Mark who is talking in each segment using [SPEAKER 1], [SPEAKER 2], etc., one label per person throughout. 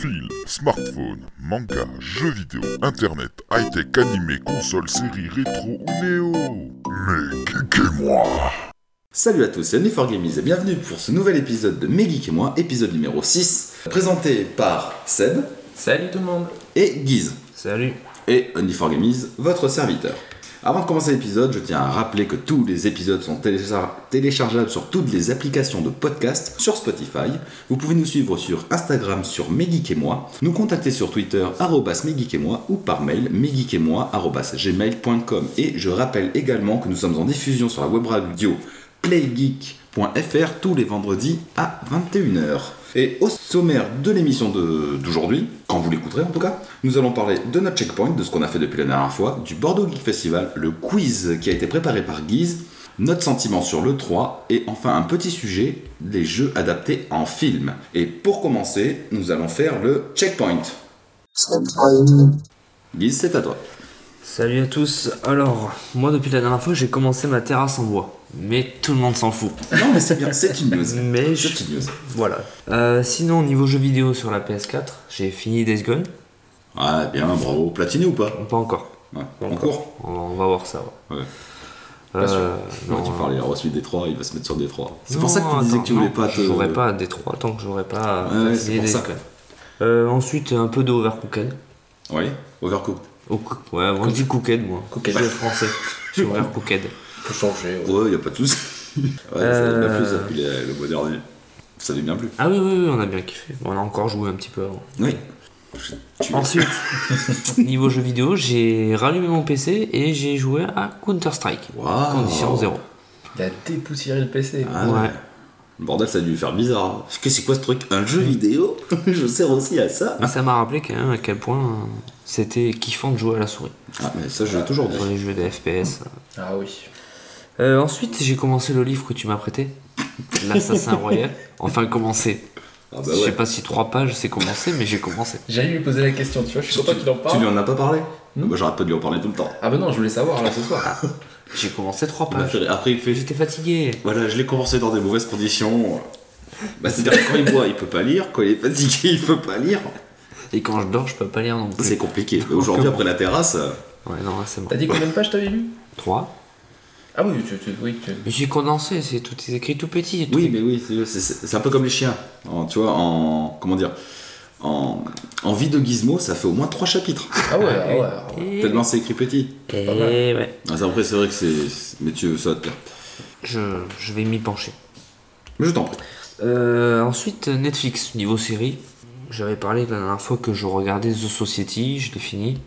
[SPEAKER 1] fil, smartphone, manga, jeux vidéo, internet, high-tech, animé, console, série, rétro ou néo. Mais geekez-moi
[SPEAKER 2] Salut à tous, c'est only 4 et bienvenue pour ce nouvel épisode de Mes Geeks et moi, épisode numéro 6, présenté par Seb
[SPEAKER 3] Salut tout le monde
[SPEAKER 2] et Guise,
[SPEAKER 3] Salut
[SPEAKER 2] et only 4 votre serviteur. Avant de commencer l'épisode, je tiens à rappeler que tous les épisodes sont téléchar- téléchargeables sur toutes les applications de podcast sur Spotify. Vous pouvez nous suivre sur Instagram sur Mes Geeks et moi, nous contacter sur Twitter arrobas Mes Geeks et moi ou par mail mesgeeksetmoi arrobas gmail.com. Et je rappelle également que nous sommes en diffusion sur la web radio playgeek.fr tous les vendredis à 21h. Et au sommaire de l'émission de- d'aujourd'hui, quand vous l'écouterez en tout cas, nous allons parler de notre checkpoint, de ce qu'on a fait depuis la dernière fois, du Bordeaux Geek Festival, le quiz qui a été préparé par Guise, notre sentiment sur le 3 et enfin un petit sujet, les jeux adaptés en film. Et pour commencer, nous allons faire le checkpoint. Guise, c'est à toi.
[SPEAKER 3] Salut à tous Alors, moi depuis la dernière fois, j'ai commencé ma terrasse en bois. Mais tout le monde s'en fout.
[SPEAKER 2] Non mais c'est bien, c'est une news.
[SPEAKER 3] Mais je...
[SPEAKER 2] C'est une news.
[SPEAKER 3] Voilà. Euh, sinon, niveau jeux vidéo sur la PS4, j'ai fini Days Gone.
[SPEAKER 2] Ah bien, bravo. Platiné ou pas
[SPEAKER 3] Pas encore.
[SPEAKER 2] ouais.
[SPEAKER 3] Pas
[SPEAKER 2] En
[SPEAKER 3] encore.
[SPEAKER 2] cours
[SPEAKER 3] On va, on va voir ça. ouais.
[SPEAKER 2] Ouais.
[SPEAKER 3] Euh,
[SPEAKER 2] Pas sûr.
[SPEAKER 3] non,
[SPEAKER 2] Ouais, tu
[SPEAKER 3] euh,
[SPEAKER 2] parlais, il aura suivi des 3, il va se mettre sur des 3. C'est
[SPEAKER 3] non,
[SPEAKER 2] pour ça que tu disais
[SPEAKER 3] attends,
[SPEAKER 2] que tu voulais
[SPEAKER 3] non,
[SPEAKER 2] pas te.
[SPEAKER 3] Je jouerai pas à Détroit tant que j'aurai pas
[SPEAKER 2] Ouais, ouais,
[SPEAKER 3] fini
[SPEAKER 2] c'est pour
[SPEAKER 3] Days
[SPEAKER 2] ça.
[SPEAKER 3] Gone. Euh, ensuite, un peu de Overcooked.
[SPEAKER 2] Oui, Overcooked.
[SPEAKER 3] Au cou- Ouais, moi je dis Cooked moi.
[SPEAKER 4] Cooked.
[SPEAKER 3] Je suis français. Je suis Overcooked.
[SPEAKER 4] Faut changer. ouais.
[SPEAKER 2] Ouais, y a pas de soucis. ouais, ça m'a
[SPEAKER 3] Euh.
[SPEAKER 2] plu ça depuis les- le mois dernier. Ça avait bien plu.
[SPEAKER 3] Ah oui, oui, oui, on a bien kiffé. On a encore joué un petit peu avant.
[SPEAKER 2] Oui.
[SPEAKER 3] Ensuite, niveau jeu vidéo, j'ai rallumé mon PC et j'ai joué à Counter-Strike.
[SPEAKER 2] Waouh.
[SPEAKER 3] Condition 0.
[SPEAKER 4] Il a dépoussiéré le PC.
[SPEAKER 2] Ah
[SPEAKER 3] Ouais.
[SPEAKER 2] ouais. Le Bordel, ça a dû lui faire bizarre. Qu'est-ce que c'est quoi ce truc Un jeu vidéo Je sers aussi à ça.
[SPEAKER 3] Ça m'a rappelé quand même à quel point euh, c'était kiffant de jouer à la souris.
[SPEAKER 2] Ah, mais ça, je l'ai toujours dit.
[SPEAKER 3] Dans les jeux des FPS.
[SPEAKER 4] Ah oui.
[SPEAKER 3] Euh, ensuite, j'ai commencé le livre que tu m'as prêté. L'Assassin Royal. Enfin, commencé.
[SPEAKER 2] Ah bah
[SPEAKER 3] Je sais
[SPEAKER 2] ouais.
[SPEAKER 3] pas si trois pages c'est commencé, mais j'ai commencé.
[SPEAKER 4] J'allais lui poser la question, tu vois, je suis content qu'il en
[SPEAKER 2] Tu lui
[SPEAKER 4] parle.
[SPEAKER 2] en as pas parlé
[SPEAKER 3] Hmm
[SPEAKER 4] Non.
[SPEAKER 2] Moi, j'arrête pas de lui en parler tout le temps.
[SPEAKER 4] Ah bah non, je voulais savoir là ce
[SPEAKER 2] Ah.
[SPEAKER 4] soir.
[SPEAKER 3] J'ai commencé trois
[SPEAKER 2] Il m'a
[SPEAKER 3] pages.
[SPEAKER 2] fait- Après, il fait
[SPEAKER 3] J'étais fatigué.
[SPEAKER 2] Voilà, je l'ai commencé dans des mauvaises conditions. Bah, c'est-à-dire que quand il boit, il peut pas lire. Quand il est fatigué, il peut pas lire.
[SPEAKER 3] Et quand je dors, je peux pas lire non plus.
[SPEAKER 2] C'est compliqué. Mais Aujourd'hui, après la terrasse, euh,
[SPEAKER 3] Ouais, non, là, c'est bon.
[SPEAKER 4] T'as dit combien de pages t'avais lu
[SPEAKER 3] 3.
[SPEAKER 4] Ah oui, tu, tu- oui, tu-
[SPEAKER 3] Mais j'ai condensé, c'est tout est écrit tout petit. et tout.
[SPEAKER 2] oui, mais oui, c'est- c'est c'est un peu comme les chiens. En- tu vois, en comment dire, en, en vie de Gizmo, ça fait au moins trois chapitres.
[SPEAKER 4] Ah ouais, ah ouais. ah ouais.
[SPEAKER 3] Et-
[SPEAKER 2] Tellement c'est écrit petit.
[SPEAKER 4] Pas mal.
[SPEAKER 3] Et ouais,
[SPEAKER 2] Ah, ça, après, c'est vrai que c'est, c'est- mais tu ça va te plaire.
[SPEAKER 3] je, je vais m'y pencher.
[SPEAKER 2] Mais je t'en prie.
[SPEAKER 3] Euh, ensuite, Netflix, niveau série. J'avais parlé la dernière fois que je regardais The Society, je l'ai fini.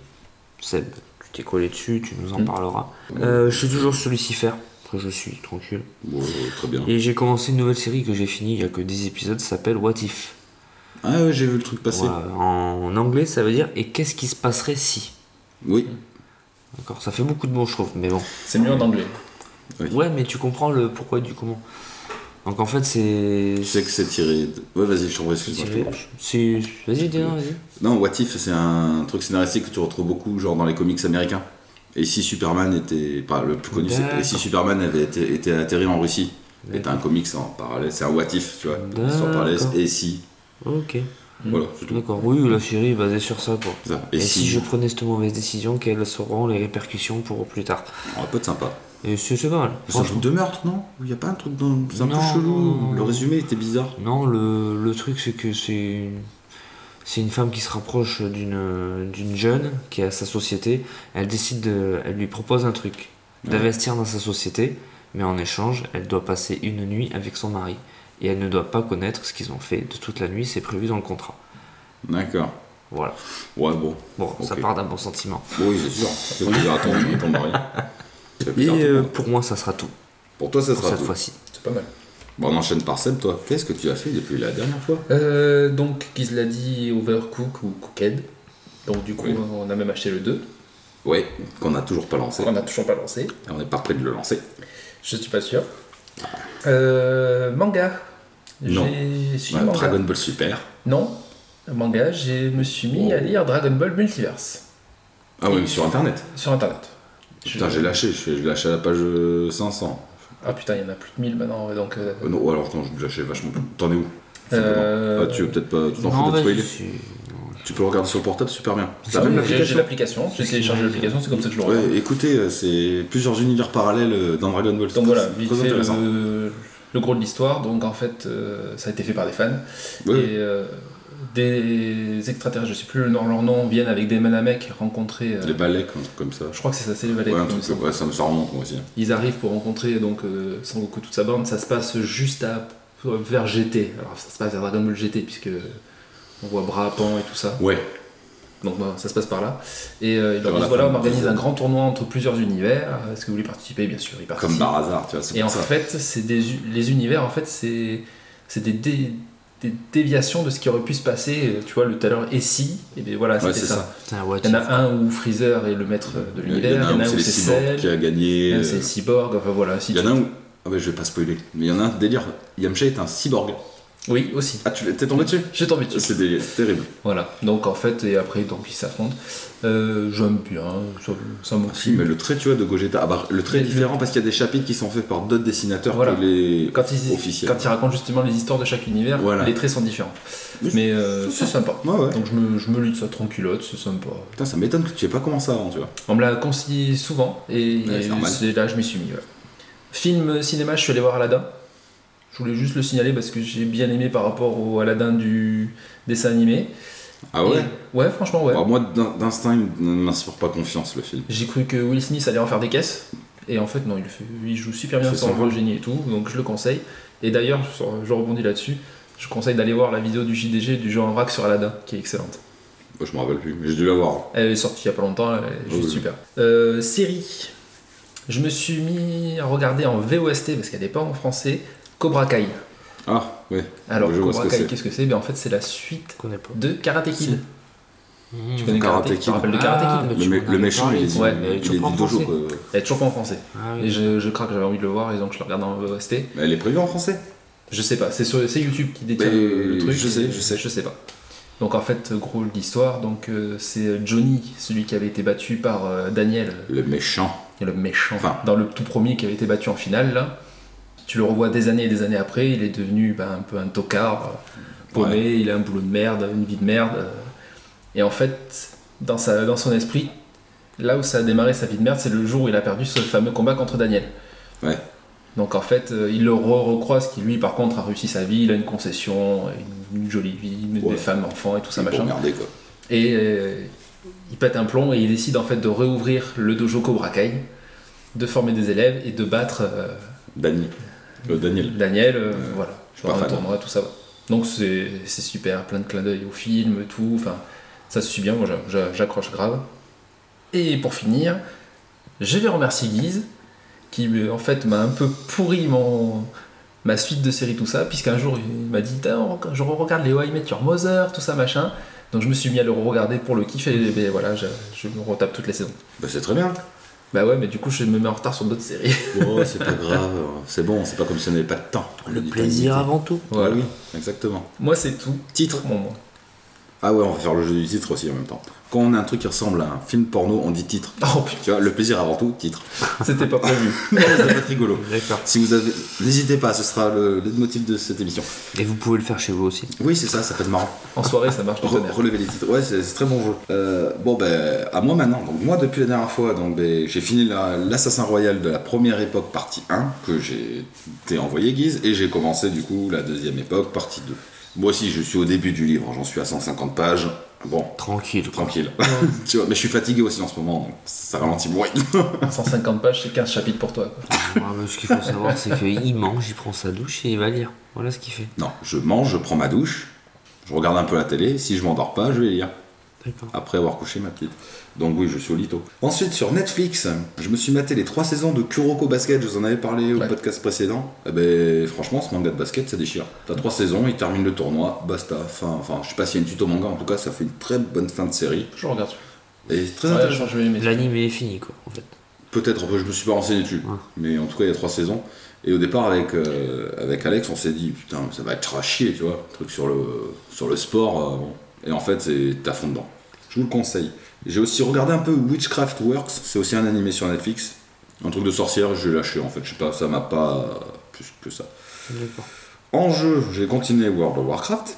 [SPEAKER 3] Seb, tu t'es collé dessus, tu nous en parleras. Euh, je suis toujours sur Lucifer, que je suis tranquille.
[SPEAKER 2] Bon, euh, très bien.
[SPEAKER 3] Et j'ai commencé une nouvelle série que j'ai finie il y a que 10 épisodes, ça s'appelle What If.
[SPEAKER 2] Ah ouais, j'ai vu le truc passer.
[SPEAKER 3] Voilà, En anglais, ça veut dire et qu'est-ce qui se passerait si
[SPEAKER 2] Oui.
[SPEAKER 3] D'accord, ça fait beaucoup de mots, je trouve, mais bon.
[SPEAKER 4] C'est mieux en anglais.
[SPEAKER 3] Ouais, mais tu comprends le pourquoi du comment. Donc en fait, c'est.
[SPEAKER 2] Je sais que c'est tiré. De... Ouais, vas-y, je t'en prie, excuse-moi. je te coupe.
[SPEAKER 3] C'est. Vas-y, dis vas-y.
[SPEAKER 2] Non, What If, c'est un truc scénaristique que tu retrouves beaucoup genre dans les comics américains. Et si Superman était. Pas le plus connu, c'est. Et si
[SPEAKER 3] D'accord.
[SPEAKER 2] Superman avait été, été atterri en Russie Et t'as
[SPEAKER 3] D'accord.
[SPEAKER 2] un comics en parallèle, c'est un What If, tu vois. une Histoire
[SPEAKER 3] D'accord.
[SPEAKER 2] parallèle, et si.
[SPEAKER 3] Ok.
[SPEAKER 2] Voilà, c'est tout.
[SPEAKER 3] D'accord, oui, la série est basée sur ça, quoi.
[SPEAKER 2] C'est ça.
[SPEAKER 3] Et, si... je prenais cette mauvaise décision, quelles seront les répercussions pour plus tard
[SPEAKER 2] On va pas être sympa.
[SPEAKER 3] Et c'est c'est pas mal.
[SPEAKER 2] C'est un
[SPEAKER 3] franchement.
[SPEAKER 2] truc de meurtre, non Il a pas un truc dans. C'est un
[SPEAKER 3] Non,
[SPEAKER 2] peu chelou.
[SPEAKER 3] non,
[SPEAKER 2] Le
[SPEAKER 3] non.
[SPEAKER 2] résumé était bizarre.
[SPEAKER 3] Non, le, le truc, c'est que c'est une... C'est une femme qui se rapproche d'une d'une jeune qui a sa société. Elle décide de, elle lui propose un truc, d'investir dans sa société, mais en échange, elle doit passer une nuit avec son mari et elle ne doit pas connaître ce qu'ils ont fait de toute la nuit. C'est prévu dans le contrat.
[SPEAKER 2] D'accord.
[SPEAKER 3] Voilà.
[SPEAKER 2] Ouais, bon.
[SPEAKER 3] Bon, ça
[SPEAKER 2] Ok.
[SPEAKER 3] part d'un bon sentiment.
[SPEAKER 2] Oui, c'est sûr. C'est plaisir à ton, à ton mari. Ça fait
[SPEAKER 3] Et
[SPEAKER 2] plaisir à ton
[SPEAKER 3] euh,
[SPEAKER 2] mari.
[SPEAKER 3] pour moi, ça sera tout
[SPEAKER 2] Pour toi, ça
[SPEAKER 3] pour
[SPEAKER 2] sera
[SPEAKER 3] cette
[SPEAKER 2] tout.
[SPEAKER 3] fois-ci.
[SPEAKER 4] C'est pas mal.
[SPEAKER 2] Bon, on enchaîne par Seb, toi. Qu'est-ce que tu as fait depuis la dernière fois
[SPEAKER 4] Euh, donc, qui se l'a dit, Overcook ou Cooked. Donc du coup,
[SPEAKER 2] Oui.
[SPEAKER 4] on a même acheté le 2.
[SPEAKER 2] Ouais, qu'on a toujours pas lancé.
[SPEAKER 4] On a toujours pas lancé.
[SPEAKER 2] Et on n'est pas prêt de le lancer.
[SPEAKER 4] Je suis pas sûr. Euh, manga.
[SPEAKER 2] Non.
[SPEAKER 4] J'ai- si,
[SPEAKER 2] Ouais,
[SPEAKER 4] manga.
[SPEAKER 2] Dragon Ball Super.
[SPEAKER 4] Non. Manga, je me suis
[SPEAKER 2] Oh.
[SPEAKER 4] mis à lire Dragon Ball Multiverse.
[SPEAKER 2] Ah oui, mais sur internet.
[SPEAKER 4] Sur internet. Je-
[SPEAKER 2] Putain, j'ai lâché, je suis- je l'ai lâché à la page euh, 500.
[SPEAKER 4] Ah putain, il y en a plus de 1000 maintenant, donc... euh,
[SPEAKER 2] Euh, non, ou alors, attends, je l'ai lâché vachement plus. T'en es où
[SPEAKER 4] Euh,
[SPEAKER 2] Ah, tu veux peut-être pas. Tu t'en
[SPEAKER 3] Non,
[SPEAKER 2] fous d'être
[SPEAKER 3] vas-y,
[SPEAKER 2] spoilé
[SPEAKER 3] c'est-
[SPEAKER 2] Tu peux le regarder sur le portable super bien.
[SPEAKER 3] C'est
[SPEAKER 2] T'as
[SPEAKER 3] vrai,
[SPEAKER 2] même
[SPEAKER 3] mais
[SPEAKER 4] Ah J'ai j'ai
[SPEAKER 2] l'application.
[SPEAKER 4] l'application, j'ai téléchargé l'application, c'est comme ça que je le regarde.
[SPEAKER 2] Ouais, écoutez, euh, c'est plusieurs univers parallèles euh, dans Dragon Ball.
[SPEAKER 4] Donc voilà,
[SPEAKER 2] C'est
[SPEAKER 4] vite
[SPEAKER 2] très
[SPEAKER 4] fait euh,
[SPEAKER 2] intéressant.
[SPEAKER 4] le, le gros de l'histoire. Donc en fait, euh, ça a été fait par des fans.
[SPEAKER 2] Ouais.
[SPEAKER 4] Et euh, des extraterrestres, je sais plus le nom- leur nom, viennent avec des Manamek rencontrer. euh,
[SPEAKER 2] Les balais, comme, comme ça.
[SPEAKER 4] je crois que c'est ça, c'est les Valets.
[SPEAKER 2] Ouais, un
[SPEAKER 4] comme
[SPEAKER 2] truc
[SPEAKER 4] ça.
[SPEAKER 2] comme- ouais, ça me ça remonte moi aussi.
[SPEAKER 4] Ils arrivent pour rencontrer donc euh, Sangoku toute sa bande. Ça se passe juste à vers GT. Alors ça se passe vers Dragon Ball GT puisque on voit bras, Pan et tout ça.
[SPEAKER 2] Ouais,
[SPEAKER 4] Donc bah, ça se passe par là. Et euh, ils
[SPEAKER 2] Vers
[SPEAKER 4] leur disent
[SPEAKER 2] la
[SPEAKER 4] voilà,
[SPEAKER 2] fin
[SPEAKER 4] on
[SPEAKER 2] du
[SPEAKER 4] organise
[SPEAKER 2] désert.
[SPEAKER 4] un grand tournoi entre plusieurs univers. Euh, Est-ce que vous voulez participer Bien sûr, ils participent.
[SPEAKER 2] comme par hasard, tu vois. C'est
[SPEAKER 4] Et en
[SPEAKER 2] pour ça.
[SPEAKER 4] fait, c'est des u- les univers, en fait, c'est c'est des, dé- des déviations de ce qui aurait pu se passer. Euh, Tu vois, le tout à l'heure, et si Et bien voilà,
[SPEAKER 2] Ouais,
[SPEAKER 4] c'était
[SPEAKER 2] c'est
[SPEAKER 4] ça.
[SPEAKER 2] ça.
[SPEAKER 3] Putain, what
[SPEAKER 4] Il y en
[SPEAKER 3] if.
[SPEAKER 4] a un où Freezer est le maître euh, de
[SPEAKER 2] Il y en
[SPEAKER 4] l'univers,
[SPEAKER 2] a un où c'est les cyborgs
[SPEAKER 4] Cell,
[SPEAKER 2] qui a
[SPEAKER 4] il y
[SPEAKER 2] gagné.
[SPEAKER 4] en
[SPEAKER 2] euh,
[SPEAKER 4] a Ah, c'est les cyborgs, enfin voilà. Si
[SPEAKER 2] Il y en
[SPEAKER 4] tu-
[SPEAKER 2] a un où. Ah ouais, je vais pas spoiler. Mais il y en a un délire. Yamcha est un cyborg.
[SPEAKER 4] Oui, aussi.
[SPEAKER 2] Ah, tu l'as- t'es tombé dessus
[SPEAKER 4] J'ai tombé dessus.
[SPEAKER 2] C'est des- c'est terrible.
[SPEAKER 4] Voilà, donc en fait, et après, donc ils s'affrontent. Euh, J'aime bien, ça, ça
[SPEAKER 2] Ah, Si,
[SPEAKER 4] m'occupe.
[SPEAKER 2] mais le trait, tu vois, de Gogeta. Ah bah, le trait est différent parce qu'il y a des chapitres qui sont faits par d'autres dessinateurs
[SPEAKER 4] Voilà.
[SPEAKER 2] que les.
[SPEAKER 4] Quand ils,
[SPEAKER 2] Officiel.
[SPEAKER 4] quand ils racontent justement les histoires de chaque univers,
[SPEAKER 2] Voilà.
[SPEAKER 4] les traits sont différents.
[SPEAKER 2] Mais-
[SPEAKER 4] Mais euh, c'est sympa.
[SPEAKER 2] Ouais, ouais.
[SPEAKER 4] Donc je me, je me lis de ça tranquillote, c'est sympa.
[SPEAKER 2] Putain, ça m'étonne que tu aies pas commencé avant, tu vois.
[SPEAKER 4] On me l'a conseillé souvent et
[SPEAKER 2] Ouais, c'est normal.
[SPEAKER 4] c'est là je m'y suis mis. ouais. Film euh, cinéma, je suis allé voir Aladdin. Je voulais juste le signaler parce que j'ai bien aimé par rapport au Aladdin du dessin animé.
[SPEAKER 2] Ah ouais
[SPEAKER 4] Et- Ouais, franchement, ouais.
[SPEAKER 2] Bah, Moi, d'in- d'instinct, il ne m'inspire pas confiance le film.
[SPEAKER 4] J'ai cru que Will Smith allait en faire des caisses. Et en fait, non, il, le fait- il joue super bien
[SPEAKER 2] C'est
[SPEAKER 4] son
[SPEAKER 2] sympa.
[SPEAKER 4] rôle génie et tout. Donc je le conseille. Et d'ailleurs, je- je rebondis là-dessus. Je conseille d'aller voir la vidéo du JDG du jeu en vrac sur Aladdin, qui est excellente.
[SPEAKER 2] Bah, je me rappelle plus, mais j'ai dû l'avoir.
[SPEAKER 4] Elle est sortie il y a pas longtemps, elle est juste
[SPEAKER 2] Oui.
[SPEAKER 4] super. Euh, série. Je me suis mis à regarder en VOST parce qu'elle n'est pas en français. Cobra Kai.
[SPEAKER 2] Ah, ouais.
[SPEAKER 4] Alors,
[SPEAKER 2] Je vois
[SPEAKER 4] Cobra
[SPEAKER 2] ce que
[SPEAKER 4] Kai,
[SPEAKER 2] c'est.
[SPEAKER 4] qu'est-ce que c'est ben, En fait, c'est la suite
[SPEAKER 3] Je connais pas.
[SPEAKER 4] de Karate Kid.
[SPEAKER 2] Si.
[SPEAKER 3] Mmh.
[SPEAKER 4] Tu connais Karate
[SPEAKER 2] Karate
[SPEAKER 4] Kid Tu te
[SPEAKER 2] Kid.
[SPEAKER 4] rappelles de
[SPEAKER 3] Ah,
[SPEAKER 4] Karate Kid
[SPEAKER 3] mais
[SPEAKER 2] Le,
[SPEAKER 3] tu
[SPEAKER 2] mé-
[SPEAKER 3] m'en
[SPEAKER 2] le
[SPEAKER 3] avais
[SPEAKER 2] méchant,
[SPEAKER 3] parlé.
[SPEAKER 2] il est dit,
[SPEAKER 4] Ouais,
[SPEAKER 3] mais tu
[SPEAKER 2] il est
[SPEAKER 3] reprends
[SPEAKER 2] dit
[SPEAKER 3] en
[SPEAKER 2] toujours.
[SPEAKER 3] français.
[SPEAKER 2] euh,
[SPEAKER 4] Elle est toujours pas en français.
[SPEAKER 3] Ah
[SPEAKER 4] Et
[SPEAKER 3] oui.
[SPEAKER 4] je, je crois que j'avais envie de le voir et donc je le regarde en VOST.
[SPEAKER 2] mais Elle est prévue en français
[SPEAKER 4] Je sais pas, c'est sur c'est YouTube qui détient
[SPEAKER 2] Mais
[SPEAKER 4] le, le truc.
[SPEAKER 2] je sais,
[SPEAKER 4] et
[SPEAKER 2] je sais.
[SPEAKER 4] Je sais pas. Donc en fait, gros l'histoire, donc euh, c'est Johnny, celui qui avait été battu par euh, Daniel,
[SPEAKER 2] Le méchant.
[SPEAKER 4] Et le méchant.
[SPEAKER 2] Enfin.
[SPEAKER 4] dans le tout premier qui avait été battu en finale, là, tu le revois des années et des années après, il est devenu ben, un peu un tocard, euh, paumé, il a un boulot de merde, une vie de merde. euh. Et en fait, dans, sa, dans son esprit, là où ça a démarré sa vie de merde, c'est le jour où il a perdu ce fameux combat contre Daniel.
[SPEAKER 2] Ouais.
[SPEAKER 4] Donc en fait, euh, il le re- recroise, qui lui, par contre, a réussi sa vie, il a une concession, une, une jolie vie,
[SPEAKER 2] Ouais.
[SPEAKER 4] des femmes, enfants et tout ça,
[SPEAKER 2] C'est pour
[SPEAKER 4] machin.
[SPEAKER 2] merder, quoi.
[SPEAKER 4] Et euh, il pète un plomb et il décide en fait de réouvrir le dojo Cobra Kai, de former des élèves et de battre euh,
[SPEAKER 2] Dany. Euh, Daniel.
[SPEAKER 4] Daniel. euh, voilà,
[SPEAKER 2] suis
[SPEAKER 4] dans
[SPEAKER 2] pas
[SPEAKER 4] un
[SPEAKER 2] fan.
[SPEAKER 4] tournoi, tout ça. Donc c'est c'est super, plein de clins d'œil au film, tout. Enfin, ça se suit bien, moi j'a- j'a- j'accroche grave. Et pour finir, je vais remercier Guise, qui euh, en fait m'a un peu pourri mon, ma suite de série, tout ça, puisqu'un jour il m'a dit Tiens, on re- je regarde les Why Met Your Mother, tout ça, machin. Donc je me suis mis à le regarder pour le kiff et ben, voilà, je, je me retape toutes les saisons.
[SPEAKER 2] Bah, c'est très bien.
[SPEAKER 4] Bah ouais, mais du coup je me mets en retard sur d'autres séries.
[SPEAKER 2] Oh, c'est pas grave. C'est bon, c'est pas comme si on n'avait pas de temps.
[SPEAKER 3] Le
[SPEAKER 2] Du temps
[SPEAKER 3] plaisir
[SPEAKER 2] limité.
[SPEAKER 3] avant tout.
[SPEAKER 4] Voilà.
[SPEAKER 2] Ouais, Bah oui, exactement.
[SPEAKER 4] Moi c'est tout.
[SPEAKER 2] Titre.
[SPEAKER 4] Bon, moi.
[SPEAKER 2] Ah ouais, on va faire le jeu du titre aussi en même temps. Quand on a un truc qui ressemble à un film porno, on dit titre.
[SPEAKER 4] Oh putain,
[SPEAKER 2] Tu vois, le plaisir avant tout, titre.
[SPEAKER 4] c'était pas prévu.
[SPEAKER 2] Ça va être rigolo.
[SPEAKER 3] D'accord.
[SPEAKER 2] Si vous avez, n'hésitez pas, ce sera le, le motif de cette émission.
[SPEAKER 3] Et vous pouvez le faire chez vous aussi.
[SPEAKER 2] Oui, c'est ça, ça peut être marrant.
[SPEAKER 4] En soirée, ça marche de
[SPEAKER 2] Re-
[SPEAKER 4] tonnerre.
[SPEAKER 2] relever les titres, ouais, c'est c'est très bon jeu. Euh, bon, ben, à moi maintenant. Donc, moi, depuis la dernière fois, donc, ben, j'ai fini la- l'Assassin Royal de la première époque, partie 1, que j'ai été envoyé, Guise, et j'ai commencé, du coup, la deuxième époque, partie 2. Moi aussi, je suis au début du livre, j'en suis à 150 pages. Bon,
[SPEAKER 3] Tranquille. quoi.
[SPEAKER 2] tranquille. tu vois, mais je suis fatigué aussi en ce moment, donc ça ralentit mon rythme.
[SPEAKER 4] 150 pages, c'est 15 chapitres pour toi. quoi.
[SPEAKER 3] Ah, mais ce qu'il faut savoir, c'est qu'il mange, il prend sa douche et il va lire. Voilà ce qu'il fait.
[SPEAKER 2] Non, je mange, je prends ma douche, je regarde un peu la télé, si je m'endors pas, je vais lire.
[SPEAKER 3] D'accord.
[SPEAKER 2] après avoir couché ma petite. Donc oui, je suis au lito. Ensuite, sur Netflix, je me suis maté les trois saisons de Kuroko Basket, je vous en avais parlé au
[SPEAKER 4] Ouais.
[SPEAKER 2] podcast précédent. Eh ben, franchement, ce manga de basket, ça déchire. T'as trois saisons, il termine le tournoi, basta, fin. Enfin, je sais pas s'il y a une suite au manga, en tout cas, ça fait une très bonne fin de série.
[SPEAKER 4] Je regarde.
[SPEAKER 2] Et c'est très
[SPEAKER 4] Ouais, je
[SPEAKER 2] intéressant.
[SPEAKER 4] pense que je vais aimer.
[SPEAKER 3] L'anime est fini, quoi, en fait.
[SPEAKER 2] Peut-être, je me suis pas renseigné dessus.
[SPEAKER 3] Ouais.
[SPEAKER 2] Mais en tout cas, il y a trois saisons. Et au départ, avec, euh, avec Alex, on s'est dit, putain, ça va être à chier, tu vois. Truc sur le, sur le sport. euh, bon. Et en fait, c'est t'as fond dedans. Je vous le conseille. J'ai aussi regardé un peu Witchcraft Works. C'est aussi un animé sur Netflix. Un truc de sorcière, je l'ai lâché en fait. Je sais pas, ça m'a pas euh, plus que ça.
[SPEAKER 3] D'accord.
[SPEAKER 2] En jeu, j'ai continué World of Warcraft.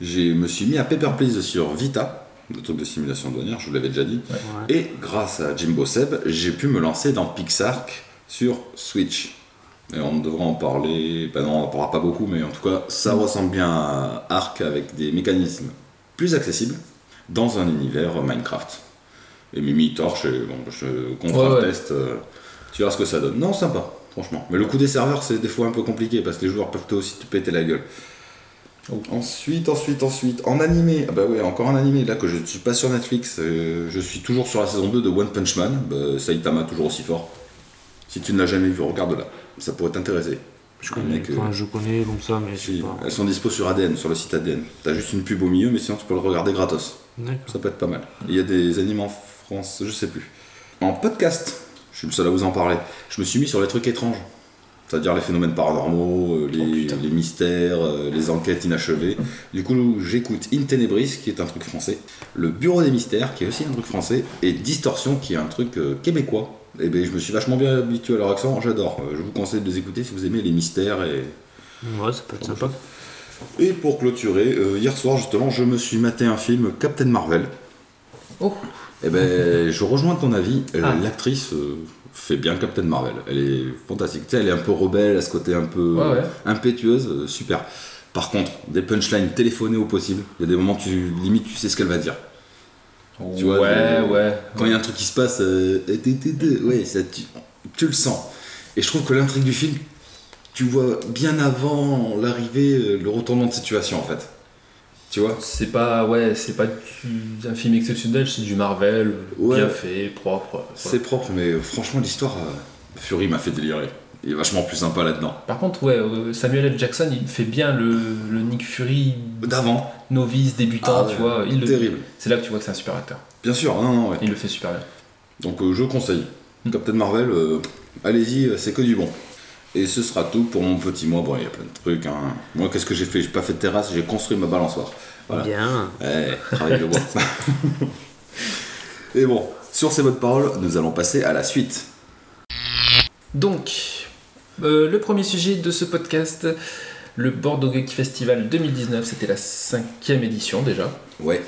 [SPEAKER 2] je me suis mis à Paper Please sur Vita, le truc de simulation douanière, je vous l'avais déjà dit.
[SPEAKER 3] Ouais.
[SPEAKER 2] Et grâce à Jimbo Seb, j'ai pu me lancer dans Pixark sur Switch. Et on devrait en parler, ben non, on en parlera pas beaucoup, mais en tout cas, ça ressemble bien à Ark avec des mécanismes plus accessibles dans un univers Minecraft. Et Mimi torche, et bon, je contre
[SPEAKER 4] Ouais, ouais.
[SPEAKER 2] test, euh, tu verras ce que ça donne. Non, sympa, franchement. Mais le coup des serveurs, c'est des fois un peu compliqué parce que les joueurs peuvent toi aussi te péter la gueule.
[SPEAKER 4] Ok.
[SPEAKER 2] Ensuite, ensuite, ensuite, en animé, ah bah ouais, encore en animé, là que je ne suis pas sur Netflix, euh, je suis toujours sur la saison 2 de One Punch Man, bah, Saitama toujours aussi fort. Si tu ne l'as jamais vu, regarde-la, ça pourrait t'intéresser.
[SPEAKER 3] Je
[SPEAKER 2] Un
[SPEAKER 3] connais,
[SPEAKER 2] mec, euh,
[SPEAKER 3] enfin, je connais comme ça, mais je sais
[SPEAKER 2] Si,
[SPEAKER 3] pas.
[SPEAKER 2] Elles sont dispo sur ADN, sur le site ADN. T'as juste une pub au milieu, mais sinon tu peux le regarder gratos.
[SPEAKER 3] D'accord.
[SPEAKER 2] Ça peut être pas mal. Il y a des animes en France, je sais plus. En podcast, je suis le seul à vous en parler. Je me suis mis sur les trucs étranges. C'est-à-dire les phénomènes paranormaux, euh, les,
[SPEAKER 4] putain.
[SPEAKER 2] les mystères, euh, les enquêtes inachevées. Du coup, j'écoute In Tenebris, qui est un truc français, le Bureau des mystères, qui est aussi un truc français, et Distorsion, qui est un truc euh, québécois. Et ben, je me suis vachement bien habitué à leur accent, j'adore. Euh, Je vous conseille de les écouter si vous aimez les mystères et,
[SPEAKER 3] Ouais, ça peut être sympa.
[SPEAKER 2] et pour clôturer, euh, hier soir justement, je me suis maté un film Captain Marvel.
[SPEAKER 4] Oh.
[SPEAKER 2] Eh ben, je rejoins ton avis. Euh,
[SPEAKER 4] Ah.
[SPEAKER 2] L'actrice euh, fait bien Captain Marvel. Elle est fantastique. Tu sais, elle est un peu rebelle, à ce côté un peu
[SPEAKER 4] Ouais, ouais.
[SPEAKER 2] impétueuse, euh, super. Par contre, des punchlines téléphonées au possible. Il y a des moments, tu limite, tu sais ce qu'elle va dire. Tu vois,
[SPEAKER 4] ouais,
[SPEAKER 2] le-
[SPEAKER 4] ouais.
[SPEAKER 2] Quand il y a un truc qui se passe, euh, et t'es- t'es- t'es- ouais, ça, tu, tu le sens. Et je trouve que l'intrigue du film, tu vois bien avant l'arrivée, euh, le retournement de situation en fait. Tu vois
[SPEAKER 4] C'est pas, ouais, c'est pas du- un film exceptionnel, c'est du Marvel,
[SPEAKER 2] Ouais.
[SPEAKER 4] bien fait, propre. ouais.
[SPEAKER 2] C'est propre, mais euh, franchement, l'histoire, euh, Fury m'a fait délirer. Il est vachement plus sympa là-dedans.
[SPEAKER 4] Par contre, ouais, euh, Samuel L. Jackson, il fait bien le, le Nick Fury
[SPEAKER 2] D'avant,
[SPEAKER 4] novice, débutant,
[SPEAKER 2] Ah ouais,
[SPEAKER 4] tu vois. Il le-
[SPEAKER 2] terrible.
[SPEAKER 4] C'est là que tu vois que c'est un super acteur.
[SPEAKER 2] Bien sûr, non, non, ouais.
[SPEAKER 4] Il le fait super bien.
[SPEAKER 2] Donc euh, je conseille.
[SPEAKER 4] Mm.
[SPEAKER 2] Captain Marvel, euh, allez-y, euh, c'est que du bon. Et ce sera tout pour mon petit mois. Bon, il y a plein de trucs. hein. Moi, qu'est-ce que j'ai fait J'ai pas fait de terrasse, j'ai construit ma balançoire. Voilà.
[SPEAKER 3] Bien.
[SPEAKER 2] Eh, travail de bois. Et bon, sur ces bonnes paroles, nous allons passer à la suite.
[SPEAKER 4] Donc, euh, le premier sujet de ce podcast, le Bordeaux Geek Festival 2019, c'était la cinquième édition déjà.
[SPEAKER 2] Ouais.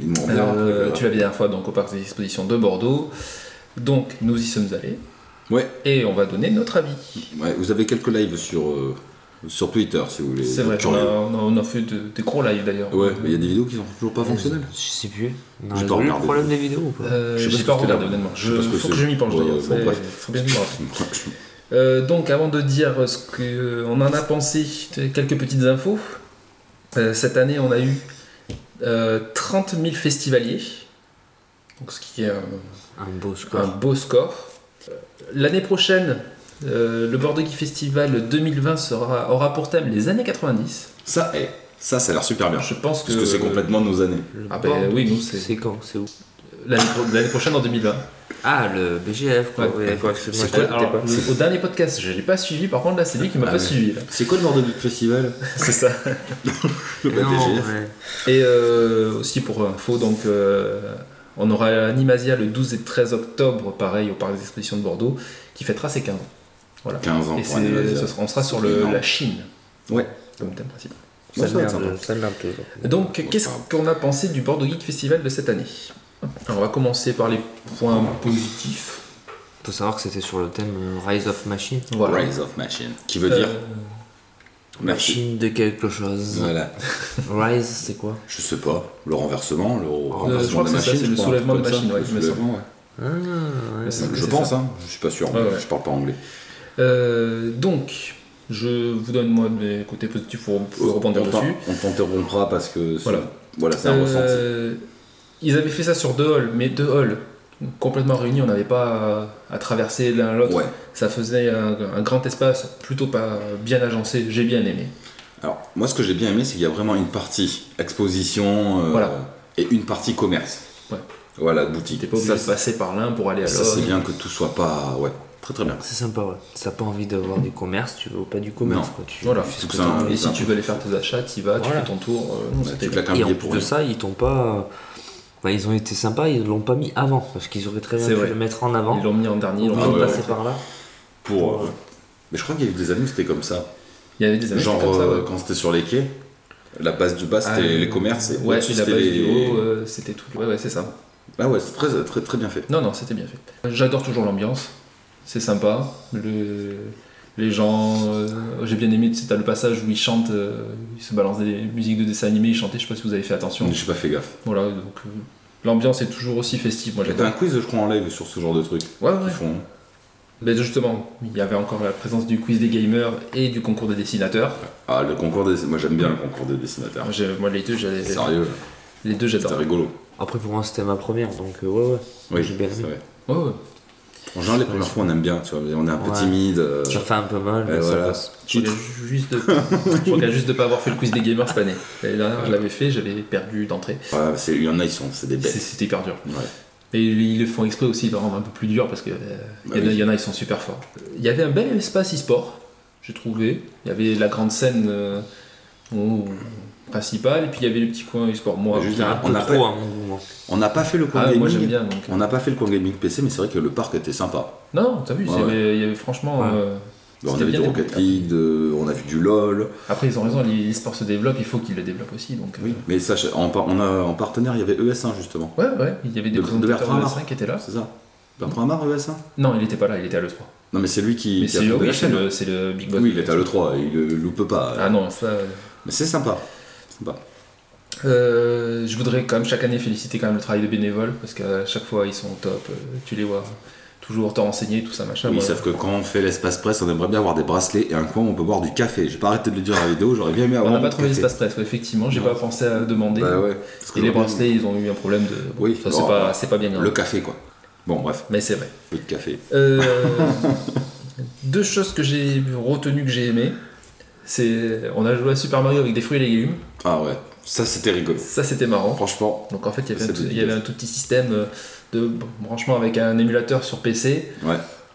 [SPEAKER 2] Ils m'ont
[SPEAKER 4] Euh,
[SPEAKER 2] bien appris,
[SPEAKER 4] tu l'avais la dernière fois donc au parc des expositions de Bordeaux. Donc, nous y sommes allés
[SPEAKER 2] Ouais.
[SPEAKER 4] et on va donner notre avis.
[SPEAKER 2] ouais. Vous avez quelques lives sur, euh, sur Twitter si vous voulez.
[SPEAKER 4] C'est vrai, on a,
[SPEAKER 2] Curieux.
[SPEAKER 4] on a- on a fait de- des gros lives d'ailleurs.
[SPEAKER 2] Ouais, mais il y a des vidéos qui sont toujours pas fonctionnelles.
[SPEAKER 3] Je sais plus. Non,
[SPEAKER 2] J'ai
[SPEAKER 3] ils
[SPEAKER 2] pas
[SPEAKER 3] ont eu le
[SPEAKER 2] regardé.
[SPEAKER 3] problème des vidéos ou pas
[SPEAKER 4] Euh,
[SPEAKER 2] Je sais pas
[SPEAKER 4] je
[SPEAKER 2] ce
[SPEAKER 4] sais pas
[SPEAKER 2] que c'est
[SPEAKER 4] regardé
[SPEAKER 2] là-bas.
[SPEAKER 4] honnêtement.
[SPEAKER 2] Je sais
[SPEAKER 4] Je-
[SPEAKER 2] pas ce que
[SPEAKER 4] faut
[SPEAKER 2] c'est.
[SPEAKER 4] que je m'y penche
[SPEAKER 2] Ouais,
[SPEAKER 4] d'ailleurs.
[SPEAKER 2] bon,
[SPEAKER 4] C'est-
[SPEAKER 2] bref.
[SPEAKER 4] faut bien que je me rappelle. Euh, donc avant de dire euh, ce qu'on en a pensé, t- quelques petites infos. Euh, cette année, on a eu euh, 30 000 festivaliers, donc ce qui est un,
[SPEAKER 3] Un beau
[SPEAKER 4] un
[SPEAKER 3] score.
[SPEAKER 4] beau score. Euh, L'année prochaine, euh, le Bordeaux Geek Festival 2020 sera, aura pour thème les années 90.
[SPEAKER 2] Ça, eh, ça, ça a l'air super bien.
[SPEAKER 4] Je pense que,
[SPEAKER 2] Parce que c'est complètement nos années.
[SPEAKER 3] Le
[SPEAKER 4] Ah ben
[SPEAKER 3] Bordeaux,
[SPEAKER 4] oui, nous, c'est-
[SPEAKER 3] C'est quand C'est où
[SPEAKER 4] l'année pro- l'année prochaine en 2020.
[SPEAKER 3] Ah, le BGF, quoi.
[SPEAKER 4] Ouais.
[SPEAKER 3] Ouais, d'accord, excuse-moi,
[SPEAKER 4] C'est
[SPEAKER 3] je
[SPEAKER 4] quoi-
[SPEAKER 3] captais
[SPEAKER 4] alors,
[SPEAKER 3] pas.
[SPEAKER 4] le- au dernier podcast, je l'ai pas suivi. Par contre, là, c'est lui qui m'a
[SPEAKER 2] Ah
[SPEAKER 4] pas
[SPEAKER 2] oui.
[SPEAKER 4] suivi. là.
[SPEAKER 2] C'est quoi le bordel du festival
[SPEAKER 4] C'est ça.
[SPEAKER 2] Le
[SPEAKER 3] Non,
[SPEAKER 2] BGF.
[SPEAKER 3] ouais.
[SPEAKER 4] Et euh, aussi pour info, donc euh, on aura Animasia le 12 et 13 octobre, pareil au parc des expositions de Bordeaux, qui fêtera ses 15 ans. Voilà.
[SPEAKER 2] 15 ans
[SPEAKER 4] Et
[SPEAKER 2] pour
[SPEAKER 4] c'est-
[SPEAKER 2] Animasia.
[SPEAKER 4] ce sera- on sera sur
[SPEAKER 2] C'est
[SPEAKER 4] le-
[SPEAKER 2] énorme.
[SPEAKER 4] la Chine
[SPEAKER 2] Ouais.
[SPEAKER 4] comme thème principal.
[SPEAKER 2] Bon, ça va être
[SPEAKER 3] Ça
[SPEAKER 2] sympa.
[SPEAKER 3] merde, ça merde toujours.
[SPEAKER 4] Donc, qu'est-ce qu'on a pensé du Bordeaux Geek Festival de cette année Alors, on va commencer par les points positifs.
[SPEAKER 3] Faut savoir que c'était sur le thème euh, Rise of Machine.
[SPEAKER 4] Voilà.
[SPEAKER 2] Rise of Machine. Qui veut dire
[SPEAKER 4] Euh,
[SPEAKER 2] merci.
[SPEAKER 3] Machine de quelque chose.
[SPEAKER 2] Voilà.
[SPEAKER 3] Rise, c'est quoi
[SPEAKER 2] Je sais pas. Le renversement, le
[SPEAKER 4] Euh, je
[SPEAKER 2] renversement
[SPEAKER 4] crois
[SPEAKER 2] de
[SPEAKER 4] que
[SPEAKER 2] la
[SPEAKER 4] c'est ça,
[SPEAKER 2] machine.
[SPEAKER 4] c'est
[SPEAKER 2] je
[SPEAKER 4] le
[SPEAKER 2] crois, un
[SPEAKER 4] soulèvement
[SPEAKER 2] truc
[SPEAKER 4] de
[SPEAKER 2] comme
[SPEAKER 4] machine,
[SPEAKER 2] ça.
[SPEAKER 4] ouais,
[SPEAKER 2] Le
[SPEAKER 4] il me semble.
[SPEAKER 2] soulèvement, ouais.
[SPEAKER 3] Ah, ouais.
[SPEAKER 4] C'est-
[SPEAKER 2] Je
[SPEAKER 4] c'est
[SPEAKER 2] pense,
[SPEAKER 4] ça.
[SPEAKER 2] hein. Je suis pas sûr.
[SPEAKER 4] Ouais, ouais.
[SPEAKER 2] Je parle pas anglais.
[SPEAKER 4] euh, donc, je vous donne moi de mes côtés positifs pour, pour rebondir
[SPEAKER 2] on t'en-
[SPEAKER 4] dessus.
[SPEAKER 2] On t'interrompra parce que. c'est-
[SPEAKER 4] Voilà.
[SPEAKER 2] Voilà, c'est un ressenti.
[SPEAKER 4] Euh, Ils avaient fait ça sur deux halls, mais deux halls complètement réunis, on n'avait pas à, à traverser l'un l'autre.
[SPEAKER 2] Ouais.
[SPEAKER 4] Ça faisait un, un grand espace, plutôt pas bien agencé, j'ai bien aimé.
[SPEAKER 2] Alors, moi, ce que j'ai bien aimé, c'est qu'il y a vraiment une partie exposition euh,
[SPEAKER 4] Voilà.
[SPEAKER 2] et une partie commerce.
[SPEAKER 4] Ouais.
[SPEAKER 2] Voilà, boutique.
[SPEAKER 4] T'es pas obligé
[SPEAKER 2] Ça,
[SPEAKER 4] de euh, passer par l'un pour aller à
[SPEAKER 2] ça,
[SPEAKER 4] l'autre.
[SPEAKER 2] c'est bien que tout soit pas. Ouais, très très bien.
[SPEAKER 3] C'est sympa, ouais. Si T'as pas envie d'avoir du commerce, tu veux pas du commerce, quoi. Tu
[SPEAKER 4] Voilà.
[SPEAKER 3] fais ce
[SPEAKER 2] Tout
[SPEAKER 3] que
[SPEAKER 2] ça,
[SPEAKER 3] t'as envie.
[SPEAKER 4] Et si tu veux aller faire tes achats, tu vas,
[SPEAKER 3] Voilà.
[SPEAKER 4] tu fais ton tour. euh,
[SPEAKER 2] Ouais,
[SPEAKER 4] c'était-
[SPEAKER 2] tu claques un
[SPEAKER 3] Et en
[SPEAKER 2] billet
[SPEAKER 3] plus
[SPEAKER 2] pour
[SPEAKER 3] de
[SPEAKER 2] rien.
[SPEAKER 3] ça, ils t'ont pas. Enfin, ils ont été sympas, ils l'ont pas mis avant, parce qu'ils auraient très bien
[SPEAKER 4] C'est
[SPEAKER 3] pu
[SPEAKER 4] vrai.
[SPEAKER 3] le mettre en avant.
[SPEAKER 4] Ils l'ont mis en dernier. ils l'ont
[SPEAKER 2] Ah
[SPEAKER 4] mis
[SPEAKER 2] ouais,
[SPEAKER 4] en
[SPEAKER 3] passé
[SPEAKER 4] dernier.
[SPEAKER 3] par là.
[SPEAKER 2] Pour. euh, Mais je crois qu'il y a eu des années où c'était comme ça.
[SPEAKER 4] Il y avait euh, des années
[SPEAKER 2] Genre,
[SPEAKER 4] comme ça.
[SPEAKER 2] euh,
[SPEAKER 4] ouais.
[SPEAKER 2] quand c'était sur les quais, La base du bas, c'était
[SPEAKER 4] Ah,
[SPEAKER 2] les commerces. et
[SPEAKER 4] Ouais,
[SPEAKER 2] au-dessus,
[SPEAKER 4] la
[SPEAKER 2] c'était
[SPEAKER 4] base
[SPEAKER 2] les-
[SPEAKER 4] du haut, euh, c'était tout. Ouais, ouais, c'est ça.
[SPEAKER 2] Ah ouais, c'est très, très, très bien fait.
[SPEAKER 4] Non, non, c'était bien fait. J'adore toujours l'ambiance. C'est sympa. Le- Les gens. euh, J'ai bien aimé, tu as le passage où ils chantent, euh, ils se balancent des musiques de dessin animé, ils chantaient, je sais pas si vous avez fait attention.
[SPEAKER 2] J'ai pas fait gaffe.
[SPEAKER 4] Voilà, donc euh, l'ambiance est toujours aussi festive. Moi,
[SPEAKER 2] J'avais
[SPEAKER 4] j'adore.
[SPEAKER 2] un quiz, je crois, en live sur ce genre de truc.
[SPEAKER 4] Ouais,
[SPEAKER 2] qu'ils
[SPEAKER 4] ouais.
[SPEAKER 2] font.
[SPEAKER 4] Mais justement, il y avait encore la présence du quiz des gamers et du concours des dessinateurs.
[SPEAKER 2] Ah, le concours des. Moi, j'aime bien le concours des dessinateurs.
[SPEAKER 4] Alors, j'ai- Ah, moi, les deux, j'allais-
[SPEAKER 2] Sérieux,
[SPEAKER 4] les deux,
[SPEAKER 2] c'était
[SPEAKER 4] j'adore.
[SPEAKER 2] rigolo.
[SPEAKER 3] Après, pour moi, c'était ma première, donc euh, ouais, ouais.
[SPEAKER 2] Oui,
[SPEAKER 3] J'ai bien aimé.
[SPEAKER 2] c'est vrai.
[SPEAKER 4] Ouais, ouais.
[SPEAKER 2] En général, les premières fois, on aime bien, tu vois, on est un peu
[SPEAKER 3] Ouais.
[SPEAKER 2] timide. euh,
[SPEAKER 3] Ça fait un peu mal, mais
[SPEAKER 2] et
[SPEAKER 3] ça
[SPEAKER 2] voilà.
[SPEAKER 3] passe.
[SPEAKER 4] Je regrette juste de, je regrette juste de pas avoir fait le quiz des gamers cette année. L'année dernière, je l'avais fait, j'avais perdu d'entrée.
[SPEAKER 2] Ouais, c'est- il y en a, ils sont, c'est des
[SPEAKER 4] C'est-
[SPEAKER 2] bêtes.
[SPEAKER 4] C'était hyper dur.
[SPEAKER 2] Ouais.
[SPEAKER 4] Mais ils le font exprès aussi de rendre un peu plus dur parce que euh,
[SPEAKER 2] Bah
[SPEAKER 4] il y en a-
[SPEAKER 2] oui.
[SPEAKER 4] il y en a, ils sont super forts. Il y avait un bel espace e-sport, j'ai trouvé. Il y avait la grande scène euh, où- principale, et puis il y avait le petit coin e-sport. Moi,
[SPEAKER 2] Mais juste
[SPEAKER 4] ah,
[SPEAKER 3] Un
[SPEAKER 2] on
[SPEAKER 3] peu
[SPEAKER 2] a
[SPEAKER 3] trop
[SPEAKER 2] pas-
[SPEAKER 3] à mon goût, moi.
[SPEAKER 2] On n'a pas fait le coin gaming.
[SPEAKER 4] moi j'aime bien. Donc.
[SPEAKER 2] On n'a pas fait le coin gaming PC, mais c'est vrai que le parc était sympa.
[SPEAKER 4] Non, non, t'as vu,
[SPEAKER 2] Ouais,
[SPEAKER 4] c'est- mais il y avait franchement.
[SPEAKER 3] Ouais.
[SPEAKER 4] euh,
[SPEAKER 2] Bon, on
[SPEAKER 4] c'était
[SPEAKER 2] avait
[SPEAKER 4] bien
[SPEAKER 2] du Rocket
[SPEAKER 4] développé.
[SPEAKER 2] League, de- on a vu du LOL.
[SPEAKER 4] Après, ils ont raison, l'e-sport se développe, il faut qu'ils le développent aussi. Donc, euh,
[SPEAKER 2] Oui. Mais sachez, en, par- on a, en partenaire, il y avait ES1 justement.
[SPEAKER 4] Ouais, ouais, il y avait des
[SPEAKER 2] De- de
[SPEAKER 4] présentateurs
[SPEAKER 2] Bertrand
[SPEAKER 4] de 5 qui étaient là.
[SPEAKER 2] C'est ça Bertrand Amar, ES1
[SPEAKER 4] Non, il était pas là, il était à l'E3.
[SPEAKER 2] Non, mais c'est lui qui,
[SPEAKER 4] Mais
[SPEAKER 2] qui a
[SPEAKER 4] c'est
[SPEAKER 2] fondé
[SPEAKER 4] oui,
[SPEAKER 2] la
[SPEAKER 4] c'est
[SPEAKER 2] chaîne.
[SPEAKER 4] le, c'est le Big Boss.
[SPEAKER 2] Oui, il était à l'E3, il le loupe pas.
[SPEAKER 4] Ah non, ça. euh,
[SPEAKER 2] Mais c'est sympa. Sympa.
[SPEAKER 4] Euh, je voudrais quand même chaque année féliciter quand même le travail de bénévoles parce qu'à chaque fois ils sont au top, euh, tu les vois toujours te renseigner, tout ça machin.
[SPEAKER 2] oui,
[SPEAKER 4] Moi,
[SPEAKER 2] sauf que quand on fait l'espace presse, on aimerait bien avoir des bracelets et un coin où on peut boire du café. J'ai pas arrêté de le dire dans la vidéo, j'aurais bien aimé
[SPEAKER 4] on
[SPEAKER 2] avoir.
[SPEAKER 4] n'a pas
[SPEAKER 2] du
[SPEAKER 4] trouvé
[SPEAKER 2] café.
[SPEAKER 4] l'espace presse, ouais, effectivement, j'ai pas pensé à demander.
[SPEAKER 2] Bah ouais. parce que
[SPEAKER 4] Et les
[SPEAKER 2] j'aurais bien-
[SPEAKER 4] bracelets, hein. ils ont eu un problème de. bon,
[SPEAKER 2] Oui,
[SPEAKER 4] ça, c'est
[SPEAKER 2] bon,
[SPEAKER 4] pas, c'est pas bien grave.
[SPEAKER 2] Le café, quoi. Bon, bref,
[SPEAKER 4] Mais c'est vrai.
[SPEAKER 2] peu de café.
[SPEAKER 4] Euh, deux choses que j'ai retenues que j'ai aimé, c'est on a joué à Super Mario avec des fruits et légumes.
[SPEAKER 2] Ah ouais, ça c'était rigolo.
[SPEAKER 4] Ça c'était marrant.
[SPEAKER 2] Franchement,
[SPEAKER 4] Donc en fait, il y avait, un
[SPEAKER 2] C'est
[SPEAKER 4] tout, il y
[SPEAKER 2] délicat.
[SPEAKER 4] avait un tout petit système euh, de branchement avec un émulateur sur PC
[SPEAKER 2] ouais.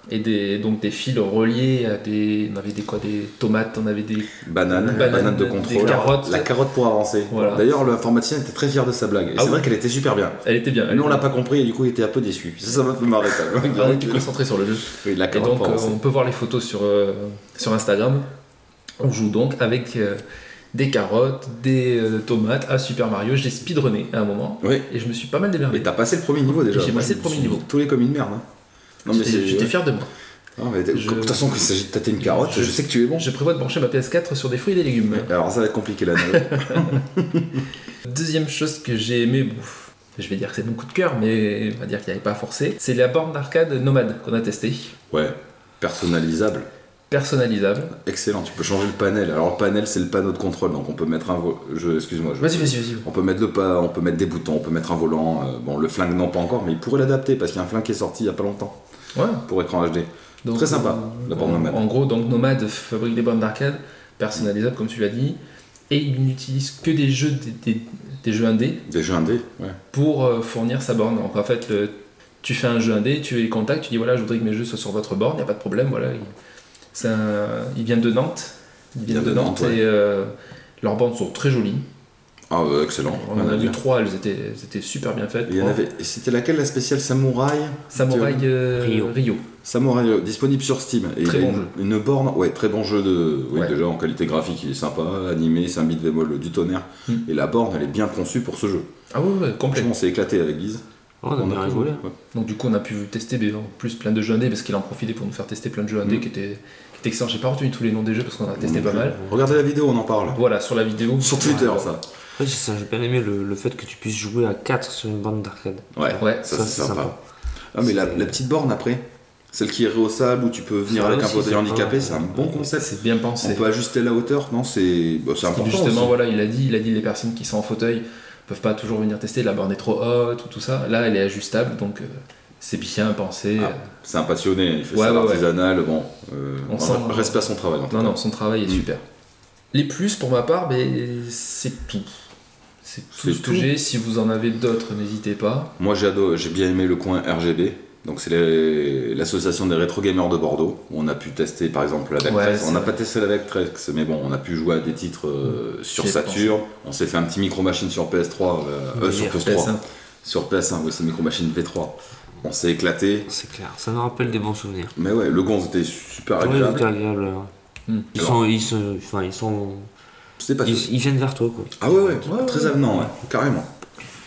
[SPEAKER 4] et des, donc des fils reliés à des. On avait des quoi Des tomates, on avait des.
[SPEAKER 2] Banane,
[SPEAKER 4] Banane,
[SPEAKER 2] banane, de
[SPEAKER 4] des
[SPEAKER 2] contrôle.
[SPEAKER 4] carottes.
[SPEAKER 2] La carotte pour avancer.
[SPEAKER 4] Voilà.
[SPEAKER 2] D'ailleurs, l'informaticien était très fier de sa blague. Et
[SPEAKER 4] Ah
[SPEAKER 2] c'est
[SPEAKER 4] oui.
[SPEAKER 2] vrai qu'elle était super bien.
[SPEAKER 4] Elle était bien. elle
[SPEAKER 2] Nous, on
[SPEAKER 4] était-
[SPEAKER 2] l'a pas compris et du coup, il était un peu déçu. Ça, ça m'a fait marrer quand même.
[SPEAKER 4] Ah, on était concentré sur le jeu.
[SPEAKER 2] Oui, la
[SPEAKER 4] Et
[SPEAKER 2] carotte
[SPEAKER 4] donc
[SPEAKER 2] pour
[SPEAKER 4] euh,
[SPEAKER 2] avancer.
[SPEAKER 4] on peut voir les photos sur, euh, sur Instagram. On joue donc avec euh, des carottes, des euh, tomates à Super Mario. J'ai speedrunné à un moment
[SPEAKER 2] Oui,
[SPEAKER 4] et je me suis pas mal
[SPEAKER 2] mais
[SPEAKER 4] démervé.
[SPEAKER 2] t'as passé le premier niveau déjà.
[SPEAKER 4] J'ai
[SPEAKER 2] Moi,
[SPEAKER 4] passé
[SPEAKER 2] je
[SPEAKER 4] le
[SPEAKER 2] me
[SPEAKER 4] premier
[SPEAKER 2] suis
[SPEAKER 4] niveau.
[SPEAKER 2] Toulé comme une merde. hein. Non, mais
[SPEAKER 4] J'étais
[SPEAKER 2] c'est.
[SPEAKER 4] j'étais fier de moi.
[SPEAKER 2] Non, mais t'es-
[SPEAKER 4] Je-
[SPEAKER 2] de toute façon, quand c'est- t'as t'es une carotte, je...
[SPEAKER 4] Je-
[SPEAKER 2] sais que tu es bon.
[SPEAKER 4] Je prévois de brancher ma PS4 sur des fruits et des légumes.
[SPEAKER 2] Alors, ça va être compliqué là. Noël.
[SPEAKER 4] Deuxième chose que j'ai aimé, bon, pff, je vais dire que c'est mon coup de cœur, mais on va dire qu'il n'y avait pas à forcer, c'est la borne d'arcade nomade qu'on a testée,
[SPEAKER 2] ouais, personnalisable.
[SPEAKER 4] personnalisable.
[SPEAKER 2] Excellent, tu peux changer le panel. Alors, le panel, c'est le panneau de contrôle, donc on peut mettre un. vo- Je... Excuse-moi, je.
[SPEAKER 4] Vas-y, vas-y, vas-y.
[SPEAKER 2] On peut mettre le pas, on peut mettre des boutons, on peut mettre un volant. euh, bon, le flingue non pas encore, mais il pourrait l'adapter parce qu'il y a un flingue qui est sorti il y a pas longtemps
[SPEAKER 4] Ouais.
[SPEAKER 2] pour écran HD.
[SPEAKER 4] Donc,
[SPEAKER 2] Très sympa, la borne
[SPEAKER 4] en-
[SPEAKER 2] nomade.
[SPEAKER 4] En gros, donc nomade fabrique des bornes d'arcade personnalisables, comme tu l'as dit, et il n'utilise que des jeux, des, des- des jeux indés
[SPEAKER 2] Des jeux indés, ouais.
[SPEAKER 4] pour euh, fournir sa borne. Donc en fait, le- tu fais un jeu indé, tu les contacts, tu dis voilà, je voudrais que mes jeux soient sur votre borne, il n'y a pas de problème, voilà. Il, c'est un- il vient de Nantes, il vient de Nantes,
[SPEAKER 2] ouais.
[SPEAKER 4] et euh, leurs bornes sont très jolies.
[SPEAKER 2] Ah, euh, excellent.
[SPEAKER 4] On en a vu trois, elles étaient, elles étaient super bien faites.
[SPEAKER 2] Il y en
[SPEAKER 4] Trois.
[SPEAKER 2] avait. et C'était laquelle la spéciale Samouraï
[SPEAKER 4] Samouraï euh, Rio.
[SPEAKER 3] Rio.
[SPEAKER 2] Samouraï euh, disponible sur Steam. Et
[SPEAKER 4] Très
[SPEAKER 2] il y a
[SPEAKER 4] bon
[SPEAKER 2] une,
[SPEAKER 4] jeu.
[SPEAKER 2] une borne, ouais, très bon jeu de, oui,
[SPEAKER 4] Ouais.
[SPEAKER 2] déjà en qualité graphique, il est sympa, animé, c'est un bit bémol du tonnerre.
[SPEAKER 4] Hmm.
[SPEAKER 2] Et la borne, elle est bien conçue pour ce jeu.
[SPEAKER 4] Ah ouais, ouais, complètement.
[SPEAKER 2] Franchement, on s'est éclaté avec Guise.
[SPEAKER 3] Oh, on a bien rigolé.
[SPEAKER 2] Ouais.
[SPEAKER 4] Donc du coup, on a pu tester mais en plus plein de jeux indés parce qu'il en profitait pour nous faire tester plein de jeux indés
[SPEAKER 2] Mm.
[SPEAKER 4] qui étaient, qui étaient excellents. J'ai pas retenu tous les noms des jeux parce qu'on en a testé
[SPEAKER 2] On-
[SPEAKER 4] pas mal.
[SPEAKER 2] Regardez la vidéo, on en parle.
[SPEAKER 4] Voilà, sur la vidéo.
[SPEAKER 2] Sur Twitter,
[SPEAKER 4] Ouais,
[SPEAKER 2] ça.
[SPEAKER 3] Après, j'ai ça, j'ai bien aimé le, le fait que tu puisses jouer à 4 sur une bande d'arcade.
[SPEAKER 2] Ouais.
[SPEAKER 4] Ouais.
[SPEAKER 2] Ça,
[SPEAKER 3] Ça,
[SPEAKER 2] c'est
[SPEAKER 3] c'est
[SPEAKER 2] sympa.
[SPEAKER 3] sympa.
[SPEAKER 2] Ah, mais la, la petite borne après, celle qui est rehaussable où tu peux venir
[SPEAKER 3] Ça
[SPEAKER 4] Ah,
[SPEAKER 2] avec un
[SPEAKER 3] aussi,
[SPEAKER 2] fauteuil
[SPEAKER 3] c'est
[SPEAKER 2] handicapé,
[SPEAKER 3] pas-
[SPEAKER 2] c'est un bon
[SPEAKER 4] Ça,
[SPEAKER 2] concept.
[SPEAKER 4] c'est bien
[SPEAKER 2] On
[SPEAKER 4] pensé.
[SPEAKER 2] peut ajuster la hauteur, non C'est bah, c'est
[SPEAKER 4] Parce que
[SPEAKER 2] important.
[SPEAKER 4] justement,
[SPEAKER 2] aussi.
[SPEAKER 4] voilà, il a dit, il a dit les personnes qui sont en fauteuil peuvent pas toujours venir tester. La borne est trop haute ou tout ça. Là, elle est ajustable, donc euh, c'est bien pensé.
[SPEAKER 2] Ah. C'est un passionné, il fait
[SPEAKER 4] Ouais,
[SPEAKER 2] ça
[SPEAKER 4] ouais, ouais.
[SPEAKER 2] artisanal. Bon, euh,
[SPEAKER 4] On
[SPEAKER 2] on
[SPEAKER 4] sent-
[SPEAKER 2] respecte son travail. en tout
[SPEAKER 4] Non,
[SPEAKER 2] cas.
[SPEAKER 4] non, son travail est
[SPEAKER 2] Mm.
[SPEAKER 4] super. Les plus, pour ma part, ben, c'est tout. C'est tout
[SPEAKER 2] C'est
[SPEAKER 4] ce que
[SPEAKER 2] tout.
[SPEAKER 4] j'ai. Si vous en avez d'autres, n'hésitez pas.
[SPEAKER 2] Moi, j'ai ado- j'ai bien aimé le coin RGB. Donc, c'est les- l'association des rétro gamers de Bordeaux. où on a pu tester, par exemple, la
[SPEAKER 4] Ouais,
[SPEAKER 2] Vectrex.
[SPEAKER 4] c'est
[SPEAKER 2] on n'a
[SPEAKER 4] vrai.
[SPEAKER 2] pas testé la Vectrex, mais bon, on a pu jouer à des titres euh, sur
[SPEAKER 4] J'y ai
[SPEAKER 2] Saturn. On s'est fait un petit micro machine sur PS3, euh, euh, sur
[SPEAKER 3] Meilleur
[SPEAKER 2] PS3,
[SPEAKER 4] PS1.
[SPEAKER 2] sur PS1. Oui, c'est micro machine V3. On s'est éclaté.
[SPEAKER 3] C'est clair, ça nous rappelle des bons souvenirs.
[SPEAKER 2] Mais Ah ouais, Hmm. le gonze était super
[SPEAKER 3] Ouais,
[SPEAKER 2] agréable.
[SPEAKER 3] c'était agréable. ouais.
[SPEAKER 4] Mm.
[SPEAKER 3] Ils sont, ils sont, enfin, ils sont,
[SPEAKER 2] C'est pas
[SPEAKER 3] Ils, ils viennent vers toi, quoi.
[SPEAKER 2] Ah ouais, ouais,
[SPEAKER 4] Ouais,
[SPEAKER 2] très
[SPEAKER 4] ouais.
[SPEAKER 2] avenant, ouais, carrément.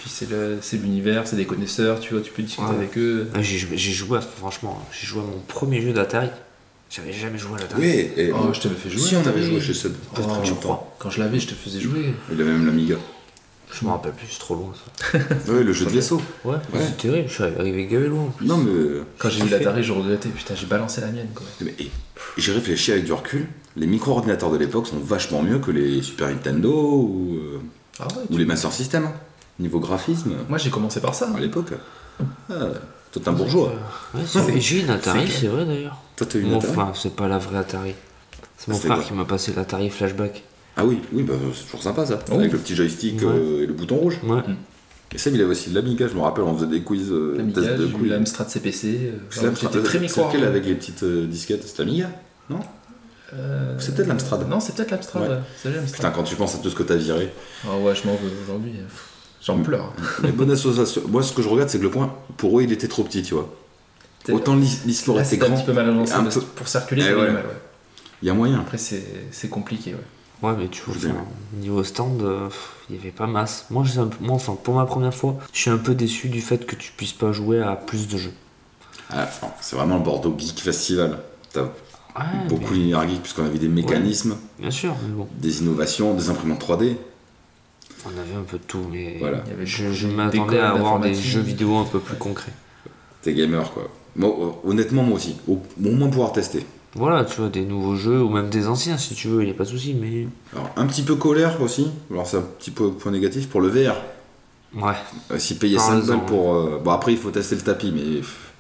[SPEAKER 4] Puis c'est le- c'est l'univers, c'est des connaisseurs, tu vois, tu peux discuter
[SPEAKER 3] Ouais.
[SPEAKER 4] avec eux.
[SPEAKER 3] Ah, J'ai joué, j'ai joué à- franchement, j'ai joué à mon premier jeu d'Atari. J'avais jamais joué à l'Atari.
[SPEAKER 2] Oui, et
[SPEAKER 4] Oh, je t'avais fait jouer.
[SPEAKER 2] si on avait
[SPEAKER 4] oui.
[SPEAKER 2] joué chez Seb,
[SPEAKER 4] Oh,
[SPEAKER 2] peut-être
[SPEAKER 4] je
[SPEAKER 2] longtemps.
[SPEAKER 4] crois. Quand je l'avais, je te faisais jouer.
[SPEAKER 2] Il avait même l'Amiga.
[SPEAKER 3] Je me rappelle plus, c'est trop loin ça.
[SPEAKER 2] Oui, le jeu de vaisseau.
[SPEAKER 3] Ouais, c'est terrible, je suis arrivé gavé loin en plus.
[SPEAKER 2] Non, mais. euh,
[SPEAKER 4] Quand j'ai eu la Dari, je regrettais, putain, j'ai balancé la mienne, quoi.
[SPEAKER 2] mais- et- J'ai réfléchi avec du recul. Les micro-ordinateurs de l'époque sont vachement mieux que les Super Nintendo ou, euh,
[SPEAKER 4] Ah ouais,
[SPEAKER 2] ou
[SPEAKER 4] tu-
[SPEAKER 2] les Master System. hein. Niveau graphisme,
[SPEAKER 4] Moi, j'ai commencé par ça. hein.
[SPEAKER 2] à l'époque. Ah, toi, t'es un bourgeois.
[SPEAKER 3] Ouais, c'est vrai. J'ai une Atari,
[SPEAKER 2] c'est-
[SPEAKER 3] c'est vrai d'ailleurs.
[SPEAKER 2] Toi, t'as eu une
[SPEAKER 3] Bon,
[SPEAKER 2] Atari
[SPEAKER 3] enfin, c'est pas la vraie Atari. C'est mon
[SPEAKER 2] C'était
[SPEAKER 3] frère
[SPEAKER 2] quoi
[SPEAKER 3] qui m'a passé l'Atari Flashback.
[SPEAKER 2] Ah oui, oui, bah, c'est toujours sympa ça.
[SPEAKER 4] Oh.
[SPEAKER 2] Avec le petit joystick euh, et le bouton rouge.
[SPEAKER 3] Ouais.
[SPEAKER 2] Et Seb, il avait aussi de l'Amiga, je me rappelle, on faisait des quiz, euh,
[SPEAKER 4] L'Amiga,
[SPEAKER 2] tests de
[SPEAKER 4] j'ai eu
[SPEAKER 2] quiz.
[SPEAKER 4] l'Amstrad CPC. euh,
[SPEAKER 2] C'est
[SPEAKER 4] alors,
[SPEAKER 2] l'Amstrad.
[SPEAKER 4] j'étais très hein.
[SPEAKER 2] C'est
[SPEAKER 4] micro.
[SPEAKER 2] lequel avec les petites euh, disquettes C'est l'Amiga Non
[SPEAKER 4] Euh,
[SPEAKER 2] C'est peut-être l'Amstrad.
[SPEAKER 4] Non, c'est peut-être l'Amstrad.
[SPEAKER 2] Ouais.
[SPEAKER 4] ouais. C'est l'Amstrad.
[SPEAKER 2] Putain, quand tu penses à tout ce que t'as viré.
[SPEAKER 4] Ah ouais, je m'en veux aujourd'hui. euh, Pff,
[SPEAKER 2] Mm.
[SPEAKER 4] J'en pleure.
[SPEAKER 2] Mais bonne association. Moi, ce que je regarde, c'est que le point, pour eux, il était trop petit, tu vois. Autant l'Is- l'Islore
[SPEAKER 4] Là,
[SPEAKER 2] était
[SPEAKER 4] c'était un
[SPEAKER 2] grand.
[SPEAKER 4] petit peu mal avancé.
[SPEAKER 2] un
[SPEAKER 4] parce que
[SPEAKER 2] peu-
[SPEAKER 4] Pour circuler,
[SPEAKER 2] Eh
[SPEAKER 4] c'est
[SPEAKER 2] ouais.
[SPEAKER 4] mal, ouais.
[SPEAKER 2] Il y a moyen.
[SPEAKER 4] Après, c'est c'est compliqué, ouais.
[SPEAKER 3] Ouais, mais tu vois,
[SPEAKER 2] Je veux dire.
[SPEAKER 3] enfin, niveau stand, euh, pff, il y avait pas masse. Moi, je suis un peu- moi, enfin, pour ma première fois, je suis un peu déçu du fait que tu puisses pas jouer à plus de jeux.
[SPEAKER 2] Ah, non, c'est vraiment le Bordeaux Geek Festival. T'as
[SPEAKER 4] Ah,
[SPEAKER 3] Ouais,
[SPEAKER 2] beaucoup l'univers geek, puisqu'on avait des mécanismes,
[SPEAKER 3] mais- bien sûr, mais bon,
[SPEAKER 2] des innovations, des imprimantes 3D.
[SPEAKER 3] on avait un peu de tout, mais
[SPEAKER 2] Voilà.
[SPEAKER 4] Il y avait
[SPEAKER 3] je,
[SPEAKER 4] des-
[SPEAKER 3] je
[SPEAKER 4] des
[SPEAKER 3] m'attendais
[SPEAKER 4] codes
[SPEAKER 3] à avoir des
[SPEAKER 4] d'informatique.
[SPEAKER 3] jeux vidéo un peu plus concrets.
[SPEAKER 2] T'es gamer, quoi. Moi, euh, honnêtement, moi aussi. Au, au moins pouvoir tester.
[SPEAKER 3] Voilà, tu vois, des nouveaux jeux, ou même des anciens, si tu veux, il n'y a pas de souci, mais...
[SPEAKER 2] Alors, un petit peu colère aussi. Alors, c'est un petit peu point négatif pour le VR.
[SPEAKER 3] Ouais,
[SPEAKER 2] Euh, si payer
[SPEAKER 3] Par
[SPEAKER 2] 5
[SPEAKER 3] raison,
[SPEAKER 2] balles pour. euh, Bon, après, il faut tester le tapis, mais. pff,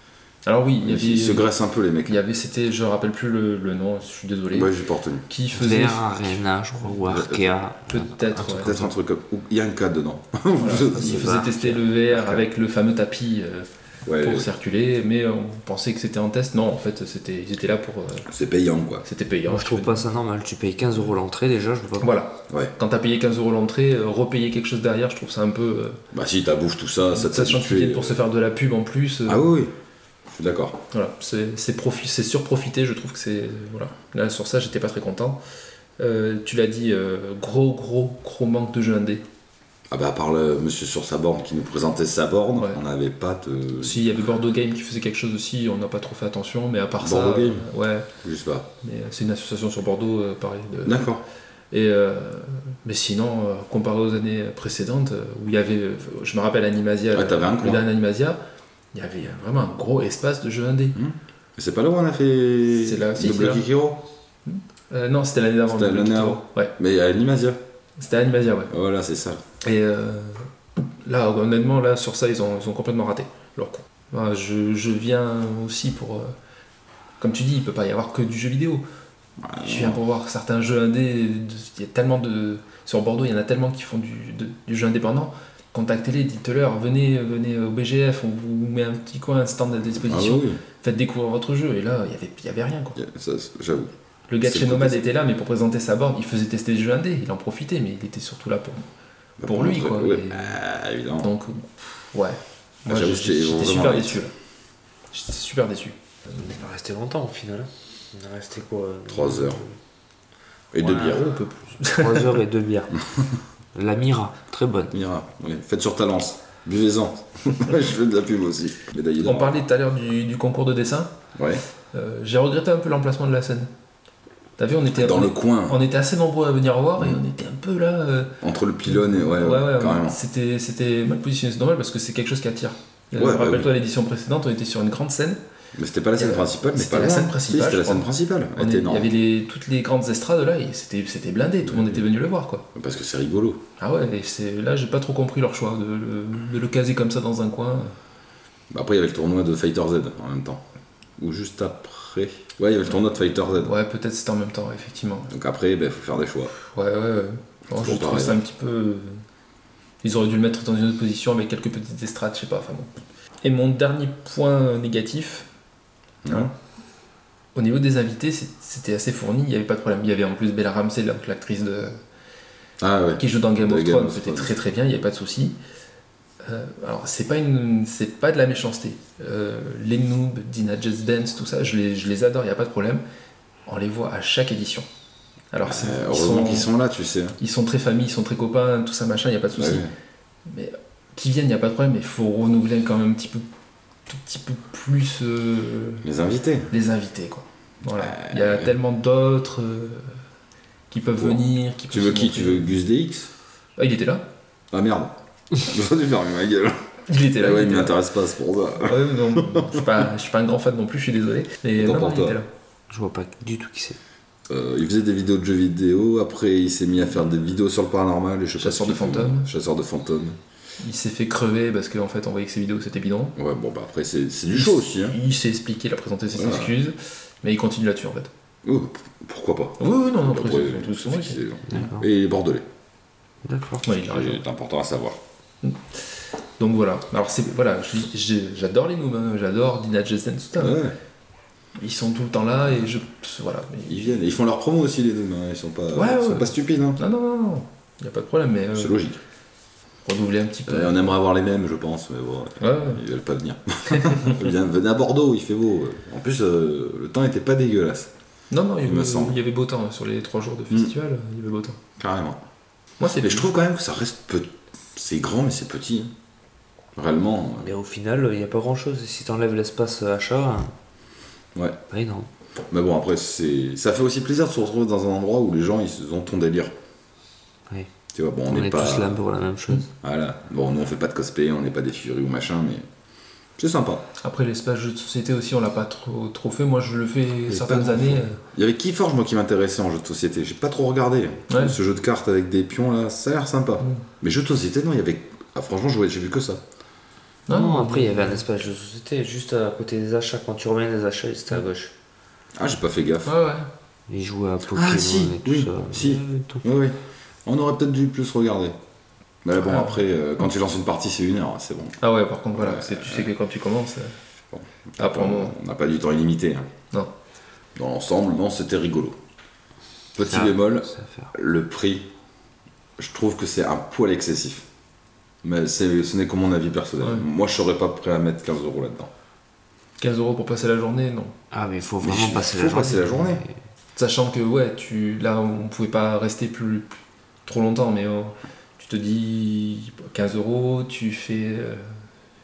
[SPEAKER 4] Alors oui, il y
[SPEAKER 2] Ils se
[SPEAKER 4] avait. euh,
[SPEAKER 2] graissent un peu, les mecs.
[SPEAKER 4] Il y avait, c'était, je rappelle plus le, le nom, je suis désolé.
[SPEAKER 2] Moi, j'ai pas retenu.
[SPEAKER 4] Qui faisait.
[SPEAKER 3] VR Arena, je crois, ou Arkea.
[SPEAKER 4] Peut-être, ouais.
[SPEAKER 2] Peut-être un truc comme. ou- Il y a un cadre dedans.
[SPEAKER 4] Voilà.
[SPEAKER 2] Je-
[SPEAKER 4] Il
[SPEAKER 3] c'est
[SPEAKER 4] faisait
[SPEAKER 3] pas-
[SPEAKER 4] tester le VR avec le fameux tapis euh,
[SPEAKER 2] ouais,
[SPEAKER 4] pour circuler, mais on pensait que c'était en test. Non, en fait, c'était, ils étaient là pour. euh,
[SPEAKER 2] c'est payant, quoi.
[SPEAKER 4] c'était payant.
[SPEAKER 3] Moi, je trouve pas ça normal, tu payes 15 euros l'entrée, déjà, je vois pas...
[SPEAKER 4] Voilà.
[SPEAKER 2] Ouais.
[SPEAKER 4] Quand t'as payé 15 euros l'entrée, euh, repayer quelque chose derrière, je trouve ça un peu.
[SPEAKER 2] Bah, si, ta bouffe, tout ça,
[SPEAKER 4] euh,
[SPEAKER 2] ça te
[SPEAKER 4] ça
[SPEAKER 2] s'habitue.
[SPEAKER 4] s'enfuit pour se faire de la pub en plus. euh,
[SPEAKER 2] Ah oui, oui. Je suis d'accord.
[SPEAKER 4] Voilà, c'est c'est profi- c'est surprofité, je trouve que c'est. Voilà. Là, sur ça, j'étais pas très content. Euh, tu l'as dit, euh, gros, gros, gros manque de jeux indés.
[SPEAKER 2] Ah bah, à part le monsieur sur sa borne qui nous présentait sa borne,
[SPEAKER 4] Ouais.
[SPEAKER 2] on n'avait pas de.
[SPEAKER 4] Si, il y avait Bordeaux Game qui faisait quelque chose aussi, on n'a pas trop fait attention, mais à part ça.
[SPEAKER 2] Bordeaux Game
[SPEAKER 4] euh, ouais,
[SPEAKER 2] Je sais pas.
[SPEAKER 4] mais euh, c'est une association sur Bordeaux, euh, pareil. de-
[SPEAKER 2] D'accord.
[SPEAKER 4] Et euh, mais sinon, euh, comparé aux années précédentes, euh, où il y avait, euh, je me rappelle Animasia,
[SPEAKER 2] Ouais,
[SPEAKER 4] le-
[SPEAKER 2] t'avais un
[SPEAKER 4] le
[SPEAKER 2] coin.
[SPEAKER 4] dernier Animasia, il y avait euh, vraiment un gros espace de jeux indés.
[SPEAKER 2] Mais C'est pas là où on a fait.
[SPEAKER 4] C'est là, si,
[SPEAKER 2] Double
[SPEAKER 4] c'est là.
[SPEAKER 2] Kick Hero
[SPEAKER 4] Euh, non, c'était l'année d'avant.
[SPEAKER 2] C'était
[SPEAKER 4] le
[SPEAKER 2] l'année
[SPEAKER 4] Petit
[SPEAKER 2] avant.
[SPEAKER 4] Tour. Ouais,
[SPEAKER 2] Mais il y a Animasia.
[SPEAKER 4] c'était Animasia, ouais.
[SPEAKER 2] Voilà, c'est ça.
[SPEAKER 4] Et euh, là, honnêtement, là sur ça, ils ont, ils ont complètement raté leur coup. Voilà, je, je viens aussi pour, euh, comme tu dis, il peut pas y avoir que du jeu vidéo. Je
[SPEAKER 2] Ah
[SPEAKER 4] viens pour voir certains jeux indés. de- Il y a tellement de sur Bordeaux, il y en a tellement qui font du, de- du jeu indépendant. Contactez-les, dites-leur, venez, venez au BGF, on vous met un petit coin, un stand à
[SPEAKER 2] Ah
[SPEAKER 4] disposition,
[SPEAKER 2] oui, oui.
[SPEAKER 4] faites découvrir votre jeu. Et là, il y avait, il y avait rien quoi.
[SPEAKER 2] Il y a- ça, c'est- J'avoue.
[SPEAKER 4] Le gars de
[SPEAKER 2] C'est
[SPEAKER 4] chez
[SPEAKER 2] le
[SPEAKER 4] Nomad
[SPEAKER 2] côté-
[SPEAKER 4] était là, mais pour présenter sa borne, il faisait tester des jeux indés, il en profitait, mais il était surtout là pour.
[SPEAKER 2] Bah,
[SPEAKER 4] Pour lui,
[SPEAKER 2] montrer-
[SPEAKER 4] quoi,
[SPEAKER 2] ouais,
[SPEAKER 4] mais-
[SPEAKER 2] bah, évidemment.
[SPEAKER 4] Donc, euh, ouais. Moi,
[SPEAKER 2] j'avoue,
[SPEAKER 4] j'ai-
[SPEAKER 2] j'étais
[SPEAKER 4] j'étais
[SPEAKER 2] vraiment
[SPEAKER 4] super
[SPEAKER 2] raide.
[SPEAKER 4] déçu. là. J'étais super déçu.
[SPEAKER 3] On n'est pas resté longtemps, au final. On est resté quoi euh,
[SPEAKER 2] Trois heures. Et deux
[SPEAKER 3] Ouais.
[SPEAKER 2] bières.
[SPEAKER 4] un peu plus.
[SPEAKER 3] 3 heures et 2 bières. La Mira, très bonne.
[SPEAKER 2] Mira, oui. faites sur ta lance. Buvez-en. je fais de la pub aussi. Médaillé
[SPEAKER 4] On
[SPEAKER 2] d'or.
[SPEAKER 4] parlait tout à l'heure du, du concours de dessin.
[SPEAKER 2] Ouais.
[SPEAKER 4] Euh, J'ai regretté un peu l'emplacement de la scène. T'as vu, on était,
[SPEAKER 2] Dans
[SPEAKER 4] on,
[SPEAKER 2] le coin,
[SPEAKER 4] on était assez nombreux à venir voir et on était un peu là. euh,
[SPEAKER 2] entre le pylône et. Ouais, ouais,
[SPEAKER 4] ouais, ouais, on-
[SPEAKER 2] carrément.
[SPEAKER 4] c'était c'était mal positionné, c'est normal parce que c'est quelque chose qui attire. Euh,
[SPEAKER 2] Ouais, bah
[SPEAKER 4] Rappelle-toi l'édition précédente, on était sur une grande scène.
[SPEAKER 2] Mais c'était pas la scène
[SPEAKER 4] Euh,
[SPEAKER 2] principale, mais
[SPEAKER 4] c'était
[SPEAKER 2] pas
[SPEAKER 4] la
[SPEAKER 2] loin.
[SPEAKER 4] scène principale,
[SPEAKER 2] Si, c'était la
[SPEAKER 4] je crois.
[SPEAKER 2] scène principale. Elle
[SPEAKER 4] On est-
[SPEAKER 2] était
[SPEAKER 4] il y
[SPEAKER 2] énorme.
[SPEAKER 4] avait les- toutes les grandes estrades là et c'était c'était blindé, tout le monde était venu le voir quoi.
[SPEAKER 2] Parce que c'est rigolo.
[SPEAKER 4] Ah ouais, et c'est là j'ai pas trop compris leur choix de, le- de le caser comme ça dans un coin.
[SPEAKER 2] Bah, Après, il y avait le tournoi de Fighter Z en même temps. Ou juste après. Ouais, il y avait le tournoi de Fighter Z.
[SPEAKER 4] Ouais, peut-être c'était en même temps, effectivement.
[SPEAKER 2] Donc après, il faut faire des choix.
[SPEAKER 4] Ouais, ouais, ouais. Non, je
[SPEAKER 2] Toujours
[SPEAKER 4] trouve
[SPEAKER 2] pareil.
[SPEAKER 4] ça un petit peu. euh, Ils auraient dû le mettre dans une autre position avec quelques petites estrades, je sais pas. Enfin bon. Et mon dernier point négatif, hein, au niveau des invités, c'est- c'était assez fourni, il n'y avait pas de problème. Il y avait en plus Bella Ramsey, donc l'actrice de...
[SPEAKER 2] Ah ouais.
[SPEAKER 4] qui joue dans Game
[SPEAKER 2] De
[SPEAKER 4] of
[SPEAKER 2] Game
[SPEAKER 4] Thrones,
[SPEAKER 2] of
[SPEAKER 4] c'était
[SPEAKER 2] Thrones.
[SPEAKER 4] très très bien, il n'y avait pas de souci. Euh, alors, c'est pas, une... c'est pas de la méchanceté. Euh, les noobs, Dina Just Dance, tout ça, je les, je les adore, il n'y a pas de problème. On les voit à chaque édition. Alors, c'est- ils,
[SPEAKER 2] Euh, Heureusement
[SPEAKER 4] sont,
[SPEAKER 2] qu'ils sont là, tu sais. hein. Bah
[SPEAKER 4] ils sont très famille, ils sont très copains, tout ça, machin, il n'y a pas de souci.
[SPEAKER 2] Ouais.
[SPEAKER 4] Mais qui viennent, il n'y a pas de problème, mais il faut renouveler quand même un petit peu, tout petit peu plus euh,
[SPEAKER 2] Les invités.
[SPEAKER 4] les invités, quoi. Voilà. Il y a
[SPEAKER 2] Euh,
[SPEAKER 4] tellement d'autres euh, qui peuvent
[SPEAKER 2] Bon.
[SPEAKER 4] venir. Qui
[SPEAKER 2] Tu
[SPEAKER 4] peuvent
[SPEAKER 2] veux
[SPEAKER 4] se
[SPEAKER 2] qui
[SPEAKER 4] montrer.
[SPEAKER 2] Tu veux Gus DX
[SPEAKER 4] Ah, il était là.
[SPEAKER 2] Ah merde. J'aurais dû fermer ma gueule.
[SPEAKER 4] Il était là.
[SPEAKER 2] Ah ouais,
[SPEAKER 4] il
[SPEAKER 2] il
[SPEAKER 4] était là.
[SPEAKER 2] m'intéresse pas, c'est pour ça.
[SPEAKER 4] Ouais, non, je suis pas, je suis pas un grand fan non plus, je suis désolé. Mais
[SPEAKER 2] Autant
[SPEAKER 4] non, non,
[SPEAKER 2] pour
[SPEAKER 4] il
[SPEAKER 2] toi.
[SPEAKER 4] était là.
[SPEAKER 3] Je vois pas du tout qui c'est.
[SPEAKER 2] Euh, il faisait des vidéos de jeux vidéo, après il s'est mis à faire des vidéos sur le paranormal et je sais pas
[SPEAKER 4] Chasseur
[SPEAKER 2] ce
[SPEAKER 4] de
[SPEAKER 2] qu'il fait.
[SPEAKER 4] fantômes.
[SPEAKER 2] Chasseur de fantômes.
[SPEAKER 4] Il s'est fait crever parce qu'en fait, on voyait que ses vidéos c'était bidon.
[SPEAKER 2] Ouais, bon bah après c'est c'est du
[SPEAKER 4] Il
[SPEAKER 2] show
[SPEAKER 4] s-
[SPEAKER 2] aussi. Hein.
[SPEAKER 4] Il s'est expliqué, il a présenté ses
[SPEAKER 2] Voilà.
[SPEAKER 4] excuses, mais il continue là-dessus en fait.
[SPEAKER 2] Ouh, p- Oh, pourquoi pas
[SPEAKER 4] Oui, oui, non, non,
[SPEAKER 2] Après,
[SPEAKER 4] après, c'est- c'est tout ce qu'on dit.
[SPEAKER 2] c'est-
[SPEAKER 3] D'accord.
[SPEAKER 2] Et il est bordelais, Ah,
[SPEAKER 3] D'accord.
[SPEAKER 4] Ouais, il a raison.
[SPEAKER 2] c'est important à savoir.
[SPEAKER 4] Donc voilà. Alors c'est voilà, je dis- j'ai- j'adore les noobs, hein, j'adore Dina Jessen, tout ça.
[SPEAKER 2] Ouais,
[SPEAKER 4] Ils sont tout le temps là et je voilà. mais-
[SPEAKER 2] ils viennent, et ils font leur promo aussi les deux, hein. ils sont pas,
[SPEAKER 4] Ouais,
[SPEAKER 2] ils sont
[SPEAKER 4] ouais.
[SPEAKER 2] pas stupides. Hein.
[SPEAKER 4] Non, non, non, non. Il n'y a pas de problème, mais euh,
[SPEAKER 2] C'est logique.
[SPEAKER 4] renouveler un petit peu.
[SPEAKER 2] Euh, on aimerait avoir les mêmes, je pense, mais bon,
[SPEAKER 4] Ouais, ouais.
[SPEAKER 2] ils veulent pas venir. Viens- Venez à Bordeaux, il fait beau. En plus, euh, le temps était pas dégueulasse.
[SPEAKER 4] Non, non, il y,
[SPEAKER 2] Il me
[SPEAKER 4] avait,
[SPEAKER 2] semble.
[SPEAKER 4] il y avait beau temps hein, sur les trois jours de festival, il y avait beau temps.
[SPEAKER 2] Carrément.
[SPEAKER 4] Moi, c'est
[SPEAKER 2] Eh, Mais je trouve quand même que ça reste peu... C'est grand, mais c'est petit. hein. Réellement.
[SPEAKER 3] Mais au final, il n'y a pas grand chose. Si t'enlèves l'espace euh, achat,
[SPEAKER 2] euh, Ouais.
[SPEAKER 3] bah non.
[SPEAKER 2] Mais bon, après, c'est... ça fait aussi plaisir de se retrouver dans un endroit où les gens, ils ont ton délire.
[SPEAKER 3] Oui.
[SPEAKER 2] Tu vois, bon, on
[SPEAKER 3] On,
[SPEAKER 2] n'est
[SPEAKER 3] est
[SPEAKER 2] pas...
[SPEAKER 3] tous là pour la même chose.
[SPEAKER 2] Voilà. Bon, nous, on fait pas de cosplay, on n'est pas des furus ou machin, mais... C'est sympa.
[SPEAKER 4] Après, l'espace jeu de société aussi, on l'a pas trop, trop fait. Moi, je le fais
[SPEAKER 2] pas
[SPEAKER 4] certaines
[SPEAKER 2] grand
[SPEAKER 4] années.
[SPEAKER 2] chose. Il y avait Keyforge, moi, qui m'intéressait en jeu de société. J'ai pas trop regardé.
[SPEAKER 4] Ouais.
[SPEAKER 2] Ce jeu de cartes avec des pions, là, ça a l'air sympa. Mais jeu de société, non, il y avait... Ah, franchement, je voyais- j'ai vu que ça.
[SPEAKER 4] Non,
[SPEAKER 3] Non,
[SPEAKER 4] non,
[SPEAKER 3] après, il y avait un espace de société juste à côté des achats. Quand tu reviens des achats, c'était à gauche.
[SPEAKER 2] Ah, j'ai pas fait gaffe.
[SPEAKER 4] Ouais, ouais.
[SPEAKER 3] Ils jouaient à Pokémon
[SPEAKER 2] Ah, si,
[SPEAKER 3] et tout
[SPEAKER 2] oui,
[SPEAKER 3] ça.
[SPEAKER 2] si.
[SPEAKER 3] Ouais, ouais, tout.
[SPEAKER 2] Oui, oui. On aurait peut-être dû plus regarder. Mais bon,
[SPEAKER 4] Ouais.
[SPEAKER 2] après, euh, quand tu lances une partie, c'est une heure, hein, c'est bon.
[SPEAKER 4] Ah ouais, par contre, voilà, c'est- tu sais que quand tu commences. euh,
[SPEAKER 2] Bon.
[SPEAKER 4] Ah, pour le moment.
[SPEAKER 2] on n'a pas du temps illimité. hein.
[SPEAKER 4] Non.
[SPEAKER 2] Dans l'ensemble, non, c'était rigolo. Petit
[SPEAKER 3] Ah,
[SPEAKER 2] bémol,
[SPEAKER 3] c'est à faire.
[SPEAKER 2] le prix, je trouve que c'est un poil excessif. Mais c'est- ce n'est que mon avis personnel.
[SPEAKER 4] Ouais.
[SPEAKER 2] Moi, je serais pas prêt à mettre 15 euros là-dedans.
[SPEAKER 4] 15 euros pour passer la journée, non.
[SPEAKER 3] Ah, mais il faut
[SPEAKER 2] Mais
[SPEAKER 3] vraiment
[SPEAKER 2] il
[SPEAKER 3] passer,
[SPEAKER 2] faut
[SPEAKER 3] la journée.
[SPEAKER 2] passer la journée.
[SPEAKER 4] Sachant que, ouais, tu, là, on pouvait pas rester plus, plus- trop longtemps, mais euh, tu te dis 15 euros, tu fais euh,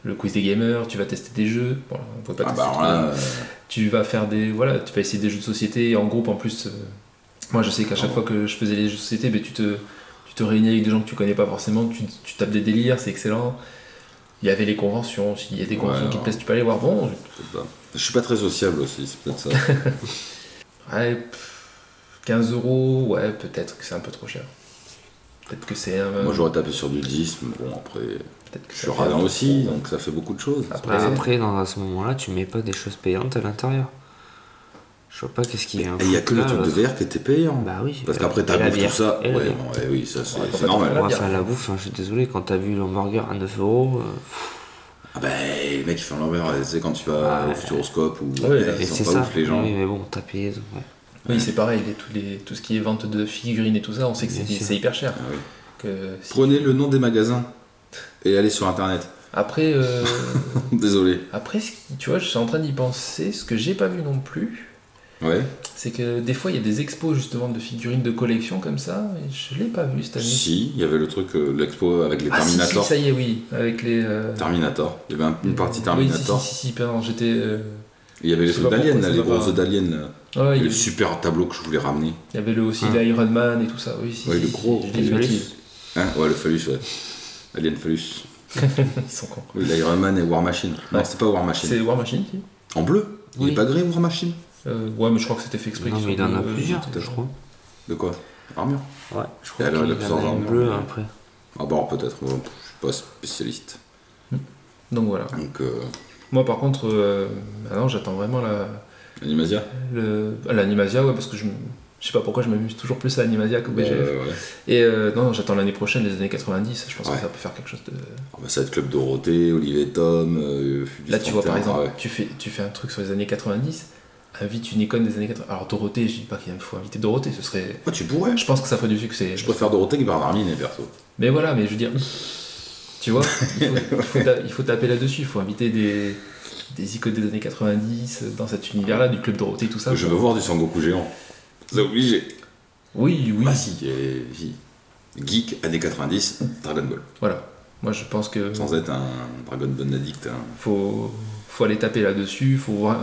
[SPEAKER 4] le quiz des gamers, tu vas tester des jeux. Bon, on pouvait pas
[SPEAKER 2] Ah
[SPEAKER 4] tester
[SPEAKER 2] bah,
[SPEAKER 4] trop.
[SPEAKER 2] voilà, euh,
[SPEAKER 4] tu vas faire des voilà tu vas essayer des jeux de société en groupe en plus euh, moi je sais qu'à chaque fois que je faisais les jeux de société mais tu te tu te réunis avec des gens que tu connais pas forcément tu, tu tapes des délires c'est excellent il y avait les conventions s'il y a des conventions
[SPEAKER 2] Ouais,
[SPEAKER 4] qui
[SPEAKER 2] non.
[SPEAKER 4] te plaisent tu peux aller voir bon
[SPEAKER 2] peut-être pas. je suis pas très sociable aussi, c'est peut-être ça.
[SPEAKER 4] je- ouais, pff, 15 euros ouais peut-être que c'est un peu trop cher peut-être que c'est un-
[SPEAKER 2] Moi, j'aurais tapé sur du 10, mais bon, après,
[SPEAKER 4] peut-être que
[SPEAKER 2] je
[SPEAKER 4] ça
[SPEAKER 2] suis
[SPEAKER 4] fait un
[SPEAKER 2] radin
[SPEAKER 4] peu
[SPEAKER 2] aussi,
[SPEAKER 4] trop.
[SPEAKER 2] donc ça fait beaucoup de choses.
[SPEAKER 4] Après,
[SPEAKER 3] Bah, après, dans à ce moment-là, tu mets pas des choses payantes à l'intérieur. Je vois pas qu'est-ce qu'il y a.
[SPEAKER 4] hein.
[SPEAKER 2] Et il n'y a
[SPEAKER 4] Ah,
[SPEAKER 2] que le truc de verre qui était payant.
[SPEAKER 3] Bah oui.
[SPEAKER 2] Parce
[SPEAKER 3] Et-
[SPEAKER 2] qu'après, t'as
[SPEAKER 3] et la
[SPEAKER 2] bouffe tout
[SPEAKER 3] bière.
[SPEAKER 2] ça.
[SPEAKER 3] Et la
[SPEAKER 2] Ouais,
[SPEAKER 3] bière.
[SPEAKER 2] bon, ouais, oui, ça, c'est
[SPEAKER 4] Ouais,
[SPEAKER 2] c'est
[SPEAKER 4] faut pas
[SPEAKER 2] normal.
[SPEAKER 4] trop
[SPEAKER 3] Moi,
[SPEAKER 4] bière.
[SPEAKER 3] enfin, la bouffe, hein, je suis désolé, quand t'as vu l'hamburger à 9 euros, euh,
[SPEAKER 2] Ah bah, les mecs, ils font l'envers. Tu sais, quand tu vas
[SPEAKER 3] Ouais.
[SPEAKER 2] au Futuroscope ou.
[SPEAKER 4] Ah, Ouais,
[SPEAKER 2] ils
[SPEAKER 3] et
[SPEAKER 2] sont
[SPEAKER 3] c'est
[SPEAKER 2] pas
[SPEAKER 3] ça.
[SPEAKER 2] ouf, les gens.
[SPEAKER 3] Oui, mais bon, t'as payé. donc, ouais.
[SPEAKER 4] oui c'est pareil les- tous les tout ce qui est vente de figurines et tout ça on sait que
[SPEAKER 3] Bien
[SPEAKER 4] c'est
[SPEAKER 3] sûr.
[SPEAKER 4] c'est hyper cher
[SPEAKER 2] Ah oui.
[SPEAKER 4] que si-
[SPEAKER 2] Prenez le nom des magasins et allez sur internet.
[SPEAKER 4] après euh,
[SPEAKER 2] Désolé.
[SPEAKER 4] Après, ce qui- tu vois, je suis en train d'y penser. Ce que j'ai pas vu non plus,
[SPEAKER 2] Ouais.
[SPEAKER 4] c'est que des fois, il y a des expos justement de figurines de collection comme ça. Et je l'ai pas vu cette année.
[SPEAKER 2] Si, il y avait le truc, euh, l'expo avec les
[SPEAKER 4] ah, si,
[SPEAKER 2] Terminator.
[SPEAKER 4] si, ça y est, oui. Avec les. euh,
[SPEAKER 2] Terminator. Il y avait un- une partie
[SPEAKER 4] oui,
[SPEAKER 2] Terminator.
[SPEAKER 4] si, si, si, si, pardon, j'étais. euh,
[SPEAKER 2] Et Il y avait les
[SPEAKER 4] Je sais
[SPEAKER 2] trucs
[SPEAKER 4] pas
[SPEAKER 2] d'aliens,
[SPEAKER 4] pourquoi
[SPEAKER 2] là,
[SPEAKER 4] ça
[SPEAKER 2] les
[SPEAKER 4] m'a
[SPEAKER 2] gros
[SPEAKER 4] pas-
[SPEAKER 2] œufs d'aliens. là.
[SPEAKER 4] ouais,
[SPEAKER 2] Et
[SPEAKER 4] il,
[SPEAKER 2] le super tableau que je voulais ramener.
[SPEAKER 4] il y avait le, aussi
[SPEAKER 3] Hein.
[SPEAKER 4] l'Iron Man et tout ça. Oui, si,
[SPEAKER 2] Ouais,
[SPEAKER 4] si,
[SPEAKER 2] le
[SPEAKER 4] si,
[SPEAKER 2] gros,
[SPEAKER 4] je dis des
[SPEAKER 3] le phallus.
[SPEAKER 4] bêtises.
[SPEAKER 2] Hein ouais, le phallus, ouais. Alien phallus.
[SPEAKER 4] Ils sont cons.
[SPEAKER 2] Oui, l'Iron Man et War Machine. Non,
[SPEAKER 4] Ouais.
[SPEAKER 2] c'est pas War Machine.
[SPEAKER 4] C'est War Machine, si
[SPEAKER 2] En bleu Il
[SPEAKER 3] Oui.
[SPEAKER 2] est pas gris, War Machine
[SPEAKER 4] Euh, Ouais, mais je crois que c'était fait exprès.
[SPEAKER 3] Non,
[SPEAKER 4] qu'ils
[SPEAKER 3] mais il
[SPEAKER 4] soient
[SPEAKER 3] en a
[SPEAKER 4] bleus,
[SPEAKER 3] plusieurs,
[SPEAKER 4] euh,
[SPEAKER 3] je crois.
[SPEAKER 2] De quoi Armure
[SPEAKER 3] Ouais, je crois
[SPEAKER 2] hein. Et alors, il a
[SPEAKER 3] qu'il
[SPEAKER 2] plusieurs
[SPEAKER 3] en a un
[SPEAKER 2] armures.
[SPEAKER 3] bleu après.
[SPEAKER 2] Ah bah alors, peut-être, moi, je suis pas spécialiste.
[SPEAKER 4] Donc voilà.
[SPEAKER 2] Donc, euh,
[SPEAKER 4] Moi, par contre, euh, maintenant, j'attends vraiment la,
[SPEAKER 2] Animasia
[SPEAKER 4] Le- à L'Animasia, ouais, parce que je, m- je sais pas pourquoi je m'amuse toujours plus à l'Animasia qu'au BGF.
[SPEAKER 2] Euh, ouais.
[SPEAKER 4] Et euh, non, non, j'attends l'année prochaine, les années 90, je pense
[SPEAKER 2] Ouais.
[SPEAKER 4] que ça peut faire quelque chose de.
[SPEAKER 2] Ah bah, ça va être Club Dorothée, Olivier Tom, euh, Fugis
[SPEAKER 4] Là, tu vois, par
[SPEAKER 2] 31,
[SPEAKER 4] exemple,
[SPEAKER 2] ouais.
[SPEAKER 4] tu, fais, tu fais un truc sur les années 90, invite une icône des années 90. Alors, Dorothée, je dis pas qu'il faut inviter Dorothée, ce serait.
[SPEAKER 2] Ouais, tu pourrais.
[SPEAKER 4] Je pense que ça ferait du succès.
[SPEAKER 2] Je préfère Dorothée que Bernard Minet, perso.
[SPEAKER 4] Mais voilà, mais je veux dire, tu vois, il faut, il faut ta- il faut taper là-dessus, il faut inviter des, des icônes des années euh, 90 dans cet univers-là, du club Dorothée, tout ça.
[SPEAKER 2] je veux voir du Sangoku géant. C'est obligé.
[SPEAKER 4] Oui, oui.
[SPEAKER 2] Bah si, et- si. Geek années 90, Dragon Ball.
[SPEAKER 4] Voilà. Moi, je pense que
[SPEAKER 2] Sans être un Dragon Ball addict. hein.
[SPEAKER 4] faut, faut aller taper là-dessus. Faut voir.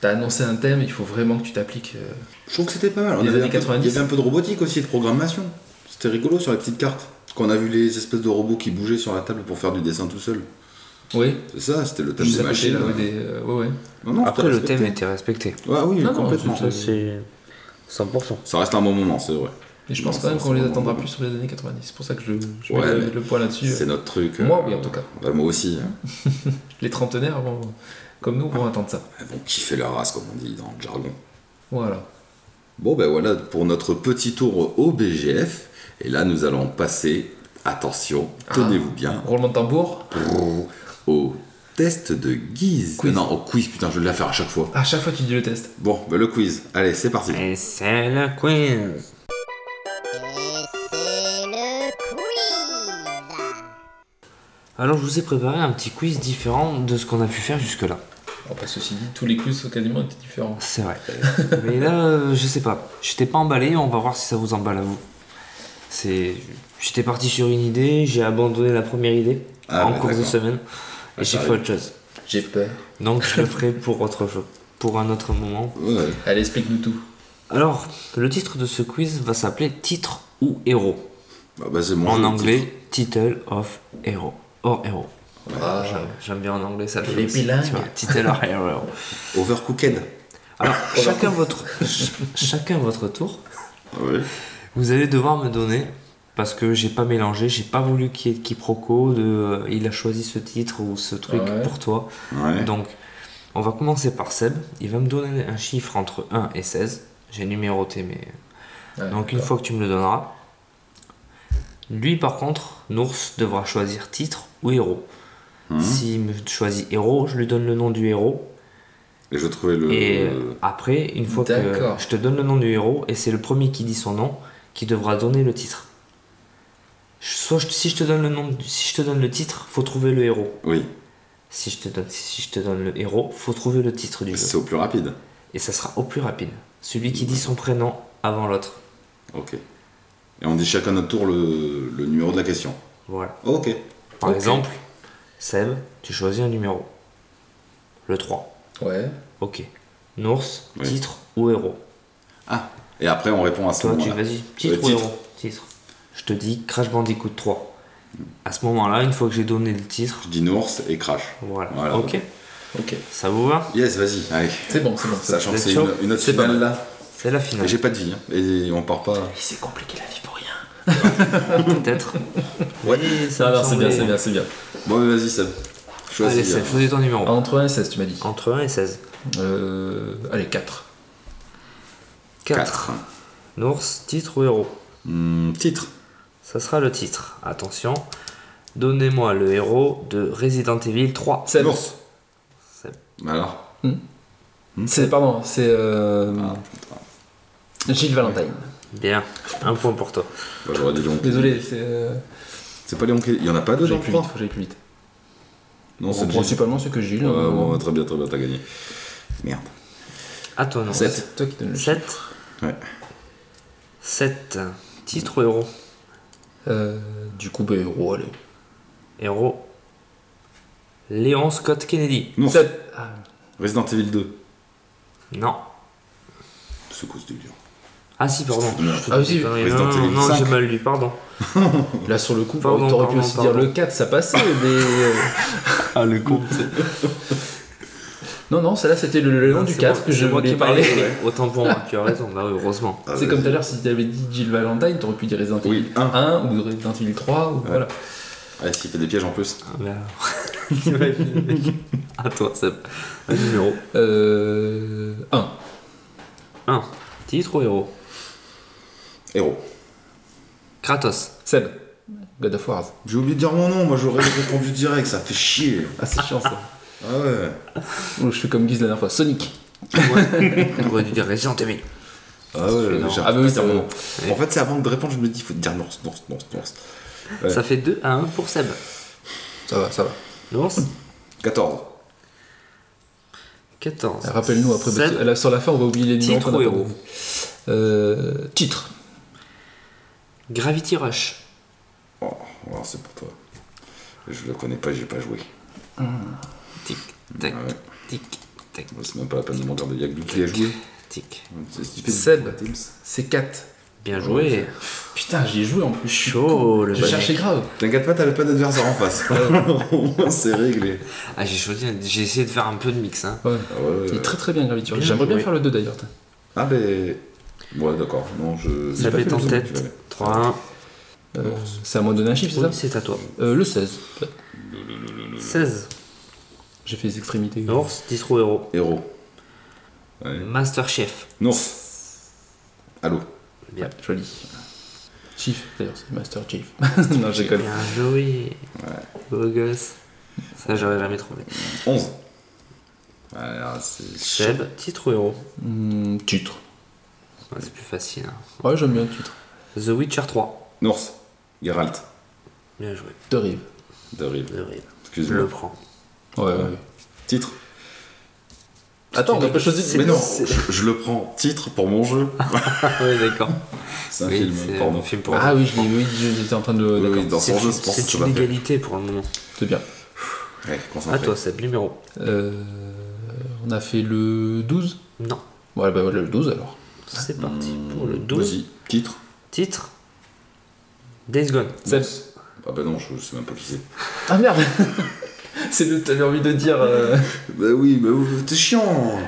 [SPEAKER 4] T'as annoncé un thème, il faut vraiment que tu t'appliques. euh.
[SPEAKER 2] Je trouve que c'était pas mal. On
[SPEAKER 4] Les
[SPEAKER 2] avait un
[SPEAKER 4] années
[SPEAKER 2] peu-
[SPEAKER 4] 90.
[SPEAKER 2] Il y avait un peu de robotique aussi, de programmation. C'était rigolo sur la petite carte. Quand on a vu les espèces de robots qui bougeaient sur la table pour faire du dessin tout seul.
[SPEAKER 4] Oui.
[SPEAKER 2] C'est ça, c'était le thème
[SPEAKER 4] Juste
[SPEAKER 2] des
[SPEAKER 4] à côté,
[SPEAKER 2] machines. hein.
[SPEAKER 4] là, ouais, des- euh, ouais, ouais.
[SPEAKER 2] Non, non,
[SPEAKER 3] Après,
[SPEAKER 2] c'était
[SPEAKER 3] le
[SPEAKER 2] respecté.
[SPEAKER 3] thème était respecté.
[SPEAKER 2] Ouais, oui,
[SPEAKER 4] Non, non,
[SPEAKER 2] complètement.
[SPEAKER 4] c'est-
[SPEAKER 3] Ça, c'est 100%.
[SPEAKER 2] Ça reste un bon moment, c'est vrai.
[SPEAKER 4] Et je pense
[SPEAKER 2] Non,
[SPEAKER 4] quand
[SPEAKER 2] ça,
[SPEAKER 4] même qu'on
[SPEAKER 2] c'est
[SPEAKER 4] les
[SPEAKER 2] vraiment
[SPEAKER 4] attendra
[SPEAKER 2] bon.
[SPEAKER 4] plus sur les années 90. C'est pour ça que je, je
[SPEAKER 2] Ouais,
[SPEAKER 4] mets le,
[SPEAKER 2] mais
[SPEAKER 4] le point là-dessus.
[SPEAKER 2] C'est notre truc. euh,
[SPEAKER 4] Moi, oui, en tout cas.
[SPEAKER 2] bah, moi aussi. hein.
[SPEAKER 4] Les trentenaires, vont- comme nous, vont attendre ça.
[SPEAKER 2] Elles vont kiffer leur race, comme on dit dans le jargon.
[SPEAKER 4] Voilà.
[SPEAKER 2] Bon, ben voilà pour notre petit tour au BGF. Et là, nous allons passer, attention,
[SPEAKER 4] Ah.
[SPEAKER 2] tenez-vous bien,
[SPEAKER 4] Roulement de tambour.
[SPEAKER 2] au test de Guise.
[SPEAKER 4] Quiz.
[SPEAKER 2] Non, au quiz, putain, je vais la faire à chaque fois.
[SPEAKER 4] À chaque fois, tu dis le test.
[SPEAKER 2] Bon, ben le quiz. Allez, c'est parti.
[SPEAKER 3] Et c'est le quiz.
[SPEAKER 5] Et c'est le quiz
[SPEAKER 3] Alors, je vous ai préparé un petit quiz différent de ce qu'on a pu faire jusque-là.
[SPEAKER 4] Oh, bah, ceci dit, tous les quiz quasiment étaient différents.
[SPEAKER 3] C'est vrai. Mais là, euh, je sais pas. J'étais pas emballé, on va voir si ça vous emballe à vous. C'est... J'étais parti sur une idée, j'ai abandonné la première idée
[SPEAKER 2] Ah,
[SPEAKER 3] en
[SPEAKER 2] ouais,
[SPEAKER 3] cours de
[SPEAKER 2] d'accord.
[SPEAKER 3] semaine
[SPEAKER 5] Ah,
[SPEAKER 3] et j'ai
[SPEAKER 2] ça
[SPEAKER 3] fait
[SPEAKER 2] arrive.
[SPEAKER 3] autre chose.
[SPEAKER 4] J'ai peur.
[SPEAKER 3] Donc je le ferai pour autre chose, pour un autre moment.
[SPEAKER 2] Ouais.
[SPEAKER 4] Allez, explique-nous tout.
[SPEAKER 3] Alors, le titre de ce quiz va s'appeler Titre ou Héros.
[SPEAKER 2] Bah, bah, c'est moi,
[SPEAKER 3] en
[SPEAKER 2] le
[SPEAKER 3] anglais, Title of Hero. Or Hero.
[SPEAKER 4] Ah,
[SPEAKER 3] J'aime- J'aime bien en anglais, ça le
[SPEAKER 4] Il
[SPEAKER 3] fait.
[SPEAKER 4] est
[SPEAKER 3] aussi,
[SPEAKER 4] bilingue.
[SPEAKER 3] tu vois, Title of Hero.
[SPEAKER 2] titre. Overcooked.
[SPEAKER 3] Alors, chacun votre, ch- chacun votre tour.
[SPEAKER 2] Ouais.
[SPEAKER 3] Vous allez devoir me donner, parce que j'ai pas mélangé, j'ai pas voulu qu'il y ait de quiproquo, de euh, il a choisi ce titre ou ce truc
[SPEAKER 4] Ouais.
[SPEAKER 3] pour toi.
[SPEAKER 2] Ouais.
[SPEAKER 3] Donc, on va commencer par Seb. Il va me donner un chiffre entre 1 et 16. J'ai numéroté, mais.
[SPEAKER 4] Ouais,
[SPEAKER 3] Donc, une
[SPEAKER 4] Ah, d'accord.
[SPEAKER 3] fois que tu me le donneras. Lui, par contre, Nours devra choisir titre ou héros. S'il me choisit héros, je lui donne le nom du héros.
[SPEAKER 2] Et je trouvais le.
[SPEAKER 3] Et euh, après, une fois que
[SPEAKER 4] D'accord.
[SPEAKER 3] je te donne le nom du héros, et c'est le premier qui dit son nom, qui devra donner le titre. Je- Soit je- si je te donne le nom, si je te donne le titre, faut trouver le héros.
[SPEAKER 2] Oui,
[SPEAKER 3] Si je te donne, si je te donne le héros, faut trouver le titre du
[SPEAKER 2] c'est
[SPEAKER 3] jeu.
[SPEAKER 2] au plus rapide.
[SPEAKER 3] Et ça sera au plus rapide. Celui qui dit son prénom avant l'autre.
[SPEAKER 2] Ok. Et on dit chacun notre tour le, le numéro de la question.
[SPEAKER 3] Voilà.
[SPEAKER 2] Ok.
[SPEAKER 3] Par
[SPEAKER 4] Ok.
[SPEAKER 3] exemple, Seb, tu choisis un numéro. Le 3.
[SPEAKER 4] Ouais.
[SPEAKER 3] Ok. Nours,
[SPEAKER 2] Oui.
[SPEAKER 3] titre ou héros.
[SPEAKER 2] Ah. Et après, on répond à ce
[SPEAKER 3] Toi, tu
[SPEAKER 2] moment-là.
[SPEAKER 3] vas-y, titre
[SPEAKER 2] Euh,
[SPEAKER 3] ou
[SPEAKER 2] titre.
[SPEAKER 3] héros Titre. Je te dis Crash Bandicoot 3. À ce moment-là, une fois que j'ai donné le titre,
[SPEAKER 2] Je dis Nours et Crash.
[SPEAKER 3] voilà.
[SPEAKER 2] Voilà.
[SPEAKER 3] Ok,
[SPEAKER 4] Ok.
[SPEAKER 3] ça vous va
[SPEAKER 2] Yes, vas-y. Allez.
[SPEAKER 4] C'est bon, c'est bon. c'est bon.
[SPEAKER 2] Sachant que
[SPEAKER 3] Vous êtes
[SPEAKER 2] c'est
[SPEAKER 3] chaud
[SPEAKER 2] une, une autre
[SPEAKER 4] C'est pas
[SPEAKER 2] finale.
[SPEAKER 4] là.
[SPEAKER 3] C'est la finale.
[SPEAKER 2] Et j'ai pas de vie. hein. Et on part pas.
[SPEAKER 4] C'est compliqué la vie pour rien.
[SPEAKER 3] Peut-être. Oui,
[SPEAKER 4] Non,
[SPEAKER 3] me
[SPEAKER 4] non, c'est
[SPEAKER 3] semblait-
[SPEAKER 4] bien, c'est bien, c'est bien.
[SPEAKER 2] Bon, mais vas-y, Seb. Choisis. euh,
[SPEAKER 3] Allez, Seb, choisis ton numéro.
[SPEAKER 4] Ah, Entre 1 et 16, tu m'as dit.
[SPEAKER 3] Entre 1 et 16.
[SPEAKER 4] Euh, allez, 4.
[SPEAKER 3] 4.
[SPEAKER 2] 4.
[SPEAKER 3] Nours, titre ou héros
[SPEAKER 2] Hmm, titre.
[SPEAKER 3] Ça sera le titre. Attention. Donnez-moi le héros de Resident Evil 3.
[SPEAKER 4] Seb.
[SPEAKER 2] Nours.
[SPEAKER 3] Seb.
[SPEAKER 2] Bah Alors. Hmm.
[SPEAKER 4] C'est, pardon, c'est euh,
[SPEAKER 2] Ah.
[SPEAKER 4] Gilles Valentine.
[SPEAKER 3] Bien, un point pour toi.
[SPEAKER 2] Bah, J'aurais dit Léon.
[SPEAKER 4] Désolé, c'est. euh,
[SPEAKER 2] C'est pas Léon qui. Il y en a pas deux dans
[SPEAKER 4] Faut que j'aille
[SPEAKER 2] le
[SPEAKER 4] plus
[SPEAKER 2] trois
[SPEAKER 4] vite, faut que j'aille plus vite.
[SPEAKER 2] Non,
[SPEAKER 4] On
[SPEAKER 2] c'est
[SPEAKER 4] prend
[SPEAKER 2] Gilles.
[SPEAKER 4] principalement ce que Gilles.
[SPEAKER 2] Ouais,
[SPEAKER 4] euh,
[SPEAKER 2] bon, très bien, très bien, t'as gagné. Merde.
[SPEAKER 3] À toi, Nours.
[SPEAKER 4] c'est toi qui donne le
[SPEAKER 3] 7.
[SPEAKER 2] Ouais.
[SPEAKER 3] 7. Titre ou héros
[SPEAKER 4] Euh, du coup, bah, héros, allez.
[SPEAKER 3] Héros. Léon Scott Kennedy.
[SPEAKER 2] Nours.
[SPEAKER 4] 7. Ah,
[SPEAKER 2] Resident Evil 2.
[SPEAKER 3] Non.
[SPEAKER 2] C'est cause du lion.
[SPEAKER 3] Ah si, pardon.
[SPEAKER 4] Ah, oui,
[SPEAKER 3] Non,
[SPEAKER 2] Resident
[SPEAKER 3] non, non,
[SPEAKER 2] Evil
[SPEAKER 3] non,
[SPEAKER 2] 5.
[SPEAKER 3] j'ai mal lu, pardon.
[SPEAKER 4] là, sur le coup,
[SPEAKER 3] Pardon,
[SPEAKER 4] t'aurais pu
[SPEAKER 3] pardon,
[SPEAKER 4] aussi
[SPEAKER 3] pardon.
[SPEAKER 4] dire le 4, ça passait, mais. euh,
[SPEAKER 3] Ah, le con.
[SPEAKER 4] Non, non, celle-là, c'était le,
[SPEAKER 3] Ah,
[SPEAKER 4] le nom du 4 que je voulais parler.
[SPEAKER 3] Autant pour moi, tu as raison, bah oui, heureusement.
[SPEAKER 2] Ah,
[SPEAKER 4] C'est comme
[SPEAKER 2] vas-y.
[SPEAKER 4] tout à l'heure, si t'avais dit Jill Valentine, t'aurais pu dire Resident Evil
[SPEAKER 2] Oui, 1.
[SPEAKER 4] 1 ou Resident Evil 3, ou voilà.
[SPEAKER 2] Ouais, s'il fait des pièges en plus.
[SPEAKER 3] Ah, mais alors. T'imagines, le mec. À toi, Seb. Un numéro.
[SPEAKER 4] Euh. 1.
[SPEAKER 3] 1. Titre ou héros
[SPEAKER 2] Héros.
[SPEAKER 3] Kratos.
[SPEAKER 4] Seb. God of War.
[SPEAKER 2] J'ai oublié de dire mon nom, moi j'aurais répondu direct, ça fait chier.
[SPEAKER 4] Ah, c'est chiant ça.
[SPEAKER 2] Ah ouais.
[SPEAKER 4] Ou je fais comme Guise la dernière fois. Sonic.
[SPEAKER 3] Ouais. J'aurais dû dire Resident Evil.
[SPEAKER 2] Ah ouais, j'arrive
[SPEAKER 3] énorme.
[SPEAKER 4] Ah, bah
[SPEAKER 2] pas à
[SPEAKER 4] oui,
[SPEAKER 2] dire
[SPEAKER 4] c'est
[SPEAKER 2] mon
[SPEAKER 4] bon.
[SPEAKER 2] nom. En fait, c'est avant de répondre, je me dis, il faut dire non, non, non, non. Ouais.
[SPEAKER 3] Ça fait 2 à 1 pour Seb.
[SPEAKER 4] Ça va, ça va.
[SPEAKER 3] Nours
[SPEAKER 2] 14.
[SPEAKER 3] 14.
[SPEAKER 4] Rappelle-nous après, parce
[SPEAKER 3] Seb,
[SPEAKER 4] Eh, que là, sur la fin, on va oublier les numéros.
[SPEAKER 3] Titre
[SPEAKER 4] qu'on a
[SPEAKER 3] ou
[SPEAKER 4] pas
[SPEAKER 3] héros
[SPEAKER 4] donnés. Euh, titre.
[SPEAKER 3] Gravity Rush.
[SPEAKER 2] Oh, alors c'est pour toi. Je le connais pas, j'ai pas joué.
[SPEAKER 3] Tic, tac,
[SPEAKER 2] Ouais.
[SPEAKER 3] tic, tac,
[SPEAKER 2] C'est même pas la peine de mentir, il y a que lui qui a joué.
[SPEAKER 3] tic.
[SPEAKER 2] C'est stupide.
[SPEAKER 4] Seb.
[SPEAKER 2] Teams.
[SPEAKER 4] C'est 4.
[SPEAKER 3] Bien joué.
[SPEAKER 4] Putain, j'y ai joué en plus. je suis
[SPEAKER 3] Chaud,
[SPEAKER 4] con.
[SPEAKER 3] le
[SPEAKER 4] J'ai
[SPEAKER 3] bonnet.
[SPEAKER 4] cherché grave.
[SPEAKER 2] T'inquiète pas, t'avais pas d'adversaire en face. Au moins, c'est réglé.
[SPEAKER 3] Ah, j'ai choisi, j'ai essayé de faire un peu de mix. Hein.
[SPEAKER 4] Ouais.
[SPEAKER 2] Ah, ouais,
[SPEAKER 4] Il
[SPEAKER 2] ouais.
[SPEAKER 4] est très très bien Gravity Rush.
[SPEAKER 3] Bien
[SPEAKER 4] J'aimerais bien
[SPEAKER 3] joué.
[SPEAKER 4] faire le 2 d'ailleurs. tiens.
[SPEAKER 2] Ah, ben. Ouais, d'accord. Non, je. j'ai
[SPEAKER 3] Ça
[SPEAKER 2] pas fait
[SPEAKER 3] pète en
[SPEAKER 2] le zoom,
[SPEAKER 3] tête.
[SPEAKER 2] tu vois.
[SPEAKER 3] 3, 1.
[SPEAKER 4] Euh, c'est à moi de donner un chiffre, c'est
[SPEAKER 3] Oui,
[SPEAKER 4] ça
[SPEAKER 3] c'est à toi.
[SPEAKER 4] Euh, Le 16.
[SPEAKER 3] 16.
[SPEAKER 4] J'ai fait les extrémités.
[SPEAKER 3] Norse, Distro Hero.
[SPEAKER 2] Héros. Ouais.
[SPEAKER 3] Master Chef.
[SPEAKER 2] Non. Allô.
[SPEAKER 3] Bien.
[SPEAKER 4] Ouais, joli. Chief, d'ailleurs, c'est Master Chief. non, j'ai connu.
[SPEAKER 3] Bien joué. Beau gosse. Ça, j'aurais jamais trouvé.
[SPEAKER 2] 11. Alors, Ah, c'est.
[SPEAKER 3] Seb, Titre Hero.
[SPEAKER 4] Hmm, titre.
[SPEAKER 3] Ouais, c'est plus facile. hein.
[SPEAKER 4] Ouais, j'aime bien le titre.
[SPEAKER 3] The Witcher 3.
[SPEAKER 2] Norse. Geralt.
[SPEAKER 3] Bien joué.
[SPEAKER 4] De Rive.
[SPEAKER 2] Terrible.
[SPEAKER 3] De rire. Je
[SPEAKER 2] Excuse-moi.
[SPEAKER 3] le prends.
[SPEAKER 4] Ouais, ouais. ouais.
[SPEAKER 2] Titre.
[SPEAKER 4] Attends, on n'a pas
[SPEAKER 3] C'est-
[SPEAKER 4] choisi.
[SPEAKER 2] Mais non,
[SPEAKER 3] c'est-
[SPEAKER 2] je, je le prends titre pour mon jeu.
[SPEAKER 3] Ah, ouais, d'accord.
[SPEAKER 2] C'est un
[SPEAKER 3] Oui,
[SPEAKER 2] film,
[SPEAKER 3] c'est
[SPEAKER 2] pardon.
[SPEAKER 3] un film pour.
[SPEAKER 4] Ah oui, je l'ai- oui, j'étais en train de.
[SPEAKER 2] Oui,
[SPEAKER 4] D'accord.
[SPEAKER 2] oui, dans
[SPEAKER 3] c'est
[SPEAKER 2] son jeu, je pense que
[SPEAKER 3] c'est
[SPEAKER 2] tu
[SPEAKER 3] une
[SPEAKER 2] l'as fait.
[SPEAKER 3] égalité pour le moment.
[SPEAKER 4] C'est bien.
[SPEAKER 2] Ouais,
[SPEAKER 3] À
[SPEAKER 2] concentré.
[SPEAKER 3] toi, Seb, numéro.
[SPEAKER 4] Euh, on a fait le 12
[SPEAKER 3] Non.
[SPEAKER 4] Ouais, bah voilà, le 12 alors.
[SPEAKER 3] C'est parti pour le
[SPEAKER 2] Mmh,
[SPEAKER 3] 12.
[SPEAKER 2] Vas-y, titre.
[SPEAKER 3] Titre Days Gone.
[SPEAKER 4] Seb.
[SPEAKER 2] Ah bah non, je, je sais même pas qui c'est.
[SPEAKER 4] Ah merde C'est le t'avais envie de dire. euh,
[SPEAKER 2] Bah oui, bah oui, t'es chiant.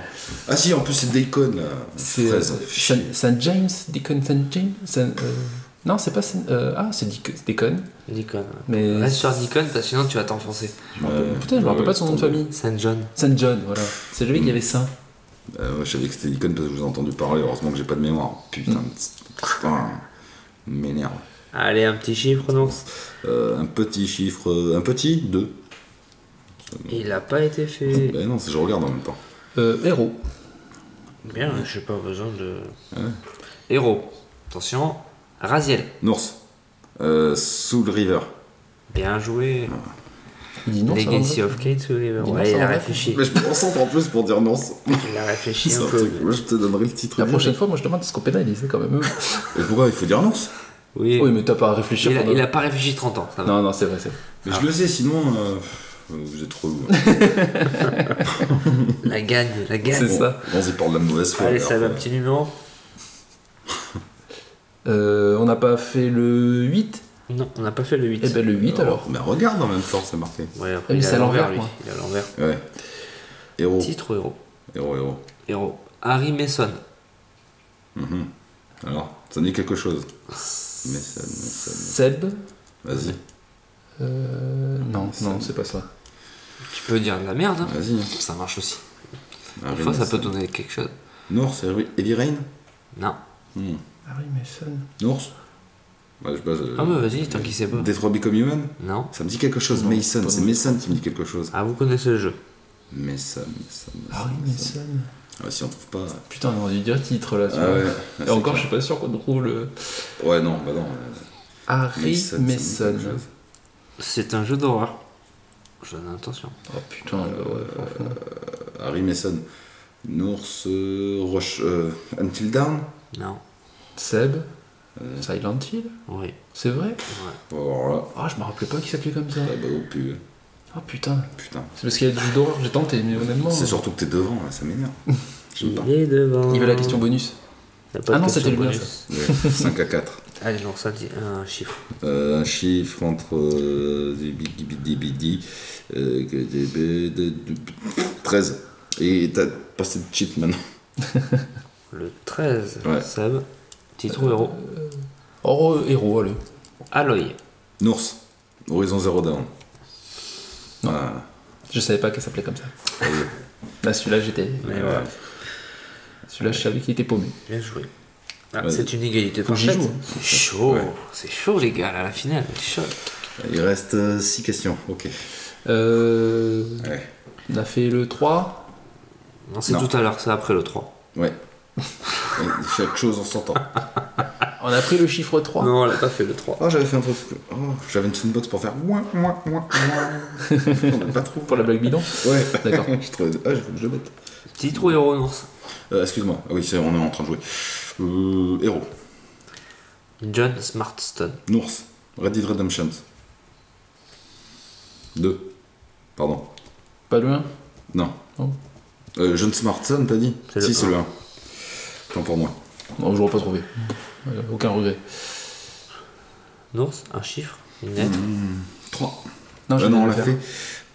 [SPEAKER 2] Ah si, en plus c'est Daycon là.
[SPEAKER 4] C'est euh,
[SPEAKER 2] Fraise, chier.
[SPEAKER 4] Saint, Saint James, Deacon Saint James Saint- euh, Non, c'est pas Saint. euh, ah, c'est Deacon. Deacon,
[SPEAKER 3] Deacon.
[SPEAKER 4] Mais.
[SPEAKER 3] Reste sur Deacon, parce que sinon tu vas t'enfoncer.
[SPEAKER 4] Je me rappelle-
[SPEAKER 2] Ouais,
[SPEAKER 4] Putain, je me rappelle
[SPEAKER 2] ouais,
[SPEAKER 4] pas de son nom de
[SPEAKER 2] attends.
[SPEAKER 4] famille.
[SPEAKER 3] Saint John.
[SPEAKER 4] Saint John, voilà. C'est le mec qui avait Saint.
[SPEAKER 2] Euh, ouais, je savais que c'était Daycon parce que je vous ai entendu parler. Heureusement que j'ai pas de mémoire. Putain,
[SPEAKER 4] Mm.
[SPEAKER 2] de- putain, m'énerve.
[SPEAKER 3] Allez, un petit chiffre, non
[SPEAKER 2] Euh, un petit chiffre, euh, un petit 2.
[SPEAKER 3] Il a pas été fait.
[SPEAKER 2] Bah non, c'est- je regarde en même temps.
[SPEAKER 4] Euh, héros.
[SPEAKER 3] Bien, j'ai pas besoin de. Héros. Attention. Raziel.
[SPEAKER 2] Nours. Euh, Soul River.
[SPEAKER 3] Bien joué.
[SPEAKER 4] Il dit non, ça va,
[SPEAKER 3] Legacy
[SPEAKER 4] non
[SPEAKER 3] of Kane sous les
[SPEAKER 4] Il dit non,
[SPEAKER 3] Ouais,
[SPEAKER 4] ça
[SPEAKER 3] il a
[SPEAKER 4] va, non
[SPEAKER 3] réfléchi.
[SPEAKER 2] Mais je me concentre en plus pour dire non.
[SPEAKER 3] Il a réfléchi
[SPEAKER 2] C'est
[SPEAKER 3] un
[SPEAKER 2] un truc.
[SPEAKER 3] peu.
[SPEAKER 2] Moi, je te donnerai le titre.
[SPEAKER 4] La prochaine fois, moi je demande est-ce qu'on pénalise hein, quand même.
[SPEAKER 2] Et pourquoi il faut dire non
[SPEAKER 3] Oui.
[SPEAKER 4] oui, mais t'as pas à
[SPEAKER 3] Il,
[SPEAKER 4] réfléchir.
[SPEAKER 3] a,
[SPEAKER 4] pendant-
[SPEAKER 3] il a pas réfléchi 30 ans, ça va.
[SPEAKER 4] Non, non, c'est vrai, c'est vrai.
[SPEAKER 2] Mais je le sais, sinon euh, pff, vous êtes trop lourd.
[SPEAKER 3] La gagne, la gagne.
[SPEAKER 4] C'est ça.
[SPEAKER 2] Vas-y, parle de la mauvaise foi.
[SPEAKER 3] Allez,
[SPEAKER 2] alors.
[SPEAKER 3] ça va, petit numéro
[SPEAKER 4] Euh, on n'a pas fait le 8
[SPEAKER 3] Non, on n'a pas fait le 8.
[SPEAKER 4] Eh ben le 8 alors.
[SPEAKER 2] Mais regarde en même temps, c'est marqué.
[SPEAKER 3] Ouais,
[SPEAKER 4] Ah
[SPEAKER 3] après,
[SPEAKER 4] oui,
[SPEAKER 3] il
[SPEAKER 4] c'est
[SPEAKER 3] est
[SPEAKER 4] à
[SPEAKER 3] à l'envers,
[SPEAKER 4] l'envers,
[SPEAKER 3] lui.
[SPEAKER 4] Oh. moi.
[SPEAKER 3] Il est à l'envers.
[SPEAKER 2] Ouais. Héros.
[SPEAKER 3] Titre héros.
[SPEAKER 2] Héros, héros.
[SPEAKER 3] Héros. Harry Mason.
[SPEAKER 2] Alors, ça me dit quelque chose. Mais ça, mais ça-
[SPEAKER 4] Seb
[SPEAKER 2] Vas-y,
[SPEAKER 4] Euh, Non, non, c'est pas ça.
[SPEAKER 3] Tu peux dire de la merde, hein.
[SPEAKER 2] vas-y.
[SPEAKER 3] Ça marche aussi.
[SPEAKER 2] Harry
[SPEAKER 3] Parfois, ça
[SPEAKER 2] Mason.
[SPEAKER 3] peut donner quelque chose.
[SPEAKER 2] Norse, Harry- Heavy Rain
[SPEAKER 3] Non.
[SPEAKER 2] Hmm.
[SPEAKER 4] Harry Mason.
[SPEAKER 2] Norse Ouais, je sais pas. je-
[SPEAKER 3] Ah, mais vas-y, tant qu'il sait pas.
[SPEAKER 2] Detroit Become Human
[SPEAKER 3] Non.
[SPEAKER 2] Ça me dit quelque chose,
[SPEAKER 4] Non,
[SPEAKER 2] Mason.
[SPEAKER 4] pas
[SPEAKER 2] C'est
[SPEAKER 4] moi.
[SPEAKER 2] Mason qui me dit quelque chose.
[SPEAKER 3] Ah, vous connaissez le jeu.
[SPEAKER 2] Mason, Mason, Mason.
[SPEAKER 4] Harry
[SPEAKER 2] Mason.
[SPEAKER 4] Mason.
[SPEAKER 2] Ah, si on trouve pas.
[SPEAKER 4] Putain, on aurait dû dire titre là. tu
[SPEAKER 2] Ah
[SPEAKER 4] vois.
[SPEAKER 2] ouais.
[SPEAKER 4] Et encore, je suis pas sûr qu'on trouve le.
[SPEAKER 2] Ouais, non, bah non. euh,
[SPEAKER 4] Harry
[SPEAKER 2] ça me dit
[SPEAKER 4] Mason.
[SPEAKER 2] quelque chose.
[SPEAKER 3] C'est un jeu d'horreur. Je donne attention.
[SPEAKER 4] Oh putain,
[SPEAKER 2] Euh,
[SPEAKER 4] bah ouais, franchement.
[SPEAKER 2] Harry Mason. Norse, euh, Roche. euh, Until Down
[SPEAKER 3] Non.
[SPEAKER 4] Seb
[SPEAKER 2] Euh.
[SPEAKER 4] Silent Hill
[SPEAKER 3] Oui.
[SPEAKER 4] C'est vrai
[SPEAKER 3] Ouais.
[SPEAKER 2] Oh, Voilà.
[SPEAKER 4] Ah, je me rappelais pas qu'il s'appelait comme ça.
[SPEAKER 2] Ah bah, oh, pu-
[SPEAKER 4] Ah putain.
[SPEAKER 2] putain.
[SPEAKER 4] C'est parce qu'il y a du jeu d'horreur, j'ai tenté, mais honnêtement.
[SPEAKER 2] C'est surtout que t'es devant, là, ça m'énerve. J'aime pas.
[SPEAKER 3] Il est devant.
[SPEAKER 4] Il veut la question bonus.
[SPEAKER 3] Y a pas de
[SPEAKER 4] Ah non,
[SPEAKER 3] question
[SPEAKER 4] c'était le mien,
[SPEAKER 3] bonus.
[SPEAKER 2] 5 à 4.
[SPEAKER 3] Allez, non, ça dit un chiffre.
[SPEAKER 2] Euh, un chiffre entre euh, bidi, bidi, bidi, euh, que des b- de- de- 13. Et t'as passé de cheat maintenant.
[SPEAKER 3] Le 13,
[SPEAKER 2] Ouais.
[SPEAKER 3] Seb.
[SPEAKER 4] Euh,
[SPEAKER 3] Titre héros.
[SPEAKER 4] Or, euh, héros, allez.
[SPEAKER 3] Aloy.
[SPEAKER 2] Nours, Horizon Zero Dawn. Voilà.
[SPEAKER 4] Je savais pas qu'elle s'appelait comme ça. Là, celui-là, j'étais.
[SPEAKER 2] Ah Ouais.
[SPEAKER 4] Celui-là, je savais qu'il était paumé.
[SPEAKER 3] Bien joué. Ah,
[SPEAKER 2] Ouais.
[SPEAKER 3] c'est une égalité
[SPEAKER 4] Faut que j'y
[SPEAKER 3] parfaite.
[SPEAKER 4] joue, hein.
[SPEAKER 3] C'est chaud.
[SPEAKER 2] Ouais.
[SPEAKER 3] C'est chaud, les gars, là, la finale. C'est chaud.
[SPEAKER 2] Il reste 6 questions, ok.
[SPEAKER 4] Euh,
[SPEAKER 2] Ouais.
[SPEAKER 4] on a fait le 3.
[SPEAKER 3] Non, c'est
[SPEAKER 2] Non.
[SPEAKER 3] tout à l'heure, c'est après le 3.
[SPEAKER 2] Ouais. Ouais, Chaque chose en s'entend.
[SPEAKER 4] On a pris le chiffre 3.
[SPEAKER 3] Non, on l'a pas fait le 3.
[SPEAKER 2] Oh, j'avais fait un truc. Oh, j'avais une soundbox pour faire. Ouin, ouin, ouin, ouin. On n'a pas trouvé.
[SPEAKER 4] Pour la blague bidon
[SPEAKER 2] Ouais,
[SPEAKER 4] D'accord.
[SPEAKER 2] je trouve. Ah, j'ai faut que je le mette.
[SPEAKER 3] Titre ou héros, non
[SPEAKER 2] Euh, Excuse-moi. Ah oui, c'est- on est en train de jouer. Euh, héros.
[SPEAKER 3] John Smartstone.
[SPEAKER 2] Nours. Red Dead Redemption. 2. Pardon.
[SPEAKER 4] Pas le 1
[SPEAKER 2] Non.
[SPEAKER 4] Oh.
[SPEAKER 2] Euh, John Smartson, t'as dit
[SPEAKER 3] C'est le
[SPEAKER 2] Si,
[SPEAKER 3] un.
[SPEAKER 2] c'est le 1. Tant pour moi.
[SPEAKER 4] Non, je l'aurais pas trouvé. Euh, Aucun regret.
[SPEAKER 3] Nours, un chiffre, une lettre.
[SPEAKER 2] 3.
[SPEAKER 4] Non,
[SPEAKER 2] Ah
[SPEAKER 4] j'ai
[SPEAKER 2] non, on
[SPEAKER 4] dû
[SPEAKER 2] l'a
[SPEAKER 4] le faire.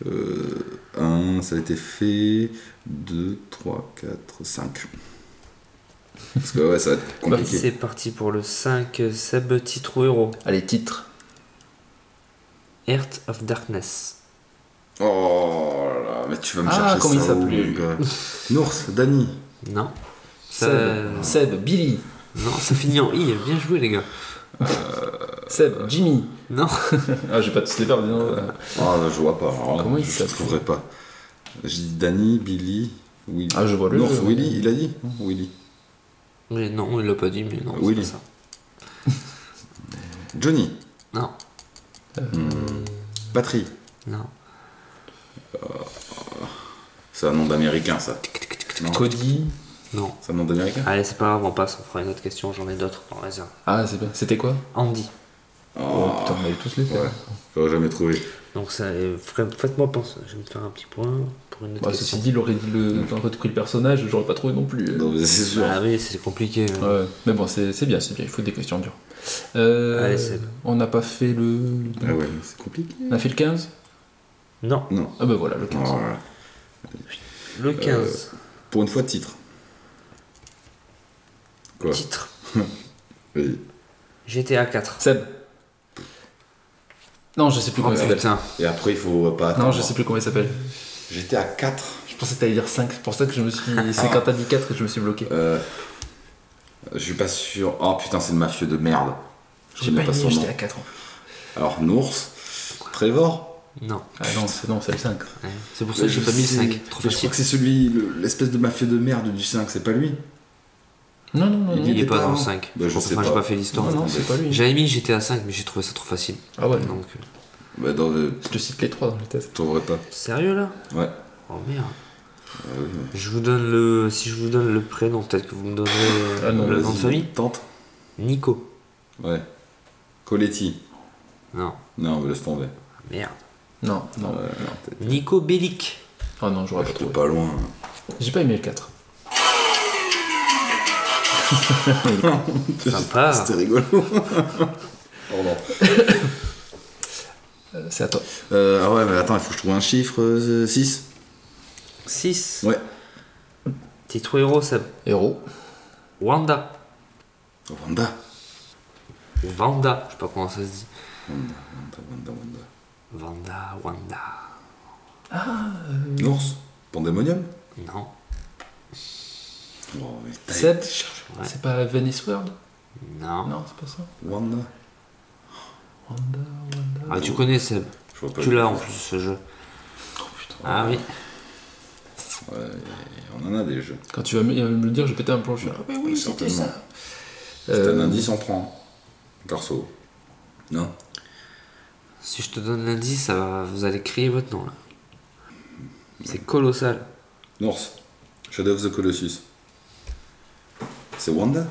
[SPEAKER 2] fait. 1, ça a été fait. 2, 3, 4, 5. Parce que ouais, ça va être compliqué.
[SPEAKER 3] Bah, C'est parti pour le 5 Seb titre ou héros.
[SPEAKER 4] Allez, titre.
[SPEAKER 3] Earth of Darkness.
[SPEAKER 2] Oh là là, mais tu vas me
[SPEAKER 4] Ah,
[SPEAKER 2] chercher
[SPEAKER 4] comment il
[SPEAKER 2] ça, oh
[SPEAKER 4] s'appelait,
[SPEAKER 2] my
[SPEAKER 4] lui
[SPEAKER 2] God. Nours, Dany.
[SPEAKER 3] Non. Ça, euh,
[SPEAKER 4] Seb. Seb, Billy.
[SPEAKER 3] non, ça finit en I. Bien joué, les gars.
[SPEAKER 4] Seb, Jimmy.
[SPEAKER 3] Non.
[SPEAKER 4] Ah, j'ai pas tous les perdre, dis donc.
[SPEAKER 2] Ah, je vois pas. Alors là,
[SPEAKER 4] Comment il
[SPEAKER 2] Je
[SPEAKER 4] s'appelle
[SPEAKER 2] trouverai pas. J'ai dit Dany, Billy, Willy.
[SPEAKER 4] Ah, je vois le
[SPEAKER 2] Nours,
[SPEAKER 4] jeu.
[SPEAKER 2] Willy, il a dit Willy.
[SPEAKER 3] Mais non, il l'a pas dit, mais non.
[SPEAKER 2] Willy.
[SPEAKER 3] C'est pas ça.
[SPEAKER 2] Johnny,
[SPEAKER 3] Non.
[SPEAKER 2] Patrie.
[SPEAKER 3] Non.
[SPEAKER 2] C'est un nom d'américain, ça. Non,
[SPEAKER 4] Cody.
[SPEAKER 3] Non.
[SPEAKER 2] c'est un nom d'américain
[SPEAKER 3] Allez, c'est pas grave, on passe, on fera une autre question, j'en ai d'autres en réserve.
[SPEAKER 4] Ah, c'est bien. C'était quoi
[SPEAKER 3] Andy.
[SPEAKER 4] Oh putain, on allait tous les faire.
[SPEAKER 2] Ouais. J'aurais jamais trouvé.
[SPEAKER 3] Donc ça, euh, fra- faites-moi penser, je vais me faire un petit point pour une autre
[SPEAKER 4] Bah,
[SPEAKER 3] question.
[SPEAKER 4] ceci dit, il aurait dit le... aurait pris le personnage, j'aurais pas trouvé non plus.
[SPEAKER 2] Non, mais c'est sûr.
[SPEAKER 3] Ah oui, c'est compliqué. euh.
[SPEAKER 4] Ouais, mais bon, c'est c'est bien, c'est bien, il faut des questions dures. Euh,
[SPEAKER 3] Allez, Seb.
[SPEAKER 4] on n'a pas fait le.
[SPEAKER 2] Ah ouais, c'est compliqué.
[SPEAKER 4] On a fait le 15
[SPEAKER 3] Non,
[SPEAKER 2] Non.
[SPEAKER 4] Ah bah voilà, le 15.
[SPEAKER 2] Oh là là.
[SPEAKER 3] le 15,
[SPEAKER 2] Pour une fois, titre. Quoi
[SPEAKER 3] titre,
[SPEAKER 2] Vas-y.
[SPEAKER 3] GTA 4.
[SPEAKER 4] Seb Non, je sais plus
[SPEAKER 3] Oh
[SPEAKER 4] comment il s'appelle.
[SPEAKER 3] putain,
[SPEAKER 2] Et après, il faut pas attendre.
[SPEAKER 4] Non, je sais plus comment il s'appelle.
[SPEAKER 2] J'étais à 4.
[SPEAKER 4] Je pensais que t'allais dire 5, c'est pour ça que je me suis. C'est quand t'as dit 4 que je me suis bloqué.
[SPEAKER 2] Euh, je suis pas sûr. Oh putain, c'est le mafieux de merde. Je
[SPEAKER 4] J'ai
[SPEAKER 2] connais
[SPEAKER 4] pas
[SPEAKER 2] pas
[SPEAKER 4] aimé,
[SPEAKER 2] son nom.
[SPEAKER 4] j'étais à 4 en plus.
[SPEAKER 2] Alors, Nours, Trevor.
[SPEAKER 3] non,
[SPEAKER 4] Ah non, c'est non, c'est le 5.
[SPEAKER 3] Ouais. c'est pour ça que j'ai
[SPEAKER 2] Je
[SPEAKER 3] pas mis le
[SPEAKER 2] sais-
[SPEAKER 3] 5, trop
[SPEAKER 2] Mais Je crois
[SPEAKER 3] facile.
[SPEAKER 2] que c'est celui, le- l'espèce de mafieux de merde du 5, c'est pas lui
[SPEAKER 4] Non, non, non,
[SPEAKER 2] Il
[SPEAKER 3] Il
[SPEAKER 4] non.
[SPEAKER 3] est
[SPEAKER 2] était
[SPEAKER 3] pas
[SPEAKER 2] pas
[SPEAKER 3] dans le
[SPEAKER 2] avant.
[SPEAKER 3] 5,
[SPEAKER 2] Bah, je sais
[SPEAKER 3] enfin j'ai
[SPEAKER 2] pas.
[SPEAKER 3] pas fait l'histoire.
[SPEAKER 4] Non, non, c'est pas lui.
[SPEAKER 3] J'avais mis GTA 5, mais j'ai trouvé ça trop facile.
[SPEAKER 4] Ah ouais,
[SPEAKER 3] Donc, euh,
[SPEAKER 2] Bah, dans le.
[SPEAKER 4] je te cite les 3 dans le test.
[SPEAKER 2] T'aurais pas.
[SPEAKER 3] Sérieux là
[SPEAKER 2] Ouais.
[SPEAKER 3] Oh merde. Je vous donne le. Si je vous donne le prénom, peut-être que vous me donnerez euh,
[SPEAKER 4] Ah non,
[SPEAKER 3] le
[SPEAKER 2] Vas-y,
[SPEAKER 3] nom de famille.
[SPEAKER 2] Tente.
[SPEAKER 3] Nico.
[SPEAKER 2] Ouais. Coletti.
[SPEAKER 3] Non,
[SPEAKER 2] Non, mais laisse tomber.
[SPEAKER 3] merde.
[SPEAKER 4] Non, non, non.
[SPEAKER 3] Nico Bellic.
[SPEAKER 4] Ah non, j'aurais pas
[SPEAKER 2] J'étais
[SPEAKER 4] trouvé.
[SPEAKER 2] pas loin.
[SPEAKER 4] J'ai pas aimé le 4.
[SPEAKER 3] Sympa.
[SPEAKER 2] C'était rigolo. Pardon.
[SPEAKER 4] Euh, c'est à toi.
[SPEAKER 2] Euh, ah ouais, mais attends, il faut que je trouve un chiffre. 6
[SPEAKER 3] 6.
[SPEAKER 2] Ouais.
[SPEAKER 3] Titre héros, Seb.
[SPEAKER 4] Héros.
[SPEAKER 3] Wanda.
[SPEAKER 2] Wanda.
[SPEAKER 3] Ou Vanda, je sais pas comment ça se dit.
[SPEAKER 2] Wanda, Wanda, Wanda.
[SPEAKER 3] Vanda, Wanda.
[SPEAKER 2] Nours Pandemonium
[SPEAKER 3] Non.
[SPEAKER 2] Oh, mais t'as-
[SPEAKER 4] Seb
[SPEAKER 3] Ouais.
[SPEAKER 4] C'est pas Venice World
[SPEAKER 3] Non.
[SPEAKER 4] Non, c'est pas ça.
[SPEAKER 2] Wanda.
[SPEAKER 4] Wanda, Wanda.
[SPEAKER 3] Ah, tu connais Seb.
[SPEAKER 2] Je vois pas
[SPEAKER 3] Tu
[SPEAKER 2] le-
[SPEAKER 3] l'as en plus ce jeu.
[SPEAKER 2] Oh,
[SPEAKER 3] Ah oui.
[SPEAKER 2] On en a des jeux.
[SPEAKER 4] Quand tu vas me euh, me le dire, je vais péter un plomb. Je vais dire, ah, mais oui, c'était
[SPEAKER 2] Certainement.
[SPEAKER 4] ça.
[SPEAKER 2] C'est un
[SPEAKER 4] Euh,
[SPEAKER 2] indice, on prend. Garceau. Non
[SPEAKER 3] Si je te donne l'indice, ça va... vous allez crier votre nom là. C'est colossal.
[SPEAKER 2] Nours Shadow of the Colossus. C'est Wanda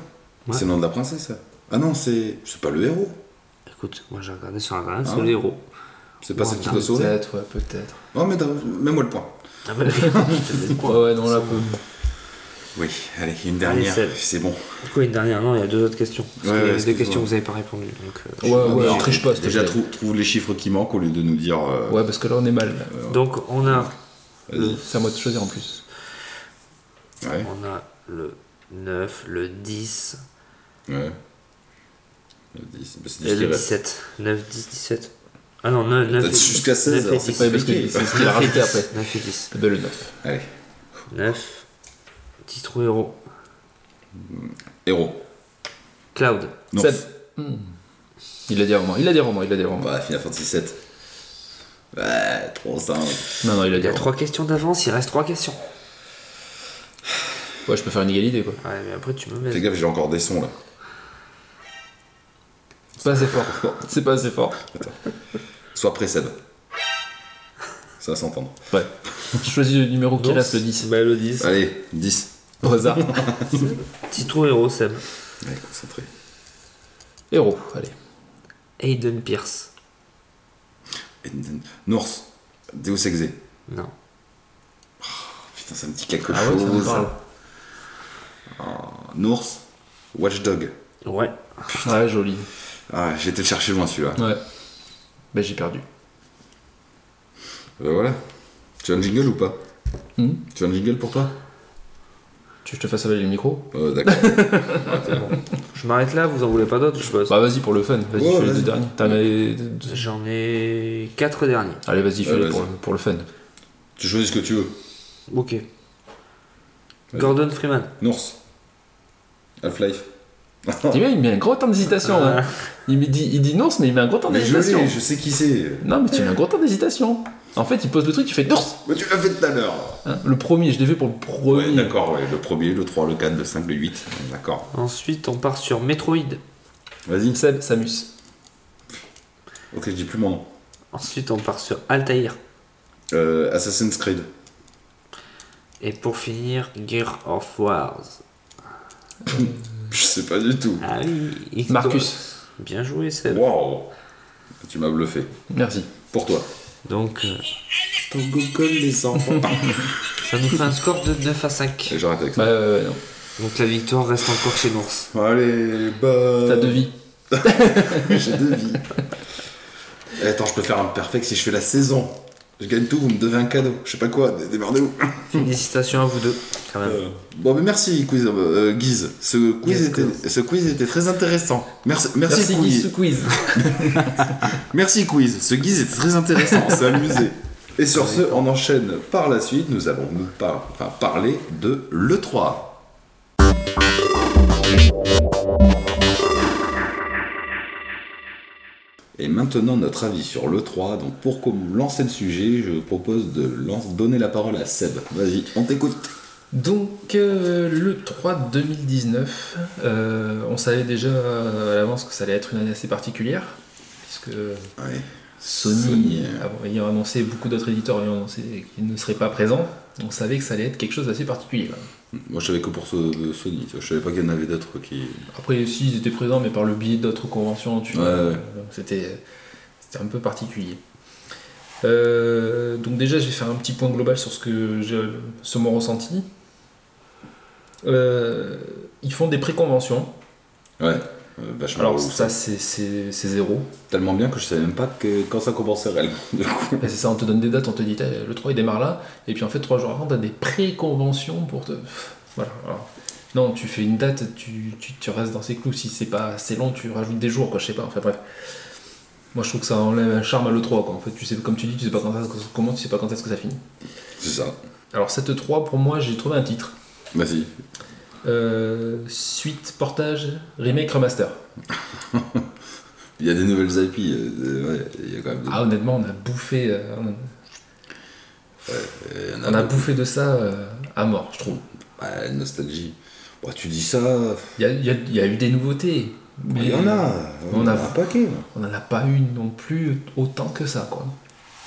[SPEAKER 3] Ouais.
[SPEAKER 2] C'est le nom de la princesse ça Ah non, c'est. C'est pas le héros.
[SPEAKER 3] Écoute, moi j'ai regardé sur internet,
[SPEAKER 2] Ah
[SPEAKER 3] c'est le
[SPEAKER 2] ouais.
[SPEAKER 3] héros.
[SPEAKER 2] C'est pas
[SPEAKER 3] Wanda.
[SPEAKER 2] celle qui doit sauver
[SPEAKER 4] Peut-être, ouais, peut-être.
[SPEAKER 2] Non, mais t'as- mets-moi le point.
[SPEAKER 3] Ah bah, je te laisse
[SPEAKER 4] Ouais,
[SPEAKER 3] croire.
[SPEAKER 4] ouais, non, là, peu.
[SPEAKER 2] Oui, allez, une
[SPEAKER 3] dernière.
[SPEAKER 2] dernière.
[SPEAKER 3] Allez, Seb.
[SPEAKER 2] c'est bon.
[SPEAKER 3] Du coup, une dernière, non, il y a deux autres questions. Parce
[SPEAKER 2] Ouais,
[SPEAKER 3] qu'il
[SPEAKER 2] ouais,
[SPEAKER 3] y avait deux
[SPEAKER 2] excuse-moi.
[SPEAKER 3] questions que vous n'avez pas répondu. Donc, euh,
[SPEAKER 4] Ouais, ouais,
[SPEAKER 2] Alors,
[SPEAKER 4] on triche pas, s'il te
[SPEAKER 2] Déjà,
[SPEAKER 4] plaît.
[SPEAKER 2] trou- trouve, les chiffres qui manquent au lieu de nous dire. euh,
[SPEAKER 4] Ouais, parce que là, on est mal. là.
[SPEAKER 2] Oh.
[SPEAKER 3] donc on a,
[SPEAKER 2] vas-y.
[SPEAKER 4] C'est à moi de choisir en plus.
[SPEAKER 2] Ouais,
[SPEAKER 3] on a le 9, le 10
[SPEAKER 2] ouais. Le 10, bah, c'est
[SPEAKER 3] et
[SPEAKER 2] 10 qui
[SPEAKER 3] le
[SPEAKER 2] reste.
[SPEAKER 3] 17. 9, 10, 17. Ah non, 9, 9
[SPEAKER 2] T'as dit jusqu'à 16, alors c'est
[SPEAKER 4] C'est pas parce
[SPEAKER 2] expliqué,
[SPEAKER 4] que
[SPEAKER 2] parce
[SPEAKER 4] c'est ce
[SPEAKER 2] qu'il
[SPEAKER 4] qu'il a rajouté
[SPEAKER 3] 9 et
[SPEAKER 4] après.
[SPEAKER 3] 10. 9 et 10.
[SPEAKER 4] Eh ben, le 9.
[SPEAKER 2] Allez,
[SPEAKER 3] 9. Titre héros.
[SPEAKER 2] héros.
[SPEAKER 3] Cloud.
[SPEAKER 2] Non.
[SPEAKER 4] Seb. Hmm. Il a dit avant moi, il a dit avant moi, il a dit avant moi.
[SPEAKER 2] Bah, Final Fantasy 7. Ouais, trop simple.
[SPEAKER 4] Non, non, il a
[SPEAKER 3] Il
[SPEAKER 4] dit
[SPEAKER 3] y a
[SPEAKER 4] avant moi.
[SPEAKER 3] 3 questions d'avance, il reste 3 questions.
[SPEAKER 4] Ouais, je peux faire une égalité, quoi.
[SPEAKER 3] Ouais, mais après tu me
[SPEAKER 2] Fais
[SPEAKER 3] mets.
[SPEAKER 2] gaffe, j'ai encore des sons là.
[SPEAKER 4] C'est pas assez fort. C'est pas assez fort.
[SPEAKER 2] Sois prêt, Seb. Ça va s'entendre.
[SPEAKER 4] Ouais. Je choisis le numéro qui reste, le 10.
[SPEAKER 3] Bah, le 10.
[SPEAKER 2] Allez, 10.
[SPEAKER 4] Au hasard.
[SPEAKER 3] Citron Hero, Seb.
[SPEAKER 2] Ouais, concentré.
[SPEAKER 4] Héros, allez.
[SPEAKER 3] Aiden Pierce.
[SPEAKER 2] Eden- Nours. Deus Exe.
[SPEAKER 3] Non.
[SPEAKER 2] Putain, ça me dit quelque
[SPEAKER 4] Ah ouais, ça me
[SPEAKER 2] chose.
[SPEAKER 4] parle.
[SPEAKER 2] Nours. Watchdog.
[SPEAKER 3] Ouais.
[SPEAKER 4] Ouais, joli.
[SPEAKER 2] Ah, j'ai été le chercher loin celui-là.
[SPEAKER 4] Ouais. Ben j'ai perdu.
[SPEAKER 2] Ben voilà. Tu as un jingle ou pas
[SPEAKER 4] Hmm
[SPEAKER 2] Tu as un jingle pour toi
[SPEAKER 4] Tu veux que je te fasse avaler le micro
[SPEAKER 2] Euh, D'accord.
[SPEAKER 3] Je m'arrête là, vous en voulez pas d'autres, je suppose.
[SPEAKER 4] Bah vas-y pour le fun, vas-y
[SPEAKER 2] Ouais,
[SPEAKER 4] fais les
[SPEAKER 2] vas-y.
[SPEAKER 4] deux derniers. T'en as les deux-
[SPEAKER 3] J'en ai quatre derniers.
[SPEAKER 4] Allez vas-y fais
[SPEAKER 2] Ouais,
[SPEAKER 4] les
[SPEAKER 2] vas-y.
[SPEAKER 4] pour, pour le fun.
[SPEAKER 2] tu choisis ce que tu veux.
[SPEAKER 3] Ok. Gordon Freeman.
[SPEAKER 2] Nours. Half-Life.
[SPEAKER 4] Tu vois, il met un gros temps d'hésitation. hein. Il, me dit, il dit non, mais il met un gros temps
[SPEAKER 2] Mais je
[SPEAKER 4] d'hésitation.
[SPEAKER 2] l'ai, je sais qui c'est.
[SPEAKER 4] Non mais tu mets un gros temps d'hésitation. En fait il pose le truc, tu fais non
[SPEAKER 2] Mais Bah, tu l'as fait tout à l'heure.
[SPEAKER 4] Hein, Le premier, je l'ai fait pour le
[SPEAKER 2] Ouais,
[SPEAKER 4] premier.
[SPEAKER 2] d'accord, ouais. Le premier, le 3, le 4, le 5, le 8. D'accord.
[SPEAKER 3] Ensuite, on part sur Metroid.
[SPEAKER 2] Vas-y.
[SPEAKER 4] Seb, Samus.
[SPEAKER 2] Ok, je dis plus mon nom.
[SPEAKER 3] Ensuite, on part sur Altair.
[SPEAKER 2] Euh, Assassin's Creed.
[SPEAKER 3] Et pour finir, Gear of Wars.
[SPEAKER 2] Je sais pas du tout.
[SPEAKER 3] Ah oui, Xbox.
[SPEAKER 4] Marcus.
[SPEAKER 3] Bien joué, Seb.
[SPEAKER 2] Waouh. Tu m'as bluffé.
[SPEAKER 4] Merci.
[SPEAKER 2] Pour toi.
[SPEAKER 3] Donc, euh,
[SPEAKER 2] Ton gogol les enfants.
[SPEAKER 3] ça nous fait un score de 9 à 5.
[SPEAKER 2] J'arrête avec ça.
[SPEAKER 4] Bah euh, non.
[SPEAKER 3] Donc la victoire reste encore chez l'ours.
[SPEAKER 2] Allez, bah.
[SPEAKER 4] T'as deux vies.
[SPEAKER 2] J'ai deux vies. Eh, Attends, je peux faire un perfect si je fais la saison. Je gagne tout, vous me devez un cadeau. Je sais pas quoi, dé- démerdez-vous.
[SPEAKER 3] Félicitations à vous deux, quand même.
[SPEAKER 2] Euh, Bon, mais merci, quiz, euh, euh, Guise. Ce quiz,
[SPEAKER 3] Yes,
[SPEAKER 2] était, ce quiz était très intéressant. Merci, merci,
[SPEAKER 4] Merci
[SPEAKER 2] quiz.
[SPEAKER 4] Guy sous quiz.
[SPEAKER 2] Merci, quiz. Ce quiz était très intéressant, on s'est amusé. Et sur ce, on enchaîne par la suite. Nous allons nous par- enfin, parler de l'E3. Et maintenant, notre avis sur l'E3. Donc, pour com- lancer le sujet, je propose de lance- donner la parole à Seb. Vas-y, on t'écoute.
[SPEAKER 4] Donc euh, le 3 2019, euh, on savait déjà euh, à l'avance que ça allait être une année assez particulière, puisque
[SPEAKER 2] Ouais.
[SPEAKER 4] Sony,
[SPEAKER 2] Sony,
[SPEAKER 4] av- ayant annoncé, beaucoup d'autres éditeurs ayant annoncé qu'ils ne seraient pas présents, on savait que ça allait être quelque chose d'assez particulier.
[SPEAKER 2] Moi, je savais que pour ce- de Sony. tu vois. Je savais pas qu'il y en avait d'autres qui.
[SPEAKER 4] Après, si ils étaient présents, mais par le biais d'autres conventions, tu vois,
[SPEAKER 2] Ouais, ouais.
[SPEAKER 4] euh, c'était c'était un peu particulier. Euh, donc déjà, je vais faire un petit point global sur ce que j'ai, sur mon ressenti. Euh, ils font des pré-conventions.
[SPEAKER 2] Ouais. euh, vachement.
[SPEAKER 4] Alors
[SPEAKER 2] ouf.
[SPEAKER 4] ça c'est- c'est c'est zéro.
[SPEAKER 2] Tellement bien que je savais même pas que, quand ça commençait réellement. Du coup.
[SPEAKER 4] Et c'est ça, on te donne des dates, on te dit t'as- le 3 il démarre là, et puis en fait trois jours avant t'as des pré-conventions pour te... Voilà. alors, non, tu fais une date, tu, tu, tu restes dans ses clous, si c'est pas assez long tu rajoutes des jours quoi, je sais pas, enfin bref. Moi je trouve que ça enlève un charme à l'E3 quoi, en fait tu sais, comme tu dis, tu sais pas quand ça commence, tu sais pas quand est-ce que ça finit.
[SPEAKER 2] C'est ça. Bah,
[SPEAKER 4] Alors cette 3 pour moi j'ai trouvé un titre.
[SPEAKER 2] Vas-y.
[SPEAKER 4] Euh, suite, portage, remake, remaster.
[SPEAKER 2] Il y a des nouvelles IP. euh, ouais, il y a quand même. des-
[SPEAKER 4] Ah honnêtement on a bouffé... euh, on a-
[SPEAKER 2] euh, il y en
[SPEAKER 4] On a
[SPEAKER 2] beaucoup.
[SPEAKER 4] bouffé de ça euh, à mort, je trouve.
[SPEAKER 2] Ouais, nostalgie. Bah, tu dis ça.
[SPEAKER 4] Il y a, il y a- il y a eu des nouveautés.
[SPEAKER 2] Mais il y en a. il y
[SPEAKER 4] on
[SPEAKER 2] en
[SPEAKER 4] a-
[SPEAKER 2] un paquet. hein.
[SPEAKER 4] On n'en a pas eu non plus autant que ça, quoi.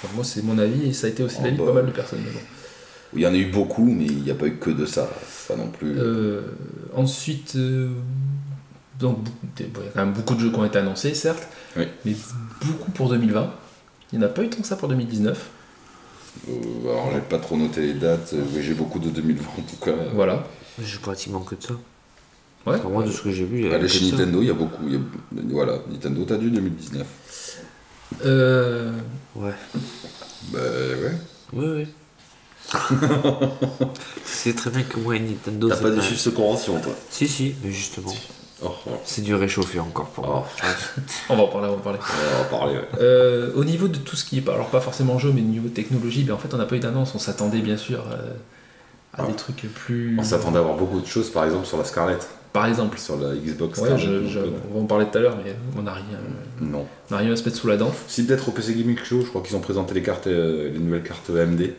[SPEAKER 4] Enfin, moi, c'est mon avis et ça a été aussi
[SPEAKER 2] Oh,
[SPEAKER 4] l'avis de
[SPEAKER 2] bah.
[SPEAKER 4] pas mal de personnes. mais bon.
[SPEAKER 2] Il y en a eu beaucoup, mais il n'y a pas eu que de ça. Pas non plus.
[SPEAKER 4] Euh, ensuite, euh, donc, bou- des- bon, il y a quand même beaucoup de jeux qui ont été annoncés, certes,
[SPEAKER 2] Oui.
[SPEAKER 4] mais beaucoup pour 2020. Il n'y en a pas eu tant que ça pour 2019.
[SPEAKER 2] Euh, alors, j'ai pas trop noté les dates, euh, mais j'ai beaucoup de 2020 en tout cas.
[SPEAKER 4] Voilà.
[SPEAKER 3] J'ai pratiquement que de ça.
[SPEAKER 4] Ouais.
[SPEAKER 3] Enfin, moi, de ce que j'ai vu, il y avait
[SPEAKER 2] Allez,
[SPEAKER 3] que
[SPEAKER 2] Bah, chez
[SPEAKER 3] de ça.
[SPEAKER 2] Nintendo, il y a beaucoup. il y a- Voilà, Nintendo, t'as du 2019.
[SPEAKER 4] Euh,
[SPEAKER 3] Ouais.
[SPEAKER 2] Bah ouais.
[SPEAKER 3] Oui, oui. c'est très bien que moi et Nintendo.
[SPEAKER 2] T'as
[SPEAKER 3] c'est
[SPEAKER 2] pas des chiffres de convention, toi.
[SPEAKER 3] Si, si, mais justement.
[SPEAKER 2] Oh, oh.
[SPEAKER 3] C'est du réchauffé encore pour moi.
[SPEAKER 2] Oh,
[SPEAKER 4] on va en parler, on va en parler.
[SPEAKER 2] on va en parler, ouais.
[SPEAKER 4] Euh, au niveau de tout ce qui est, pas- alors pas forcément jeu, mais au niveau technologie, ben en fait on n'a pas eu d'annonce, on s'attendait bien sûr euh, à
[SPEAKER 2] Ah.
[SPEAKER 4] des trucs plus...
[SPEAKER 2] On s'attendait à avoir beaucoup de choses, par exemple sur la Scarlett,
[SPEAKER 4] Par exemple.
[SPEAKER 2] sur la Xbox
[SPEAKER 4] Ouais,
[SPEAKER 2] Scarlett,
[SPEAKER 4] je-
[SPEAKER 2] donc,
[SPEAKER 4] je-
[SPEAKER 2] euh,
[SPEAKER 4] on va en parler tout à l'heure, mais on n'a rien, euh,
[SPEAKER 2] Non.
[SPEAKER 4] on a rien à se mettre sous la dent.
[SPEAKER 2] Si peut-être au PC Gaming Show, je crois qu'ils ont présenté les cartes, euh, les nouvelles cartes AMD,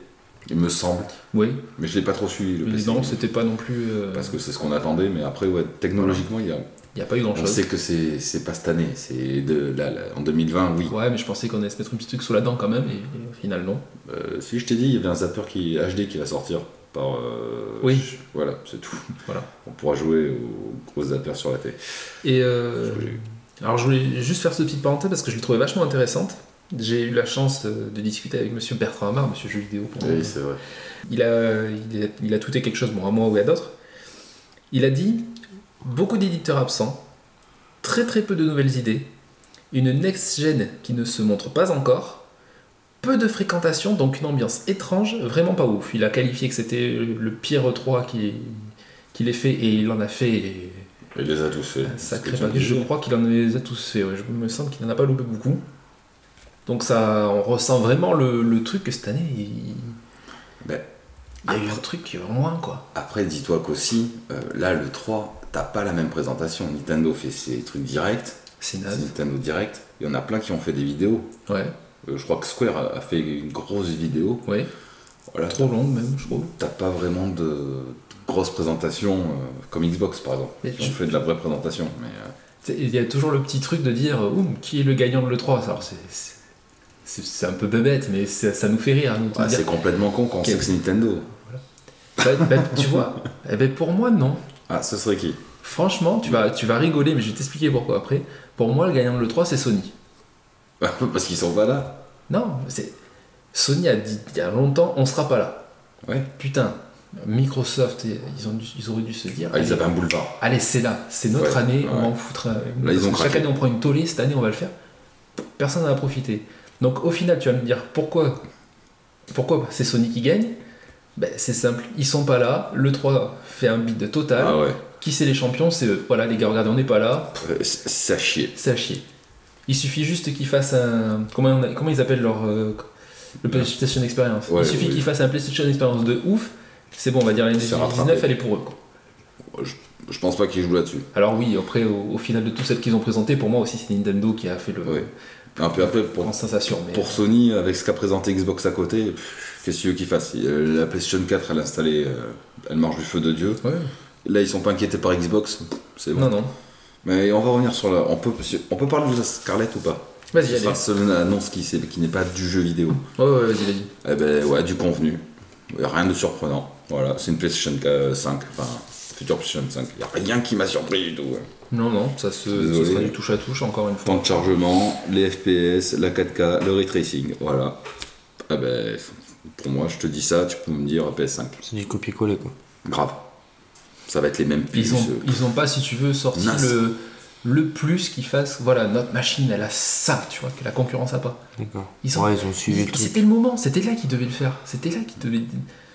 [SPEAKER 2] il me semble.
[SPEAKER 4] Oui,
[SPEAKER 2] Mais je l'ai pas trop suivi le
[SPEAKER 4] mais
[SPEAKER 2] PC.
[SPEAKER 4] non,
[SPEAKER 2] Gaming Show,
[SPEAKER 4] c'était pas non plus... euh,
[SPEAKER 2] Parce que c'est ce qu'on attendait, mais après, ouais, technologiquement, il y a...
[SPEAKER 4] Il n'y a pas eu
[SPEAKER 2] on
[SPEAKER 4] grand-chose.
[SPEAKER 2] sait que c'est c'est pas cette année, c'est de là, là, en 2020, oui.
[SPEAKER 4] Ouais, mais je pensais qu'on allait se
[SPEAKER 2] Bah,
[SPEAKER 4] mettre un petit truc sous la dent quand même, et, et au final non.
[SPEAKER 2] Euh, si je t'ai dit, il y avait un zapper qui HD qui va sortir. par. euh,
[SPEAKER 4] Oui.
[SPEAKER 2] je- Voilà, c'est tout.
[SPEAKER 4] Voilà.
[SPEAKER 2] On pourra jouer aux grosses affaires sur la télé.
[SPEAKER 4] Et euh,
[SPEAKER 2] Oui.
[SPEAKER 4] alors je voulais juste faire cette petite parenthèse parce que je l'ai trouvais vachement intéressante. J'ai eu la chance euh, de discuter avec Monsieur Bertrand Amar, Monsieur Jeux vidéo. pour moi.
[SPEAKER 2] Oui, c'est vrai.
[SPEAKER 4] Il a, il, a, il a tweeté quelque chose, bon, à moi ou à d'autres. Il a dit beaucoup d'éditeurs absents, très très peu de nouvelles idées, une next-gen qui ne se montre pas encore, peu de fréquentation, donc une ambiance étrange, vraiment pas ouf. Il a qualifié que c'était le pire E3 qui- qu'il ait fait et il en a fait. et
[SPEAKER 2] Il les a tous fait.
[SPEAKER 4] ça
[SPEAKER 2] C'est ce que
[SPEAKER 4] crée
[SPEAKER 2] tu
[SPEAKER 4] pas.
[SPEAKER 2] me
[SPEAKER 4] Je
[SPEAKER 2] disais.
[SPEAKER 4] crois qu'il en les a tous fait. ouais. Je me sens qu'il n'en a pas loupé beaucoup. Donc ça, on ressent vraiment le, le truc que cette année, il,
[SPEAKER 2] Ben,
[SPEAKER 4] il y a eu un truc qui est vraiment loin, quoi.
[SPEAKER 2] Après, dis-toi qu'aussi, euh, là, le 3, t'as pas la même présentation. Nintendo fait ses trucs directs,
[SPEAKER 4] C'est
[SPEAKER 2] c'est
[SPEAKER 4] naze.
[SPEAKER 2] Nintendo Direct. Il y en a plein qui ont fait des vidéos.
[SPEAKER 4] Ouais,
[SPEAKER 2] Euh, je crois que Square a- a fait une grosse vidéo.
[SPEAKER 4] ouais.
[SPEAKER 2] Voilà,
[SPEAKER 4] Trop longue même, je trouve.
[SPEAKER 2] t'as pas vraiment de, de grosses présentations euh, comme Xbox par exemple.
[SPEAKER 4] Mais
[SPEAKER 2] On
[SPEAKER 4] je-
[SPEAKER 2] fait de la vraie présentation. Mais, euh,
[SPEAKER 4] Tu sais, Il y a toujours le petit truc de dire, Oum, qui est le gagnant de le 3 Alors c'est- c'est- c'est c'est un peu bébête, mais ça, ça nous fait rire. nous, de
[SPEAKER 2] ah,
[SPEAKER 4] dire-
[SPEAKER 2] c'est complètement con quand on sait que c'est Nintendo.
[SPEAKER 4] Bah, bah, tu vois Eh ben pour moi non.
[SPEAKER 2] Ah, ce serait qui
[SPEAKER 4] Franchement, tu vas, tu vas rigoler, mais je vais t'expliquer pourquoi après. Pour moi, le gagnant de le 3 c'est Sony.
[SPEAKER 2] Parce qu'ils sont pas là.
[SPEAKER 4] Non, c'est Sony a dit il y a longtemps, on sera pas là.
[SPEAKER 2] Ouais.
[SPEAKER 4] Putain, Microsoft, et- ils, ont dû- ils auraient dû se dire.
[SPEAKER 2] Ah, ils
[SPEAKER 4] allez,
[SPEAKER 2] avaient un boulevard.
[SPEAKER 4] allez, c'est là, c'est notre
[SPEAKER 2] Ouais,
[SPEAKER 4] année,
[SPEAKER 2] ouais.
[SPEAKER 4] on va en foutre. un-
[SPEAKER 2] Là, ils
[SPEAKER 4] parce
[SPEAKER 2] ont
[SPEAKER 4] que chaque
[SPEAKER 2] craqué.
[SPEAKER 4] année, on prend une tollée, cette année, on va le faire. Personne n'en a profité. Donc, au final, tu vas me dire pourquoi Pourquoi c'est Sony qui gagne ben, C'est simple, ils sont pas là. Le 3 fait un bid total.
[SPEAKER 2] Ah ouais.
[SPEAKER 4] Qui c'est les champions C'est eux. Voilà, les gars, regardez, on n'est pas là.
[SPEAKER 2] Euh, c'est- C'est à chier.
[SPEAKER 4] C'est à chier. Il suffit juste qu'ils fassent un. Comment, on a- comment ils appellent leur. euh, le PlayStation Experience.
[SPEAKER 2] Ouais,
[SPEAKER 4] Il suffit
[SPEAKER 2] oui.
[SPEAKER 4] qu'ils fassent un PlayStation Experience de ouf. C'est bon, on va dire l'année
[SPEAKER 2] C'est
[SPEAKER 4] 2019,
[SPEAKER 2] rattrapé.
[SPEAKER 4] elle est pour eux. quoi.
[SPEAKER 2] Je pense pas qu'ils jouent là-dessus.
[SPEAKER 4] Alors oui, après, au, au final de tout celles qu'ils ont présenté, pour moi aussi, c'est Nintendo qui a fait le.
[SPEAKER 2] Ah Ouais. Un peu après, pour,
[SPEAKER 4] En sensation. Mais...
[SPEAKER 2] pour Sony, avec ce qu'a présenté Xbox à côté, pff, qu'est-ce que tu veux qu'ils fassent Euh, La PlayStation 4, elle est installée, euh, elle marche du feu de Dieu.
[SPEAKER 4] Ouais.
[SPEAKER 2] Là, ils sont pas inquiétés par Xbox. C'est bon.
[SPEAKER 4] Non, non.
[SPEAKER 2] Mais on va revenir sur la. On peut, on peut parler de la Scarlett ou pas
[SPEAKER 4] Vas-y,
[SPEAKER 2] Ce
[SPEAKER 4] allez.
[SPEAKER 2] sera la seule annonce qui, s'est- qui n'est pas du jeu vidéo.
[SPEAKER 4] Ouais, ouais, vas-y, vas-y.
[SPEAKER 2] Eh ben ouais, du convenu. Rien de surprenant. Voilà, c'est une PlayStation 5, enfin, future PlayStation 5. Il a rien qui m'a surpris du tout. ouais.
[SPEAKER 4] Non, non, ça se.
[SPEAKER 2] Désolé.
[SPEAKER 4] Ce sera du touche à touche, encore une fois.
[SPEAKER 2] Temps de chargement, les FPS, la 4K, le ray tracing, voilà. Eh ben, pour moi, je te dis ça, tu peux me dire PS5.
[SPEAKER 3] C'est du copier-coller quoi.
[SPEAKER 2] Grave. Ça va être les mêmes puces.
[SPEAKER 4] Ils ont,
[SPEAKER 2] euh,
[SPEAKER 4] ils ont pas, si tu veux, sorti
[SPEAKER 2] Nas.
[SPEAKER 4] le, le plus qui fasse. Voilà, notre machine, elle a ça, tu vois, que la concurrence a pas.
[SPEAKER 3] D'accord.
[SPEAKER 4] Ils ont-
[SPEAKER 3] Ouais, ils ont suivi le truc.
[SPEAKER 4] C'était le moment, c'était là qu'ils devaient le faire. C'était là qu'ils devaient.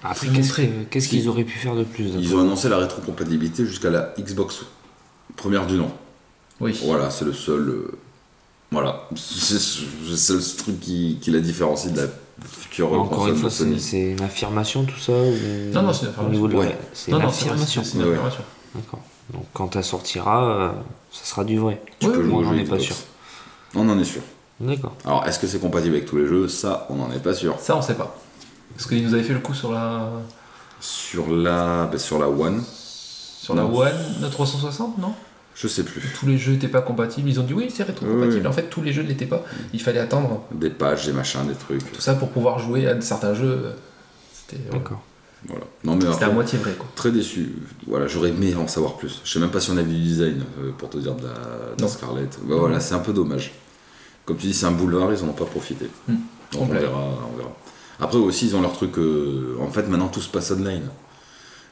[SPEAKER 3] Après,
[SPEAKER 4] ils
[SPEAKER 3] qu'est-ce
[SPEAKER 4] montraient.
[SPEAKER 3] que- qu'est-ce qu'ils auraient pu faire de plus
[SPEAKER 2] Ils ont annoncé la rétrocompatibilité jusqu'à la Xbox première du nom.
[SPEAKER 4] Oui.
[SPEAKER 2] Voilà, c'est le seul. euh, voilà, c'est c'est le seul truc qui, qui la différencie de la future euh,
[SPEAKER 3] Encore
[SPEAKER 2] console
[SPEAKER 3] une fois,
[SPEAKER 2] de
[SPEAKER 3] c'est
[SPEAKER 2] Sony.
[SPEAKER 3] c'est une affirmation tout ça ou-
[SPEAKER 4] Non, non, c'est une affirmation.
[SPEAKER 3] Au niveau de la-
[SPEAKER 2] Ouais.
[SPEAKER 3] C'est
[SPEAKER 4] Non,
[SPEAKER 3] une
[SPEAKER 4] non, c'est vrai,
[SPEAKER 3] affirmation.
[SPEAKER 4] c'est- c'est une
[SPEAKER 2] Ouais.
[SPEAKER 4] affirmation.
[SPEAKER 3] D'accord. Donc quand elle sortira, euh, ça sera du vrai.
[SPEAKER 2] Tu
[SPEAKER 4] Oui,
[SPEAKER 2] peux
[SPEAKER 4] oui,
[SPEAKER 2] jouer
[SPEAKER 3] on
[SPEAKER 2] aux
[SPEAKER 3] en
[SPEAKER 2] jeux
[SPEAKER 3] est pas
[SPEAKER 2] Xbox.
[SPEAKER 3] sûr.
[SPEAKER 2] On en est sûr.
[SPEAKER 3] D'accord.
[SPEAKER 2] Alors, est-ce que c'est compatible avec tous les jeux Ça, on n'en est pas sûr.
[SPEAKER 4] Ça, on sait pas. Parce qu'ils nous avaient fait le coup sur la.
[SPEAKER 2] Sur la, bah, sur la One,
[SPEAKER 4] Sur la
[SPEAKER 2] Non.
[SPEAKER 4] One, la 360, non
[SPEAKER 2] je sais plus.
[SPEAKER 4] Tous les jeux n'étaient pas compatibles. Ils ont dit oui, c'est rétro-compatible.
[SPEAKER 2] Oui, oui.
[SPEAKER 4] En fait, tous les jeux ne l'étaient pas. Il fallait attendre
[SPEAKER 2] Des pages, des machins, des trucs.
[SPEAKER 4] tout ça pour pouvoir jouer à certains jeux. euh, C'était euh,
[SPEAKER 3] D'accord.
[SPEAKER 2] Voilà. Non mais
[SPEAKER 4] c'était à
[SPEAKER 2] après,
[SPEAKER 4] moitié vrai, quoi.
[SPEAKER 2] très déçu. Voilà, j'aurais aimé en savoir plus. Je sais même pas si on a vu du design euh, pour te dire de la, de la
[SPEAKER 4] Non.
[SPEAKER 2] Scarlett. Bah, voilà, c'est un peu dommage. Comme tu dis, c'est un boulevard, ils en ont pas profité.
[SPEAKER 4] Hmm.
[SPEAKER 2] Donc on
[SPEAKER 4] Complet.
[SPEAKER 2] verra, on verra. Après eux aussi, ils ont leur truc. euh, en fait, maintenant tout se passe online.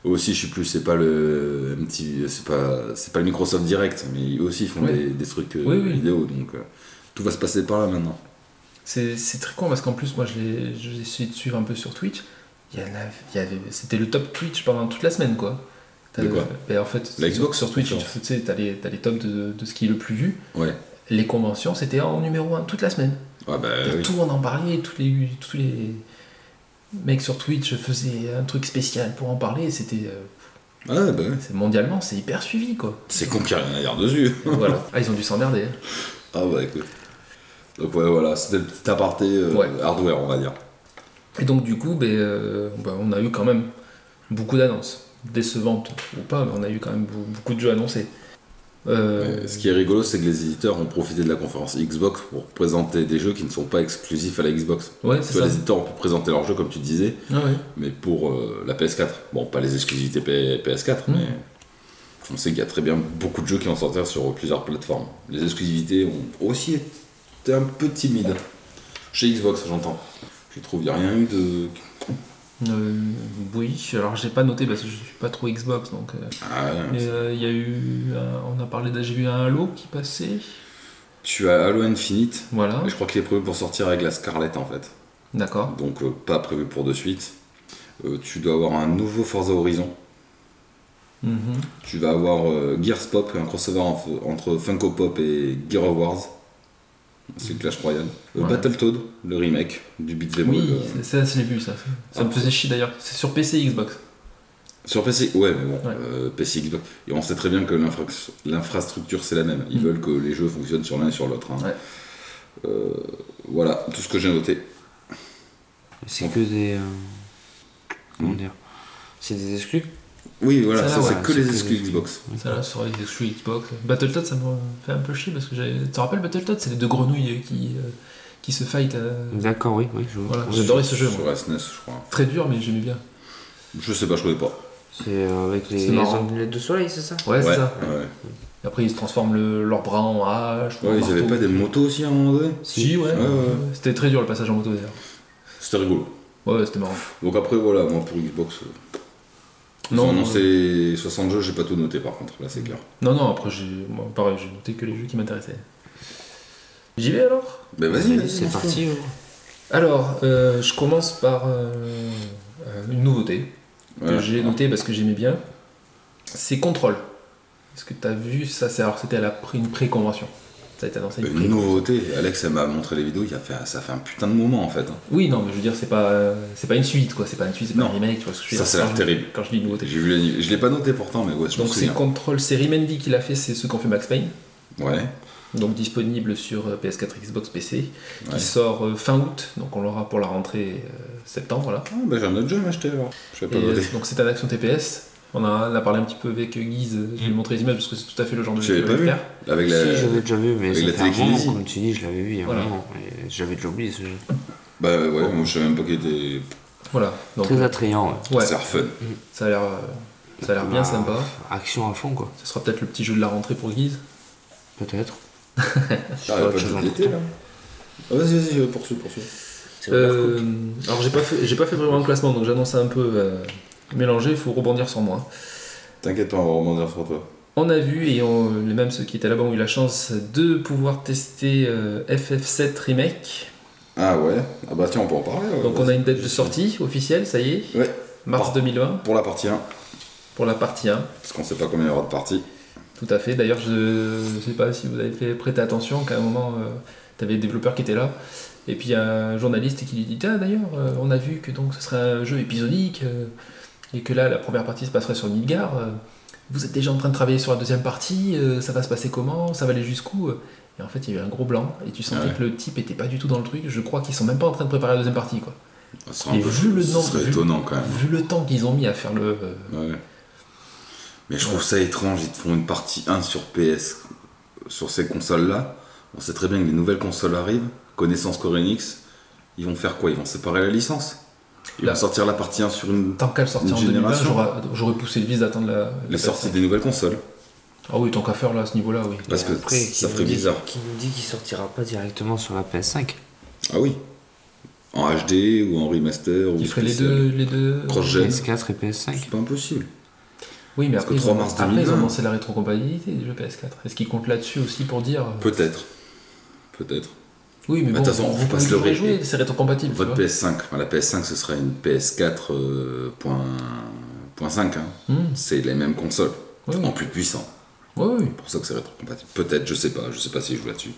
[SPEAKER 2] Eux aussi, je sais plus, c'est pas le MTV, c'est pas, c'est pas le Microsoft Direct, mais eux aussi ils font
[SPEAKER 4] Oui.
[SPEAKER 2] des, des trucs euh,
[SPEAKER 4] Oui, oui.
[SPEAKER 2] vidéo, donc euh, tout va se passer par là maintenant.
[SPEAKER 4] C'est c'est très con parce qu'en plus, moi, je l'ai- j'ai essayé de suivre un peu sur Twitch. Il y en a- il y avait, c'était le top Twitch pendant toute la semaine, quoi. T'as-
[SPEAKER 2] De quoi
[SPEAKER 4] ben, En fait,
[SPEAKER 2] La
[SPEAKER 4] sur,
[SPEAKER 2] Xbox
[SPEAKER 4] sur Twitch,
[SPEAKER 2] Sure.
[SPEAKER 4] tu sais, t'as les, t'as les tops de, de ce qui est le plus vu.
[SPEAKER 2] Ouais.
[SPEAKER 4] Les conventions, c'était en numéro 1 toute la semaine.
[SPEAKER 2] Ah bah
[SPEAKER 4] T'as
[SPEAKER 2] oui.
[SPEAKER 4] Tout le monde en parlait, tous les, tous les mecs sur Twitch faisaient un truc spécial pour en parler. C'était euh,
[SPEAKER 2] Ah bah oui.
[SPEAKER 4] c'est- mondialement, c'est hyper suivi, quoi.
[SPEAKER 2] c'est con qu'il n'y a rien à dire dessus.
[SPEAKER 4] Et voilà. Ah, ils ont dû s'emmerder. hein.
[SPEAKER 2] Ah bah écoute. Donc ouais voilà, c'était le petit aparté euh,
[SPEAKER 4] Ouais.
[SPEAKER 2] hardware on va dire.
[SPEAKER 4] Et donc, du coup, ben, euh, ben, on a eu quand même beaucoup d'annonces. Décevantes ou pas, mais on a eu quand même be- beaucoup de jeux annoncés. Euh,
[SPEAKER 2] Euh, Ce qui est rigolo, c'est que les éditeurs ont profité de la conférence Xbox pour présenter des jeux qui ne sont pas exclusifs à la Xbox.
[SPEAKER 4] ouais,
[SPEAKER 2] Tu
[SPEAKER 4] c'est
[SPEAKER 2] vois,
[SPEAKER 4] ça.
[SPEAKER 2] les éditeurs ont pu présenter leurs jeux, comme tu disais,
[SPEAKER 4] Ah ouais.
[SPEAKER 2] mais pour euh, la PS4. Bon, pas les exclusivités P- PS4,
[SPEAKER 4] Mm.
[SPEAKER 2] mais on sait qu'il y a très bien beaucoup de jeux qui vont sortir sur plusieurs plateformes. Les exclusivités ont aussi été un peu timides. Chez Xbox, j'entends. Je trouve qu'il n'y a rien eu de.
[SPEAKER 4] Euh, oui, alors j'ai pas noté parce que je suis pas trop Xbox donc. euh,
[SPEAKER 2] Ah,
[SPEAKER 4] mais, euh, il y a eu. un- on a parlé d'un- j'ai vu un Halo qui passait.
[SPEAKER 2] Tu as Halo Infinite,
[SPEAKER 4] Voilà,
[SPEAKER 2] et je crois qu'il est prévu pour sortir avec la Scarlett en fait.
[SPEAKER 4] d'accord.
[SPEAKER 2] donc euh, pas prévu pour de suite. Euh, tu dois avoir un nouveau Forza Horizon.
[SPEAKER 4] Mhm.
[SPEAKER 2] Tu vas avoir euh, Gears Pop, un crossover en- entre Funko Pop et Gear of Wars. C'est Clash Royale. Euh,
[SPEAKER 4] Ouais.
[SPEAKER 2] Battletoad, le remake du Beat'em
[SPEAKER 4] Oui,
[SPEAKER 2] Up. euh,
[SPEAKER 4] c'est- ça, je l'ai vu ça. Ça
[SPEAKER 2] Ah.
[SPEAKER 4] me faisait chier d'ailleurs. C'est sur PC et Xbox.
[SPEAKER 2] Sur PC, ouais, mais bon,
[SPEAKER 4] Ouais.
[SPEAKER 2] euh, PC, Xbox. Et on sait très bien que l'infra- l'infrastructure, c'est la même. Ils
[SPEAKER 4] Mm.
[SPEAKER 2] veulent que les jeux fonctionnent sur l'un et sur l'autre. hein.
[SPEAKER 4] Ouais.
[SPEAKER 2] Euh, voilà, tout ce que j'ai noté.
[SPEAKER 3] C'est que des. euh, comment
[SPEAKER 2] Hmm.
[SPEAKER 3] dire C'est des exclus
[SPEAKER 2] Oui, voilà,
[SPEAKER 4] Ça,
[SPEAKER 2] ça,
[SPEAKER 4] là,
[SPEAKER 2] c'est
[SPEAKER 3] ouais,
[SPEAKER 2] que
[SPEAKER 3] c'est
[SPEAKER 2] les
[SPEAKER 3] que les
[SPEAKER 2] exclus
[SPEAKER 3] exclus.
[SPEAKER 2] Xbox.
[SPEAKER 4] Ça là, sur les exclus Xbox. Battletoads, ça me fait un peu chier parce que j'ai. Tu te rappelles Battletoads C'est les deux grenouilles qui, euh, qui se fight. euh,
[SPEAKER 3] D'accord, oui, oui. Je...
[SPEAKER 4] Voilà,
[SPEAKER 3] oui,
[SPEAKER 4] j'adorais ce jeu.
[SPEAKER 2] Sur
[SPEAKER 4] moi.
[SPEAKER 2] la SNES, je crois.
[SPEAKER 4] Très dur, mais j'aimais bien.
[SPEAKER 2] Je sais pas, je connais pas.
[SPEAKER 3] C'est euh, avec les,
[SPEAKER 4] C'est
[SPEAKER 3] les
[SPEAKER 4] marrant.
[SPEAKER 3] lunettes de soleil, c'est ça
[SPEAKER 4] Ouais, Ah, c'est ça.
[SPEAKER 2] ouais.
[SPEAKER 4] Et Après, ils se transforment le- leurs bras en hache. ou en
[SPEAKER 2] Ouais, ils avaient
[SPEAKER 4] marteau.
[SPEAKER 2] pas des motos aussi à un moment donné
[SPEAKER 4] Si, ouais.
[SPEAKER 2] Ouais, ouais, ouais.
[SPEAKER 4] C'était très dur le passage en moto d'ailleurs.
[SPEAKER 2] C'était rigolo.
[SPEAKER 4] Ouais, ouais, c'était marrant.
[SPEAKER 2] Donc après, voilà, moi pour Xbox, euh, ils ont
[SPEAKER 4] Non, euh, non,
[SPEAKER 2] annoncé 60 jeux, j'ai pas tout noté par contre, là c'est clair.
[SPEAKER 4] non, non, après, j'ai... moi, pareil, j'ai noté que les jeux qui m'intéressaient. J'y vais alors
[SPEAKER 2] Ben vas-y, oh. vas-y,
[SPEAKER 3] C'est
[SPEAKER 2] lance-toi.
[SPEAKER 3] parti. ouais.
[SPEAKER 4] Alors, euh, je commence par euh, euh, une nouveauté que
[SPEAKER 2] Ouais.
[SPEAKER 4] j'ai notée parce que j'aimais bien. C'est Control. Est-ce que t'as vu ça c'est... Alors, c'était à la pré- une pré-convention. Ça a été annoncé une
[SPEAKER 2] Une
[SPEAKER 4] pré-convention.
[SPEAKER 2] nouveauté, Alex elle m'a montré les vidéos, il y a fait, ça fait un putain de moment en fait. hein.
[SPEAKER 4] Oui, non, mais je veux dire, c'est pas, euh, c'est pas une suite, quoi. C'est pas une suite, c'est pas
[SPEAKER 2] Non.
[SPEAKER 4] un remake, tu vois ce que je
[SPEAKER 2] Ça,
[SPEAKER 4] veux dire.
[SPEAKER 2] ça a l'air
[SPEAKER 4] Quand je-
[SPEAKER 2] terrible.
[SPEAKER 4] Quand je dis nouveauté.
[SPEAKER 2] J'ai vu les... Je l'ai pas noté pourtant, mais ouais, je me
[SPEAKER 4] Donc, c'est
[SPEAKER 2] souviens.
[SPEAKER 4] Control, c'est Rimendi qui l'a fait, c'est ceux qui ont fait Max Payne.
[SPEAKER 2] Ouais,
[SPEAKER 4] donc disponible sur euh, PS4, Xbox, PC,
[SPEAKER 2] Ouais.
[SPEAKER 4] qui sort euh, fin août, donc on l'aura pour la rentrée euh, septembre. Voilà.
[SPEAKER 2] ah, ben j'ai un autre jeu à m'acheter alors. Je vais
[SPEAKER 4] Et,
[SPEAKER 2] pas noté.
[SPEAKER 4] euh, donc c'est un action TPS. On en a, on a parlé un petit peu avec Guise, je lui ai
[SPEAKER 3] Mm.
[SPEAKER 4] montré les images parce que c'est tout à fait le genre de
[SPEAKER 2] Tu
[SPEAKER 4] jeu
[SPEAKER 2] l'avais
[SPEAKER 4] qu'il
[SPEAKER 2] pas
[SPEAKER 4] va faire.
[SPEAKER 2] Avec la.
[SPEAKER 3] Si, j'avais déjà vu, mais
[SPEAKER 2] avec
[SPEAKER 3] ça
[SPEAKER 2] la
[SPEAKER 3] fait un moment,
[SPEAKER 2] télékinésie.
[SPEAKER 3] comme tu dis, je l'avais vu il y a
[SPEAKER 4] Voilà.
[SPEAKER 3] un moment. et J'avais déjà oublié ce jeu.
[SPEAKER 2] Bah ouais, moi je savais même pas qu'il était.
[SPEAKER 4] Voilà, donc
[SPEAKER 3] Très attrayant, ouais.
[SPEAKER 4] ouais,
[SPEAKER 2] Ça a l'air fun.
[SPEAKER 4] ça a l'air euh, ça a l'air bien
[SPEAKER 3] Bah,
[SPEAKER 4] sympa.
[SPEAKER 3] Action à fond, quoi.
[SPEAKER 4] Ce sera peut-être le petit jeu de la rentrée pour Guise.
[SPEAKER 3] Peut-être.
[SPEAKER 2] Ah,
[SPEAKER 3] autre
[SPEAKER 2] pas
[SPEAKER 3] chose
[SPEAKER 2] de
[SPEAKER 3] en
[SPEAKER 2] l'été là. Ah, vas-y, vas-y, euh, poursuis, poursuis.
[SPEAKER 3] C'est
[SPEAKER 4] Euh, alors j'ai pas fait j'ai pas fait vraiment le classement donc j'annonce un peu euh, mélangé, il faut rebondir sur moi.
[SPEAKER 2] T'inquiète pas, on va rebondir sur toi.
[SPEAKER 4] On a vu, et on, même ceux qui étaient là-bas ont eu la chance de pouvoir tester euh, FF7 Remake.
[SPEAKER 2] Ah ouais Ah bah tiens, on peut en parler. ouais,
[SPEAKER 4] Donc on a
[SPEAKER 2] vas-y.
[SPEAKER 4] une date de sortie officielle, ça y est,
[SPEAKER 2] Ouais,
[SPEAKER 4] mars 2020
[SPEAKER 2] pour la partie 1,
[SPEAKER 4] pour la partie 1.
[SPEAKER 2] parce qu'on sait pas combien il y aura de parties.
[SPEAKER 4] Tout à fait. D'ailleurs, je ne sais pas si vous avez fait prêter attention qu'à un moment, euh, tu avais le développeur qui était là. Et puis il y a un journaliste qui lui dit Ah, d'ailleurs, euh, on a vu que donc ce serait un jeu épisodique euh, et que là, la première partie se passerait sur Midgar. euh, vous êtes déjà en train de travailler sur la deuxième partie euh, Ça va se passer comment Ça va aller jusqu'où euh. Et en fait, il y a eu un gros blanc et tu sentais
[SPEAKER 2] Ah ouais.
[SPEAKER 4] que le type était pas du tout dans le truc. Je crois qu'ils sont même pas en train de préparer la deuxième partie. Quoi.
[SPEAKER 2] Ça serait,
[SPEAKER 4] Et
[SPEAKER 2] un peu-
[SPEAKER 4] vu le
[SPEAKER 2] ça
[SPEAKER 4] nombre-
[SPEAKER 2] serait
[SPEAKER 4] vu-
[SPEAKER 2] étonnant quand même.
[SPEAKER 4] Vu le temps qu'ils ont mis à faire le. euh,
[SPEAKER 2] Ouais. Mais je trouve ça étrange, ils te font une partie 1 sur PS, sur ces consoles-là. On sait très bien que les nouvelles consoles arrivent, connaissance Core Enix, ils vont faire quoi Ils vont séparer la licence Ils
[SPEAKER 4] Là.
[SPEAKER 2] vont sortir la partie 1 sur une...
[SPEAKER 4] Tant qu'à le sortir
[SPEAKER 2] Une
[SPEAKER 4] en 2020,
[SPEAKER 2] génération.
[SPEAKER 4] j'aurais- j'aurais poussé le vice d'attendre la.
[SPEAKER 2] les
[SPEAKER 4] la
[SPEAKER 2] sorties
[SPEAKER 4] PS5.
[SPEAKER 2] des nouvelles consoles.
[SPEAKER 4] Ah oui, tant qu'à faire là, à ce niveau-là, oui.
[SPEAKER 2] Parce que ça ferait bizarre.
[SPEAKER 3] Qui nous dit qu'il sortira pas directement sur la PS5
[SPEAKER 2] Ah oui En HD ou en remaster ou
[SPEAKER 4] Il ferait les
[SPEAKER 2] spécial.
[SPEAKER 4] deux, les deux.
[SPEAKER 2] Cross-gen.
[SPEAKER 3] PS4 et PS5
[SPEAKER 2] C'est pas impossible.
[SPEAKER 4] Oui, mais
[SPEAKER 2] Parce
[SPEAKER 4] après,
[SPEAKER 2] que
[SPEAKER 4] ils
[SPEAKER 2] 3
[SPEAKER 4] ont,
[SPEAKER 2] mars
[SPEAKER 4] après, ils
[SPEAKER 2] 2020.
[SPEAKER 4] ont lancé la rétrocompatibilité des jeux PS4. Est-ce qu'ils comptent là-dessus aussi pour dire. euh,
[SPEAKER 2] Peut-être. Peut-être.
[SPEAKER 4] Oui, mais
[SPEAKER 2] Bah,
[SPEAKER 4] bon,
[SPEAKER 2] de toute façon, on
[SPEAKER 4] vous
[SPEAKER 2] passe le
[SPEAKER 4] pouvez toujours y
[SPEAKER 2] rythme.
[SPEAKER 4] jouer, c'est rétrocompatible. tu
[SPEAKER 2] Votre
[SPEAKER 4] vois.
[SPEAKER 2] PS5, enfin, la PS5 ce sera une PS4.5, euh,
[SPEAKER 4] Hmm,
[SPEAKER 2] hein. c'est les mêmes consoles,
[SPEAKER 4] Oui, oui.
[SPEAKER 2] en plus puissant.
[SPEAKER 4] Oui, oui.
[SPEAKER 2] C'est pour ça que c'est rétrocompatible. Peut-être, je sais pas, je sais pas si je joue là-dessus.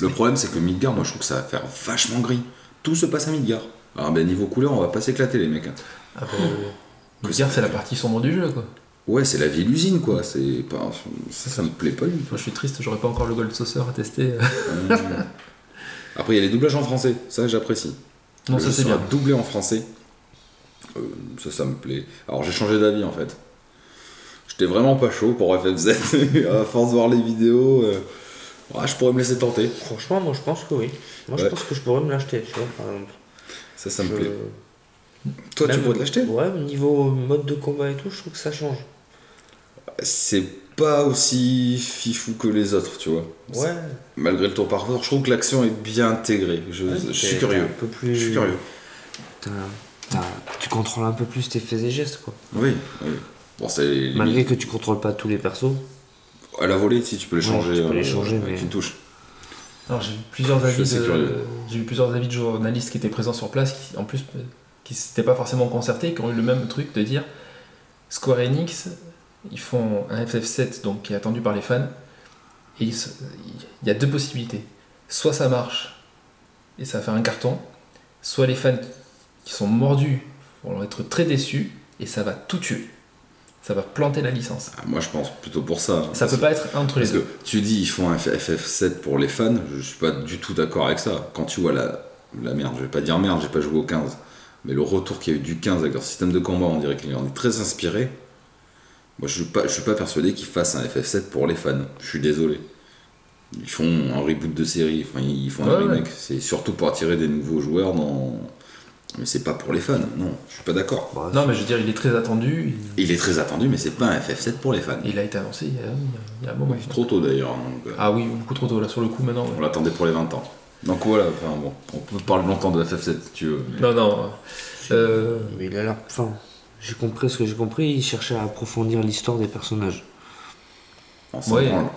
[SPEAKER 2] Le problème c'est que Midgar, moi je trouve que ça va faire vachement gris. Tout se passe à Midgar. Alors ben niveau couleur, on va pas s'éclater les mecs. hein.
[SPEAKER 4] Ah, bah, le dire, c'est la partie sombre du jeu, quoi.
[SPEAKER 2] Ouais, c'est la ville-usine quoi, c'est pas... ça, ça me plaît pas du tout.
[SPEAKER 4] Moi, je suis triste, j'aurais pas encore le Gold Saucer à tester.
[SPEAKER 2] Après, il y a les doublages en français, ça j'apprécie.
[SPEAKER 4] non,
[SPEAKER 2] Le
[SPEAKER 4] ça
[SPEAKER 2] jeu
[SPEAKER 4] c'est
[SPEAKER 2] sera
[SPEAKER 4] bien.
[SPEAKER 2] doublé en français. Euh, ça, ça me plaît. Alors j'ai changé d'avis en fait. Je J'étais vraiment pas chaud pour FFZ. à force de voir les vidéos, euh, ouais, je pourrais me laisser tenter.
[SPEAKER 3] Franchement, moi je pense que oui. Moi je
[SPEAKER 2] Ouais.
[SPEAKER 3] pense que je pourrais me l'acheter, tu vois, par exemple.
[SPEAKER 2] Ça, ça me
[SPEAKER 3] Je-
[SPEAKER 2] plaît. Toi, tu
[SPEAKER 3] Même-
[SPEAKER 2] pourrais te l'acheter
[SPEAKER 3] Ouais, au niveau mode de combat et tout, je trouve que ça change.
[SPEAKER 2] C'est pas aussi fifou que les autres, tu vois.
[SPEAKER 3] Ouais.
[SPEAKER 2] Malgré le tour par tour, je trouve que l'action est bien intégrée. Je,
[SPEAKER 3] Ouais,
[SPEAKER 2] euh, je
[SPEAKER 3] t'es-
[SPEAKER 2] suis
[SPEAKER 3] t'es
[SPEAKER 2] curieux.
[SPEAKER 3] un peu plus-
[SPEAKER 2] Je suis curieux.
[SPEAKER 3] T'as- t'as- tu contrôles un peu plus tes faits et gestes, quoi.
[SPEAKER 2] Oui, oui. Bon, c'est
[SPEAKER 3] Malgré
[SPEAKER 2] limite
[SPEAKER 3] que tu contrôles pas tous les persos.
[SPEAKER 2] à la volée si tu peux les
[SPEAKER 3] Ouais,
[SPEAKER 2] changer.
[SPEAKER 3] tu peux les
[SPEAKER 2] euh,
[SPEAKER 3] changer,
[SPEAKER 2] avec
[SPEAKER 3] mais-
[SPEAKER 2] une touche.
[SPEAKER 4] Alors j'ai vu plusieurs
[SPEAKER 2] Je suis
[SPEAKER 4] avis
[SPEAKER 2] assez curieux.
[SPEAKER 4] de, j'ai vu plusieurs avis de journalistes qui étaient présents sur place qui en plus qui s'étaient pas forcément concertés qui ont eu le même truc de dire Square Enix ils font un FF7 donc qui est attendu par les fans et ils se- il y a deux possibilités soit ça marche et ça va faire un carton soit les fans qui sont mordus vont être très déçus et ça va tout tuer ça va planter la licence
[SPEAKER 2] Ah, moi, je pense plutôt pour ça. hein,
[SPEAKER 4] ça
[SPEAKER 2] parce
[SPEAKER 4] peut pas être un entre les
[SPEAKER 2] Parce
[SPEAKER 4] deux
[SPEAKER 2] que tu dis ils font un FF7 pour les fans, je suis pas du tout d'accord avec ça. Quand tu vois la, la merde, je vais pas dire merde, j'ai pas joué au 15, mais le retour qu'il y a eu du 15 avec leur système de combat, on dirait qu'ils en est très inspiré. Moi je suis pas, je suis pas persuadé qu'ils fassent un FF7 pour les fans, je suis désolé. Ils font un reboot de série, enfin, ils font un
[SPEAKER 4] Ouais, ouais.
[SPEAKER 2] remake, c'est surtout pour attirer des nouveaux joueurs dans. Mais c'est pas pour les fans, non, je suis pas d'accord.
[SPEAKER 3] Bref.
[SPEAKER 4] non mais je veux dire il est très attendu il-
[SPEAKER 2] Il est très attendu, mais c'est pas un FF7 pour les fans.
[SPEAKER 4] Il a été annoncé il y a, il y a un moment.
[SPEAKER 2] Trop tôt d'ailleurs. donc, euh,
[SPEAKER 4] Ah oui, beaucoup trop tôt là sur le coup maintenant. ouais.
[SPEAKER 2] On l'attendait pour les 20 ans. Donc voilà, enfin bon, on peut parler longtemps de FF7 si tu veux.
[SPEAKER 4] Non, non. euh,
[SPEAKER 3] Mais il a l'air. Enfin, j'ai compris ce que j'ai compris. Il cherchait à approfondir l'histoire des personnages.
[SPEAKER 2] On s'en
[SPEAKER 4] Ouais.
[SPEAKER 2] branle.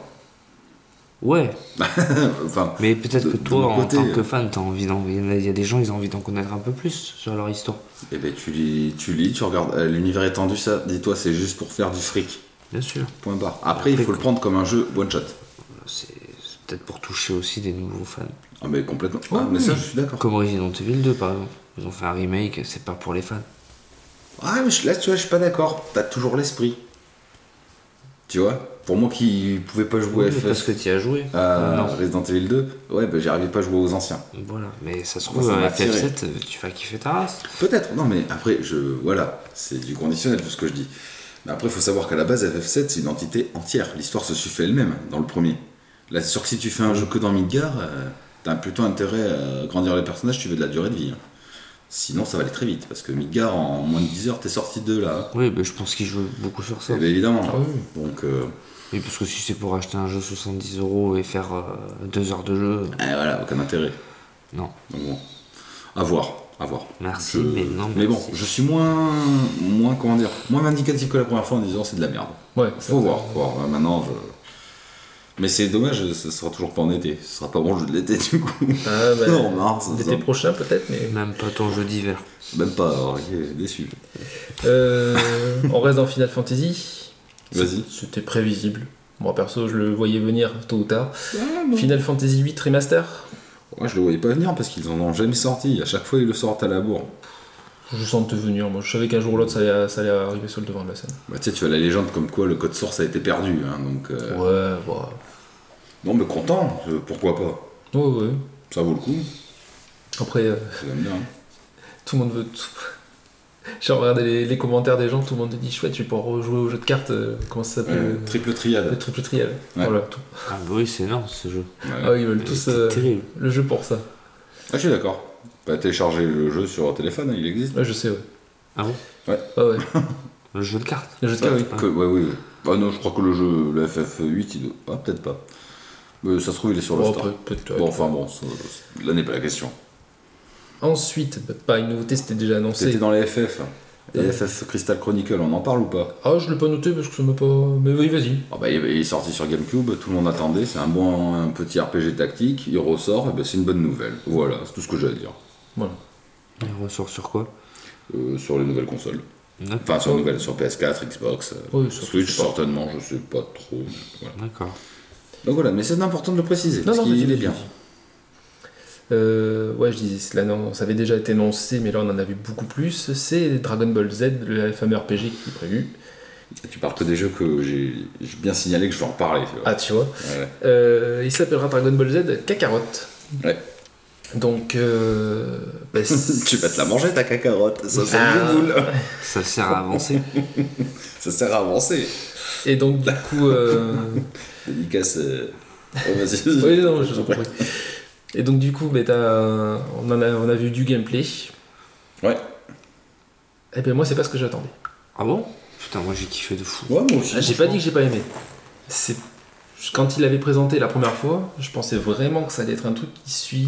[SPEAKER 3] Ouais,
[SPEAKER 2] enfin,
[SPEAKER 3] mais peut-être
[SPEAKER 2] De-
[SPEAKER 3] que
[SPEAKER 2] de
[SPEAKER 3] toi,
[SPEAKER 2] mon
[SPEAKER 3] en
[SPEAKER 2] côté,
[SPEAKER 3] tant
[SPEAKER 2] euh,
[SPEAKER 3] que fan, t'as envie d'en. Il y en a- il y a des gens, ils ont envie d'en connaître un peu plus sur leur histoire.
[SPEAKER 2] eh ben, tu, lis, tu lis, tu regardes. euh, L'univers étendu, ça, dis-toi, c'est juste pour faire du fric.
[SPEAKER 3] Bien sûr.
[SPEAKER 2] Point barre. Après, il
[SPEAKER 3] Après,
[SPEAKER 2] faut le
[SPEAKER 3] quoi.
[SPEAKER 2] prendre comme un jeu one shot.
[SPEAKER 3] C'est c'est peut-être pour toucher aussi des nouveaux fans.
[SPEAKER 2] Ah, mais complètement.
[SPEAKER 4] Ouais,
[SPEAKER 2] ah, mais ça,
[SPEAKER 4] oui.
[SPEAKER 2] je suis d'accord.
[SPEAKER 3] Comme Resident Evil 2, par exemple. Ils ont fait un remake, c'est pas pour les fans.
[SPEAKER 2] Ah, mais je- là, tu vois, je suis pas d'accord. T'as toujours l'esprit. Tu vois Pour moi qui pouvais pas jouer
[SPEAKER 3] Oui,
[SPEAKER 2] à
[SPEAKER 3] mais
[SPEAKER 2] FF,
[SPEAKER 3] parce que t'y as joué.
[SPEAKER 2] à
[SPEAKER 3] Ah, non.
[SPEAKER 2] Resident Evil 2, ouais, ben, j'arrivais pas à jouer aux anciens.
[SPEAKER 3] Voilà, mais ça se
[SPEAKER 2] Moi,
[SPEAKER 3] trouve,
[SPEAKER 2] ça m'a
[SPEAKER 3] à FF7, euh, tu vas kiffer ta race.
[SPEAKER 2] Peut-être, non mais après, je, voilà, c'est du conditionnel tout ce que je dis. Mais après, il faut savoir qu'à la base, FF7, c'est une entité entière. L'histoire se suffit elle-même dans le premier. Là, c'est sûr que si tu fais un jeu que dans Midgar, euh, t'as plutôt intérêt à grandir les personnages, tu veux de la durée de vie. hein. Sinon, ça va aller très vite, parce que Midgar, en moins de 10 heures, t'es sorti de là. hein.
[SPEAKER 3] Oui, mais je pense qu'ils jouent beaucoup sur ça.
[SPEAKER 2] Eh bien, évidemment.
[SPEAKER 4] Ah oui.
[SPEAKER 2] Donc, euh,
[SPEAKER 3] Oui, parce que si c'est pour acheter un jeu 70 euros et faire 2 heures de jeu,
[SPEAKER 2] eh, voilà, aucun intérêt.
[SPEAKER 3] non.
[SPEAKER 2] Donc bon, à voir, à voir.
[SPEAKER 3] Merci,
[SPEAKER 2] Je-
[SPEAKER 3] mais non.
[SPEAKER 2] Mais bon,
[SPEAKER 3] merci.
[SPEAKER 2] je suis moins, moins, comment dire, moins vindicatif que la première fois en disant c'est de la merde.
[SPEAKER 4] ouais,
[SPEAKER 2] Faut voir, faut voir. Ouais, Maintenant, je... Mais c'est dommage, ce sera toujours pas en été. Ce sera pas bon jeu de l'été, du coup.
[SPEAKER 4] Ah, bah,
[SPEAKER 2] Non, mars, ça.
[SPEAKER 4] L'été prochain peut-être, mais.
[SPEAKER 3] Même pas ton jeu d'hiver.
[SPEAKER 2] Même pas, alors, il est déçu.
[SPEAKER 4] Euh, on reste dans Final Fantasy.
[SPEAKER 2] Vas-y.
[SPEAKER 4] C'était prévisible. Moi perso, je le voyais venir tôt ou tard. Final Fantasy 8 Remaster.
[SPEAKER 2] Ouais, je le voyais pas venir parce qu'ils en ont jamais sorti. À chaque fois, ils le sortent à la bourre.
[SPEAKER 4] Je sentais venir. Moi, je savais qu'un jour ou l'autre, ça, allait- ça allait arriver sur le devant de la scène.
[SPEAKER 2] Bah, tu sais, tu as la légende comme quoi le code source a été perdu. hein, donc, euh,
[SPEAKER 4] Ouais, bah.
[SPEAKER 2] Non, mais content, euh, pourquoi pas.
[SPEAKER 4] Ouais, ouais.
[SPEAKER 2] Ça vaut le coup,
[SPEAKER 4] Après, euh,
[SPEAKER 2] j'aime bien. hein.
[SPEAKER 4] tout le monde veut tout. J'ai regardé les, les commentaires des gens, tout le monde dit chouette, je vais pouvoir rejouer au jeu de cartes. euh, comment ça s'appelle
[SPEAKER 2] Euh,
[SPEAKER 4] euh,
[SPEAKER 2] triple
[SPEAKER 4] Le
[SPEAKER 2] triade.
[SPEAKER 4] triple trial.
[SPEAKER 2] Ouais.
[SPEAKER 4] Voilà, tout.
[SPEAKER 3] Ah, bah oui, c'est énorme ce jeu.
[SPEAKER 2] Ouais.
[SPEAKER 4] Ah, ils veulent
[SPEAKER 3] Il
[SPEAKER 4] tous
[SPEAKER 3] était
[SPEAKER 4] euh,
[SPEAKER 3] terrible.
[SPEAKER 4] le jeu pour ça.
[SPEAKER 2] Ah, je suis d'accord. Bah, télécharger le jeu sur téléphone, hein, il existe.
[SPEAKER 4] Ouais, je sais, ouais.
[SPEAKER 3] Ah bon
[SPEAKER 4] Ah ouais,
[SPEAKER 3] Le jeu de cartes
[SPEAKER 4] le jeu de
[SPEAKER 2] Ah
[SPEAKER 4] cartes.
[SPEAKER 2] oui, que- ouais, oui. Ah non, je crois que le jeu, le FF8, il doit... Ah, peut-être pas. Mais ça se trouve, il est sur le
[SPEAKER 4] Oh,
[SPEAKER 2] store.
[SPEAKER 4] peut- peut-être.
[SPEAKER 2] Bon, enfin bon, ça- là n'est pas la question.
[SPEAKER 4] Ensuite, bah, pas une nouveauté, c'était déjà
[SPEAKER 2] C'était
[SPEAKER 4] annoncé.
[SPEAKER 2] dans les FF.
[SPEAKER 4] Ouais.
[SPEAKER 2] Les FF Crystal Chronicle, on en parle ou pas
[SPEAKER 4] Ah, je l'ai pas noté parce que ça m'a pas. Mais oui, vas-y.
[SPEAKER 2] Ah bah, Il il est sorti sur Gamecube, tout le monde attendait, c'est un bon un petit RPG tactique, il ressort, et ben, c'est une bonne nouvelle. Voilà, c'est tout ce que j'ai à dire.
[SPEAKER 4] Voilà.
[SPEAKER 3] Il ressort sur quoi
[SPEAKER 2] Euh, sur les nouvelles consoles.
[SPEAKER 3] D'accord.
[SPEAKER 2] Enfin, sur les nouvelles, sur PS4, Xbox, euh,
[SPEAKER 4] Oui, sur
[SPEAKER 2] Switch,
[SPEAKER 4] PS4.
[SPEAKER 2] certainement, je sais pas trop. mais voilà.
[SPEAKER 3] D'accord.
[SPEAKER 2] Donc voilà, mais c'est important de le préciser,
[SPEAKER 4] Non,
[SPEAKER 2] parce
[SPEAKER 4] non,
[SPEAKER 2] qu'il
[SPEAKER 4] vas-y,
[SPEAKER 2] est
[SPEAKER 4] vas-y,
[SPEAKER 2] bien.
[SPEAKER 4] vas-y. Euh, ouais, je disais, cela, non, ça avait déjà été annoncé, mais là on en a vu beaucoup plus. C'est Dragon Ball Z, le fameux RPG qui est prévu.
[SPEAKER 2] Tu parles que des jeux que j'ai j'ai bien signalé que je vais en reparler. tu vois.
[SPEAKER 4] Ah, tu vois.
[SPEAKER 2] Ouais.
[SPEAKER 4] Euh, il s'appellera Dragon Ball Z Kakarot.
[SPEAKER 2] Ouais.
[SPEAKER 4] Donc, euh, bah,
[SPEAKER 2] tu vas te la manger ta cacarotte, ça sent
[SPEAKER 4] Ah.
[SPEAKER 2] le boule.
[SPEAKER 3] Ça sert à avancer.
[SPEAKER 2] Ça sert à avancer.
[SPEAKER 4] Et donc, du coup. euh,
[SPEAKER 2] Dédicace. euh, oh, vas-y.
[SPEAKER 4] Oui, non, je vous compris. Et donc, du coup, ben, t'as, euh, on, en a, on a vu du gameplay.
[SPEAKER 2] Ouais.
[SPEAKER 4] Et ben moi, c'est pas ce que j'attendais.
[SPEAKER 3] Ah bon Putain, moi j'ai kiffé de fou.
[SPEAKER 2] Ouais, moi aussi.
[SPEAKER 4] Ah, J'ai pas dit que j'ai pas aimé. C'est quand il l'avait présenté la première fois, je pensais vraiment que ça allait être un truc qui suit.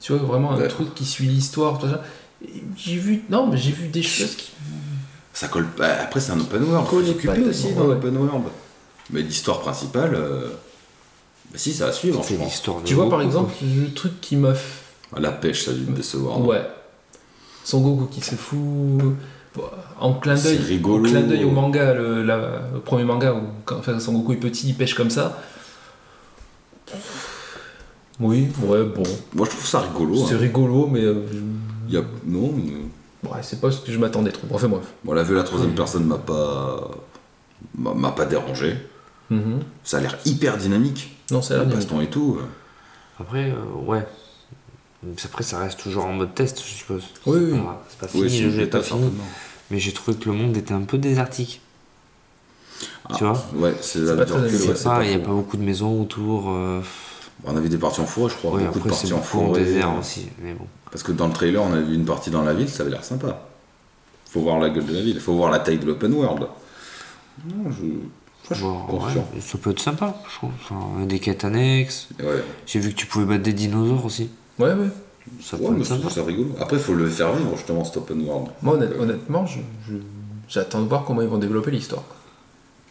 [SPEAKER 4] Tu vois, vraiment un
[SPEAKER 2] Ouais.
[SPEAKER 4] truc qui suit l'histoire, tout ça. Et J'ai vu non, mais j'ai vu des choses qui
[SPEAKER 2] Ça colle pas. Après, c'est un open world. Faut
[SPEAKER 4] Colle
[SPEAKER 2] s'occuper
[SPEAKER 4] pas
[SPEAKER 2] aussi
[SPEAKER 4] tellement,
[SPEAKER 2] dans
[SPEAKER 4] ouais.
[SPEAKER 2] l'open world. Mais l'histoire principale. euh, Bah si, ça va suivre, je
[SPEAKER 3] C'est
[SPEAKER 2] pense.
[SPEAKER 3] l'histoire de
[SPEAKER 4] Tu vois par
[SPEAKER 3] Goku,
[SPEAKER 4] exemple le truc qui m'a f-
[SPEAKER 2] Ah, La pêche, ça a dû me décevoir. non
[SPEAKER 4] Ouais. Son Goku qui se fout. Bon, En clin
[SPEAKER 2] C'est
[SPEAKER 4] d'œil. En
[SPEAKER 2] rigolo.
[SPEAKER 4] clin d'œil au manga, le, la- le premier manga où quand, enfin, Son Goku est petit, il pêche comme ça. Oui, ouais, bon.
[SPEAKER 2] Moi, je trouve ça rigolo.
[SPEAKER 4] C'est
[SPEAKER 2] hein.
[SPEAKER 4] rigolo, mais euh, je-
[SPEAKER 2] Y a- Non, mais-
[SPEAKER 4] Ouais, c'est pas ce que je m'attendais trop. Enfin bref.
[SPEAKER 2] Bon, la vue à la troisième personne m'a pas. m'a m'a pas dérangé. Ça a l'air hyper dynamique.
[SPEAKER 4] Non, ça a
[SPEAKER 2] Le
[SPEAKER 4] l'air bien.
[SPEAKER 2] baston et tout. euh.
[SPEAKER 3] quoi. Après, euh, ouais. Mais Après, ça reste toujours en mode test, je suppose.
[SPEAKER 4] Oui,
[SPEAKER 3] C'est
[SPEAKER 4] oui.
[SPEAKER 3] pas- C'est pas fini, le jeu est pas fini. Mais j'ai trouvé que le monde était un peu désertique.
[SPEAKER 2] Ah,
[SPEAKER 3] Tu vois
[SPEAKER 2] Ouais, c'est la
[SPEAKER 4] pas très
[SPEAKER 2] dure-
[SPEAKER 4] agréable.
[SPEAKER 2] ouais,
[SPEAKER 3] C'est
[SPEAKER 2] c'est
[SPEAKER 3] pas,
[SPEAKER 2] pas
[SPEAKER 3] il n'y a
[SPEAKER 2] fou.
[SPEAKER 3] pas beaucoup de maisons autour. euh,
[SPEAKER 2] On a vu des parties en forêt, je crois.
[SPEAKER 3] ouais,
[SPEAKER 2] beaucoup
[SPEAKER 3] après,
[SPEAKER 2] de
[SPEAKER 3] c'est
[SPEAKER 2] parties en
[SPEAKER 3] beaucoup en
[SPEAKER 2] forêt. euh,
[SPEAKER 3] désert aussi. Mais bon.
[SPEAKER 2] Parce que dans le trailer, on a vu une partie dans la ville, ça avait l'air sympa. Faut voir la gueule de la ville, faut voir la taille de l'open world. Non, je. je suis
[SPEAKER 3] Bon, ouais,
[SPEAKER 2] confiant.
[SPEAKER 3] ça peut être sympa, je trouve. Enfin, des quêtes annexes.
[SPEAKER 2] Ouais,
[SPEAKER 3] J'ai vu que tu pouvais battre des dinosaures aussi.
[SPEAKER 4] Ouais, ouais.
[SPEAKER 3] Ça
[SPEAKER 2] Ouais,
[SPEAKER 3] peut
[SPEAKER 2] mais
[SPEAKER 3] être
[SPEAKER 2] je
[SPEAKER 3] sympa.
[SPEAKER 2] trouve ça rigolo. Après, faut le faire vivre justement cet open world.
[SPEAKER 4] Moi, honnête-
[SPEAKER 2] Ouais.
[SPEAKER 4] honnêtement, je- je- j'attends de voir comment ils vont développer l'histoire.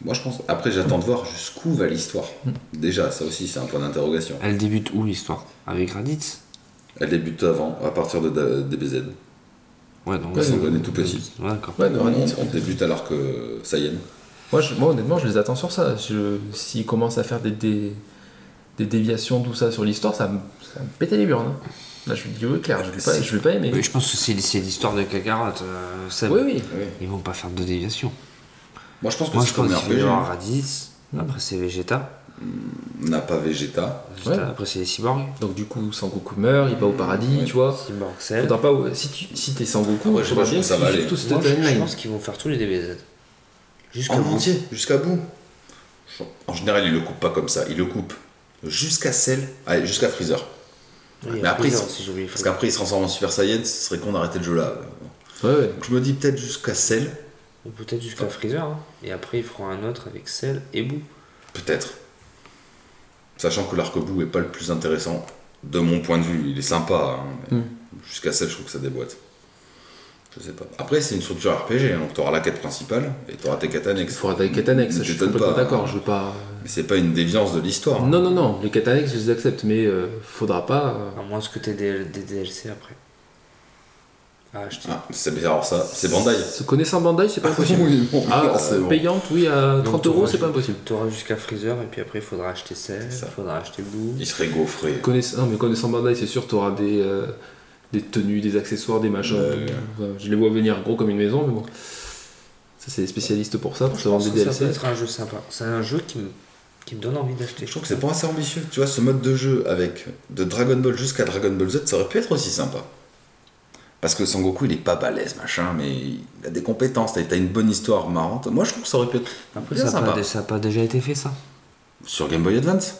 [SPEAKER 2] Moi, je pense. Après, j'attends de voir jusqu'où va l'histoire.
[SPEAKER 4] Hmm.
[SPEAKER 2] Déjà, ça aussi, c'est un point d'interrogation.
[SPEAKER 3] Elle débute où l'histoire Avec Raditz
[SPEAKER 2] Elle débute avant, à partir de Da- DBZ.
[SPEAKER 3] Ouais, donc.
[SPEAKER 4] Ouais,
[SPEAKER 2] Ils
[SPEAKER 3] c'est-
[SPEAKER 2] sont donnés tout petits.
[SPEAKER 3] Ouais, d'accord.
[SPEAKER 4] Ouais,
[SPEAKER 2] On,
[SPEAKER 4] mais vraiment,
[SPEAKER 2] on débute alors que Saiyan.
[SPEAKER 4] moi, je- moi, honnêtement, je les attends sur ça. Je- S'ils commencent à faire des, des, des déviations, tout ça sur l'histoire, ça, me- ça me pétait les burnes. hein. Là, je me dis, oui, clair, je vais pas, je vais pas aimer.
[SPEAKER 3] Mais je pense que c'est c'est l'histoire de Kakarot. euh, Seb.
[SPEAKER 4] Oui, Ah oui.
[SPEAKER 3] Ils vont pas faire de déviation.
[SPEAKER 2] Moi, je pense que
[SPEAKER 3] Moi,
[SPEAKER 2] c'est
[SPEAKER 3] je pense
[SPEAKER 2] comme hein.
[SPEAKER 3] qu'il va y avoir
[SPEAKER 2] RPG.
[SPEAKER 3] Raditz. Après, c'est Vegeta.
[SPEAKER 2] On n'a pas Vegeta.
[SPEAKER 3] Vegeta,
[SPEAKER 4] Ouais.
[SPEAKER 3] Après, c'est les cyborgs.
[SPEAKER 4] Donc, du coup, Sangoku meurt, il va au paradis,
[SPEAKER 2] Ouais. Ah
[SPEAKER 4] tu vois.
[SPEAKER 3] Cyborg
[SPEAKER 4] Faudra pas, si tu si t'es Sangoku,
[SPEAKER 2] Ouais, je
[SPEAKER 4] faudra
[SPEAKER 2] pense que
[SPEAKER 4] bien
[SPEAKER 2] ça
[SPEAKER 4] que
[SPEAKER 2] va
[SPEAKER 4] tu
[SPEAKER 2] aller.
[SPEAKER 4] suives tout cette
[SPEAKER 3] Moi, je- je
[SPEAKER 4] timeline.
[SPEAKER 3] pense qu'ils vont faire tous les DBZ. Jusqu'à
[SPEAKER 2] En
[SPEAKER 3] bout.
[SPEAKER 2] entier, jusqu'à bout. En général, il le coupe pas comme ça. Il le coupe jusqu'à celle. Allez, jusqu'à Freezer.
[SPEAKER 3] Oui, il y a
[SPEAKER 2] Mais après,
[SPEAKER 3] Freezer,
[SPEAKER 2] il-
[SPEAKER 3] si j'oublie
[SPEAKER 2] Parce qu'après, il se transforme en Super Saiyan, ce serait con d'arrêter le jeu là.
[SPEAKER 4] Ouais, ouais.
[SPEAKER 2] Donc, je me dis peut-être jusqu'à celle.
[SPEAKER 3] Ou peut-être jusqu'à Freezer. hein. Et après, ils feront un autre avec Cell et Boo.
[SPEAKER 2] Peut-être. Sachant que l'arc-bout est pas le plus intéressant, de mon point de vue, il est sympa. hein, mais
[SPEAKER 4] Mm.
[SPEAKER 2] Jusqu'à celle, je trouve que ça déboîte. Je sais pas. Après, c'est une structure RPG, hein, donc t'auras la quête principale et t'auras tes quêtes
[SPEAKER 4] Il
[SPEAKER 2] annexes.
[SPEAKER 4] faudra des quêtes annexes,
[SPEAKER 2] Mais
[SPEAKER 4] je suis
[SPEAKER 2] t'étonnes
[SPEAKER 4] complètement
[SPEAKER 2] pas. hein.
[SPEAKER 4] d'accord, je veux pas.
[SPEAKER 2] Mais c'est pas une déviance de l'histoire. hein.
[SPEAKER 4] Non, non, non, les quêtes annexes, je les accepte, mais euh, faudra pas. euh,
[SPEAKER 3] À moins que tu aies des, des DLC après. À acheter.
[SPEAKER 2] Ah, c'est bizarre ça, c'est Bandai.
[SPEAKER 4] Se connaissant Bandai, c'est pas impossible.
[SPEAKER 2] Oui, bon,
[SPEAKER 4] Ah,
[SPEAKER 2] alors, c'est bon.
[SPEAKER 4] payante, oui, à
[SPEAKER 3] Donc,
[SPEAKER 4] 30
[SPEAKER 3] t'auras
[SPEAKER 4] euros, c'est
[SPEAKER 3] ju-
[SPEAKER 4] pas impossible.
[SPEAKER 3] T'auras jusqu'à Freezer et puis après, il faudra acheter Cell,
[SPEAKER 2] C'est ça.
[SPEAKER 3] il faudra acheter Boo.
[SPEAKER 2] Il serait gaufré.
[SPEAKER 4] Connaiss- non, mais connaissant Bandai, c'est sûr, t'auras des, euh, des tenues, des accessoires, des machins.
[SPEAKER 2] Ouais,
[SPEAKER 4] Ouais, je les vois venir gros comme une maison, mais bon. Ça, c'est les spécialistes pour ça, pour
[SPEAKER 3] Je
[SPEAKER 4] savoir
[SPEAKER 3] pense
[SPEAKER 4] des
[SPEAKER 3] que ça peut
[SPEAKER 4] DLC.
[SPEAKER 3] être un jeu sympa. C'est un jeu qui me, qui me donne envie d'acheter.
[SPEAKER 2] Je trouve que c'est pas assez ambitieux. Tu vois, ce mode de jeu avec de Dragon Ball jusqu'à Dragon Ball Z, ça aurait pu être aussi sympa. Parce que Sangoku, il est pas balèze, machin, mais il a des compétences, t'as t'as une bonne histoire marrante. Moi, je trouve que ça aurait pu être
[SPEAKER 3] Après,
[SPEAKER 2] bien
[SPEAKER 3] ça n'a
[SPEAKER 2] sympa.
[SPEAKER 3] pas, ça a pas déjà été fait ça.
[SPEAKER 2] Sur Game Boy Advance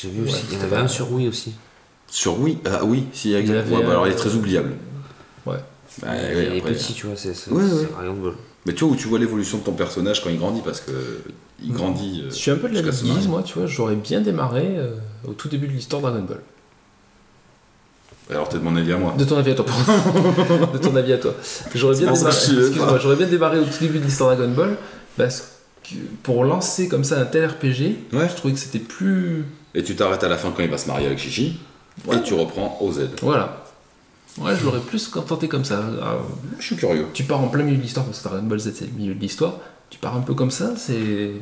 [SPEAKER 3] J'ai vu
[SPEAKER 4] Ouais,
[SPEAKER 3] aussi. Il y en
[SPEAKER 4] c'était
[SPEAKER 3] avait
[SPEAKER 4] pas-
[SPEAKER 3] un sur Wii aussi.
[SPEAKER 2] Sur Wii Ah oui, si, il y a-
[SPEAKER 4] Il y avait,
[SPEAKER 2] ouais, bah, alors il est
[SPEAKER 4] euh,
[SPEAKER 2] très oubliable.
[SPEAKER 4] Ouais.
[SPEAKER 2] Bah,
[SPEAKER 3] il
[SPEAKER 2] ouais,
[SPEAKER 3] est
[SPEAKER 2] après,
[SPEAKER 3] petit, tu vois, c'est c'est-
[SPEAKER 2] Ouais, ouais.
[SPEAKER 3] c'est Dragon Ball.
[SPEAKER 2] Mais tu vois où tu vois l'évolution de ton personnage quand il grandit, parce que il
[SPEAKER 4] Mm.
[SPEAKER 2] grandit. euh,
[SPEAKER 4] Je suis un peu de la
[SPEAKER 2] jusqu'à se
[SPEAKER 4] guise,
[SPEAKER 2] marier.
[SPEAKER 4] moi, tu vois, j'aurais bien démarré euh, au tout début de l'histoire Dragon Ball.
[SPEAKER 2] Alors t'es de mon avis à moi.
[SPEAKER 4] De ton avis à toi, pardon. de ton avis à toi. J'aurais bien,
[SPEAKER 2] C'est pour ça que
[SPEAKER 4] démarré-
[SPEAKER 2] je suis là,
[SPEAKER 4] excuse-moi,
[SPEAKER 2] quoi.
[SPEAKER 4] j'aurais bien démarré au tout début de l'histoire Dragon Ball, parce que pour lancer comme ça un tel RPG,
[SPEAKER 2] Ouais.
[SPEAKER 4] je trouvais que c'était plus.
[SPEAKER 2] Et tu t'arrêtes à la fin quand il va se marier avec Chichi, et tu reprends OZ.
[SPEAKER 4] Voilà. Ouais, je l'aurais plus contenté comme ça. euh, Alors,
[SPEAKER 2] Je suis curieux.
[SPEAKER 4] tu pars en plein milieu de l'histoire, parce que Dragon Ball Z c'est le milieu de l'histoire. Tu pars un peu comme ça, c'est.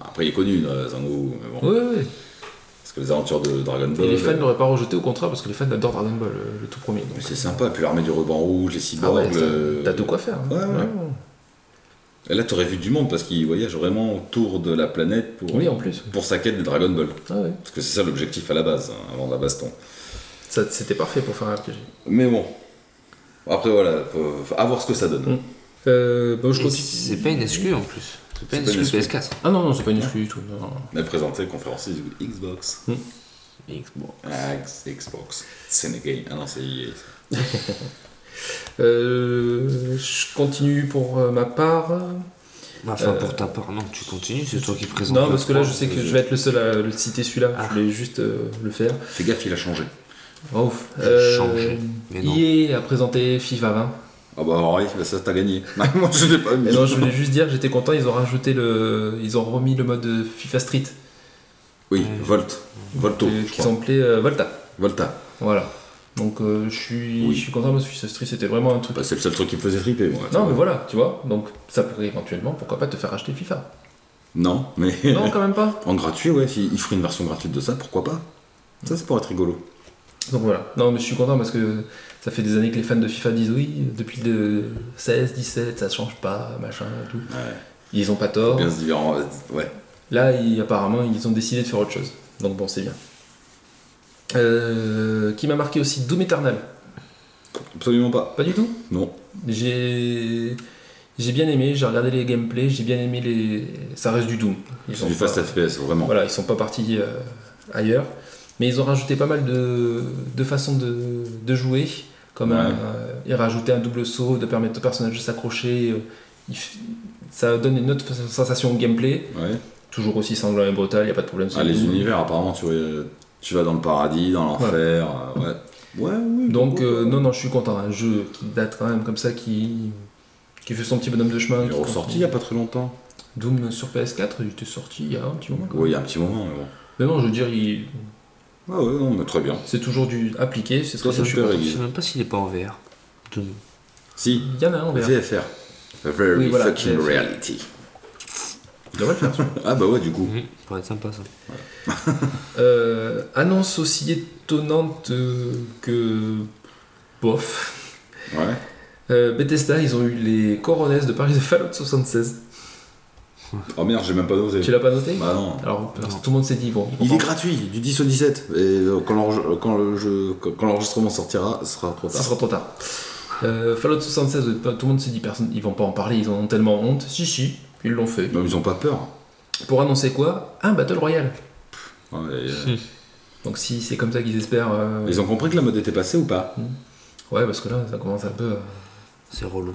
[SPEAKER 2] Après, il est connu, euh, Zango, mais bon.
[SPEAKER 4] Ouais, ouais, ouais.
[SPEAKER 2] Parce que les aventures de Dragon
[SPEAKER 4] Et
[SPEAKER 2] Ball.
[SPEAKER 4] les fans
[SPEAKER 2] euh,
[SPEAKER 4] l'auraient pas rejeté, au contraire, parce que les fans adorent Dragon Ball, euh, le, le tout premier. donc.
[SPEAKER 2] mais euh, c'est sympa, puis l'armée du ruban rouge, les
[SPEAKER 4] Ah
[SPEAKER 2] cyborgs.
[SPEAKER 4] ouais, ça-
[SPEAKER 2] le-
[SPEAKER 4] t'as de quoi faire. hein.
[SPEAKER 2] Ouais, ouais. Et Là, t'aurais vu du monde parce qu'il voyage vraiment autour de la planète pour,
[SPEAKER 4] Oui, en plus.
[SPEAKER 2] pour sa quête des Dragon Ball.
[SPEAKER 4] Ah ouais.
[SPEAKER 2] Parce que c'est ça l'objectif à la base, hein, avant la baston.
[SPEAKER 4] Ça, C'était parfait pour faire un RPG.
[SPEAKER 2] Mais bon. Après, voilà, faut- faut- à voir ce que ça donne.
[SPEAKER 4] Mm. Euh, bah, je
[SPEAKER 3] Et
[SPEAKER 4] continue.
[SPEAKER 3] C'est pas une exclu en plus. C'est pas une
[SPEAKER 2] C'est pas une
[SPEAKER 3] exclu PS4.
[SPEAKER 4] Ah non, non, c'est pas une excuse du tout. non, non.
[SPEAKER 2] Elle présentait conférencier de Xbox.
[SPEAKER 3] Xbox.
[SPEAKER 2] Ah, X- Xbox. Sénégal. Ah non, c'est EA.
[SPEAKER 4] Euh, je continue pour euh, ma part.
[SPEAKER 3] Bah, Enfin,
[SPEAKER 2] Euh,
[SPEAKER 3] pour ta part, non, tu continues, c'est toi qui présentes.
[SPEAKER 4] Non,
[SPEAKER 3] le
[SPEAKER 4] parce que là,
[SPEAKER 3] trois,
[SPEAKER 4] je sais que
[SPEAKER 3] euh,
[SPEAKER 4] je vais être le seul à le citer celui-là.
[SPEAKER 3] Ah.
[SPEAKER 4] Je voulais juste euh, le faire.
[SPEAKER 2] Fais gaffe, il a changé.
[SPEAKER 4] Oh,
[SPEAKER 3] J'ai changé, mais non.
[SPEAKER 4] EA a présenté FIFA 20.
[SPEAKER 2] Ah bah ouais, bah ça t'as gagné. Moi je l'ai pas mis.
[SPEAKER 4] Et non, je voulais juste dire, j'étais content, ils ont rajouté le. Ils ont remis le mode FIFA Street,
[SPEAKER 2] Oui,
[SPEAKER 3] Ouais.
[SPEAKER 2] Volt. Volto.
[SPEAKER 4] euh,
[SPEAKER 2] je
[SPEAKER 4] qui
[SPEAKER 2] crois.
[SPEAKER 4] s'appelait euh, Volta.
[SPEAKER 2] Volta.
[SPEAKER 4] Voilà. Donc euh, je suis
[SPEAKER 2] Oui.
[SPEAKER 4] je suis content parce que FIFA Street c'était vraiment un truc.
[SPEAKER 2] Bah, c'est le seul truc qui me faisait flipper, moi.
[SPEAKER 4] non, mais voilà, tu vois, donc ça pourrait éventuellement, pourquoi pas te faire acheter FIFA.
[SPEAKER 2] Non, mais.
[SPEAKER 4] Non, quand même pas.
[SPEAKER 2] en gratuit, ouais, s'ils feraient une version gratuite de ça, pourquoi pas Ça, c'est pour être rigolo.
[SPEAKER 4] Donc voilà. Non, mais je suis content parce que ça fait des années que les fans de FIFA disent oui, depuis le 16, 17, ça change pas, machin, et tout.
[SPEAKER 2] Ouais.
[SPEAKER 4] Ils ont pas tort.
[SPEAKER 2] Bien se dire, en- ouais.
[SPEAKER 4] Là, ils- apparemment, ils ont décidé de faire autre chose. Donc bon, c'est bien. Euh, qui m'a marqué aussi Doom Eternal.
[SPEAKER 2] Absolument pas.
[SPEAKER 4] Pas du tout.
[SPEAKER 2] Non.
[SPEAKER 4] J'ai j'ai bien aimé. J'ai regardé les gameplays. J'ai bien aimé les. Ça reste du Doom. Ils
[SPEAKER 2] C'est
[SPEAKER 4] ont
[SPEAKER 2] du
[SPEAKER 4] pas-
[SPEAKER 2] fast FPS, vraiment.
[SPEAKER 4] Voilà, ils sont pas partis euh, ailleurs. Mais ils ont rajouté pas mal de, de façons de, de jouer. Comme
[SPEAKER 2] Ouais.
[SPEAKER 4] un- euh, ils rajoutaient un double saut, de permettre au personnage de s'accrocher. euh, il f- Ça donne une autre sensation au gameplay.
[SPEAKER 2] Ouais.
[SPEAKER 4] Toujours aussi sanglant et brutal, il n'y a pas de problème. c'est
[SPEAKER 2] Ah, les
[SPEAKER 4] Doom.
[SPEAKER 2] univers, apparemment, tu, euh, tu vas dans le paradis, dans l'enfer. euh, Ouais. Ouais, oui.
[SPEAKER 4] Donc,
[SPEAKER 2] pourquoi
[SPEAKER 4] euh,
[SPEAKER 2] pas.
[SPEAKER 4] non, non, je suis content. Un jeu qui date quand même comme ça, qui, qui fait son petit bonhomme de chemin.
[SPEAKER 2] Il est
[SPEAKER 4] qui
[SPEAKER 2] ressorti il y a pas très longtemps.
[SPEAKER 4] Doom sur PS4, il était sorti il y a un petit moment. quoi.
[SPEAKER 2] Oui, il y a un petit moment, mais bon.
[SPEAKER 4] Mais non, je veux dire, il-
[SPEAKER 2] Ouais, ouais, non, mais très bien.
[SPEAKER 4] c'est toujours du appliqué. C'est ce que
[SPEAKER 2] Toi,
[SPEAKER 4] je
[SPEAKER 2] ça
[SPEAKER 4] suis
[SPEAKER 2] te
[SPEAKER 4] content.
[SPEAKER 2] régale.
[SPEAKER 3] Je sais même pas s'il est pas en VR. De-
[SPEAKER 2] Si,
[SPEAKER 4] Il y en a un, on verra.
[SPEAKER 2] VFR. Very
[SPEAKER 4] Oui, voilà,
[SPEAKER 2] fucking
[SPEAKER 4] VFR.
[SPEAKER 2] reality.
[SPEAKER 4] On devrait le faire, celui-là.
[SPEAKER 2] Ah bah ouais, du coup.
[SPEAKER 3] Mhm, Ça pourrait être sympa ça.
[SPEAKER 4] Euh, annonce aussi étonnante euh, que. Bof.
[SPEAKER 2] Ouais.
[SPEAKER 4] Euh, Bethesda, ils ont eu les coronets de Paris de Fallout 76.
[SPEAKER 2] Oh merde, j'ai même pas dosé.
[SPEAKER 4] Tu l'as pas noté
[SPEAKER 2] Bah non.
[SPEAKER 4] Alors, parce que tout le monde s'est dit, bon.
[SPEAKER 2] Il est gratuit, du 10 au 17. Et euh, quand l'enregistre- quand le jeu- quand- quand l'enregistrement sortira, ce sera trop
[SPEAKER 4] Ça
[SPEAKER 2] tard.
[SPEAKER 4] sera trop tard. Euh, Fallout 76, euh, pas- tout le monde s'est dit, personne, ils vont pas en parler, ils en ont tellement honte. Si, si, ils l'ont fait.
[SPEAKER 2] Non, mais ils ont pas peur.
[SPEAKER 4] Pour annoncer quoi Un Battle Royale.
[SPEAKER 2] Ouais, euh,
[SPEAKER 4] Donc si c'est comme ça qu'ils espèrent... euh,
[SPEAKER 2] Ils ont compris que la mode était passée ou pas
[SPEAKER 4] Ouais, parce que là, ça commence un peu... euh.
[SPEAKER 3] C'est relou.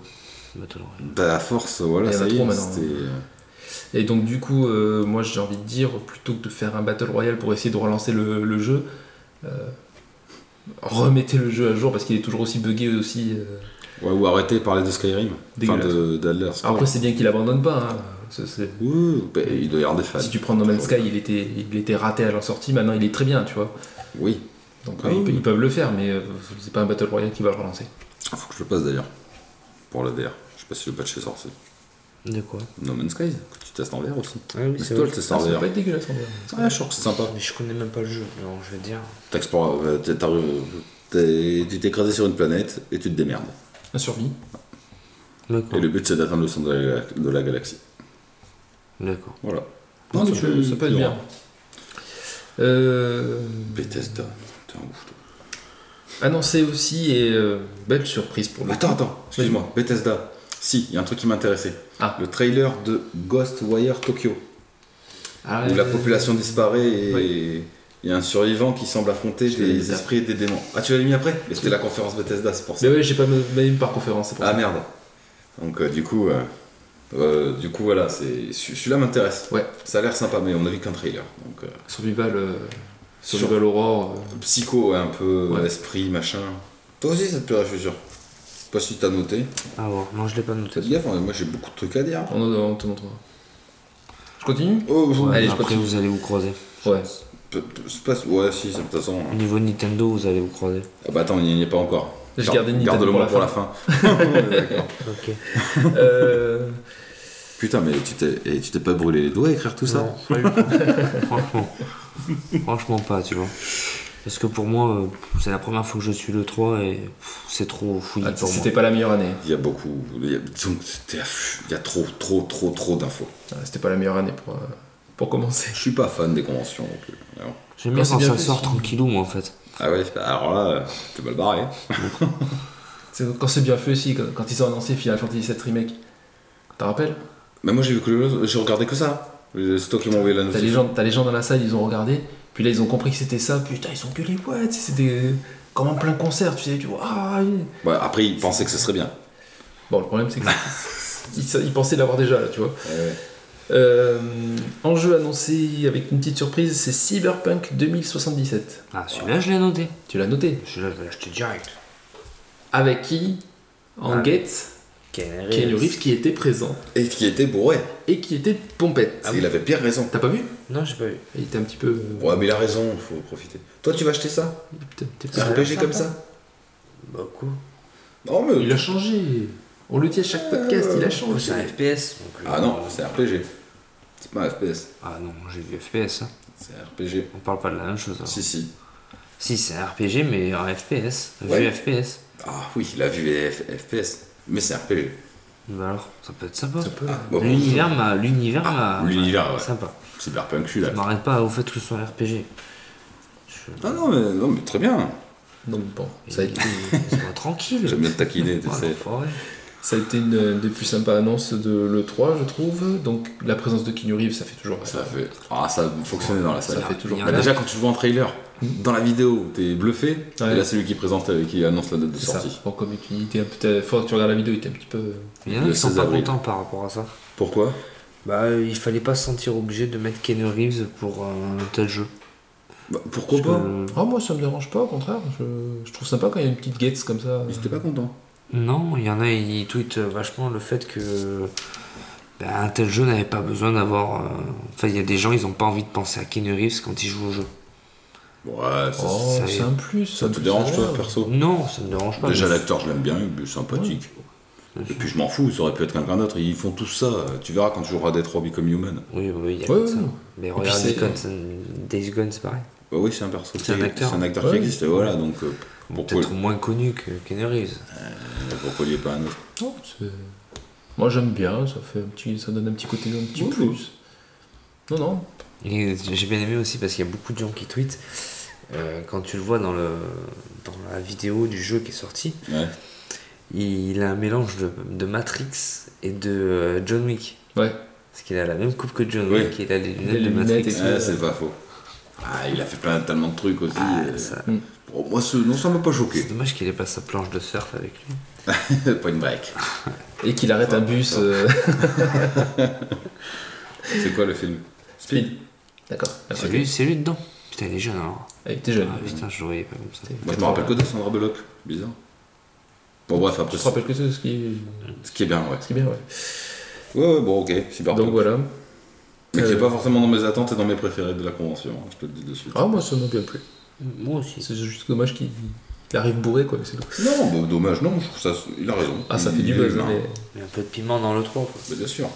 [SPEAKER 3] Battle Royale.
[SPEAKER 2] Bah à force, voilà,
[SPEAKER 4] Il y en a
[SPEAKER 2] ça y
[SPEAKER 4] trop
[SPEAKER 2] est.
[SPEAKER 4] maintenant.
[SPEAKER 2] c'était, euh,
[SPEAKER 4] Et donc du coup, euh, moi j'ai envie de dire, plutôt que de faire un Battle Royale pour essayer de relancer le, le jeu, euh, remettez le jeu à jour parce qu'il est toujours aussi buggé aussi. euh.
[SPEAKER 2] Ouais, ou arrêter de parler de Skyrim. Enfin,
[SPEAKER 4] Dégueulasse.
[SPEAKER 2] de- d'Adler.
[SPEAKER 4] Après, c'est bien qu'il abandonne pas. hein. C'est- c'est-
[SPEAKER 2] Ouh, bah, il doit y avoir des fans.
[SPEAKER 4] Si tu prends No Man's Sky, il était, il était raté à la sortie, maintenant il est très bien, tu vois.
[SPEAKER 2] Oui.
[SPEAKER 4] Donc
[SPEAKER 2] Ah
[SPEAKER 4] euh, ils,
[SPEAKER 2] oui.
[SPEAKER 4] pe- ils peuvent le faire, mais euh, c'est pas un Battle Royale qui va le relancer.
[SPEAKER 2] Ah, Faut que je le passe d'ailleurs. Pour la VR. Je sais pas si le patch est sorti.
[SPEAKER 3] De quoi
[SPEAKER 2] No Man's Sky, que tu testes en VR aussi.
[SPEAKER 3] Ah oui,
[SPEAKER 2] Mais
[SPEAKER 3] c'est
[SPEAKER 2] toi,
[SPEAKER 3] vrai.
[SPEAKER 2] le test
[SPEAKER 4] Ah,
[SPEAKER 2] en
[SPEAKER 4] ça va
[SPEAKER 2] VR.
[SPEAKER 4] pas être dégueulasse en vrai.
[SPEAKER 2] Ouais, je trouve que c'est sympa.
[SPEAKER 3] Mais je connais même pas le jeu, alors je vais dire.
[SPEAKER 2] T'explores, euh, t'es- t'as- t'es- tu t'es écrasé sur une planète et tu te démerdes.
[SPEAKER 4] Un survie.
[SPEAKER 3] D'accord.
[SPEAKER 2] Et le but c'est d'atteindre le centre de la, de la galaxie.
[SPEAKER 3] D'accord.
[SPEAKER 2] Voilà.
[SPEAKER 4] Non,
[SPEAKER 2] Donc,
[SPEAKER 4] ça, peut, ça peut être bien. Euh,
[SPEAKER 2] Bethesda. T'es un ouf, toi.
[SPEAKER 4] annoncé aussi et euh, belle surprise pour le
[SPEAKER 2] Attends, attends, excuse-moi. Bethesda. Si, il y a un truc qui m'intéressait.
[SPEAKER 4] Ah.
[SPEAKER 2] Le trailer de Ghostwire Tokyo.
[SPEAKER 4] Ah,
[SPEAKER 2] Où la
[SPEAKER 4] euh,
[SPEAKER 2] population disparaît et il y a un survivant qui semble affronter
[SPEAKER 4] Je l'ai mis
[SPEAKER 2] des
[SPEAKER 4] tard.
[SPEAKER 2] esprits et des démons. Ah, tu l'as mis après Mais c'était la conférence Bethesda, c'est pour ça.
[SPEAKER 4] Mais ouais, j'ai pas me- même par conférence, c'est pour
[SPEAKER 2] Ah
[SPEAKER 4] ça.
[SPEAKER 2] merde. Donc euh, du coup, euh, euh, du coup voilà, c'est celui- celui-là m'intéresse.
[SPEAKER 4] Ouais.
[SPEAKER 2] Ça a l'air sympa, mais on n'a vu qu'un trailer. Donc euh,
[SPEAKER 4] Survival, euh,
[SPEAKER 2] Sur-
[SPEAKER 4] Survival Aurore. euh,
[SPEAKER 2] psycho, ouais, un peu euh,
[SPEAKER 4] Ouais.
[SPEAKER 2] esprit, machin. Toi aussi, ça te plairait, je suis sûr. Je sais pas si t'as noté.
[SPEAKER 3] Ah ouais, non, je l'ai pas noté.
[SPEAKER 2] Faites gaffe, hein, moi j'ai beaucoup de trucs à dire.
[SPEAKER 4] on, on te montrera. Je continue
[SPEAKER 2] Oh, je-
[SPEAKER 3] Ouais,
[SPEAKER 4] Allez,
[SPEAKER 3] mais
[SPEAKER 4] je
[SPEAKER 3] après,
[SPEAKER 4] continue.
[SPEAKER 3] vous allez vous croiser.
[SPEAKER 4] Ouais.
[SPEAKER 2] peu- peu- c'est pas- ouais, si, c'est- de toute façon. hein.
[SPEAKER 3] Au niveau Nintendo, vous allez vous croiser.
[SPEAKER 2] Ah bah attends, il n'y est pas encore.
[SPEAKER 4] Je
[SPEAKER 2] Garde-
[SPEAKER 4] gardais Nintendo
[SPEAKER 2] Garde-le
[SPEAKER 4] pour
[SPEAKER 2] moi
[SPEAKER 4] la
[SPEAKER 2] pour la fin. Ouais, d'accord.
[SPEAKER 3] Ok.
[SPEAKER 4] Euh,
[SPEAKER 2] Putain, mais tu t'es et tu t'es pas brûlé les doigts à écrire tout ça
[SPEAKER 3] Non, pas du tout. Franchement. Franchement pas, tu vois. Parce que pour moi, euh, c'est la première fois que je suis le 3 et pff, c'est trop fouillé
[SPEAKER 4] ah,
[SPEAKER 3] pour moi.
[SPEAKER 4] C'était pas la meilleure année.
[SPEAKER 2] Il y a beaucoup. Il y a, disons que c'était- il y a trop, trop, trop, trop d'infos.
[SPEAKER 4] Ah, C'était pas la meilleure année pour, euh, pour commencer.
[SPEAKER 2] Je suis pas fan des conventions euh, non plus. Alors.
[SPEAKER 3] J'aime bien
[SPEAKER 4] Quand c'est
[SPEAKER 3] quand
[SPEAKER 4] bien
[SPEAKER 3] ça
[SPEAKER 4] fait,
[SPEAKER 3] sort
[SPEAKER 4] c'est-
[SPEAKER 3] tranquillou, moi, en fait.
[SPEAKER 2] Ah ouais, bah alors là, euh, t'es mal barré.
[SPEAKER 4] C'est quand c'est bien fait aussi, quand, quand ils ont annoncé Final Fantasy VII Remake. T'en rappelles
[SPEAKER 2] Mais moi, j'ai vu que le- j'ai regardé que ça. C'est toi qui m'as envoyé la
[SPEAKER 4] T'as les,
[SPEAKER 2] notification.
[SPEAKER 4] gens, t'as les gens dans la salle, ils ont regardé, puis là ils ont compris que c'était ça, putain ils ont gueulé, ouais, tu sais, c'était euh, comme en plein concert, tu sais, tu vois, ah, oui.
[SPEAKER 2] Ouais, après, ils pensaient que ce serait bien.
[SPEAKER 4] Bon, le problème c'est que ils, ils pensaient l'avoir déjà là, tu vois.
[SPEAKER 2] Ouais.
[SPEAKER 4] Euh, enjeu annoncé avec une petite surprise, c'est Cyberpunk 2077.
[SPEAKER 3] Ah, celui-là, je l'ai noté.
[SPEAKER 4] Tu l'as noté.
[SPEAKER 3] Celui-là, je l'ai acheté direct.
[SPEAKER 4] Avec qui En
[SPEAKER 3] Ah.
[SPEAKER 4] guette,
[SPEAKER 3] Keanu
[SPEAKER 4] Keanu Reeves qui était présent
[SPEAKER 2] Et qui était bourré.
[SPEAKER 4] et qui était pompette.
[SPEAKER 2] il avait bien raison.
[SPEAKER 4] T'as pas vu
[SPEAKER 3] Non, j'ai pas vu.
[SPEAKER 4] Il était un petit peu.
[SPEAKER 2] Ouais, mais il a raison, faut profiter. Toi, tu vas acheter ça
[SPEAKER 4] t'es- t'es
[SPEAKER 2] C'est
[SPEAKER 4] pas-
[SPEAKER 2] RPG comme ça
[SPEAKER 3] Beaucoup.
[SPEAKER 2] Non, mais.
[SPEAKER 4] Il a changé. On le dit à chaque podcast, il a
[SPEAKER 3] C'est
[SPEAKER 4] changé.
[SPEAKER 3] un FPS. donc, euh,
[SPEAKER 2] Ah non, c'est RPG. C'est pas un FPS.
[SPEAKER 3] Ah non, j'ai vu FPS. hein.
[SPEAKER 2] C'est un RPG.
[SPEAKER 3] On parle pas de la même chose. alors.
[SPEAKER 2] Si, si.
[SPEAKER 3] Si, c'est un RPG, mais un FPS. Vu
[SPEAKER 2] Ouais.
[SPEAKER 3] FPS.
[SPEAKER 2] Ah oui, la vue est F- FPS. Mais c'est un RPG.
[SPEAKER 3] Bah alors, ça peut être sympa. bah,
[SPEAKER 2] Ah, bon,
[SPEAKER 3] L'univers m'a. L'univers
[SPEAKER 2] Ah,
[SPEAKER 3] m'a.
[SPEAKER 2] l'univers, ouais.
[SPEAKER 3] Sympa.
[SPEAKER 2] Cyberpunk, je suis là.
[SPEAKER 3] Je m'arrête pas au fait que ce soit un RPG. Je-
[SPEAKER 2] Ah non, mais, non, mais très bien.
[SPEAKER 4] Donc bon, ça a été,
[SPEAKER 3] euh, Sois tranquille.
[SPEAKER 2] J'aime bien te taquiner, tu
[SPEAKER 3] Ah,
[SPEAKER 2] sais.
[SPEAKER 3] l'enfoiré.
[SPEAKER 4] ça a été une des plus sympas annonces de l'E3, je trouve. Donc la présence de Keanu Reeves, ça fait toujours.
[SPEAKER 2] Ça fait. Ah, ça fonctionnait dans la
[SPEAKER 4] Ça
[SPEAKER 2] salle.
[SPEAKER 4] fait toujours.
[SPEAKER 3] Il y en
[SPEAKER 2] Bah,
[SPEAKER 3] a-
[SPEAKER 2] déjà, quand tu le vois en trailer, dans la vidéo, t'es bluffé.
[SPEAKER 4] Ouais.
[SPEAKER 2] Et là, c'est lui qui présente, euh, qui annonce la date de
[SPEAKER 4] C'est ça.
[SPEAKER 2] sortie.
[SPEAKER 4] Bon, comme il était un peu. Faudra que tu regardes la vidéo, il était un petit peu.
[SPEAKER 3] Il y en a
[SPEAKER 2] Le
[SPEAKER 3] qui sont
[SPEAKER 2] 16
[SPEAKER 3] pas
[SPEAKER 2] avril.
[SPEAKER 3] contents par rapport à ça.
[SPEAKER 2] Pourquoi
[SPEAKER 3] Bah, euh, il fallait pas se sentir obligé de mettre Keanu Reeves pour un tel jeu.
[SPEAKER 2] Bah, Pourquoi
[SPEAKER 3] Parce
[SPEAKER 2] pas
[SPEAKER 3] que-
[SPEAKER 4] Ah, moi ça me dérange pas, au contraire. Je, je trouve sympa quand il y a une petite gates comme ça.
[SPEAKER 2] J'étais pas content.
[SPEAKER 3] Non, il y en a, ils tweetent euh, vachement le fait que ben, un tel jeu n'avait pas besoin d'avoir. euh, Enfin, il y a des gens, ils ont pas envie de penser à Keanu Reeves quand ils jouent au jeu.
[SPEAKER 2] Ouais, ça,
[SPEAKER 4] Oh,
[SPEAKER 3] ça-
[SPEAKER 4] c'est un plus.
[SPEAKER 2] ça
[SPEAKER 4] un
[SPEAKER 2] te
[SPEAKER 4] plus,
[SPEAKER 2] dérange,
[SPEAKER 4] ça
[SPEAKER 2] toi,
[SPEAKER 4] va.
[SPEAKER 2] perso
[SPEAKER 3] Non, ça me dérange pas.
[SPEAKER 2] Oh. Déjà,
[SPEAKER 3] mais-
[SPEAKER 2] l'acteur, je l'aime bien, il est sympathique. Et puis, je m'en fous, ça aurait pu être quelqu'un d'autre. Ils font tous ça. Tu verras quand tu joueras Dead Robbie comme Human.
[SPEAKER 3] Oui, oui, il y a
[SPEAKER 4] Ouais,
[SPEAKER 3] que ça.
[SPEAKER 4] ouais.
[SPEAKER 3] Mais
[SPEAKER 4] puis
[SPEAKER 3] regarde,
[SPEAKER 4] c'est-
[SPEAKER 3] Days Gone, c'est- Days Gone, c'est pareil.
[SPEAKER 2] Bah oui, c'est un perso.
[SPEAKER 3] C'est un
[SPEAKER 2] qui-
[SPEAKER 3] acteur.
[SPEAKER 2] C'est un acteur
[SPEAKER 4] Ouais.
[SPEAKER 2] qui existe, et voilà. Donc, euh, pourquoi,
[SPEAKER 3] Peut-être moins connu que Keanu Reeves.
[SPEAKER 2] pourquoi il n'y ait pas un autre
[SPEAKER 4] Non, c'est- Moi j'aime bien, ça, fait un petit... ça donne un petit côté, un petit
[SPEAKER 2] Oui.
[SPEAKER 4] plus. Non, non,
[SPEAKER 3] Et J'ai bien aimé aussi parce qu'il y a beaucoup de gens qui tweetent. euh, quand tu le vois dans, le, dans la vidéo du jeu qui est sorti,
[SPEAKER 2] Ouais.
[SPEAKER 3] il a un mélange de, de Matrix et de euh, John Wick.
[SPEAKER 4] ouais.
[SPEAKER 3] Parce qu'il a la même coupe que John
[SPEAKER 2] Oui.
[SPEAKER 3] Wick et il a les lunettes de
[SPEAKER 4] lunettes
[SPEAKER 3] Matrix.
[SPEAKER 4] et
[SPEAKER 2] Ouais, c'est pas faux. Ah, il a fait plein, tellement de trucs aussi.
[SPEAKER 3] Ah,
[SPEAKER 2] euh.
[SPEAKER 3] ça-
[SPEAKER 2] Bon, moi, ce, non, ça m'a pas
[SPEAKER 3] C'est
[SPEAKER 2] choqué.
[SPEAKER 3] dommage qu'il ait pas sa planche de surf avec lui.
[SPEAKER 2] pas une break.
[SPEAKER 4] Et qu'il arrête un bus. euh,
[SPEAKER 2] C'est quoi le film
[SPEAKER 4] Speed. D'accord.
[SPEAKER 3] C'est lui, c'est lui dedans. Putain, il est jeune alors.
[SPEAKER 4] Avec tes jeunes.
[SPEAKER 3] Ah putain, je le voyais pas comme ça.
[SPEAKER 4] T'es-
[SPEAKER 2] Moi, je me
[SPEAKER 4] 80.
[SPEAKER 2] rappelle que de Sandra Bullock. Bizarre. Bon, bref,
[SPEAKER 4] Tu
[SPEAKER 2] après,
[SPEAKER 4] te
[SPEAKER 2] ce
[SPEAKER 4] rappelles que c'est ce qui
[SPEAKER 2] ce qui est bien, ouais.
[SPEAKER 4] ce qui est bien, ouais.
[SPEAKER 2] Ouais, ouais, bon, ok, super.
[SPEAKER 4] Donc voilà.
[SPEAKER 2] Mais qui est
[SPEAKER 4] Euh,
[SPEAKER 2] pas forcément dans mes attentes et dans mes préférés de la convention, hein, je te le dis de suite.
[SPEAKER 4] Ah, moi ça m'a bien plu.
[SPEAKER 3] Moi aussi.
[SPEAKER 4] C'est juste dommage qu'il il arrive bourré, quoi, c'est tout.
[SPEAKER 2] Non, bah, dommage, non, je trouve ça. Il a raison.
[SPEAKER 4] Ah, ça
[SPEAKER 2] Il-
[SPEAKER 4] fait du
[SPEAKER 2] il est
[SPEAKER 4] buzz,
[SPEAKER 2] humain.
[SPEAKER 4] mais.
[SPEAKER 3] Il y a un peu de piment dans le 3 quoi.
[SPEAKER 2] Bah, bien sûr.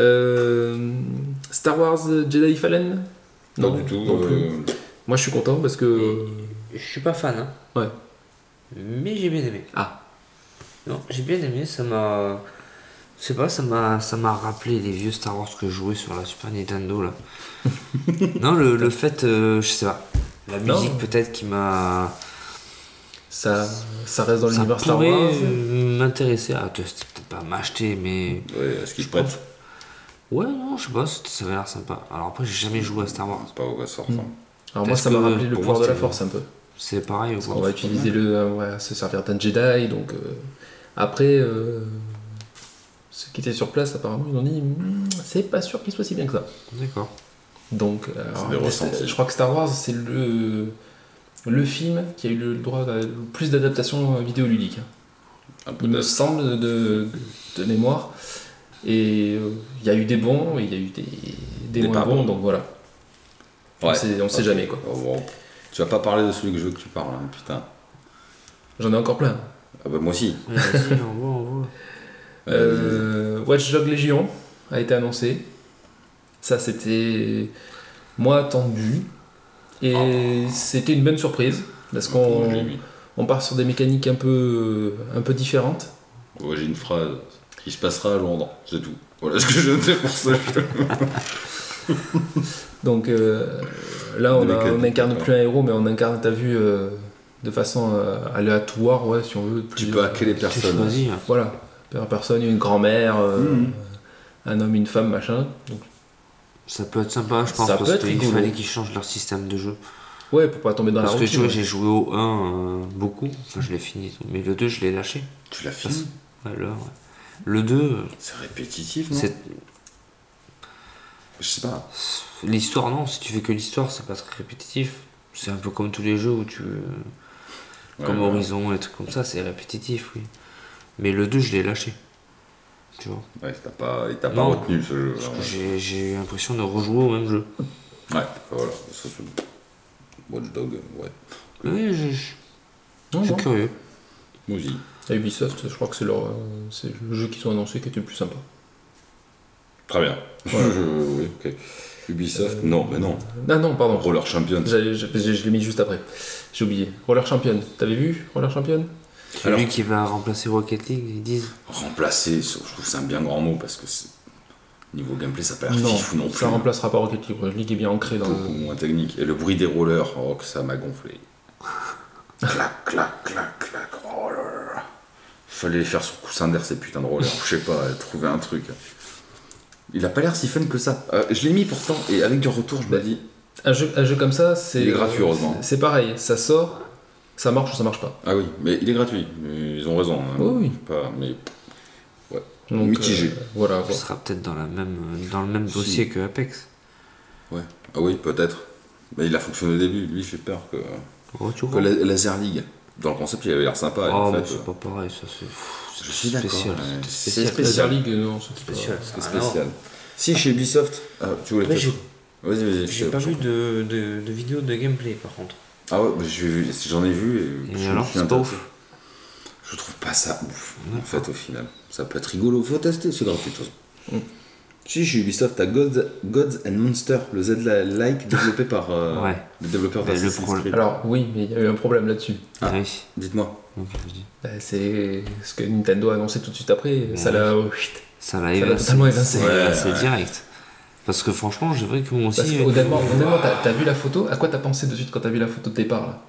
[SPEAKER 4] Euh, Star Wars Jedi Fallen
[SPEAKER 2] Non, du tout.
[SPEAKER 4] non plus.
[SPEAKER 2] euh,
[SPEAKER 4] Moi je suis content parce que.
[SPEAKER 3] Euh, Je suis pas fan, hein.
[SPEAKER 4] Ouais.
[SPEAKER 3] Mais j'ai bien aimé.
[SPEAKER 4] Ah,
[SPEAKER 3] Non, j'ai bien aimé, ça m'a. Je sais pas, ça m'a, ça m'a rappelé les vieux Star Wars que je jouais sur la Super Nintendo là. non, le, le fait, euh, je sais pas, la
[SPEAKER 4] Non.
[SPEAKER 3] musique peut-être qui m'a.
[SPEAKER 4] ça, ça reste dans
[SPEAKER 3] ça
[SPEAKER 4] l'univers Star
[SPEAKER 3] pourrait,
[SPEAKER 4] Wars.
[SPEAKER 3] euh, m'intéresser. Ah, tu- c'était peut-être pas m'acheter, mais.
[SPEAKER 2] Ouais, est-ce qu'il se prête
[SPEAKER 3] Ouais, non, je sais pas, c'était- ça avait l'air sympa. Alors après, j'ai jamais joué à Star Wars.
[SPEAKER 2] C'est pas quoi ça
[SPEAKER 4] Hmm.
[SPEAKER 2] ressemble.
[SPEAKER 4] Alors moi
[SPEAKER 3] Parce
[SPEAKER 4] ça m'a
[SPEAKER 3] que
[SPEAKER 4] rappelé le
[SPEAKER 3] pour
[SPEAKER 4] pouvoir
[SPEAKER 3] moi,
[SPEAKER 4] de la
[SPEAKER 3] c'est-
[SPEAKER 4] force un peu.
[SPEAKER 3] C'est pareil ou
[SPEAKER 4] On va utiliser le. euh, ouais, se servir d'un Jedi, donc. euh, après, euh, ceux qui étaient sur place apparemment ils ont dit Hmm, c'est pas sûr qu'il soit si bien que ça.
[SPEAKER 3] D'accord.
[SPEAKER 4] Donc, alors,
[SPEAKER 2] des
[SPEAKER 4] mais
[SPEAKER 2] ressentis.
[SPEAKER 4] c'est- je crois que Star Wars, c'est le, le film qui a eu le droit à le plus d'adaptations euh, vidéoludiques. hein.
[SPEAKER 2] Un peu
[SPEAKER 4] Il me
[SPEAKER 2] d'as-
[SPEAKER 4] semble de, de mémoire. Et euh, il y a eu des bons, et il y a eu des, des,
[SPEAKER 2] Des
[SPEAKER 4] moins
[SPEAKER 2] pas
[SPEAKER 4] bons,
[SPEAKER 2] bons.
[SPEAKER 4] donc voilà. On sait, on sait
[SPEAKER 2] ok.
[SPEAKER 4] jamais quoi.
[SPEAKER 2] Oh, bon. Tu vas pas parler de celui que je veux que tu parles, hein, putain.
[SPEAKER 4] J'en ai encore plein.
[SPEAKER 2] Ah bah moi aussi.
[SPEAKER 3] Ouais, vas-y, on voit, on voit.
[SPEAKER 4] Euh, Watch Dogs Legion a été annoncé. Ça, c'était moins attendu. Et c'était une bonne surprise. Parce
[SPEAKER 2] Ah. Moi,
[SPEAKER 4] qu'on
[SPEAKER 2] je l'ai mis.
[SPEAKER 4] on part sur des mécaniques un peu, un peu différentes.
[SPEAKER 2] Ouais, j'ai une phrase. Il se passera à Londres, c'est tout. Voilà ce que je fais pour ça.
[SPEAKER 4] Donc euh, là, on,
[SPEAKER 2] Des
[SPEAKER 4] a- on
[SPEAKER 2] mécaniques,
[SPEAKER 4] incarne
[SPEAKER 2] d'accord. euh,
[SPEAKER 4] plus un héros, mais on incarne, t'as vu, euh, de façon euh, aléatoire, ouais, si on veut.
[SPEAKER 2] Tu
[SPEAKER 4] plusieurs-
[SPEAKER 2] peux hacker les
[SPEAKER 3] Tu
[SPEAKER 2] personnes.
[SPEAKER 3] choisis. hein.
[SPEAKER 4] Voilà, plusieurs personnes, une grand-mère, euh,
[SPEAKER 2] Mhm.
[SPEAKER 4] un homme, une femme, machin. Donc,
[SPEAKER 3] Ça peut être sympa, je pense,
[SPEAKER 4] Ça peut
[SPEAKER 3] parce
[SPEAKER 4] être
[SPEAKER 3] qu'il
[SPEAKER 4] rigolo. Bah,
[SPEAKER 3] fallait qu'ils changent leur système de jeu.
[SPEAKER 4] ouais, pour pas tomber dans
[SPEAKER 3] Parce
[SPEAKER 4] la
[SPEAKER 3] que tu
[SPEAKER 4] routine.
[SPEAKER 3] vois, j'ai joué au 1 euh, beaucoup, enfin, je l'ai fini, et tout. mais le 2, je l'ai lâché.
[SPEAKER 2] Tu l'as fini
[SPEAKER 3] Alors, ouais. le 2, euh,
[SPEAKER 2] C'est répétitif, non
[SPEAKER 3] c'est
[SPEAKER 2] Je sais pas.
[SPEAKER 3] l'histoire, non, si tu fais que l'histoire, c'est pas très répétitif. C'est un peu comme tous les jeux où tu. euh, comme
[SPEAKER 2] Ouais,
[SPEAKER 3] Horizon et trucs comme ça, c'est répétitif, oui. Mais le 2, je l'ai lâché. Tu vois
[SPEAKER 2] Ouais, t'as pas, il t'a pas
[SPEAKER 3] Non.
[SPEAKER 2] retenu ce jeu.
[SPEAKER 3] Parce que j'ai- j'ai eu l'impression de rejouer au même jeu.
[SPEAKER 2] Ouais, voilà. Ça, c'est- Watch Dog, ouais.
[SPEAKER 3] Oui, je, je-
[SPEAKER 4] Non,
[SPEAKER 3] je suis
[SPEAKER 4] non.
[SPEAKER 3] curieux.
[SPEAKER 2] Moi aussi.
[SPEAKER 4] À Ubisoft, je crois que c'est leur, euh, c'est le jeu qu'ils ont annoncé qui était le plus sympa.
[SPEAKER 2] Très bien.
[SPEAKER 4] Voilà.
[SPEAKER 2] Je- oui, ok. Ubisoft, non, mais non.
[SPEAKER 4] Ah non, pardon.
[SPEAKER 2] Roller Champions.
[SPEAKER 4] J'allais- Je, je- je l'ai mis juste après. J'ai oublié. Roller Champion. T'avais vu Roller Champion
[SPEAKER 3] C'est
[SPEAKER 2] Alors-
[SPEAKER 3] lui qui va remplacer Rocket League, ils disent.
[SPEAKER 2] Remplacer, je trouve que c'est un bien grand mot parce que c'est- niveau gameplay, ça n'a pas l'air fifou non plus.
[SPEAKER 4] ça remplacera pas Rocket League. Rocket League est bien ancré dans.
[SPEAKER 2] Beaucoup
[SPEAKER 4] le-
[SPEAKER 2] moins technique. Et le bruit des rollers, oh, que ça m'a gonflé. clac, clac, clac, clac. Oh là là. Fallait les faire sur coussin d'air, ces putains de rollers. Je sais pas, euh, trouver un truc. Il a pas l'air si fun que ça. Euh, je l'ai mis pourtant, et avec du retour, je me dis.
[SPEAKER 4] Un, jeu, un jeu comme ça, c'est.
[SPEAKER 2] Il est gratuit, heureusement.
[SPEAKER 4] C'est pareil. Ça sort, ça marche ou ça marche pas.
[SPEAKER 2] Ah oui, mais il est gratuit. Ils ont raison. hein.
[SPEAKER 4] Oui, oui.
[SPEAKER 2] Pas, mais
[SPEAKER 4] Donc,
[SPEAKER 2] Mitigé.
[SPEAKER 4] euh, voilà.
[SPEAKER 3] Ce
[SPEAKER 4] quoi.
[SPEAKER 3] sera peut-être dans, la même- dans le même
[SPEAKER 2] Si.
[SPEAKER 3] dossier que Apex.
[SPEAKER 2] Ouais. Ah oui, peut-être. Mais il a fonctionné au début. Lui, j'ai peur que.
[SPEAKER 3] Oh, tu
[SPEAKER 2] que
[SPEAKER 3] vois.
[SPEAKER 2] la Laser League. Dans le concept, il avait l'air sympa. et
[SPEAKER 3] Oh,
[SPEAKER 2] en
[SPEAKER 3] mais
[SPEAKER 2] fait, euh,
[SPEAKER 3] c'est pas pareil, ça c'est. pff,
[SPEAKER 2] je
[SPEAKER 3] c'est
[SPEAKER 2] suis d'accord,
[SPEAKER 3] spécial.
[SPEAKER 2] ouais.
[SPEAKER 3] c'était
[SPEAKER 2] C'est
[SPEAKER 3] spécial.
[SPEAKER 2] spécial.
[SPEAKER 4] Laser League, non, c'est pas-
[SPEAKER 3] Spécial.
[SPEAKER 2] c'est
[SPEAKER 3] Ah, non.
[SPEAKER 2] spécial. Si, chez Ubisoft. Ah, tu voulais
[SPEAKER 3] Après,
[SPEAKER 2] faire-
[SPEAKER 3] j'ai-
[SPEAKER 2] Vas-y, vas-y. je
[SPEAKER 3] J'ai
[SPEAKER 2] te-
[SPEAKER 3] pas vu de, de, de vidéo de gameplay par contre.
[SPEAKER 2] Ah ouais, bah, j'ai vu- j'en ai vu et,
[SPEAKER 3] Et
[SPEAKER 2] je me
[SPEAKER 3] alors,
[SPEAKER 2] suis
[SPEAKER 3] c'est pas
[SPEAKER 2] intéressé.
[SPEAKER 3] ouf.
[SPEAKER 2] Je trouve pas ça ouf, en fait, au final. Ça peut être rigolo, faut tester, c'est gratuit, de toute façon. Mm. Si, chez Ubisoft, t'as Gods, Gods and Monsters, le Z-like développé par euh,
[SPEAKER 3] Ouais.
[SPEAKER 2] le développeur
[SPEAKER 3] Mais le
[SPEAKER 2] d'Assassin's
[SPEAKER 3] problème-
[SPEAKER 2] Creed.
[SPEAKER 4] Alors oui, mais il y a eu un problème là-dessus.
[SPEAKER 2] Ah.
[SPEAKER 3] Oui.
[SPEAKER 2] Dites-moi.
[SPEAKER 3] Donc, je dis,
[SPEAKER 4] Bah, c'est ce que Nintendo a annoncé tout de suite après. Ça l'a. oh, chut.
[SPEAKER 3] Ça l'a
[SPEAKER 4] Ça l'a
[SPEAKER 3] évacé.
[SPEAKER 4] totalement évincé.
[SPEAKER 3] Ça l'a
[SPEAKER 2] Ouais,
[SPEAKER 3] évincé
[SPEAKER 2] ouais.
[SPEAKER 3] direct. Parce que franchement, j'ai vrai que moi aussi.
[SPEAKER 4] Parce que, honnêtement, honnêtement, t'as t'as vu la photo À quoi t'as pensé de suite quand t'as vu la photo de départ là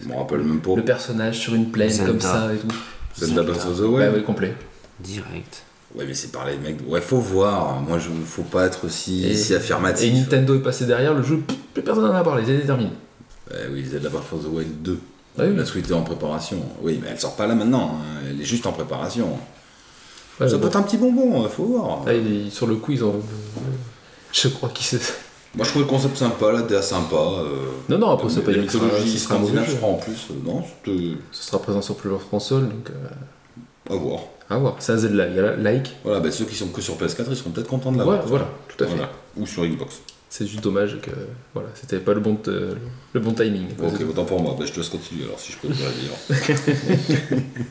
[SPEAKER 2] Je me rappelle même pas.
[SPEAKER 4] Le personnage sur une plaine
[SPEAKER 3] Zelda.
[SPEAKER 4] comme ça et tout. Bah,
[SPEAKER 2] Zelda Breath of the Wild.
[SPEAKER 4] Ouais, ouais, complet.
[SPEAKER 3] Direct.
[SPEAKER 2] Ouais, mais c'est pareil, mec. Ouais, faut voir. Moi, je faut pas être si, si affirmatif.
[SPEAKER 4] Et Nintendo est passé derrière, le jeu, pff, plus personne n'en a parlé, c'est terminé.
[SPEAKER 2] Ouais, Eh oui, Zelda Breath of the Wild 2.
[SPEAKER 4] Ah oui.
[SPEAKER 2] La suite est en préparation. Oui, mais elle sort pas là maintenant. hein. Elle est juste en préparation.
[SPEAKER 4] Ouais,
[SPEAKER 2] ça
[SPEAKER 4] bon.
[SPEAKER 2] peut être un petit bonbon, euh, faut voir.
[SPEAKER 4] Là, il- sur le coup, ils ont. euh, Je crois qu'ils se.
[SPEAKER 2] Moi, je trouve le concept sympa, la DA sympa. euh,
[SPEAKER 4] Non, non, après, ça
[SPEAKER 2] la
[SPEAKER 4] peut
[SPEAKER 2] mythologie
[SPEAKER 4] Oh, ce sera un mauvais
[SPEAKER 2] scandinave, je
[SPEAKER 4] jeu.
[SPEAKER 2] crois, en plus. euh, Non, c'était
[SPEAKER 4] Ce sera présent sur plusieurs consoles, donc euh,
[SPEAKER 2] à voir.
[SPEAKER 4] à voir. C'est un Zelda, il y a la- like.
[SPEAKER 2] Voilà, bah, ceux qui sont que sur PS4, ils seront peut-être contents de
[SPEAKER 4] Voilà,
[SPEAKER 2] l'avoir.
[SPEAKER 4] voilà, tout à fait.
[SPEAKER 2] Ah, Voilà. Ou sur Xbox.
[SPEAKER 4] C'est juste dommage que voilà, c'était pas le bon, te- le bon timing. quoi.
[SPEAKER 2] ok, autant pour moi. Bah, je te laisse continuer alors si je peux te la dire.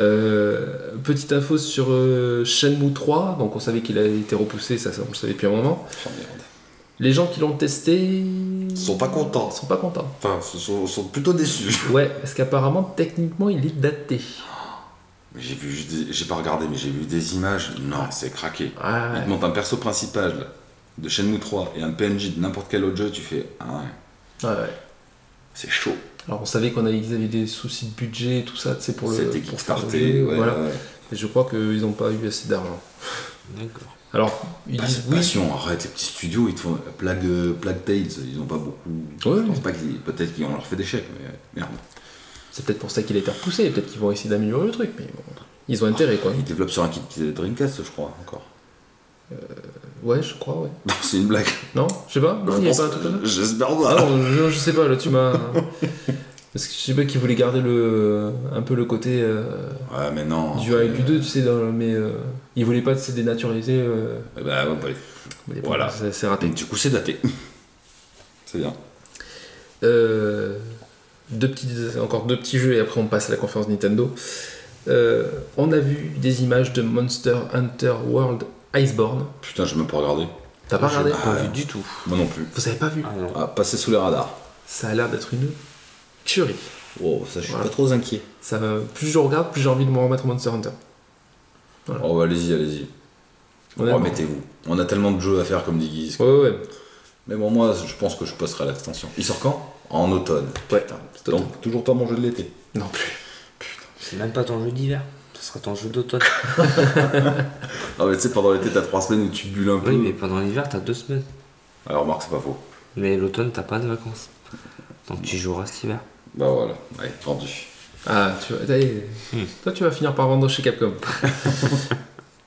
[SPEAKER 4] Euh, petite info sur euh, Shenmue 3, donc on savait qu'il avait été repoussé, ça, ça, on le savait depuis un moment.
[SPEAKER 2] Oh, merde.
[SPEAKER 4] Les gens qui l'ont testé.
[SPEAKER 2] sont pas contents.
[SPEAKER 4] Sont pas contents.
[SPEAKER 2] Enfin, ils sont, sont plutôt déçus.
[SPEAKER 4] Ouais, parce qu'apparemment, techniquement, il est daté.
[SPEAKER 2] Mais J'ai vu, juste des- j'ai pas regardé, mais j'ai vu des images. Non, c'est craqué.
[SPEAKER 4] Ah,
[SPEAKER 2] Il te montre un perso principal de Shenmue 3 et un PNJ de n'importe quel autre jeu, tu fais ah ouais,
[SPEAKER 4] ouais, ouais.
[SPEAKER 2] c'est chaud.
[SPEAKER 4] Alors, on savait qu'on avait, ils avaient des soucis de budget et tout ça, c'est pour le.
[SPEAKER 2] C'était
[SPEAKER 4] pour faire le
[SPEAKER 2] kickstarté,
[SPEAKER 4] jeu,
[SPEAKER 2] ouais,
[SPEAKER 4] voilà.
[SPEAKER 2] ouais.
[SPEAKER 4] Et je crois qu'ils n'ont pas eu assez d'argent.
[SPEAKER 3] D'accord.
[SPEAKER 4] Alors, ils
[SPEAKER 2] Bah, Pas-
[SPEAKER 4] disent oui.
[SPEAKER 2] passion, arrête les petits studios, ils te font Plague, euh, Plague Tales, ils ont pas beaucoup.
[SPEAKER 4] Ouais.
[SPEAKER 2] Je pense pas qu'ils. Peut-être qu'ils ont leur fait des chèques, mais euh, merde.
[SPEAKER 4] C'est peut-être pour ça qu'il a été repoussé, peut-être qu'ils vont essayer d'améliorer le truc, mais bon. Ils ont intérêt, quoi.
[SPEAKER 2] Ils développent sur un kit kit Dreamcast, je crois, encore.
[SPEAKER 4] Ouais, je crois, ouais.
[SPEAKER 2] Non, c'est une blague.
[SPEAKER 4] Non, je sais pas. Non, Ah, il y a
[SPEAKER 2] Je
[SPEAKER 4] pas un
[SPEAKER 2] pense-
[SPEAKER 4] truc comme ça
[SPEAKER 2] J'espère
[SPEAKER 4] Ah
[SPEAKER 2] pas.
[SPEAKER 4] non, non, je sais pas, là tu m'as. Parce que je sais pas qu'ils voulaient garder le, un peu le côté euh,
[SPEAKER 2] Ouais, mais non.
[SPEAKER 4] du 1 et du 2, tu sais, dans le- mais euh, ils voulaient pas se dénaturaliser. euh,
[SPEAKER 2] Eh Bah, ouais, bah, allez.
[SPEAKER 4] mais bon,
[SPEAKER 2] Voilà.
[SPEAKER 4] c'est- C'est raté.
[SPEAKER 2] Donc, du coup, c'est daté. c'est bien.
[SPEAKER 4] Euh, deux petits, encore deux petits jeux et après on passe à la conférence Nintendo. Euh, on a vu des images de Monster Hunter World Iceborne.
[SPEAKER 2] Putain, j'ai même pas regardé.
[SPEAKER 4] T'as pas
[SPEAKER 3] J'ai
[SPEAKER 4] regardé
[SPEAKER 3] pas vu du tout.
[SPEAKER 2] Moi non plus.
[SPEAKER 4] Vous avez pas vu
[SPEAKER 3] Ah non.
[SPEAKER 2] Ah, passer sous les radars.
[SPEAKER 4] Ça a l'air d'être une tuerie.
[SPEAKER 2] Oh, ça, je suis
[SPEAKER 4] Voilà.
[SPEAKER 2] pas trop inquiet.
[SPEAKER 4] Ça, va- plus je regarde, plus j'ai envie de me remettre au Monster Hunter.
[SPEAKER 2] Oh, bah, allez-y, allez-y.
[SPEAKER 3] Oh,
[SPEAKER 4] Honnêtement.
[SPEAKER 2] Remettez-vous. On a tellement de jeux à faire, comme dit Guise.
[SPEAKER 4] Ouais, ouais, ouais.
[SPEAKER 2] Mais bon, moi, je pense que je passerai à l'extension. Il sort quand En automne.
[SPEAKER 4] Ouais.
[SPEAKER 2] Donc, toujours pas mon jeu de l'été.
[SPEAKER 4] Non plus.
[SPEAKER 3] C'est même pas ton jeu d'hiver. Ce sera ton jeu d'automne.
[SPEAKER 2] Ah, mais tu sais, pendant l'été, t'as trois semaines où tu bulles un peu.
[SPEAKER 3] oui, mais pendant l'hiver, t'as deux semaines.
[SPEAKER 2] Alors, Marc, c'est pas faux.
[SPEAKER 3] Mais l'automne, t'as pas de vacances. Donc tu joueras cet hiver.
[SPEAKER 2] Bah voilà, ouais, tendu.
[SPEAKER 4] Ah, tu vois, t'as-
[SPEAKER 3] Hmm.
[SPEAKER 4] toi tu vas finir par vendre chez Capcom.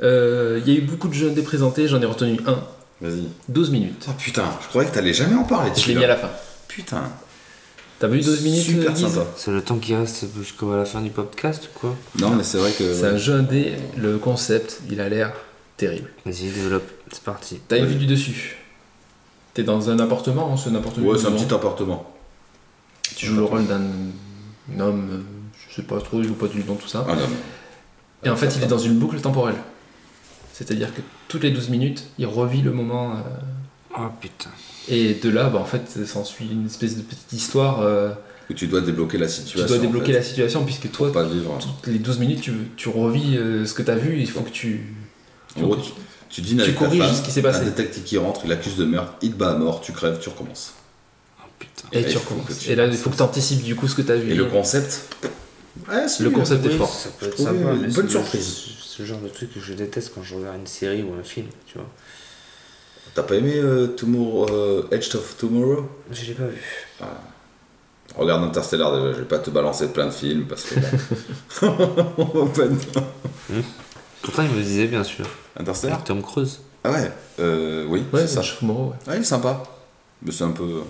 [SPEAKER 4] Euh, Il y a eu beaucoup de jeux indés présentés, j'en ai retenu un,
[SPEAKER 2] Vas-y.
[SPEAKER 4] 12 minutes.
[SPEAKER 2] Ah putain, je croyais que t'allais jamais en
[SPEAKER 3] Ah,
[SPEAKER 2] parler.
[SPEAKER 4] Je l'ai mis à la fin.
[SPEAKER 2] Putain.
[SPEAKER 4] T'as vu 12 minutes euh,
[SPEAKER 2] Super
[SPEAKER 4] Guise
[SPEAKER 2] sympa.
[SPEAKER 3] C'est le temps qui reste jusqu'à la fin du podcast ou quoi
[SPEAKER 2] Non, mais c'est vrai que.
[SPEAKER 4] C'est un jeu indé, le concept, il a l'air terrible.
[SPEAKER 3] Vas-y, développe. C'est parti.
[SPEAKER 4] T'as une
[SPEAKER 2] Oui.
[SPEAKER 4] vue du dessus. T'es dans un appartement, hein, c'est un appartement.
[SPEAKER 2] Ouais, c'est un
[SPEAKER 4] dedans.
[SPEAKER 2] petit appartement.
[SPEAKER 4] Tu joues le rôle d'un un homme, euh, je sais pas trop, il joue pas du nom, tout ça.
[SPEAKER 2] Ah non.
[SPEAKER 4] Et en fait, il est dans une boucle temporelle. C'est-à-dire que toutes les 12 minutes, il revit le moment. euh,
[SPEAKER 3] Oh putain.
[SPEAKER 4] Et de là, bah, en fait, s'ensuit une espèce de petite histoire. euh,
[SPEAKER 2] Où tu dois débloquer la
[SPEAKER 4] tu
[SPEAKER 2] situation.
[SPEAKER 4] dois débloquer
[SPEAKER 2] en
[SPEAKER 4] la situation puisque toi,
[SPEAKER 2] fait. Pas vivre. hein.
[SPEAKER 4] toutes les 12 minutes, tu, tu revis euh, ce que t'as vu. Il faut que tu.
[SPEAKER 2] En gros, tu, tu dînes avec ta
[SPEAKER 4] corriges
[SPEAKER 2] femme,
[SPEAKER 4] ce qui s'est passé.
[SPEAKER 2] Un détective qui rentre, il accuse de meurtre, il te bat à mort, tu crèves, tu recommences.
[SPEAKER 3] Oh putain.
[SPEAKER 4] Et
[SPEAKER 2] Et
[SPEAKER 4] tu
[SPEAKER 2] il faut
[SPEAKER 4] recommences.
[SPEAKER 2] que tu-
[SPEAKER 4] Et là, il faut que tu anticipes du coup ce que t'as vu.
[SPEAKER 2] Et le concept Ouais, c'est
[SPEAKER 4] euh, Le concept est
[SPEAKER 3] Oui,
[SPEAKER 4] fort.
[SPEAKER 3] Ça peut être
[SPEAKER 2] trouve
[SPEAKER 3] sympa,
[SPEAKER 2] une
[SPEAKER 3] mais
[SPEAKER 2] bonne
[SPEAKER 3] c'est-
[SPEAKER 2] surprise.
[SPEAKER 3] c'est Ce genre de truc que je déteste quand je regarde une série ou un film, tu vois.
[SPEAKER 2] T'as pas aimé euh, Tomorrow, euh, Edge of Tomorrow
[SPEAKER 3] Je l'ai pas vu.
[SPEAKER 2] Regarde Interstellar déjà, je vais pas te balancer plein de films parce que. On va pas être-
[SPEAKER 3] Pourtant, il me disait bien sûr.
[SPEAKER 2] Interstellar
[SPEAKER 3] Tom Cruise.
[SPEAKER 2] Ah ouais, euh, oui,
[SPEAKER 4] Ouais,
[SPEAKER 2] c'est ça.
[SPEAKER 4] je comprends, ouais.
[SPEAKER 2] Ouais, il est sympa. Mais c'est un peu. euh,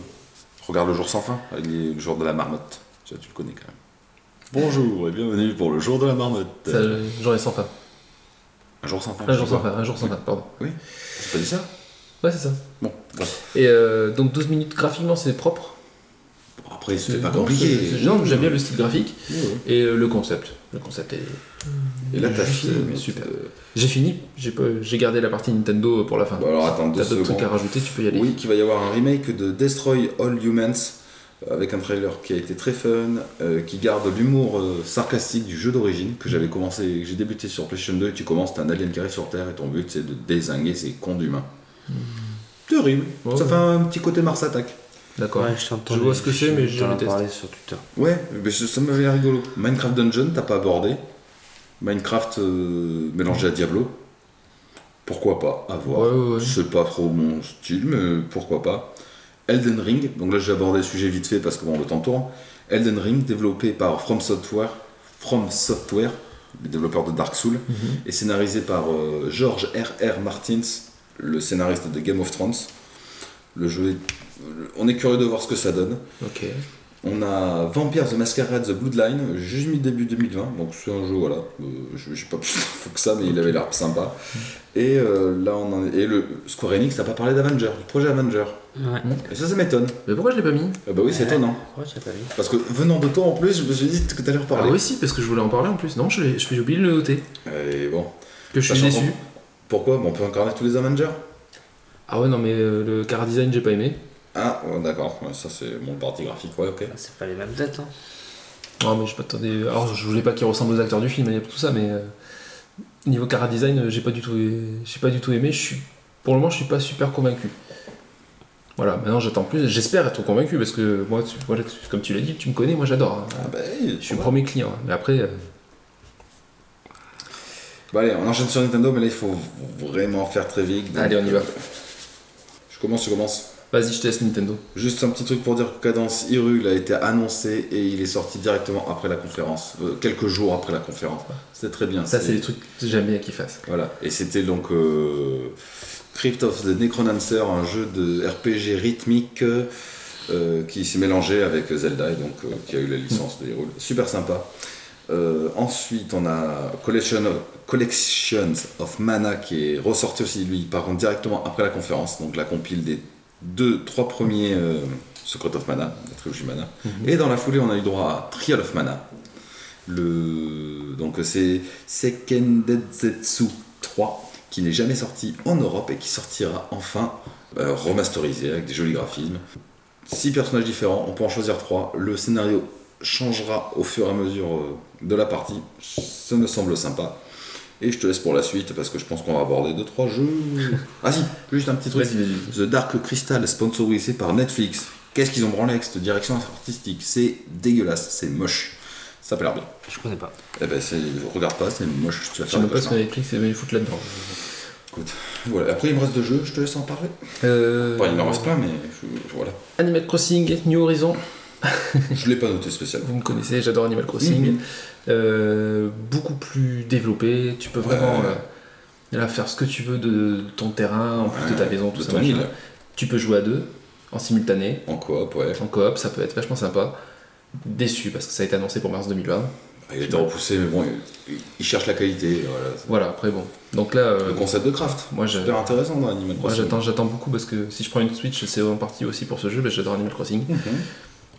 [SPEAKER 2] Regarde le jour sans fin, avec les- le jour de la marmotte. Tu, vois, tu le connais quand même. Bonjour et bienvenue pour le jour de la marmotte.
[SPEAKER 4] Ça, euh, J'en ai sans fin.
[SPEAKER 2] Un jour sans fin.
[SPEAKER 4] Un
[SPEAKER 2] je
[SPEAKER 4] jour
[SPEAKER 2] sais
[SPEAKER 4] sans
[SPEAKER 2] pas.
[SPEAKER 4] fin, un jour sans fin, pardon.
[SPEAKER 2] J'ai pas dit ça
[SPEAKER 4] Ouais, c'est ça.
[SPEAKER 2] Bon, d'accord.
[SPEAKER 4] Et euh, donc 12 minutes graphiquement, c'est propre.
[SPEAKER 2] Bon, après, c'était
[SPEAKER 4] C'est-
[SPEAKER 2] pas
[SPEAKER 4] non,
[SPEAKER 2] compliqué.
[SPEAKER 4] c'est- c'est- Non, j'aime bien le style graphique
[SPEAKER 2] Ouais, ouais.
[SPEAKER 4] et euh, le concept. Le concept est.
[SPEAKER 2] Et là, t'as
[SPEAKER 4] juste,
[SPEAKER 2] fini.
[SPEAKER 4] euh,
[SPEAKER 2] mais
[SPEAKER 4] super.
[SPEAKER 2] euh,
[SPEAKER 4] J'ai fini, j'ai pas- j'ai gardé la partie Nintendo pour la fin.
[SPEAKER 2] Bon, alors attends deux
[SPEAKER 4] T'as d'autres
[SPEAKER 2] secondes.
[SPEAKER 4] trucs à rajouter, tu peux y aller.
[SPEAKER 2] Oui, qu'il va y avoir un remake de Destroy All Humans euh, avec un trailer qui a été très fun, euh, qui garde l'humour euh, sarcastique du jeu d'origine que j'avais commencé, que j'ai débuté sur PlayStation 2 et tu commences, t'as un alien qui arrive sur Terre et ton but c'est de désinguer ces cons d'humains. Terrible.
[SPEAKER 4] Hmm. Ouais,
[SPEAKER 2] Ça
[SPEAKER 4] ouais.
[SPEAKER 2] fait un petit côté Mars Attack.
[SPEAKER 4] D'accord.
[SPEAKER 3] je t'entends.
[SPEAKER 4] Je vois ce que c'est, mais je
[SPEAKER 3] t'en ai
[SPEAKER 4] déteste.
[SPEAKER 3] parlé sur Twitter.
[SPEAKER 2] Ouais, mais ça ça m'avait l'air rigolo. Minecraft Dungeon, t'as pas abordé. Minecraft euh, mélangé à Diablo. Pourquoi pas À voir.
[SPEAKER 4] Ouais, ouais, ouais.
[SPEAKER 2] C'est pas trop mon style, mais pourquoi pas. Elden Ring, donc là j'ai abordé le sujet vite fait parce que bon, le temps tourne. Elden Ring, développé par From Software, From Software, le développeur de Dark Souls,
[SPEAKER 4] Mhm.
[SPEAKER 2] et scénarisé par euh, George R.R. Martins, le scénariste de Game of Thrones. Le jeu est- On est curieux de voir ce que ça donne.
[SPEAKER 4] Ok.
[SPEAKER 2] On a Vampire the Masquerade The Bloodline, juste mis début 2020, donc c'est un jeu, voilà. Euh, je je sais pas plus d'infos que ça, mais il avait l'air sympa. Et euh, là, on en est- Et le Square Enix n'a pas parlé d'Avenger, du projet Avenger.
[SPEAKER 3] Ouais.
[SPEAKER 2] Et ça, ça m'étonne.
[SPEAKER 4] Mais pourquoi je l'ai pas mis
[SPEAKER 2] Ah bah oui, c'est étonnant.
[SPEAKER 3] Pourquoi tu l'as pas vu
[SPEAKER 2] Parce que venant de toi en plus, je me suis dit que t'allais
[SPEAKER 4] Ah
[SPEAKER 2] reparler.
[SPEAKER 4] oui, si, parce que je voulais en parler en plus. Non, je l'ai- je- j'ai oublié de le noter.
[SPEAKER 2] Et bon.
[SPEAKER 4] Que Ah je suis
[SPEAKER 2] Sachant
[SPEAKER 4] déçu.
[SPEAKER 2] qu'on- Pourquoi Bon, On peut incarner tous les Avengers
[SPEAKER 4] Ah ouais, non, mais euh, le car design, j'ai pas aimé.
[SPEAKER 2] Ah, ouais, d'accord, Ouais, ça c'est mon parti graphique, ouais, ok.
[SPEAKER 3] Bah, C'est pas les mêmes dates, hein.
[SPEAKER 4] Non, mais je m'attendais. Alors, je voulais pas qu'il ressemble aux acteurs du film et tout ça, mais euh, niveau cara design, euh, j'ai pas du tout, j'ai pas du tout aimé. Je suis, pour le moment, je suis pas super convaincu. Voilà, maintenant j'attends plus. J'espère être convaincu parce que moi, tu- voilà, tu- comme tu l'as dit, tu me connais, moi j'adore. hein.
[SPEAKER 2] Ah bah,
[SPEAKER 4] Je suis premier client, hein. mais après, euh,
[SPEAKER 2] Bah allez, on enchaîne sur Nintendo, mais là il faut vraiment faire très vite. donc-
[SPEAKER 4] Allez, on y va.
[SPEAKER 2] Je commence, je commence.
[SPEAKER 4] vas-y, je teste Nintendo.
[SPEAKER 2] Juste un petit truc pour dire que Cadence Hyrule a été annoncé et il est sorti directement après la conférence, euh, quelques jours après la conférence. C'était très bien.
[SPEAKER 4] Ça, c'est les trucs que j'aime bien qu'ils fassent.
[SPEAKER 2] Voilà. Et c'était donc euh, Crypt of the Necromancer, un jeu de RPG rythmique euh, qui s'est mélangé avec Zelda et donc euh, qui a eu la licence de Hyrule. Super sympa. Euh, ensuite, on a Collection of- Collections of Mana qui est ressorti aussi, lui, par contre, directement après la conférence. Donc, la compile des deux, trois premiers euh, Secret of Mana, la trilogie Mana. Et dans la foulée, on a eu droit à Trial of Mana. Le... Donc, c'est Sekendensetsu 3 qui n'est jamais sorti en Europe et qui sortira enfin euh, remasterisé avec des jolis graphismes. Six personnages différents, on peut en choisir trois. Le scénario changera au fur et à mesure euh, de la partie. Ça me semble sympa. Et je te laisse pour la suite parce que je pense qu'on va aborder 2-3 jeux. Ah si, juste un petit truc.
[SPEAKER 4] Vas-y, vas-y.
[SPEAKER 2] The Dark Crystal, sponsorisé par Netflix. Qu'est-ce qu'ils ont branlé avec cette direction artistique C'est dégueulasse, c'est moche. Ça a pas l'air bien.
[SPEAKER 3] Je connais pas.
[SPEAKER 2] Eh ben, c'est- regarde pas, c'est moche. Tu vas faire
[SPEAKER 4] Je sais même
[SPEAKER 2] des
[SPEAKER 4] pas ce que
[SPEAKER 2] cauchemars.
[SPEAKER 4] Netflix va foutre là-dedans.
[SPEAKER 2] hein. Écoute, voilà. Après, il me reste deux jeux, je te laisse en parler.
[SPEAKER 4] Euh,
[SPEAKER 2] Enfin, il en reste plein, mais je- je- voilà.
[SPEAKER 4] Animal Crossing, New Horizon.
[SPEAKER 2] Je l'ai pas noté spécialement.
[SPEAKER 4] Vous me connaissez, j'adore Animal Crossing.
[SPEAKER 2] Mhm.
[SPEAKER 4] Euh, beaucoup plus développé. Tu peux vraiment
[SPEAKER 2] Ouais.
[SPEAKER 4] euh, là, faire ce que tu veux de ton terrain, en plus de ta maison, tout
[SPEAKER 2] de
[SPEAKER 4] ça.
[SPEAKER 2] ton
[SPEAKER 4] machin.
[SPEAKER 2] île.
[SPEAKER 4] Tu peux jouer à deux, en simultané,
[SPEAKER 2] En coop, ouais.
[SPEAKER 4] en coop, ça peut être vachement sympa. Déçu parce que ça a été annoncé pour mars 2020.
[SPEAKER 2] Il a été repoussé, mais bon, il, il cherche la qualité. Voilà.
[SPEAKER 4] Voilà, après bon. Donc là, euh,
[SPEAKER 2] Le concept de craft.
[SPEAKER 4] moi je-
[SPEAKER 2] Super intéressant dans Animal
[SPEAKER 4] moi,
[SPEAKER 2] Crossing.
[SPEAKER 4] j'attends j'attends beaucoup parce que si je prends une Switch, c'est en partie aussi pour ce jeu, mais j'adore Animal Crossing.
[SPEAKER 2] Mhm.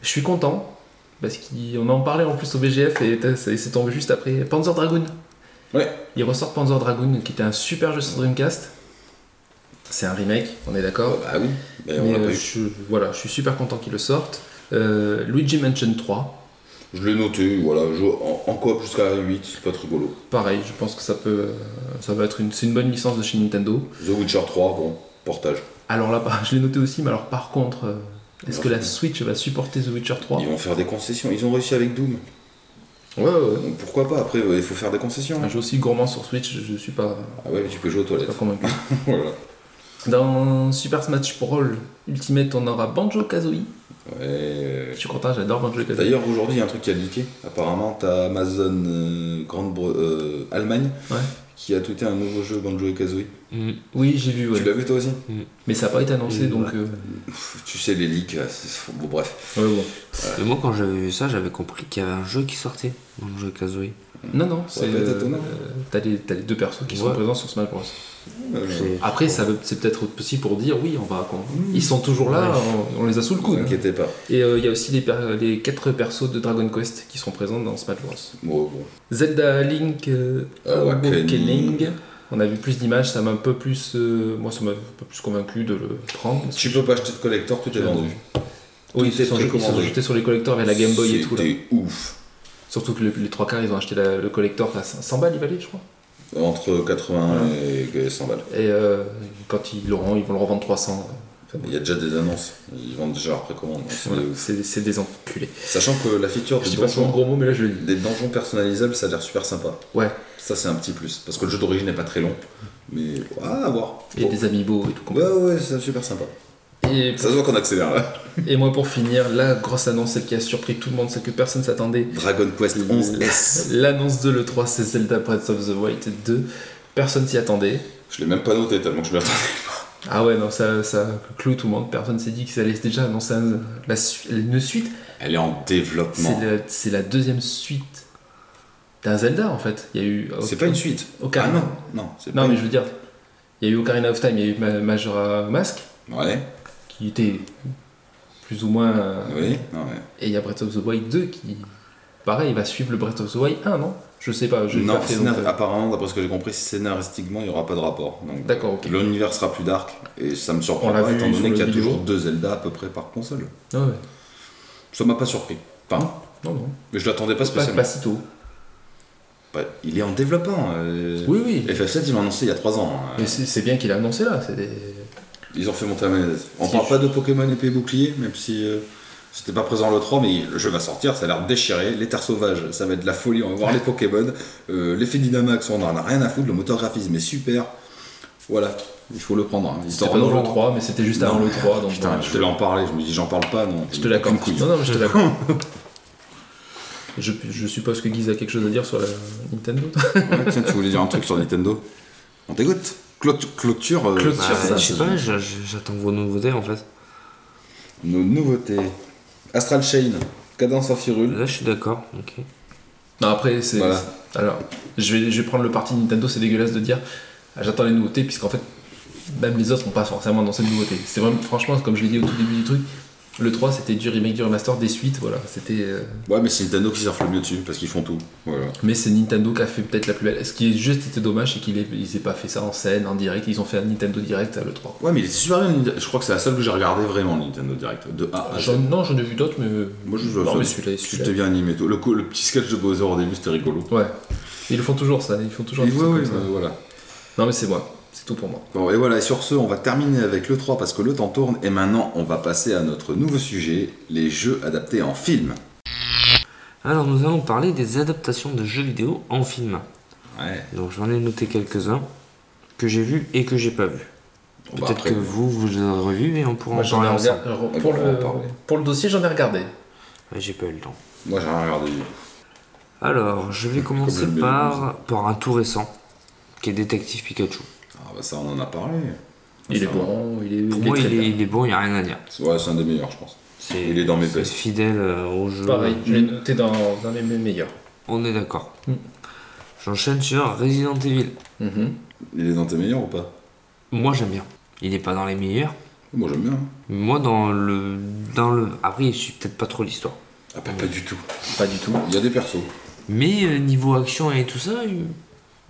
[SPEAKER 4] Je suis content parce qu'on en parlait en plus au BGF et t'as- ça- c'est tombé juste après Panzer Dragoon.
[SPEAKER 2] Ouais.
[SPEAKER 4] Il ressort Panzer Dragoon qui était un super jeu sur Dreamcast. C'est un remake, on est
[SPEAKER 2] Ah
[SPEAKER 4] d'accord.
[SPEAKER 2] bah oui, mais on
[SPEAKER 4] Mais,
[SPEAKER 2] l'a pas
[SPEAKER 4] euh,
[SPEAKER 2] eu.
[SPEAKER 4] je, voilà, je suis super content qu'il le sorte. Euh, Luigi Mansion 3,
[SPEAKER 2] Je l'ai noté, voilà, je- en, en coop jusqu'à 8, c'est pas très rigolo.
[SPEAKER 4] pareil, je pense que ça peut, ça va être une, c'est une bonne licence de chez Nintendo.
[SPEAKER 2] The Witcher 3, bon, portage.
[SPEAKER 4] Alors là, par- je l'ai noté aussi, mais alors par contre, euh, est-ce que la
[SPEAKER 2] Merci.
[SPEAKER 4] Switch va supporter The Witcher 3
[SPEAKER 2] Ils vont faire des concessions, ils ont réussi avec Doom.
[SPEAKER 4] Ouais, ouais, ouais.
[SPEAKER 2] Donc pourquoi pas, après euh, il faut faire des concessions.
[SPEAKER 4] Un jeu aussi gourmand sur Switch, je, je suis pas,
[SPEAKER 2] Ah ouais, mais tu peux jouer aux
[SPEAKER 4] pas
[SPEAKER 2] toilettes.
[SPEAKER 4] convaincu.
[SPEAKER 2] voilà.
[SPEAKER 4] Dans Super Smash Bros Ultimate, on aura Banjo Kazooie.
[SPEAKER 2] Ouais.
[SPEAKER 4] Je suis content, j'adore Banjo Kazooie.
[SPEAKER 2] D'ailleurs, aujourd'hui, il y a un truc qui a leaké. Apparemment, t'as Amazon euh, Grande Bre- euh, Allemagne
[SPEAKER 4] Ouais.
[SPEAKER 2] qui a tweeté un nouveau jeu Banjo et Kazooie.
[SPEAKER 4] Oui, j'ai vu, ouais.
[SPEAKER 2] Tu l'as vu toi aussi
[SPEAKER 4] mais ça n'a pas été annoncé
[SPEAKER 3] Et
[SPEAKER 4] donc. euh,
[SPEAKER 2] Pff, Tu sais, les leaks, euh, c'est- bon, bref.
[SPEAKER 4] ouais, bon.
[SPEAKER 3] Mais moi, quand j'avais vu ça, j'avais compris qu'il y avait un jeu qui sortait dans le jeu Kazooie.
[SPEAKER 4] Non, non, c'est.
[SPEAKER 2] peut être
[SPEAKER 4] euh,
[SPEAKER 2] étonnant.
[SPEAKER 4] euh, T'as les, t'as les deux persos qui sont
[SPEAKER 3] Ouais.
[SPEAKER 4] présents sur Smash Bros.
[SPEAKER 2] Euh,
[SPEAKER 3] C'est-
[SPEAKER 4] Après, ça veut- c'est peut-être aussi pour dire oui, on va. qu'on- Ils sont toujours là,
[SPEAKER 3] Ouais.
[SPEAKER 4] on, on les a sous le
[SPEAKER 2] vous
[SPEAKER 4] coude.
[SPEAKER 2] inquiétez pas.
[SPEAKER 4] Et euh, il y a aussi les, per- les quatre persos de Dragon Quest qui sont présents dans Smash Bros.
[SPEAKER 2] Bon, bon.
[SPEAKER 4] Zelda Link euh,
[SPEAKER 2] Awakening.
[SPEAKER 4] Awakening. On a vu plus d'images, ça m'a un peu plus. euh, moi, ça m'a un peu plus convaincu de le prendre.
[SPEAKER 2] Tu peux pas acheter de collector, tout est vendu.
[SPEAKER 4] Oui, ils
[SPEAKER 2] tout est
[SPEAKER 4] se sont, ils se sont
[SPEAKER 2] précommandé.
[SPEAKER 4] jetés sur les collecteurs avec la Game Boy et tout. Là.
[SPEAKER 2] C'était ouf.
[SPEAKER 4] Surtout que le- les trois quarts, ils ont acheté la- le collector à 100 balles, il valait, je crois.
[SPEAKER 2] Entre 80 et 100 balles.
[SPEAKER 4] Et euh, quand ils l'auront, ils vont le revendre 300. Enfin, bon,
[SPEAKER 2] Il y a déjà des annonces. Ils vendent déjà leur précommande. donc c'est
[SPEAKER 4] voilà,
[SPEAKER 2] de ouf.
[SPEAKER 4] c'est c'est des enculés.
[SPEAKER 2] Sachant que la feature
[SPEAKER 4] Je
[SPEAKER 2] des
[SPEAKER 4] dis pas souvent
[SPEAKER 2] donjons,
[SPEAKER 4] gros mot, mais là je le dis.
[SPEAKER 2] des donjons personnalisables, ça a l'air super sympa.
[SPEAKER 4] Ouais,
[SPEAKER 2] Ça, c'est un petit plus. Parce que le jeu d'origine n'est pas très long. Mais ah, à voir.
[SPEAKER 4] et
[SPEAKER 2] Bon.
[SPEAKER 4] des amiibo et tout. comme-
[SPEAKER 2] Ouais, ouais, c'est super sympa.
[SPEAKER 4] Et,
[SPEAKER 2] Ça se voit qu'on accélère là.
[SPEAKER 4] et moi, pour finir, la grosse annonce, celle qui a surpris tout le monde, celle que personne s'attendait,
[SPEAKER 2] Dragon Quest 11 S.
[SPEAKER 4] L'annonce de l'E3, c'est Zelda Breath of the Wild 2. Personne s'y attendait.
[SPEAKER 2] Je l'ai même pas noté tellement que je l'attendais.
[SPEAKER 4] Ah ouais, non, ça, ça cloue tout le monde. Personne s'est dit que ça allait déjà annoncer un- la su- une suite.
[SPEAKER 2] Elle est en
[SPEAKER 4] C'est
[SPEAKER 2] développement.
[SPEAKER 4] la, c'est la deuxième suite d'un Zelda, en fait. Il y a eu...
[SPEAKER 2] C'est pas une suite. Ah
[SPEAKER 4] Ocarina.
[SPEAKER 2] non, non, c'est
[SPEAKER 4] non,
[SPEAKER 2] pas
[SPEAKER 4] mais je veux dire, il y a eu Ocarina of Time, il y a eu Ma- Majora Mask,
[SPEAKER 2] Ouais,
[SPEAKER 4] qui était plus ou moins... euh,
[SPEAKER 2] oui, non, ouais.
[SPEAKER 4] Et il y a Breath of the Wild 2 qui... Pareil, va suivre le Breath of the Wild 1, non Je sais pas, je l'ai
[SPEAKER 2] Non,
[SPEAKER 4] pas fait.
[SPEAKER 2] scénar-
[SPEAKER 4] donc, euh,
[SPEAKER 2] apparemment, d'après ce que j'ai compris, scénaristiquement, il n'y aura pas de rapport. Donc,
[SPEAKER 4] D'accord, ok.
[SPEAKER 2] L'univers sera plus dark, et ça me surprend
[SPEAKER 4] On l'a
[SPEAKER 2] pas,
[SPEAKER 4] vu
[SPEAKER 2] étant
[SPEAKER 4] sur
[SPEAKER 2] donné
[SPEAKER 4] le
[SPEAKER 2] qu'il y a
[SPEAKER 4] vidéo.
[SPEAKER 2] toujours deux Zelda à peu près par console.
[SPEAKER 4] Ah ouais, ouais.
[SPEAKER 2] Ça m'a pas surpris. Enfin,
[SPEAKER 4] Non, non.
[SPEAKER 2] mais je l'attendais pas
[SPEAKER 4] Pas,
[SPEAKER 2] spécialement.
[SPEAKER 4] pas si tôt.
[SPEAKER 2] Bah, il est en développement. euh,
[SPEAKER 4] Oui, oui.
[SPEAKER 2] FF7, ils l'ont annoncé il y a 3 ans. hein.
[SPEAKER 4] Mais c'est c'est bien qu'il a annoncé là. c'est des-
[SPEAKER 2] Ils ont fait monter la mayonnaise. On
[SPEAKER 4] Si,
[SPEAKER 2] parle
[SPEAKER 4] je-
[SPEAKER 2] pas de Pokémon épée et bouclier, même si euh, c'était pas présent le 3, mais le jeu va sortir, ça a l'air déchiré. Les terres sauvages, ça va être de la folie, on va voir les Pokémon. Euh, L'effet Dynamax, on en a rien à foutre, le moteur graphisme est super. Voilà, il faut le prendre. hein. Il
[SPEAKER 4] C'était
[SPEAKER 2] sort
[SPEAKER 4] pas
[SPEAKER 2] en
[SPEAKER 4] dans le
[SPEAKER 2] novembre.
[SPEAKER 4] 3, mais c'était juste
[SPEAKER 2] Non,
[SPEAKER 4] avant le
[SPEAKER 2] mais,
[SPEAKER 4] 3. Donc
[SPEAKER 2] Putain,
[SPEAKER 4] bon,
[SPEAKER 2] je te l'en parlais, je me dis j'en parle pas, non.
[SPEAKER 4] je te l'accorde.
[SPEAKER 2] Aucune couille.
[SPEAKER 4] Non, non, mais je te l'accorde. je, je suppose que Guise a quelque chose à dire sur la Nintendo.
[SPEAKER 2] Ouais, tiens, tu voulais dire un truc sur Nintendo On t'écoute Clo- Clôture, euh,
[SPEAKER 4] Clôture,
[SPEAKER 3] Bah,
[SPEAKER 4] Sur ça,
[SPEAKER 3] je sais pas, je- je- j'attends vos nouveautés en fait.
[SPEAKER 2] nos nouveautés. Astral Chain, Cadence of Hyrule.
[SPEAKER 3] Là, je suis d'accord. ok.
[SPEAKER 4] non, après, c'est.
[SPEAKER 2] Voilà.
[SPEAKER 4] Alors, je vais, je vais prendre le parti Nintendo, c'est dégueulasse de dire ah, j'attends les nouveautés, puisqu'en fait, même les autres n'ont pas forcément annoncé de nouveautés. C'est vraiment, franchement, comme je l'ai dit au tout début du truc, le 3 c'était du remake, du remaster, des suites, voilà. C'était. euh,
[SPEAKER 2] Ouais, mais c'est Nintendo qui surfe le mieux dessus, parce qu'ils font tout. Voilà.
[SPEAKER 4] Mais c'est Nintendo qui a fait peut-être la plus belle. Ce qui est juste était dommage, c'est qu'ils n'aient pas fait ça en scène, en direct. Ils ont fait un Nintendo Direct euh, à l'E3.
[SPEAKER 2] Ouais, mais il est super bien. Nintendo- Je crois que c'est la seule que j'ai regardé vraiment Nintendo Direct. De A à Z.
[SPEAKER 4] J'en- non, j'en ai vu d'autres, mais.
[SPEAKER 2] Ah,
[SPEAKER 4] euh,
[SPEAKER 2] Moi, je
[SPEAKER 4] non,
[SPEAKER 2] ça-
[SPEAKER 4] mais celui-là, et
[SPEAKER 2] C'était
[SPEAKER 4] celui-là.
[SPEAKER 2] bien animé. tout. Le, coup- le petit sketch de Bowser au début, c'était rigolo.
[SPEAKER 4] Ouais. Ils le font toujours ça, ils font toujours
[SPEAKER 2] Et
[SPEAKER 4] un petit
[SPEAKER 2] ouais,
[SPEAKER 4] truc
[SPEAKER 2] ouais,
[SPEAKER 4] comme ça.
[SPEAKER 2] bah, voilà.
[SPEAKER 4] Non, mais c'est moi. C'est tout pour moi.
[SPEAKER 2] Bon, et voilà, et sur ce, on va terminer avec le 3 parce que le temps tourne. Et maintenant, on va passer à notre nouveau sujet les jeux adaptés en film.
[SPEAKER 3] Alors nous allons parler des adaptations de jeux vidéo en film.
[SPEAKER 2] Ouais.
[SPEAKER 3] Donc j'en ai noté quelques-uns que j'ai vus et que j'ai pas vus.
[SPEAKER 2] Bon, bah,
[SPEAKER 3] Peut-être
[SPEAKER 2] après,
[SPEAKER 3] que vous, vous les aurez revus et on pourra
[SPEAKER 4] Moi,
[SPEAKER 3] en
[SPEAKER 4] j'en ai
[SPEAKER 3] parler ensemble.
[SPEAKER 4] regardé-
[SPEAKER 2] Ouais,
[SPEAKER 4] pour,
[SPEAKER 2] on va en
[SPEAKER 4] le,
[SPEAKER 2] parler.
[SPEAKER 4] pour le dossier, j'en ai regardé.
[SPEAKER 3] Ouais, J'ai pas eu le temps.
[SPEAKER 2] Moi, j'ai rien regardé.
[SPEAKER 3] Alors, je vais commencer
[SPEAKER 2] le bébé
[SPEAKER 3] par, par un tout récent, qui est Détective Pikachu.
[SPEAKER 2] Ah, bah ça, on en a parlé.
[SPEAKER 4] Il est
[SPEAKER 2] Ça,
[SPEAKER 4] bon, il est,
[SPEAKER 3] Pour
[SPEAKER 4] il est
[SPEAKER 3] moi,
[SPEAKER 4] très
[SPEAKER 3] il est,
[SPEAKER 4] bien.
[SPEAKER 3] il est bon, il n'y a rien à dire.
[SPEAKER 2] c'est- Ouais, c'est un des meilleurs, je pense.
[SPEAKER 3] C'est-
[SPEAKER 2] Il est dans mes
[SPEAKER 3] c'est
[SPEAKER 2] best.
[SPEAKER 3] fidèle euh, au jeu.
[SPEAKER 4] Pareil, je l'ai noté dans, dans mes mes meilleurs.
[SPEAKER 3] On est d'accord.
[SPEAKER 4] Mm.
[SPEAKER 3] J'enchaîne sur Resident Evil.
[SPEAKER 4] Mhm.
[SPEAKER 2] Il est dans tes meilleurs ou pas
[SPEAKER 3] Moi, j'aime bien. Il n'est pas dans les meilleurs.
[SPEAKER 2] Moi, j'aime bien. hein.
[SPEAKER 3] Moi, dans le. Dans le... Après, je suis peut-être pas trop l'histoire.
[SPEAKER 2] Ah, bah, pas du tout.
[SPEAKER 4] Pas du tout.
[SPEAKER 2] Il y a des persos.
[SPEAKER 3] Mais euh, niveau action et tout ça, il-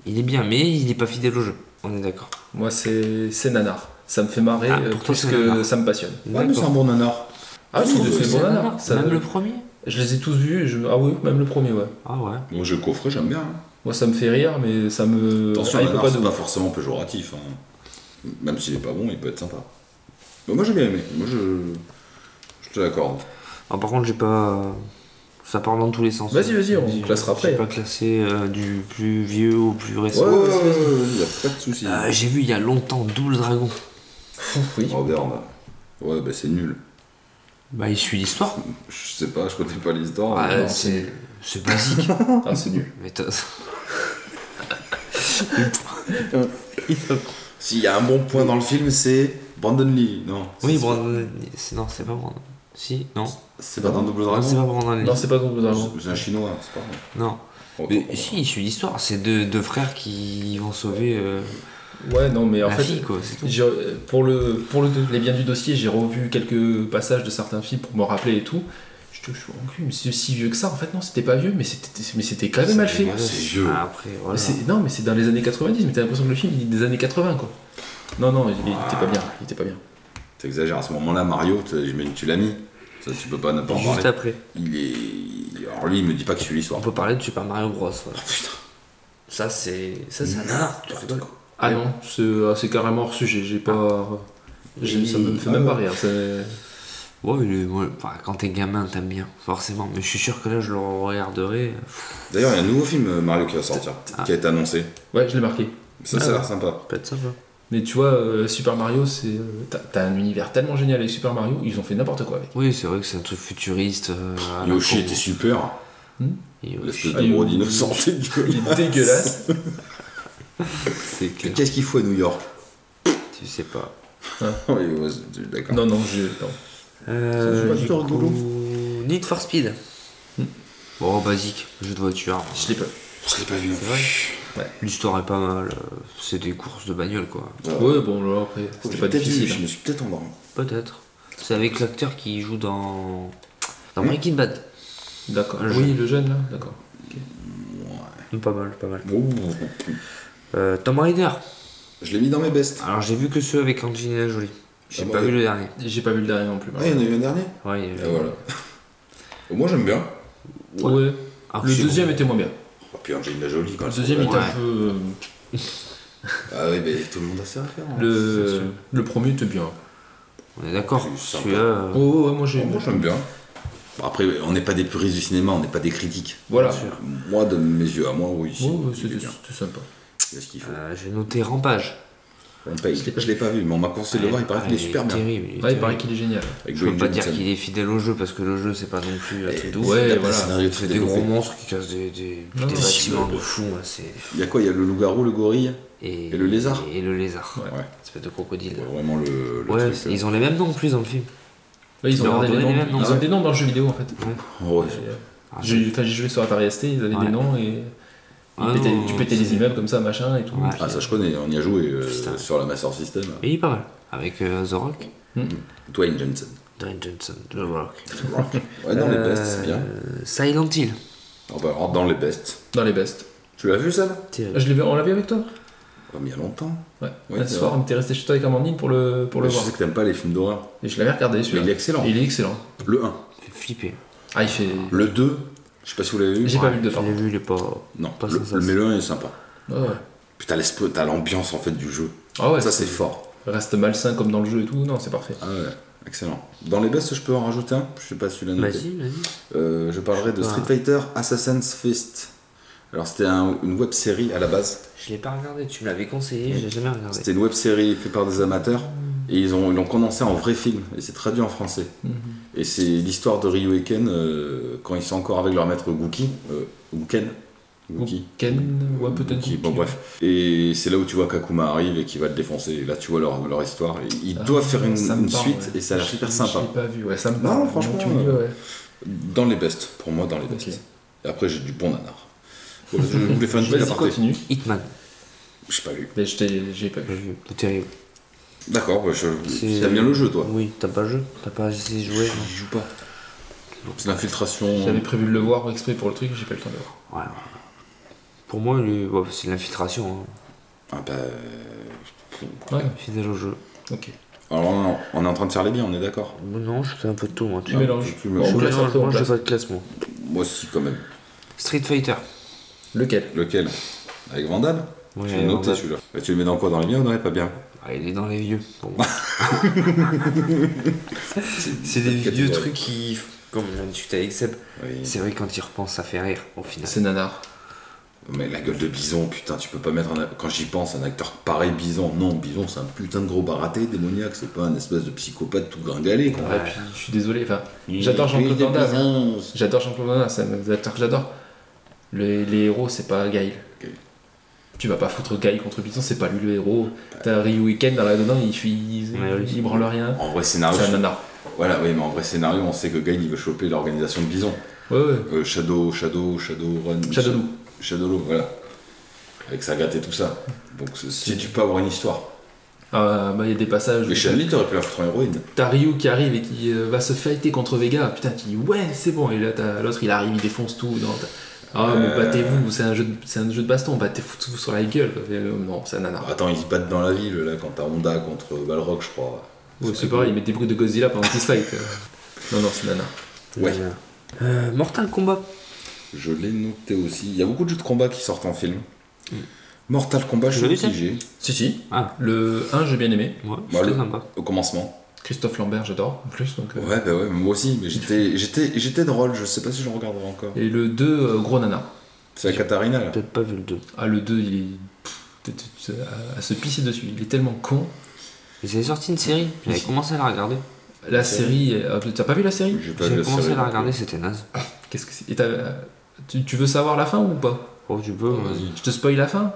[SPEAKER 3] il est bien. Mais il n'est pas fidèle au jeu. On est d'accord.
[SPEAKER 4] Moi, c'est c'est nanar. Ça me fait marrer
[SPEAKER 3] Ah,
[SPEAKER 4] euh,
[SPEAKER 3] pour toi, c'est
[SPEAKER 4] plus que
[SPEAKER 3] nanar.
[SPEAKER 4] ça me passionne.
[SPEAKER 2] Ouais, mais c'est un
[SPEAKER 3] D'accord.
[SPEAKER 2] bon nanar.
[SPEAKER 4] Ah,
[SPEAKER 2] je
[SPEAKER 4] oui,
[SPEAKER 2] trouve
[SPEAKER 4] c'est
[SPEAKER 2] que
[SPEAKER 4] bon
[SPEAKER 3] C'est
[SPEAKER 4] nanar.
[SPEAKER 3] nanar.
[SPEAKER 4] Ça-
[SPEAKER 3] Même le premier
[SPEAKER 4] Je les ai tous vus. et je- Ah oui, même le premier, ouais.
[SPEAKER 3] Ah ouais.
[SPEAKER 2] Moi, je coffre, j'aime bien. hein.
[SPEAKER 4] Moi, ça me fait rire, mais ça
[SPEAKER 3] Euh,
[SPEAKER 4] me.
[SPEAKER 2] Attention,
[SPEAKER 4] Ah, il
[SPEAKER 2] nanar,
[SPEAKER 4] peut pas
[SPEAKER 2] c'est
[SPEAKER 4] de-
[SPEAKER 2] pas forcément péjoratif. hein. Même s'il est pas bon, il peut être sympa. Mais moi, j'ai bien aimé. Moi, je. Je te l'accorde.
[SPEAKER 3] Ah, par contre, j'ai pas. Ça part dans tous les sens.
[SPEAKER 4] Vas-y, vas-y, on
[SPEAKER 3] J'ai-
[SPEAKER 4] classera après.
[SPEAKER 3] J'ai pas classé euh, du plus vieux au plus récent.
[SPEAKER 2] Ouais, ouais, ouais, ouais, y a pas de soucis.
[SPEAKER 3] Euh, j'ai vu il y a longtemps Double Dragon.
[SPEAKER 4] Pff, oui.
[SPEAKER 2] Robert, bah. Ouais, bah c'est nul.
[SPEAKER 3] Bah, il suit l'histoire.
[SPEAKER 2] Je sais pas, je connais pas l'histoire.
[SPEAKER 3] Ah,
[SPEAKER 2] mais non.
[SPEAKER 3] c'est c'est basique.
[SPEAKER 4] Ah, c'est nul.
[SPEAKER 3] Mais t'as-
[SPEAKER 2] S'il y a un bon point dans le film, c'est Brandon Lee, non
[SPEAKER 3] oui,
[SPEAKER 2] c'est-
[SPEAKER 3] Brandon. c'est- Non, c'est pas Brandon. Si, non.
[SPEAKER 2] C'est pas dans Double
[SPEAKER 3] Non, c'est
[SPEAKER 2] Dragon
[SPEAKER 3] pas Brandon. Lee.
[SPEAKER 4] Ah. Non, c'est pas Double Dragon.
[SPEAKER 2] C'est un chinois, c'est pas vrai.
[SPEAKER 3] Non.
[SPEAKER 2] Oh,
[SPEAKER 3] Mais
[SPEAKER 2] oh, oh.
[SPEAKER 3] si, il suit l'histoire. C'est deux, deux frères qui vont sauver euh,
[SPEAKER 4] Ouais, non, mais en
[SPEAKER 3] la
[SPEAKER 4] fait.
[SPEAKER 3] fille, quoi. C'est tout.
[SPEAKER 4] j'ai- euh, Pour, le, pour le, les biens du dossier, j'ai revu quelques passages de certains films pour me rappeler et tout. Je te je suis en cul, mais c'est si vieux que ça. En fait, non, c'était pas vieux, mais c'était mais c'était quand même mal fait.
[SPEAKER 3] dégueulasse.
[SPEAKER 2] c'est vieux.
[SPEAKER 3] Ah, Après, voilà.
[SPEAKER 4] C'est- Non, mais c'est dans les années 90, mais t'as l'impression que le film il est des années 80, quoi. Non, non, il, il était pas bien. Il était pas bien.
[SPEAKER 2] oh. T'exagères, à ce moment-là, Mario, t'as- j'imagine que tu l'as mis. Ça, tu peux pas ne pas en
[SPEAKER 3] Juste
[SPEAKER 2] parler.
[SPEAKER 3] après.
[SPEAKER 2] Il est. Alors lui, il me dit pas que je suis l'histoire.
[SPEAKER 3] On peut parler de Super Mario Bros. voilà. Ça, c'est. Ça, c'est un nanar, tu rigoles.
[SPEAKER 4] Ah non, c'est ah, c'est carrément hors sujet. J'ai pas. j'ai- Ça me fait
[SPEAKER 2] Ah
[SPEAKER 4] même
[SPEAKER 2] ouais.
[SPEAKER 4] pas rire. c'est-
[SPEAKER 3] Ouais, il est- ouais, enfin, quand t'es gamin, t'aimes bien, forcément. Mais je suis sûr que là, je le regarderai.
[SPEAKER 2] D'ailleurs, il y a un nouveau film euh, Mario qui va sortir,
[SPEAKER 4] Ah.
[SPEAKER 2] qui a été annoncé.
[SPEAKER 4] Ouais, je l'ai marqué.
[SPEAKER 2] Ça, ça a l'air
[SPEAKER 4] Ah.
[SPEAKER 2] sympa.
[SPEAKER 3] Peut-être ça va.
[SPEAKER 4] Mais tu vois, euh, Super Mario, c'est. euh, t'as- T'as un univers tellement génial avec Super Mario, ils ont fait n'importe quoi avec.
[SPEAKER 3] Oui, c'est vrai que c'est un truc futuriste. euh,
[SPEAKER 4] Ah,
[SPEAKER 3] à la
[SPEAKER 2] Yoshi
[SPEAKER 3] con.
[SPEAKER 2] était super. hein.
[SPEAKER 3] Yoshi.
[SPEAKER 2] L'espèce de Ah, gros innocent, c'est
[SPEAKER 4] Il est dégueulasse.
[SPEAKER 3] C'est clair.
[SPEAKER 2] Qu'est-ce qu'il faut à New York
[SPEAKER 3] Tu sais pas.
[SPEAKER 2] Oui, ouais, c'est- d'accord.
[SPEAKER 4] Non, non, je. non.
[SPEAKER 3] Euh,
[SPEAKER 2] pas
[SPEAKER 3] du
[SPEAKER 2] super rigolo.
[SPEAKER 3] coup, Need for Speed. Bon, basique, jeu de voiture.
[SPEAKER 4] Je l'ai pas.
[SPEAKER 2] Je l'ai pas vu.
[SPEAKER 3] L'histoire est pas mal. euh, C'est des courses de bagnole, quoi.
[SPEAKER 4] Ouais, bon, là, après, c'était pas difficile. hein.
[SPEAKER 2] Je me suis peut-être endormi.
[SPEAKER 3] Peut-être. C'est avec l'acteur qui joue dans. Dans Breaking Bad.
[SPEAKER 4] hein. D'accord.
[SPEAKER 3] Le
[SPEAKER 4] Oui, le jeune, là, d'accord.
[SPEAKER 3] Hmm, Pas mal, pas mal.
[SPEAKER 2] Ouh.
[SPEAKER 3] Euh, Tomb Raider.
[SPEAKER 2] Je l'ai mis dans mes bestes.
[SPEAKER 3] Alors j'ai vu que ceux avec Angelina Jolie. J'ai
[SPEAKER 2] Ah,
[SPEAKER 3] pas
[SPEAKER 2] ouais.
[SPEAKER 3] vu le dernier.
[SPEAKER 4] J'ai pas vu le dernier non plus.
[SPEAKER 2] Ah, il y en a eu un dernier
[SPEAKER 3] Ouais, il y avait-
[SPEAKER 2] Et voilà. Moi j'aime bien.
[SPEAKER 4] Ouais.
[SPEAKER 3] Ah,
[SPEAKER 4] Le
[SPEAKER 3] c'est
[SPEAKER 4] deuxième
[SPEAKER 3] bon.
[SPEAKER 4] était moins bien.
[SPEAKER 2] Oh, puis Angelina Jolie quand
[SPEAKER 4] Le
[SPEAKER 2] même.
[SPEAKER 4] deuxième était un
[SPEAKER 3] Ouais.
[SPEAKER 4] peu. euh,
[SPEAKER 2] Ah oui, mais tout le monde a ses
[SPEAKER 4] Ah,
[SPEAKER 2] références.
[SPEAKER 4] Le, le premier était bien.
[SPEAKER 3] On est d'accord.
[SPEAKER 2] Plus sympa.
[SPEAKER 3] Celui-là. euh,
[SPEAKER 4] Ouais, ouais, ouais, moi j'ai.
[SPEAKER 2] Moi j'aime bien. Bon, Après, on n'est pas des puristes du cinéma, on n'est pas des critiques.
[SPEAKER 4] Voilà.
[SPEAKER 3] Bien sûr.
[SPEAKER 2] Moi, de mes yeux à moi, oui.
[SPEAKER 4] Ouais,
[SPEAKER 2] si,
[SPEAKER 4] ouais,
[SPEAKER 2] il est
[SPEAKER 4] C'était
[SPEAKER 2] bien.
[SPEAKER 4] c'était sympa.
[SPEAKER 2] C'est ce qu'il faut.
[SPEAKER 3] euh, j'ai noté Rampage.
[SPEAKER 2] On paye. Je l'ai pas vu, mais on m'a conseillé de le voir, il paraît qu'il est super bien.
[SPEAKER 3] Terrible, il est
[SPEAKER 4] Ouais, il
[SPEAKER 3] terrible.
[SPEAKER 4] paraît qu'il est génial.
[SPEAKER 2] Avec
[SPEAKER 3] Je peux
[SPEAKER 2] Dwayne
[SPEAKER 3] pas dire
[SPEAKER 2] Johnson.
[SPEAKER 3] qu'il est fidèle au jeu parce que le jeu c'est pas non plus un
[SPEAKER 2] Et
[SPEAKER 3] truc de
[SPEAKER 2] tout,
[SPEAKER 3] ouf.
[SPEAKER 4] ouais,
[SPEAKER 2] il a pas
[SPEAKER 4] voilà.
[SPEAKER 2] un scénario très
[SPEAKER 3] C'est des
[SPEAKER 2] développé.
[SPEAKER 3] gros monstres qui cassent des, des,
[SPEAKER 4] Non,
[SPEAKER 3] des
[SPEAKER 4] non,
[SPEAKER 3] bâtiments
[SPEAKER 2] c'est-
[SPEAKER 3] de fou. ouais, c'est-
[SPEAKER 2] Il y a quoi Il y a le loup-garou, le gorille
[SPEAKER 3] et,
[SPEAKER 2] Et le lézard.
[SPEAKER 3] Et le lézard.
[SPEAKER 4] Ouais.
[SPEAKER 2] Ouais.
[SPEAKER 3] Espèce de crocodile.
[SPEAKER 2] Ouais, Vraiment le. le
[SPEAKER 3] Ouais,
[SPEAKER 2] truc,
[SPEAKER 3] ils ont les mêmes noms en plus dans le film.
[SPEAKER 4] Là, ils
[SPEAKER 3] Ils
[SPEAKER 4] ont
[SPEAKER 3] leur ont
[SPEAKER 4] gardé les
[SPEAKER 3] donné les
[SPEAKER 4] noms.
[SPEAKER 3] mêmes noms.
[SPEAKER 4] Ils ont
[SPEAKER 3] Ouais.
[SPEAKER 4] des noms dans le jeu vidéo en fait.
[SPEAKER 2] euh, ouais,
[SPEAKER 4] Et, euh,
[SPEAKER 3] Ah,
[SPEAKER 4] J'ai enfin, j'ai joué sur Atari ST, ils avaient
[SPEAKER 3] Ouais.
[SPEAKER 4] des noms et. ils
[SPEAKER 3] Ah
[SPEAKER 4] pétaient-
[SPEAKER 3] non,
[SPEAKER 4] tu pétais les
[SPEAKER 3] c'est-
[SPEAKER 4] immeubles comme ça, machin et tout.
[SPEAKER 3] Ouais.
[SPEAKER 2] Ah, ça je connais, on y a joué euh,
[SPEAKER 3] Putain.
[SPEAKER 2] sur la Master System.
[SPEAKER 3] Mais il est pas mal. Avec euh, The Rock.
[SPEAKER 2] Dwayne Johnson.
[SPEAKER 3] Dwayne Johnson. The Rock.
[SPEAKER 2] Ouais, dans les bestes, c'est bien.
[SPEAKER 3] Euh, Silent Hill.
[SPEAKER 2] On va voir dans les bestes.
[SPEAKER 4] Dans les best. Ah,
[SPEAKER 2] Tu l'as vu ça là
[SPEAKER 3] Terrible.
[SPEAKER 4] Je l'ai vu, on l'a vu avec toi
[SPEAKER 2] Pas mis il y a longtemps.
[SPEAKER 4] Ouais.
[SPEAKER 2] Oui,
[SPEAKER 4] Un
[SPEAKER 2] c'est
[SPEAKER 4] soir,
[SPEAKER 2] vrai.
[SPEAKER 4] on était resté chez toi avec Amandine pour le, pour le
[SPEAKER 2] je
[SPEAKER 4] voir.
[SPEAKER 2] sais que t'aimes pas les films d'horreur.
[SPEAKER 4] Et je l'avais regardé celui-là.
[SPEAKER 2] Mais il est excellent.
[SPEAKER 4] Et il est excellent.
[SPEAKER 2] Le 1.
[SPEAKER 3] Fait flipper.
[SPEAKER 4] Ah, il fait.
[SPEAKER 2] Le 2, je sais pas si vous l'avez vu.
[SPEAKER 4] J'ai pas vu le deux,
[SPEAKER 3] Je
[SPEAKER 4] par
[SPEAKER 3] l'ai vu, il est pas.
[SPEAKER 2] Non,
[SPEAKER 3] pas
[SPEAKER 2] le-
[SPEAKER 3] sensationnel.
[SPEAKER 2] mais le 1 est sympa.
[SPEAKER 4] Ouais, ouais.
[SPEAKER 2] Puis t'as l'esprit- t'as l'ambiance en fait du jeu.
[SPEAKER 4] Ah ouais,
[SPEAKER 2] ça c'est fort.
[SPEAKER 4] Reste malsain comme dans le jeu et tout, non, c'est parfait.
[SPEAKER 2] Ah ouais, excellent. Dans les best, je peux en rajouter un Je sais pas si tu l'as noté.
[SPEAKER 3] Vas-y, vas-y.
[SPEAKER 2] Euh, je parlerai de
[SPEAKER 3] Je sais
[SPEAKER 2] Street
[SPEAKER 3] pas.
[SPEAKER 2] Fighter Assassin's Fist. Alors c'était un- une web série à la base.
[SPEAKER 3] Je l'ai pas regardé, tu me l'avais conseillé, je l'ai jamais regardé.
[SPEAKER 2] C'était une web série faite par des amateurs et ils ont- ils l'ont condensé en vrai film et c'est traduit en français.
[SPEAKER 3] Mhm.
[SPEAKER 2] Et c'est l'histoire de Ryu et Ken euh, quand ils sont encore avec leur maître Gookie. Euh, Gooken Gookie.
[SPEAKER 4] Ken, ouais, Ah, peut-être.
[SPEAKER 2] Gookie, Bon, bref. Et c'est là où tu vois Kakuma arrive et qui va le défoncer. Et là, tu vois leur, leur histoire. Et ils
[SPEAKER 4] Ah,
[SPEAKER 2] doivent faire une,
[SPEAKER 4] ça me
[SPEAKER 2] une
[SPEAKER 4] parle,
[SPEAKER 2] suite
[SPEAKER 4] ouais.
[SPEAKER 2] et ça a l'air
[SPEAKER 4] Je-
[SPEAKER 2] super
[SPEAKER 4] Je
[SPEAKER 2] sympa.
[SPEAKER 4] l'ai pas vu, ouais, ça me
[SPEAKER 2] Non,
[SPEAKER 4] parle.
[SPEAKER 2] franchement,
[SPEAKER 4] tu me dis,
[SPEAKER 2] euh,
[SPEAKER 4] ouais.
[SPEAKER 2] Dans les best, pour moi, dans les best.
[SPEAKER 4] Ok.
[SPEAKER 2] Et après, j'ai du bon nanar. Voilà, je voulais faire une petite
[SPEAKER 4] Vas-y,
[SPEAKER 2] aparté.
[SPEAKER 4] continue.
[SPEAKER 3] Hitman,
[SPEAKER 2] J'ai pas lu.
[SPEAKER 4] Mais je t'ai- j'ai pas
[SPEAKER 3] le
[SPEAKER 4] vu.
[SPEAKER 3] jeu, le terrible.
[SPEAKER 2] D'accord, ouais, je...
[SPEAKER 3] C'est-
[SPEAKER 2] t'aimes bien le jeu, toi
[SPEAKER 3] Oui, t'as pas le jeu, t'as pas essayé de jouer.
[SPEAKER 2] Je joue pas. C'est l'infiltration.
[SPEAKER 4] J'avais prévu de le voir exprès pour le truc, j'ai pas eu le temps de le voir.
[SPEAKER 3] Ouais. Pour moi, lui, bah, c'est de l'infiltration, hein.
[SPEAKER 2] Ah bah...
[SPEAKER 4] Ouais, Ah,
[SPEAKER 3] fidèle au jeu.
[SPEAKER 4] ok.
[SPEAKER 2] Alors non, on est en train de faire les biens, on est d'accord.
[SPEAKER 3] Non, je fais un peu de tout, moi. Tu
[SPEAKER 4] Tu mélanges.
[SPEAKER 2] tu mélanges.
[SPEAKER 4] On
[SPEAKER 3] je
[SPEAKER 4] place
[SPEAKER 3] mélange,
[SPEAKER 4] après, on
[SPEAKER 3] moi, je
[SPEAKER 4] place.
[SPEAKER 3] fais pas de classement.
[SPEAKER 2] Moi aussi quand même.
[SPEAKER 3] Street Fighter.
[SPEAKER 4] Lequel
[SPEAKER 2] Lequel Avec Vandal
[SPEAKER 3] Moi,
[SPEAKER 2] Je
[SPEAKER 3] j'avais
[SPEAKER 2] l'ai noté
[SPEAKER 3] Vandal.
[SPEAKER 2] celui-là. Bah, tu le mets dans quoi Dans les biens ou dans les pas bien
[SPEAKER 3] Ah, il est dans les vieux. pour moi. c'est des
[SPEAKER 2] Catégorie.
[SPEAKER 3] vieux trucs qui, comme j'en discutais avec Seb,
[SPEAKER 2] Oui.
[SPEAKER 3] c'est vrai quand il repense, ça fait rire au final.
[SPEAKER 4] C'est Nanar.
[SPEAKER 2] Mais la gueule de Bison, putain, tu peux pas mettre un... Quand j'y pense, un acteur pareil Bison. Non, Bison c'est un putain de gros baraté démoniaque, c'est pas un espèce de psychopathe tout gringalé. quoi.
[SPEAKER 4] Ouais,
[SPEAKER 3] Ouais.
[SPEAKER 4] puis je suis désolé. Enfin, j'adore Jean-Claude
[SPEAKER 2] Oui,
[SPEAKER 4] Van Damme.
[SPEAKER 2] Bison.
[SPEAKER 4] J'adore Jean-Claude Van Damme, c'est un des acteurs que j'adore. Le- les héros, c'est pas Gail.
[SPEAKER 2] Gail.
[SPEAKER 4] Tu vas pas foutre Gail contre Bison, c'est pas lui le héros. T'as Ryu Weekend dans la dedans, il, fuit- il,
[SPEAKER 3] Ouais, oui.
[SPEAKER 4] il branle rien.
[SPEAKER 2] En vrai scénario,
[SPEAKER 4] C'est un nanar.
[SPEAKER 2] voilà, oui, mais en vrai scénario, on sait que Gail il veut choper l'organisation de Bison.
[SPEAKER 4] Ouais, ouais.
[SPEAKER 2] Euh, Shadow, Shadow, Shadowrun.
[SPEAKER 4] Shadowloo.
[SPEAKER 2] Shadowloo, voilà. Avec sa gâte et tout ça. Donc c'est- si tu peux avoir une histoire.
[SPEAKER 4] Ah, bah, il y a des passages.
[SPEAKER 2] Mais
[SPEAKER 4] où
[SPEAKER 2] Chun-Li, t'aurais pu la foutre en héroïne.
[SPEAKER 4] T'as Ryu qui arrive et qui euh, va se fighter contre Vega. Putain, tu dis ouais, c'est bon. Et là, t'as l'autre, il arrive, il défonce tout. Non, t'as- ah, mais
[SPEAKER 2] Euh.
[SPEAKER 4] battez-vous, c'est un, jeu de, c'est un jeu de baston, battez-vous tout sur la gueule. quoi. Et, euh, non, c'est un nanar.
[SPEAKER 2] Attends, ils se battent dans la ville, là, quand t'as Honda contre Balrog, je crois.
[SPEAKER 4] Ouais, c'est pareil, ils mettent des bruits de Godzilla pendant qu'ils se fight. euh. Non, non, c'est un nanar.
[SPEAKER 2] Ouais,
[SPEAKER 3] Euh, Mortal Kombat.
[SPEAKER 2] je l'ai noté aussi. Il y a beaucoup de jeux de combat qui sortent en film. Mm. Mortal Kombat, je
[SPEAKER 3] Tu l'as
[SPEAKER 2] suis
[SPEAKER 3] vu, ça
[SPEAKER 2] mitigé.
[SPEAKER 4] Si, si.
[SPEAKER 3] Ah,
[SPEAKER 4] Le 1, j'ai bien aimé.
[SPEAKER 3] ouais,
[SPEAKER 2] Bah,
[SPEAKER 3] c'était
[SPEAKER 2] le-
[SPEAKER 3] sympa.
[SPEAKER 2] Au commencement.
[SPEAKER 4] Christophe Lambert, j'adore en plus. Donc, euh.
[SPEAKER 2] Ouais, bah ouais, moi aussi, mais j'étais, j'étais, j'étais drôle, je sais pas si je le regarderai encore.
[SPEAKER 4] Et le 2, euh, gros nanar.
[SPEAKER 2] C'est la Katarina, là.
[SPEAKER 3] Peut-être pas vu le 2.
[SPEAKER 4] Ah, le 2, il est. pff, t'es- t'es- t'es à- à se pisser dessus. Il est tellement con.
[SPEAKER 3] Mais c'est sorti une série, j'avais commencé à la regarder.
[SPEAKER 4] La série. euh, T'as pas vu la série
[SPEAKER 2] J'ai pas vu
[SPEAKER 3] J'avais
[SPEAKER 2] la
[SPEAKER 3] commencé à
[SPEAKER 2] série.
[SPEAKER 3] la regarder, c'était naze.
[SPEAKER 4] Qu'est-ce que c'est Et t'as- euh, tu, tu veux savoir la fin ou pas
[SPEAKER 3] Oh, tu peux. ouais.
[SPEAKER 2] Vas-y.
[SPEAKER 4] Je te spoil la fin.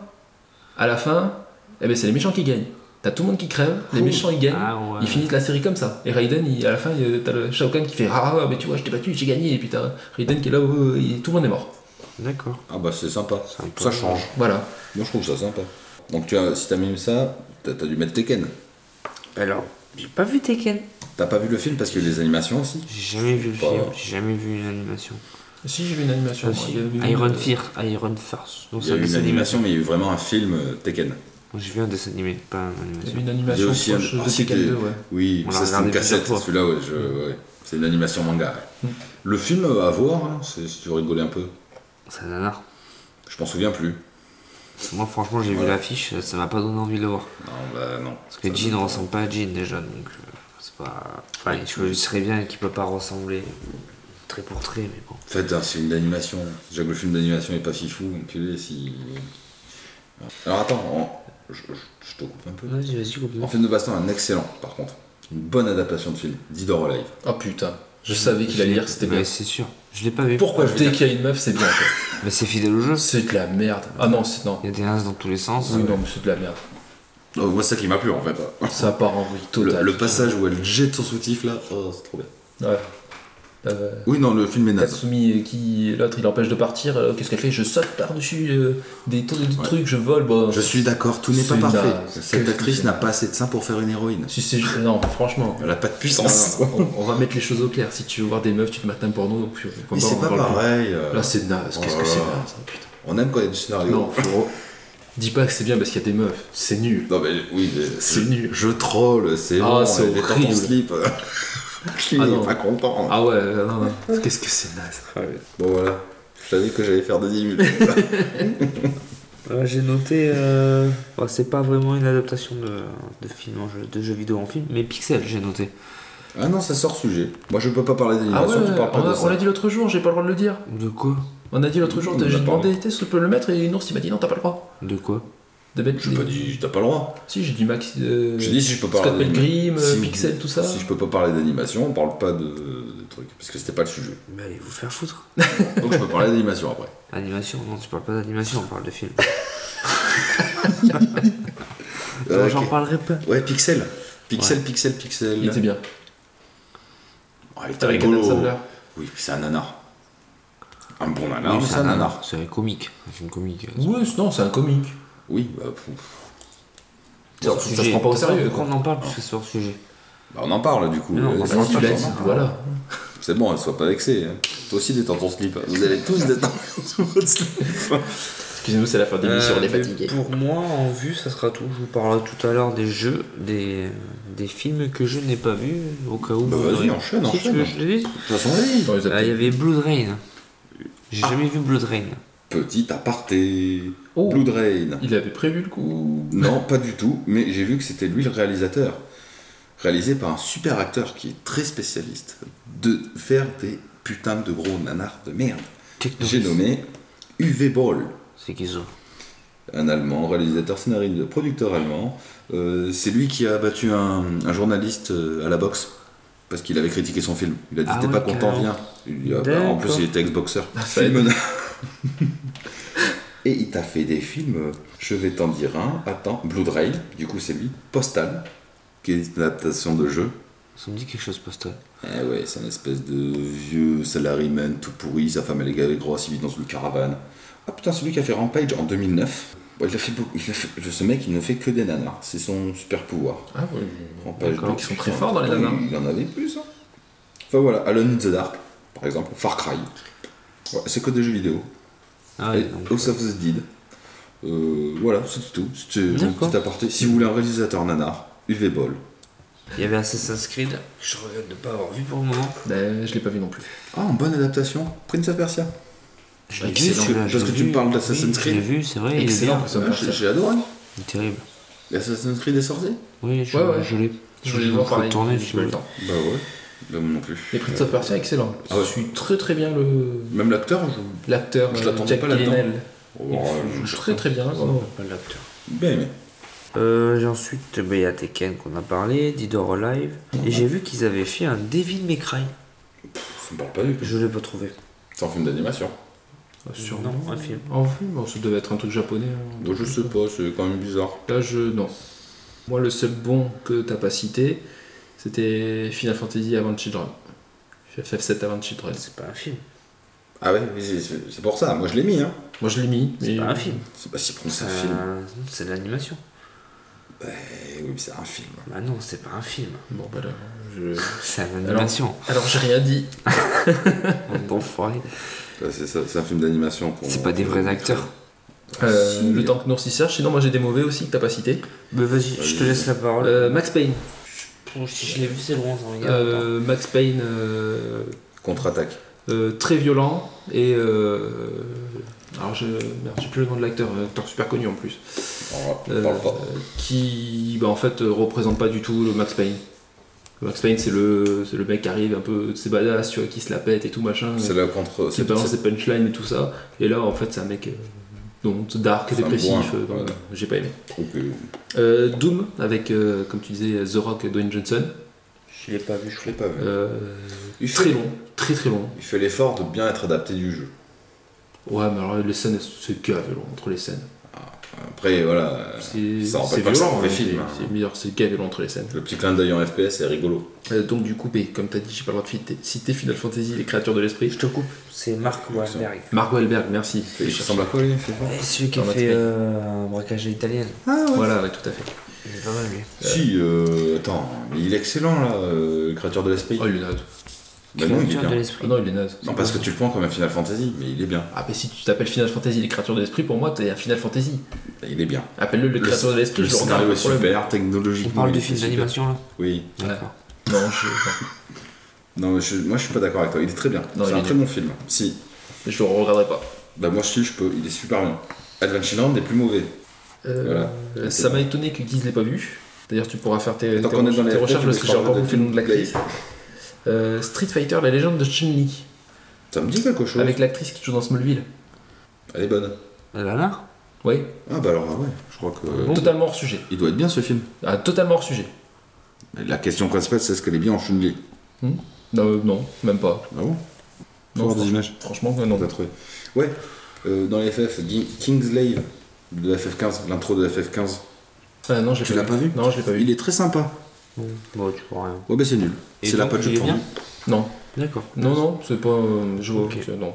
[SPEAKER 4] À la fin, eh ben c'est les méchants qui gagnent. T'as tout le monde qui crève, les
[SPEAKER 3] Ouh.
[SPEAKER 4] méchants ils gagnent.
[SPEAKER 3] Ah ouais.
[SPEAKER 4] Ils finissent la série comme ça. Et Raiden, il- à la fin, il- t'as le Shao Kahn qui fait Ah, mais tu vois, je t'ai battu, j'ai gagné. Et puis t'as Raiden qui est là, où tout le monde est mort.
[SPEAKER 3] D'accord.
[SPEAKER 2] Ah bah c'est sympa.
[SPEAKER 3] Sympa.
[SPEAKER 2] Ça change.
[SPEAKER 4] Voilà.
[SPEAKER 2] Moi, je trouve ça sympa. Donc, tu as, si t'as mis ça, t'as, t'as dû mettre Tekken.
[SPEAKER 3] Alors, j'ai pas vu Tekken.
[SPEAKER 2] T'as pas vu le film parce qu'il y a eu les animations aussi
[SPEAKER 3] J'ai jamais vu le
[SPEAKER 2] Bah.
[SPEAKER 3] film, j'ai jamais vu une animation.
[SPEAKER 4] Si, j'ai vu une animation.
[SPEAKER 3] Ah, si.
[SPEAKER 4] Il y avait une-
[SPEAKER 3] Iron Fear, Iron Force. Non,
[SPEAKER 2] euh, Il
[SPEAKER 3] c'est
[SPEAKER 2] y a eu
[SPEAKER 3] un
[SPEAKER 2] une
[SPEAKER 3] dessin animé.
[SPEAKER 2] animation, mais il y a eu vraiment un film euh, Tekken.
[SPEAKER 3] Moi, J'ai vu un dessin animé, pas une
[SPEAKER 4] Il y
[SPEAKER 3] animation.
[SPEAKER 4] avait une
[SPEAKER 2] Il y a
[SPEAKER 4] animation
[SPEAKER 2] aussi un-
[SPEAKER 4] proche
[SPEAKER 2] ah,
[SPEAKER 4] de
[SPEAKER 2] c'était-
[SPEAKER 4] Tekken 2, ouais.
[SPEAKER 2] Oui,
[SPEAKER 3] On l'a
[SPEAKER 2] ça c'est une
[SPEAKER 3] regardé
[SPEAKER 2] cassette,
[SPEAKER 3] plusieurs fois.
[SPEAKER 2] celui-là, ouais, je- ouais. c'est une animation manga. ouais. Le film euh, à voir, hein, c'est- si tu veux rigoler un peu,
[SPEAKER 3] C'est un nanar.
[SPEAKER 2] je m'en souviens plus.
[SPEAKER 3] Moi, franchement, j'ai vu
[SPEAKER 2] Voilà.
[SPEAKER 3] l'affiche, ça m'a pas donné envie de le voir.
[SPEAKER 2] Non, bah non.
[SPEAKER 3] Parce que
[SPEAKER 2] Ça-
[SPEAKER 3] Jean ne ressemble pas à Jean déjà, donc euh, c'est pas. Enfin, je serais bien qu'il peut pas ressembler trait pour trait, mais bon.
[SPEAKER 2] En fait, hein, c'est une d'animation. Déjà que le film d'animation est pas fifou, enculé, si. Alors attends, en- je, je- je te coupe un peu.
[SPEAKER 3] Vas-y, vas-y,
[SPEAKER 2] En
[SPEAKER 3] complètement.
[SPEAKER 2] film de baston, un excellent, par contre. Une bonne adaptation de film, Dead or Alive.
[SPEAKER 4] Oh putain, je savais qu'il allait lire, c'était bien.
[SPEAKER 3] Mais c'est sûr, je l'ai pas vu.
[SPEAKER 4] Pourquoi Dès qu'il y a une meuf, c'est bien. quoi.
[SPEAKER 3] Mais c'est fidèle au jeu.
[SPEAKER 4] C'est de la merde. Ah non, c'est non.
[SPEAKER 3] Il y a des rinces dans tous les sens.
[SPEAKER 4] Oui, non, mais c'est de la merde.
[SPEAKER 2] Oh, moi, c'est ça qui m'a plu en fait.
[SPEAKER 4] Ça part en vrille
[SPEAKER 2] Le,
[SPEAKER 4] totale.
[SPEAKER 2] le passage où elle jette son soutif là, oh, c'est trop bien.
[SPEAKER 4] Ouais. Euh,
[SPEAKER 2] Oui, non, le film est naze.
[SPEAKER 4] Tatsumi euh, qui l'autre il l'empêche de partir, euh, qu'est-ce qu'elle fait Je saute par-dessus euh, des, tonnes de trucs, je vole. Bon,
[SPEAKER 2] Je suis d'accord, tout n'est pas
[SPEAKER 4] C'est
[SPEAKER 2] parfait.
[SPEAKER 4] naze.
[SPEAKER 2] Cette
[SPEAKER 4] Qu'est-ce
[SPEAKER 2] actrice
[SPEAKER 4] que c'est
[SPEAKER 2] n'a pas assez de seins pour faire une héroïne.
[SPEAKER 4] si c'est juste- non, franchement.
[SPEAKER 2] Elle a pas de
[SPEAKER 4] Non, non, on, on va mettre les choses au clair. Si tu veux voir des meufs, tu te mates un porno. puis pourquoi
[SPEAKER 2] Mais
[SPEAKER 4] on
[SPEAKER 2] c'est
[SPEAKER 4] va
[SPEAKER 2] pas
[SPEAKER 4] voir le-
[SPEAKER 2] pareil. euh,
[SPEAKER 4] Là c'est naze. Qu'est-ce
[SPEAKER 2] Oh
[SPEAKER 4] que
[SPEAKER 2] là
[SPEAKER 4] c'est
[SPEAKER 2] là.
[SPEAKER 4] naze hein, putain.
[SPEAKER 2] On aime quand il y a du scénario.
[SPEAKER 4] Non, faut- dis pas que c'est bien parce qu'il y a des meufs. C'est nul.
[SPEAKER 2] Non, mais oui, mais-
[SPEAKER 4] C'est
[SPEAKER 2] je-
[SPEAKER 4] nul.
[SPEAKER 2] Je troll, c'est
[SPEAKER 4] Ah,
[SPEAKER 2] long,
[SPEAKER 4] c'est
[SPEAKER 2] elle est en
[SPEAKER 4] horrible.
[SPEAKER 2] slip. Il
[SPEAKER 4] Ah,
[SPEAKER 2] est
[SPEAKER 4] non.
[SPEAKER 2] pas content.
[SPEAKER 4] Ah ouais, euh, non, non.
[SPEAKER 2] Ah
[SPEAKER 4] Qu'est-ce que c'est naze
[SPEAKER 2] Bon, voilà. Je savais que j'allais faire des 10 minutes.
[SPEAKER 3] Euh, J'ai noté, euh, bon, c'est pas vraiment une adaptation de, de film en jeu, de jeu vidéo en film, mais Pixel, j'ai noté.
[SPEAKER 2] Ah non, ça sort sujet. Moi, je peux pas parler
[SPEAKER 4] Ah ouais,
[SPEAKER 2] d'animation, tu parles pas
[SPEAKER 4] on
[SPEAKER 2] de
[SPEAKER 4] a-
[SPEAKER 2] ça.
[SPEAKER 4] on l'a dit l'autre jour, j'ai pas le droit de le dire.
[SPEAKER 3] De quoi
[SPEAKER 4] On a dit l'autre jour,
[SPEAKER 2] On en
[SPEAKER 4] j'ai
[SPEAKER 2] a parlé.
[SPEAKER 4] demandé, est-ce que je peux le mettre Et une ours il m'a dit non, t'as pas le droit.
[SPEAKER 3] De quoi
[SPEAKER 4] De mettre
[SPEAKER 2] J'ai
[SPEAKER 4] des-
[SPEAKER 2] pas dit, t'as pas le droit.
[SPEAKER 4] Si, j'ai dit Max. euh,
[SPEAKER 2] J'ai dit si je peux
[SPEAKER 4] Scott
[SPEAKER 2] parler. d'animation.
[SPEAKER 4] Pilgrim, euh,
[SPEAKER 2] Si-
[SPEAKER 4] Pixel, tout ça.
[SPEAKER 2] Si je peux pas parler d'animation, on parle pas de, de trucs. Parce que c'était pas le sujet.
[SPEAKER 3] Mais allez vous faire foutre.
[SPEAKER 2] Donc je peux parler d'animation après.
[SPEAKER 3] Animation, non, tu parles pas d'animation, on parle de film.
[SPEAKER 2] Euh,
[SPEAKER 3] J'en
[SPEAKER 2] ok.
[SPEAKER 3] parlerai pas.
[SPEAKER 2] Ouais, Pixel. Pixel, Pixel, Pixel.
[SPEAKER 4] Il était bien.
[SPEAKER 2] Oh, il était
[SPEAKER 4] Avec
[SPEAKER 2] rigolo.
[SPEAKER 4] Adam Sandler.
[SPEAKER 2] Oui, puis c'est un nanar. Un bon nanar,
[SPEAKER 3] Oui,
[SPEAKER 2] mais c'est un nanar.
[SPEAKER 3] C'est un comique. Un film comique.
[SPEAKER 4] Ouais, c'est- non, c'est un comique.
[SPEAKER 2] Oui, bah, pouf.
[SPEAKER 4] Ça, ça se prend pas au sérieux. quoi.
[SPEAKER 3] Pourquoi on en parle Parce que c'est hors sujet.
[SPEAKER 2] Bah, on en parle du coup.
[SPEAKER 3] Mais non, on en
[SPEAKER 2] Euh,
[SPEAKER 3] parle
[SPEAKER 2] c'est-
[SPEAKER 4] Tu l'as dit,
[SPEAKER 2] c'est-
[SPEAKER 4] voilà.
[SPEAKER 2] C'est bon, sois pas vexé. hein. Toi aussi, détends ton slip. Vous allez tous détendre votre slip.
[SPEAKER 4] Excusez-nous, c'est la fin de l'émission, on est
[SPEAKER 3] mais
[SPEAKER 4] fatigué.
[SPEAKER 3] Euh, Pour moi, en vue, ça sera tout. Je vous parlerai tout à l'heure des jeux, des, des films que je n'ai pas vus, au cas où.
[SPEAKER 2] Bah,
[SPEAKER 3] vous
[SPEAKER 2] vas-y,
[SPEAKER 3] auriez-
[SPEAKER 2] enchaîne,
[SPEAKER 3] Si tu veux,
[SPEAKER 2] enchaîne.
[SPEAKER 3] je te dis.
[SPEAKER 2] De toute façon, oui.
[SPEAKER 4] On les
[SPEAKER 3] Ah, Il y
[SPEAKER 4] a peut-être-
[SPEAKER 3] avait Blood Rain.
[SPEAKER 2] Ah.
[SPEAKER 3] J'ai jamais vu Blood Rain.
[SPEAKER 2] Petit aparté.
[SPEAKER 4] Oh,
[SPEAKER 2] Blood Rain.
[SPEAKER 4] il avait prévu le coup.
[SPEAKER 2] Non, pas du tout, mais j'ai vu que c'était lui le réalisateur. Réalisé par un super acteur qui est très spécialiste de faire des putains de gros nanars de merde.
[SPEAKER 3] Techno.
[SPEAKER 2] J'ai nommé Uwe Boll.
[SPEAKER 3] C'est qu'ils ont.
[SPEAKER 2] un Allemand, réalisateur, scénariste, producteur allemand. Euh, c'est lui qui a battu un, un journaliste euh, à la boxe parce qu'il avait critiqué son film. Il a dit
[SPEAKER 3] Ah
[SPEAKER 2] t'es
[SPEAKER 3] ouais,
[SPEAKER 2] pas content,
[SPEAKER 3] carrément.
[SPEAKER 2] viens. Il lui a- bah, en plus,
[SPEAKER 3] D'accord. Bah,
[SPEAKER 2] il était ex-boxeur.
[SPEAKER 4] ça
[SPEAKER 2] Film de- Et il t'a fait des films. euh, Je vais t'en dire un. Attends, Blood Rain. Du coup, c'est lui. Postal, qui est une adaptation de jeu.
[SPEAKER 3] Ça me dit quelque chose, Postal.
[SPEAKER 2] Eh ouais, c'est un espèce de vieux salaryman tout pourri, sa femme elle est gavée grosse, il vit dans une caravane. Ah putain, c'est lui qui a fait Rampage en 2009. Bon, il a fait beaucoup- il a fait- ce mec, il ne fait que des nanas, c'est son super pouvoir.
[SPEAKER 4] Ah oui.
[SPEAKER 2] Rampage
[SPEAKER 4] D'accord,
[SPEAKER 2] 2,
[SPEAKER 4] ils sont très forts dans les
[SPEAKER 2] putain,
[SPEAKER 4] nanas.
[SPEAKER 2] Il en avait plus, hein. Enfin voilà, Alone in the Dark, par exemple, Far Cry. Ouais, c'est que des jeux vidéo.
[SPEAKER 3] Ah,
[SPEAKER 2] Et
[SPEAKER 3] ouais, donc,
[SPEAKER 2] House of the Dead. Euh, voilà, c'est tout. C'était un
[SPEAKER 3] D'accord.
[SPEAKER 2] petit aparté. Si vous voulez un réalisateur nanar, UV Ball.
[SPEAKER 3] Il y avait Assassin's Creed, que je regrette de ne pas avoir vu pour le moment.
[SPEAKER 4] Ben, je l'ai pas vu non plus.
[SPEAKER 2] Ah, en bonne adaptation, Prince of Persia.
[SPEAKER 3] Je l'ai vu,
[SPEAKER 2] Excellent.
[SPEAKER 3] celui-là, je
[SPEAKER 2] Parce
[SPEAKER 3] l'ai
[SPEAKER 2] que tu me
[SPEAKER 3] vu.
[SPEAKER 2] parles d'Assassin's
[SPEAKER 3] Oui,
[SPEAKER 2] Creed.
[SPEAKER 3] Je l'ai vu, c'est vrai, il est
[SPEAKER 4] Excellent,
[SPEAKER 3] bien.
[SPEAKER 4] ça me
[SPEAKER 2] Ouais,
[SPEAKER 4] parle,
[SPEAKER 2] j'ai
[SPEAKER 4] ça.
[SPEAKER 2] j'ai adoré.
[SPEAKER 3] Il est terrible.
[SPEAKER 2] Assassin's Creed est sorti
[SPEAKER 3] Oui, je,
[SPEAKER 4] Ouais, ouais.
[SPEAKER 3] je l'ai.
[SPEAKER 4] Je voulais le voir pareil.
[SPEAKER 3] tourner,
[SPEAKER 4] j'ai pas eu le temps.
[SPEAKER 2] Bah ouais, bah, moi non plus.
[SPEAKER 4] Les Prince of Persia, excellent.
[SPEAKER 2] Ah ouais.
[SPEAKER 4] Je suis très très bien le
[SPEAKER 2] Même l'acteur je...
[SPEAKER 4] l'acteur
[SPEAKER 2] Je
[SPEAKER 4] euh,
[SPEAKER 2] l'attendais
[SPEAKER 4] Jack
[SPEAKER 2] pas là-dedans.
[SPEAKER 4] Gyllenhaal. Il
[SPEAKER 2] Oh,
[SPEAKER 4] joue
[SPEAKER 2] je-
[SPEAKER 4] très très bien. vraiment.
[SPEAKER 3] Pas l'acteur.
[SPEAKER 2] Bien aimé.
[SPEAKER 3] Euh, j'ai ensuite, ben, il y a Tekken qu'on a parlé, Dead or Alive, et j'ai vu qu'ils avaient fait un Devil May Cry.
[SPEAKER 2] Ça me parle pas du tout.
[SPEAKER 3] Je l'ai pas trouvé.
[SPEAKER 2] C'est un film d'animation.
[SPEAKER 4] Ah, Sûrement.
[SPEAKER 3] Non, un film.
[SPEAKER 4] En film, bon, ça devait être un truc japonais. hein.
[SPEAKER 2] Donc je sais pas, c'est quand même bizarre.
[SPEAKER 4] Là, je. Non. Moi, le seul bon que t'as pas cité, c'était Final Fantasy Avant Children. FF7 Avant Children.
[SPEAKER 3] C'est pas un film.
[SPEAKER 2] Ah ouais, mais c'est- c'est c'est pour ça, moi je l'ai mis hein.
[SPEAKER 4] Moi, je l'ai mis.
[SPEAKER 3] C'est
[SPEAKER 4] mais-
[SPEAKER 3] pas un film.
[SPEAKER 2] C'est pas si prend c'est un
[SPEAKER 3] Euh,
[SPEAKER 2] film.
[SPEAKER 3] C'est de l'animation.
[SPEAKER 2] Eh oui, mais c'est un film.
[SPEAKER 3] Bah non, c'est pas un film.
[SPEAKER 4] Bon, bah là. je-
[SPEAKER 3] C'est une animation.
[SPEAKER 4] Alors, j'ai rien dit.
[SPEAKER 3] Enfoiré.
[SPEAKER 2] Ouais, C'est ça, c'est un film d'animation. qu'on-
[SPEAKER 3] C'est pas des vrais acteurs.
[SPEAKER 4] Euh,
[SPEAKER 2] Si.
[SPEAKER 4] le temps que Nours y cherche, sinon moi j'ai des mauvais aussi que t'as pas cité.
[SPEAKER 3] Mais vas-y, je te laisse la parole.
[SPEAKER 4] Euh, Max Payne.
[SPEAKER 3] Pour- si je l'ai vu, c'est loin, hein, ça regarde.
[SPEAKER 4] Euh, Max Payne, euh,
[SPEAKER 2] Contre-attaque.
[SPEAKER 4] euh, très violent et. euh, alors je. Merde, j'ai plus le nom de l'acteur, un acteur super connu en plus.
[SPEAKER 2] Alors, on
[SPEAKER 4] Euh,
[SPEAKER 2] parle pas.
[SPEAKER 4] euh, qui bah, en fait euh, représente pas du tout le Max Payne. Le Max Payne c'est le, c'est le mec qui arrive un peu, c'est badass, tu vois, qui se la pète et tout machin,
[SPEAKER 2] C'est
[SPEAKER 4] euh,
[SPEAKER 2] la contre.
[SPEAKER 4] qui
[SPEAKER 2] C'est
[SPEAKER 4] balance
[SPEAKER 2] c'est-
[SPEAKER 4] ses punchlines et tout ça. Et là en fait c'est un mec euh, donc, dark et
[SPEAKER 2] C'est un
[SPEAKER 4] dépressif,
[SPEAKER 2] bourrin,
[SPEAKER 4] euh, donc,
[SPEAKER 2] voilà.
[SPEAKER 4] j'ai pas aimé.
[SPEAKER 2] donc, euh,
[SPEAKER 4] Euh, Doom avec euh, comme tu disais The Rock et Dwayne Johnson.
[SPEAKER 3] Je l'ai pas vu, je
[SPEAKER 2] Je l'ai pas vu.
[SPEAKER 4] Euh,
[SPEAKER 2] Il fait-
[SPEAKER 4] très long, très très long.
[SPEAKER 2] Il fait l'effort de bien être adapté du jeu.
[SPEAKER 4] Ouais, mais alors les scènes, elles sont- c'est gavé long entre les scènes.
[SPEAKER 2] Après, voilà. euh,
[SPEAKER 4] C'est
[SPEAKER 2] ça rappelle
[SPEAKER 4] c'est
[SPEAKER 2] pas que c'est
[SPEAKER 4] violent,
[SPEAKER 2] un mauvais
[SPEAKER 4] hein,
[SPEAKER 2] film,
[SPEAKER 4] c'est-
[SPEAKER 2] hein.
[SPEAKER 4] C'est meilleur, c'est gavé long entre les scènes.
[SPEAKER 2] Le petit clin d'œil en FPS est rigolo.
[SPEAKER 4] Euh, donc du coup, et comme t'as dit, j'ai pas le droit de citer- citer Final Fantasy, les créatures de l'esprit.
[SPEAKER 3] Je te coupe, c'est Marc Wahlberg.
[SPEAKER 4] Mark Wahlberg, merci.
[SPEAKER 2] Il ressemble à quoi lui
[SPEAKER 3] Et celui qui a
[SPEAKER 4] Dans
[SPEAKER 3] fait
[SPEAKER 4] notre
[SPEAKER 3] euh, un braquage à l'italienne.
[SPEAKER 4] Voilà, ouais, tout à fait.
[SPEAKER 3] Il est pas mal
[SPEAKER 4] Bah,
[SPEAKER 3] lui.
[SPEAKER 2] Si, euh, attends, mais il est excellent là, euh, Créature de l'Esprit.
[SPEAKER 4] Oh, il est naze.
[SPEAKER 2] Bah non, il est
[SPEAKER 3] Créature de
[SPEAKER 2] bien.
[SPEAKER 4] Ah
[SPEAKER 3] l'esprit.
[SPEAKER 4] non, il est naze.
[SPEAKER 2] Non, parce que tu le prends comme un Final Fantasy, mais il est bien.
[SPEAKER 4] Ah, mais si tu t'appelles Final Fantasy, les créatures de l'esprit, pour moi, t'es un Final Fantasy.
[SPEAKER 2] Bah, Il est bien.
[SPEAKER 4] Appelle-le les
[SPEAKER 2] Le
[SPEAKER 4] créatures de l'esprit,
[SPEAKER 2] Le
[SPEAKER 4] je le regarde.
[SPEAKER 2] scénario
[SPEAKER 4] pas
[SPEAKER 2] est
[SPEAKER 4] de problème.
[SPEAKER 2] super, technologique.
[SPEAKER 3] On parle du film d'animation là
[SPEAKER 2] Oui.
[SPEAKER 3] D'accord.
[SPEAKER 4] Ouais. Non, je,
[SPEAKER 2] Non, mais je- moi je suis pas d'accord avec toi. Il est très bien.
[SPEAKER 4] Non,
[SPEAKER 2] C'est
[SPEAKER 4] il
[SPEAKER 2] un
[SPEAKER 4] est
[SPEAKER 2] très bon film. Si.
[SPEAKER 4] je le regarderai pas.
[SPEAKER 2] Bah moi si je peux, il est super bien. Adventureland est plus mauvais.
[SPEAKER 4] Euh,
[SPEAKER 2] Voilà.
[SPEAKER 4] euh, ça m'a étonné que Guise l'ait pas vu. D'ailleurs, tu pourras faire tes,
[SPEAKER 2] Tant
[SPEAKER 4] tes
[SPEAKER 2] qu'on est
[SPEAKER 4] re-
[SPEAKER 2] dans les
[SPEAKER 4] tes recherches
[SPEAKER 2] FF,
[SPEAKER 4] parce
[SPEAKER 2] je
[SPEAKER 4] que
[SPEAKER 2] vais
[SPEAKER 4] j'ai encore
[SPEAKER 2] parler de
[SPEAKER 4] bouffé le nom de l'actrice.
[SPEAKER 2] Blade.
[SPEAKER 4] Euh, Street Fighter, la légende de Chun-Li,
[SPEAKER 2] Ça me dit quelque chose.
[SPEAKER 4] avec l'actrice qui joue dans Smallville.
[SPEAKER 2] Elle est bonne.
[SPEAKER 3] Elle a l'air
[SPEAKER 4] Oui,
[SPEAKER 2] Ah bah alors, ah ouais, je crois que.
[SPEAKER 4] totalement hors sujet.
[SPEAKER 2] Il doit être bien ce film.
[SPEAKER 4] Ah, totalement hors sujet.
[SPEAKER 2] Mais La question principale, c'est est-ce qu'elle est bien en Chun-Li
[SPEAKER 4] Non, euh, non, même pas.
[SPEAKER 2] Ah bon Faut
[SPEAKER 4] Non,
[SPEAKER 2] voir des
[SPEAKER 4] franchement,
[SPEAKER 2] images.
[SPEAKER 4] franchement, euh, non.
[SPEAKER 2] T'as trouvé. Ouais, euh, dans les FF, Gi- Kingslave de FF15, l'intro de FF15.
[SPEAKER 4] Ah, non, je l'ai
[SPEAKER 2] Tu l'as pas vu
[SPEAKER 4] Non, je l'ai pas vu.
[SPEAKER 2] Il est très sympa.
[SPEAKER 3] Bon, Hmm. bon, tu vois rien.
[SPEAKER 2] Ouais, bah c'est nul.
[SPEAKER 3] Et
[SPEAKER 2] C'est la
[SPEAKER 3] donc,
[SPEAKER 2] patte
[SPEAKER 3] il
[SPEAKER 2] de
[SPEAKER 3] est
[SPEAKER 2] fourmi.
[SPEAKER 3] bien
[SPEAKER 4] Non,
[SPEAKER 3] D'accord.
[SPEAKER 4] non, non, c'est pas. euh, je vois.
[SPEAKER 3] Ok.
[SPEAKER 4] c'est- Non.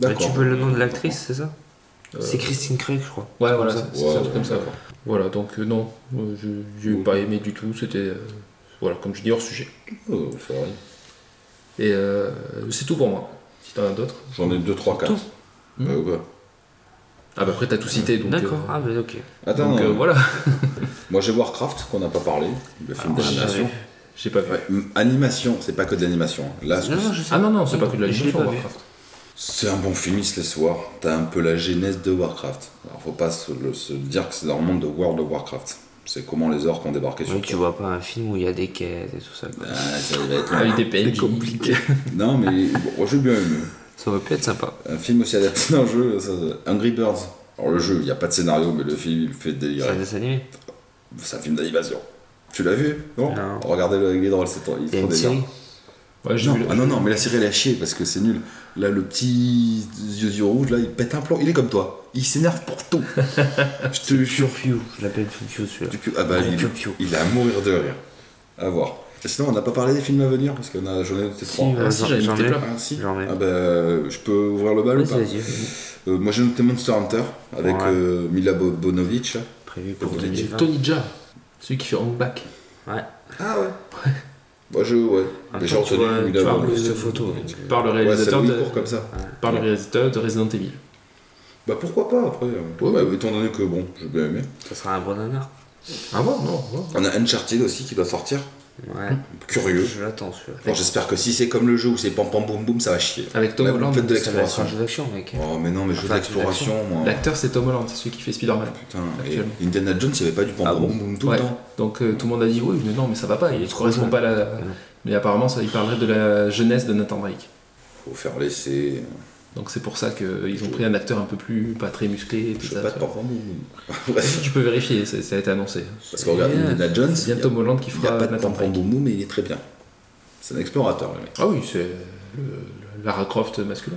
[SPEAKER 3] Bah,
[SPEAKER 2] D'accord.
[SPEAKER 3] tu veux le nom de l'actrice, c'est ça
[SPEAKER 4] Euh,
[SPEAKER 3] C'est Christine Craig, je crois.
[SPEAKER 4] Ouais, voilà,
[SPEAKER 3] Comme
[SPEAKER 4] c'est
[SPEAKER 3] ça.
[SPEAKER 4] c'est
[SPEAKER 2] Ouais,
[SPEAKER 4] un truc
[SPEAKER 2] ouais,
[SPEAKER 4] comme ça.
[SPEAKER 2] ouais.
[SPEAKER 4] quoi. Voilà, donc euh, non, euh, je j'ai
[SPEAKER 2] Ok.
[SPEAKER 4] pas aimé du tout. C'était, euh, voilà, comme je dis, hors sujet.
[SPEAKER 2] Oh, ça va.
[SPEAKER 4] Et euh, c'est tout pour moi. Si t'en as d'autres.
[SPEAKER 2] J'en ai 2, 3, 4.
[SPEAKER 3] Tout.
[SPEAKER 2] Bah, ouais.
[SPEAKER 4] Ah, bah après, t'as tout cité, donc.
[SPEAKER 3] D'accord.
[SPEAKER 4] euh,
[SPEAKER 3] Ah, mais ok.
[SPEAKER 2] Attends,
[SPEAKER 4] donc euh,
[SPEAKER 2] euh,
[SPEAKER 4] voilà.
[SPEAKER 2] moi j'ai Warcraft qu'on n'a pas parlé, le film
[SPEAKER 3] Alors,
[SPEAKER 2] d'animation.
[SPEAKER 4] J'ai pas vu.
[SPEAKER 2] Ouais, hum, animation, c'est pas que de l'animation. hein. Là, ce que
[SPEAKER 3] Non, non,
[SPEAKER 2] c'est-
[SPEAKER 3] je sais.
[SPEAKER 4] Ah non, non, c'est pas que de la hein.
[SPEAKER 3] Je l'ai
[SPEAKER 4] Warcraft.
[SPEAKER 3] pas vu.
[SPEAKER 2] c'est un bon film, il se laisse voir. T'as un peu la genèse de Warcraft. Alors faut pas se, le- se dire que c'est dans le monde de World of Warcraft. C'est comment les orques ont débarqué sur
[SPEAKER 3] Oui, tu
[SPEAKER 2] Terre.
[SPEAKER 3] vois pas un film où il y a des quêtes et tout ça. quoi.
[SPEAKER 2] Ah, ça va être long.
[SPEAKER 4] Avec des PNJ.
[SPEAKER 3] compliqué.
[SPEAKER 2] Non, mais bon, j'ai bien aimé.
[SPEAKER 3] Ça aurait pu être sympa.
[SPEAKER 2] Un film aussi adapté d'un jeu, ça, ça- Angry Birds. Alors le jeu, il n'y a pas de scénario, mais le film, il fait
[SPEAKER 3] C'est un
[SPEAKER 2] délirer.
[SPEAKER 3] dessin animé.
[SPEAKER 2] C'est un film d'animation. Tu l'as vu Non,
[SPEAKER 3] Non.
[SPEAKER 2] Regardez-le avec les drôles, c'est trop il
[SPEAKER 3] Il y
[SPEAKER 2] est
[SPEAKER 3] a
[SPEAKER 2] trop
[SPEAKER 3] une série.
[SPEAKER 2] délire.
[SPEAKER 4] Ouais, j'ai
[SPEAKER 2] Non,
[SPEAKER 4] vu. le-
[SPEAKER 2] ah non, non, mais la série, elle est à chier parce que c'est nul. Là, le petit yeux yeux rouges, là, il pète un plomb. Il est comme toi. Il s'énerve pour tout. Je te jure.
[SPEAKER 3] Piu, je l'appelle Piu Piu celui-là.
[SPEAKER 2] Du coup, ah bah,
[SPEAKER 3] Gros
[SPEAKER 2] il,
[SPEAKER 3] piou piou.
[SPEAKER 2] il est à mourir de rire. À voir. Sinon, on n'a pas parlé des films à venir parce qu'on a, j'en ai noté trois.
[SPEAKER 4] Ah, si, j'avais
[SPEAKER 3] j'en
[SPEAKER 4] noté
[SPEAKER 3] ai.
[SPEAKER 4] plein.
[SPEAKER 2] Ah, si.
[SPEAKER 3] J'en ai.
[SPEAKER 2] Ah bah, je peux ouvrir le bal ou
[SPEAKER 3] Vas-y,
[SPEAKER 2] pas
[SPEAKER 3] vas-y.
[SPEAKER 2] Euh, moi j'ai noté Monster Hunter avec
[SPEAKER 3] Ouais.
[SPEAKER 2] euh, Mila Bo- Bonovic.
[SPEAKER 3] Prévu pour
[SPEAKER 2] Tony
[SPEAKER 3] 2020.
[SPEAKER 4] Tony Jaa, celui qui fait Hangback.
[SPEAKER 3] Ouais.
[SPEAKER 2] Ah ouais Moi je ouais. Mais j'ai
[SPEAKER 3] Attends, tu
[SPEAKER 2] retenu
[SPEAKER 3] vois-
[SPEAKER 2] Mila
[SPEAKER 3] tu vois
[SPEAKER 2] Bonovic.
[SPEAKER 3] cette photo. donc, euh,
[SPEAKER 4] Par le
[SPEAKER 2] Ouais, c'est
[SPEAKER 4] réalisateur,
[SPEAKER 2] lui
[SPEAKER 4] de,
[SPEAKER 2] court comme ça.
[SPEAKER 4] par le réalisateur de Resident Evil.
[SPEAKER 2] Bah pourquoi pas après euh.
[SPEAKER 4] Ouais,
[SPEAKER 2] Bah,
[SPEAKER 4] ouais.
[SPEAKER 2] Étant donné que bon, j'ai bien aimé.
[SPEAKER 3] Ça sera un bon nanar.
[SPEAKER 4] Ah bon, non, non.
[SPEAKER 2] On a Uncharted aussi qui doit sortir.
[SPEAKER 3] Ouais.
[SPEAKER 2] Curieux.
[SPEAKER 3] Je l'attends celui-là.
[SPEAKER 2] Alors j'espère que si c'est comme le jeu où c'est pam pam boum boum, ça va chier.
[SPEAKER 4] Avec Tom
[SPEAKER 2] Ouais,
[SPEAKER 4] Holland.
[SPEAKER 2] faites de
[SPEAKER 3] Ça va être
[SPEAKER 2] l'exploration.
[SPEAKER 3] un jeu d'action, mec.
[SPEAKER 2] Oh mais non, mais jeu
[SPEAKER 3] Enfin,
[SPEAKER 2] d'exploration, moi.
[SPEAKER 4] L'acteur, c'est Tom Holland, c'est celui qui fait Spider-Man.
[SPEAKER 2] Putain, et
[SPEAKER 4] Actuellement.
[SPEAKER 2] Indiana Jones, il n'y avait pas du pam
[SPEAKER 3] Ah
[SPEAKER 2] pam
[SPEAKER 3] bon
[SPEAKER 2] boum boum tout
[SPEAKER 4] Ouais.
[SPEAKER 2] le temps.
[SPEAKER 4] Donc euh, tout le monde a dit oui, mais non, mais ça va pas, il ne
[SPEAKER 3] Trop
[SPEAKER 4] correspond
[SPEAKER 3] jeune.
[SPEAKER 4] pas à la. Mais apparemment, ça, il parlerait de la jeunesse de Nathan Drake.
[SPEAKER 2] Faut faire laisser.
[SPEAKER 4] Donc c'est pour ça qu'ils ont pris un acteur un peu plus pas très musclé. et tout
[SPEAKER 2] Je
[SPEAKER 4] ça,
[SPEAKER 2] veux pas de
[SPEAKER 4] tu vois.
[SPEAKER 2] pam pam boum boum. Bref.
[SPEAKER 4] Si tu peux vérifier, c'est- ça a été annoncé.
[SPEAKER 2] Parce que regarde, Indiana Jones,
[SPEAKER 4] C'est
[SPEAKER 2] il
[SPEAKER 4] bien
[SPEAKER 2] y a-
[SPEAKER 4] Tom Holland qui
[SPEAKER 2] il n'y a
[SPEAKER 4] fera
[SPEAKER 2] pas de
[SPEAKER 4] Nathan
[SPEAKER 2] pam pam
[SPEAKER 4] Drake.
[SPEAKER 2] boum boum, mais il est très bien. C'est un explorateur le mec.
[SPEAKER 4] Ah oui, c'est le- le Lara Croft masculin.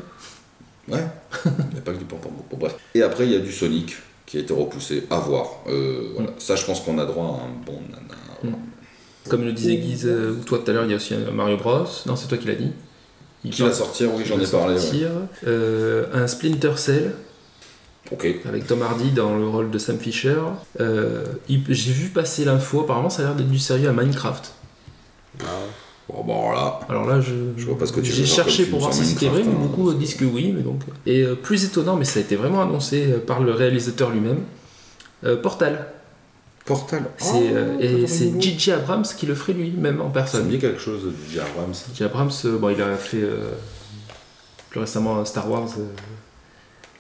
[SPEAKER 2] Ouais, il n'y a pas que du pom Bon, bref. Et après, il y a du Sonic qui a été repoussé. À voir. Euh, voilà. Ça, je pense qu'on a droit à un bon nana.
[SPEAKER 4] Comme le disait Guise euh, ou toi tout à l'heure, il y a aussi un Mario Bros. Non, c'est toi qui l'as dit. Il
[SPEAKER 2] Qui va sortir Oui, j'en ai parlé. ouais.
[SPEAKER 4] Euh, un Splinter Cell
[SPEAKER 2] Ok.
[SPEAKER 4] avec Tom Hardy dans le rôle de Sam Fisher. Euh, il- J'ai vu passer l'info, apparemment ça a l'air d'être du sérieux à Minecraft.
[SPEAKER 2] Bon, bon, là.
[SPEAKER 4] Alors là, je,
[SPEAKER 2] Je vois pas ce que tu veux
[SPEAKER 4] J'ai
[SPEAKER 2] faire
[SPEAKER 4] cherché
[SPEAKER 2] comme film
[SPEAKER 4] pour voir
[SPEAKER 2] sur
[SPEAKER 4] si c'était vrai, mais
[SPEAKER 2] Minecraft, hein.
[SPEAKER 4] beaucoup euh, disent que oui. Mais donc. Et euh, plus étonnant, mais ça a été vraiment annoncé euh, par le réalisateur lui-même, euh, Portal.
[SPEAKER 2] Portal.
[SPEAKER 4] C'est, euh, et c'est Gigi Abrams qui le ferait lui-même en
[SPEAKER 2] Ça me
[SPEAKER 4] personne.
[SPEAKER 2] dit quelque chose de J.J. Abrams.
[SPEAKER 4] J.J. Abrams, euh, bon, il a fait euh, plus récemment un Star Wars euh,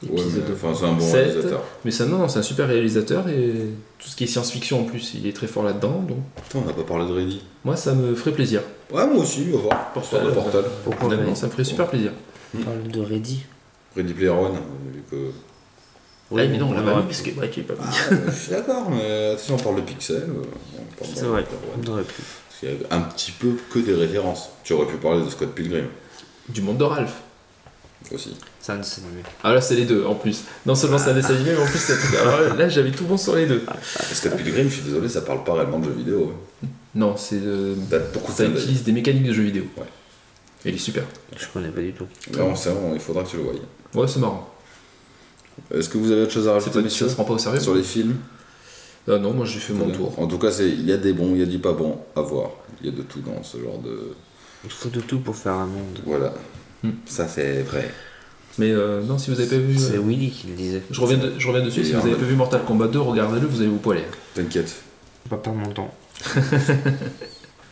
[SPEAKER 2] Ouais,
[SPEAKER 4] épisode
[SPEAKER 2] mais, enfin, c'est un bon
[SPEAKER 4] sept.
[SPEAKER 2] réalisateur.
[SPEAKER 4] Mais ça, non, non, c'est un super réalisateur et tout ce qui est science-fiction en plus, il est très fort là-dedans. Donc,
[SPEAKER 2] Putain, on n'a pas parlé de Reddy.
[SPEAKER 4] moi, ça me ferait plaisir.
[SPEAKER 2] Ouais, moi aussi, on va voir. Portal.
[SPEAKER 4] Portal.
[SPEAKER 2] Portal.
[SPEAKER 3] Pourquoi
[SPEAKER 4] Honnêtement,
[SPEAKER 3] on
[SPEAKER 4] ça me ferait super plaisir.
[SPEAKER 3] parle de Reddy
[SPEAKER 2] Ready Player One. hein, Vu que...
[SPEAKER 4] ah, mais non, on l'a pas
[SPEAKER 3] parce
[SPEAKER 4] vu, parce
[SPEAKER 3] que.
[SPEAKER 4] que ouais, tu l'as pas vu.
[SPEAKER 2] Euh, je suis d'accord, mais attention, on parle de Pixel. euh, on parle de
[SPEAKER 3] C'est vrai,
[SPEAKER 2] Ready Player One.
[SPEAKER 3] on aurait pu.
[SPEAKER 2] Parce qu'il y avait un petit peu que des références. Tu aurais pu parler de Scott Pilgrim
[SPEAKER 4] Du monde de Ralph.
[SPEAKER 2] aussi.
[SPEAKER 3] Ça ne s'est animé.
[SPEAKER 4] Ah là, c'est les deux en plus. Non seulement c'est un dessin animé, mais en plus c'est un truc. Alors là, j'avais tout bon sur les deux.
[SPEAKER 2] Scott Pilgrim, je suis désolé, ça parle pas réellement de jeux vidéo. hein.
[SPEAKER 4] Non, c'est. euh,
[SPEAKER 2] T'as beaucoup
[SPEAKER 4] ça
[SPEAKER 2] de clips.
[SPEAKER 4] utilise des mécaniques de jeux vidéo.
[SPEAKER 2] Ouais.
[SPEAKER 4] Et il est super.
[SPEAKER 3] Je connais pas du tout.
[SPEAKER 2] Vraiment, c'est vraiment, il faudra que tu le voyes.
[SPEAKER 4] Ouais, c'est marrant.
[SPEAKER 2] Est-ce que vous avez autre chose à
[SPEAKER 4] C'est
[SPEAKER 2] rajouter,
[SPEAKER 4] pas, ça
[SPEAKER 2] messieurs
[SPEAKER 4] se prend pas au sérieux.
[SPEAKER 2] Sur les films
[SPEAKER 4] Ah non, moi j'ai fait mon
[SPEAKER 2] Voilà.
[SPEAKER 4] tour.
[SPEAKER 2] En tout cas, c'est- il y a des bons, il y a du pas bon à voir. Il y a de tout dans ce genre de.
[SPEAKER 3] Il faut de tout pour faire un monde.
[SPEAKER 2] Voilà.
[SPEAKER 4] Hmm.
[SPEAKER 2] Ça, c'est vrai.
[SPEAKER 4] Mais euh, non, si vous avez pas vu.
[SPEAKER 3] C'est
[SPEAKER 4] euh,
[SPEAKER 3] Willy qui le disait.
[SPEAKER 4] Je reviens, de- je reviens dessus,
[SPEAKER 2] Et
[SPEAKER 4] si vous avez
[SPEAKER 2] Arnold.
[SPEAKER 4] pas vu Mortal Kombat 2, regardez-le, vous allez vous poiler.
[SPEAKER 2] T'inquiète.
[SPEAKER 3] Je vais pas perdre mon temps.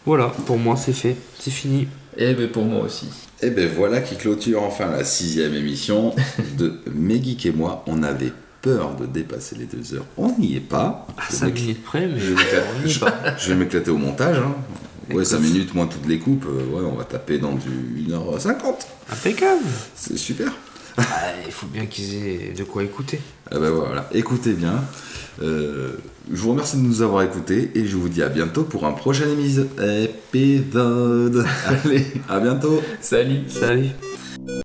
[SPEAKER 3] voilà, pour moi c'est fait, c'est fini.
[SPEAKER 4] Et ben pour moi aussi.
[SPEAKER 2] Eh Et ben voilà qui clôture enfin la sixième émission de Megeek et moi. On avait peur de dépasser les deux heures. On n'y est pas.
[SPEAKER 3] À
[SPEAKER 4] Ah,
[SPEAKER 2] Je
[SPEAKER 3] 5
[SPEAKER 2] m'éclate-
[SPEAKER 3] minutes près, mais
[SPEAKER 2] je vais m'éclater-
[SPEAKER 3] on n'y est pas.
[SPEAKER 2] je vais m'éclater au montage. hein. Ouais,
[SPEAKER 3] Écoute.
[SPEAKER 2] 5 minutes moins toutes les coupes. euh, ouais, on va taper dans du 1h50.
[SPEAKER 3] Impeccable
[SPEAKER 2] C'est super.
[SPEAKER 3] Ah, Il faut bien qu'ils aient de quoi écouter.
[SPEAKER 2] Ah bah voilà, écoutez bien. Euh, je vous remercie de nous avoir écoutés et je vous dis à bientôt pour un prochain émis- épisode. Allez, à bientôt.
[SPEAKER 4] Salut
[SPEAKER 3] Salut
[SPEAKER 6] Eh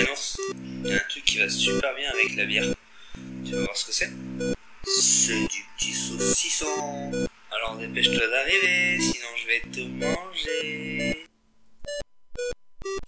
[SPEAKER 6] Nours, il y a un truc qui va super bien avec la bière. Tu vas voir ce que c'est C'est du petit saucisson. Alors dépêche-toi d'arriver, sinon je vais te manger.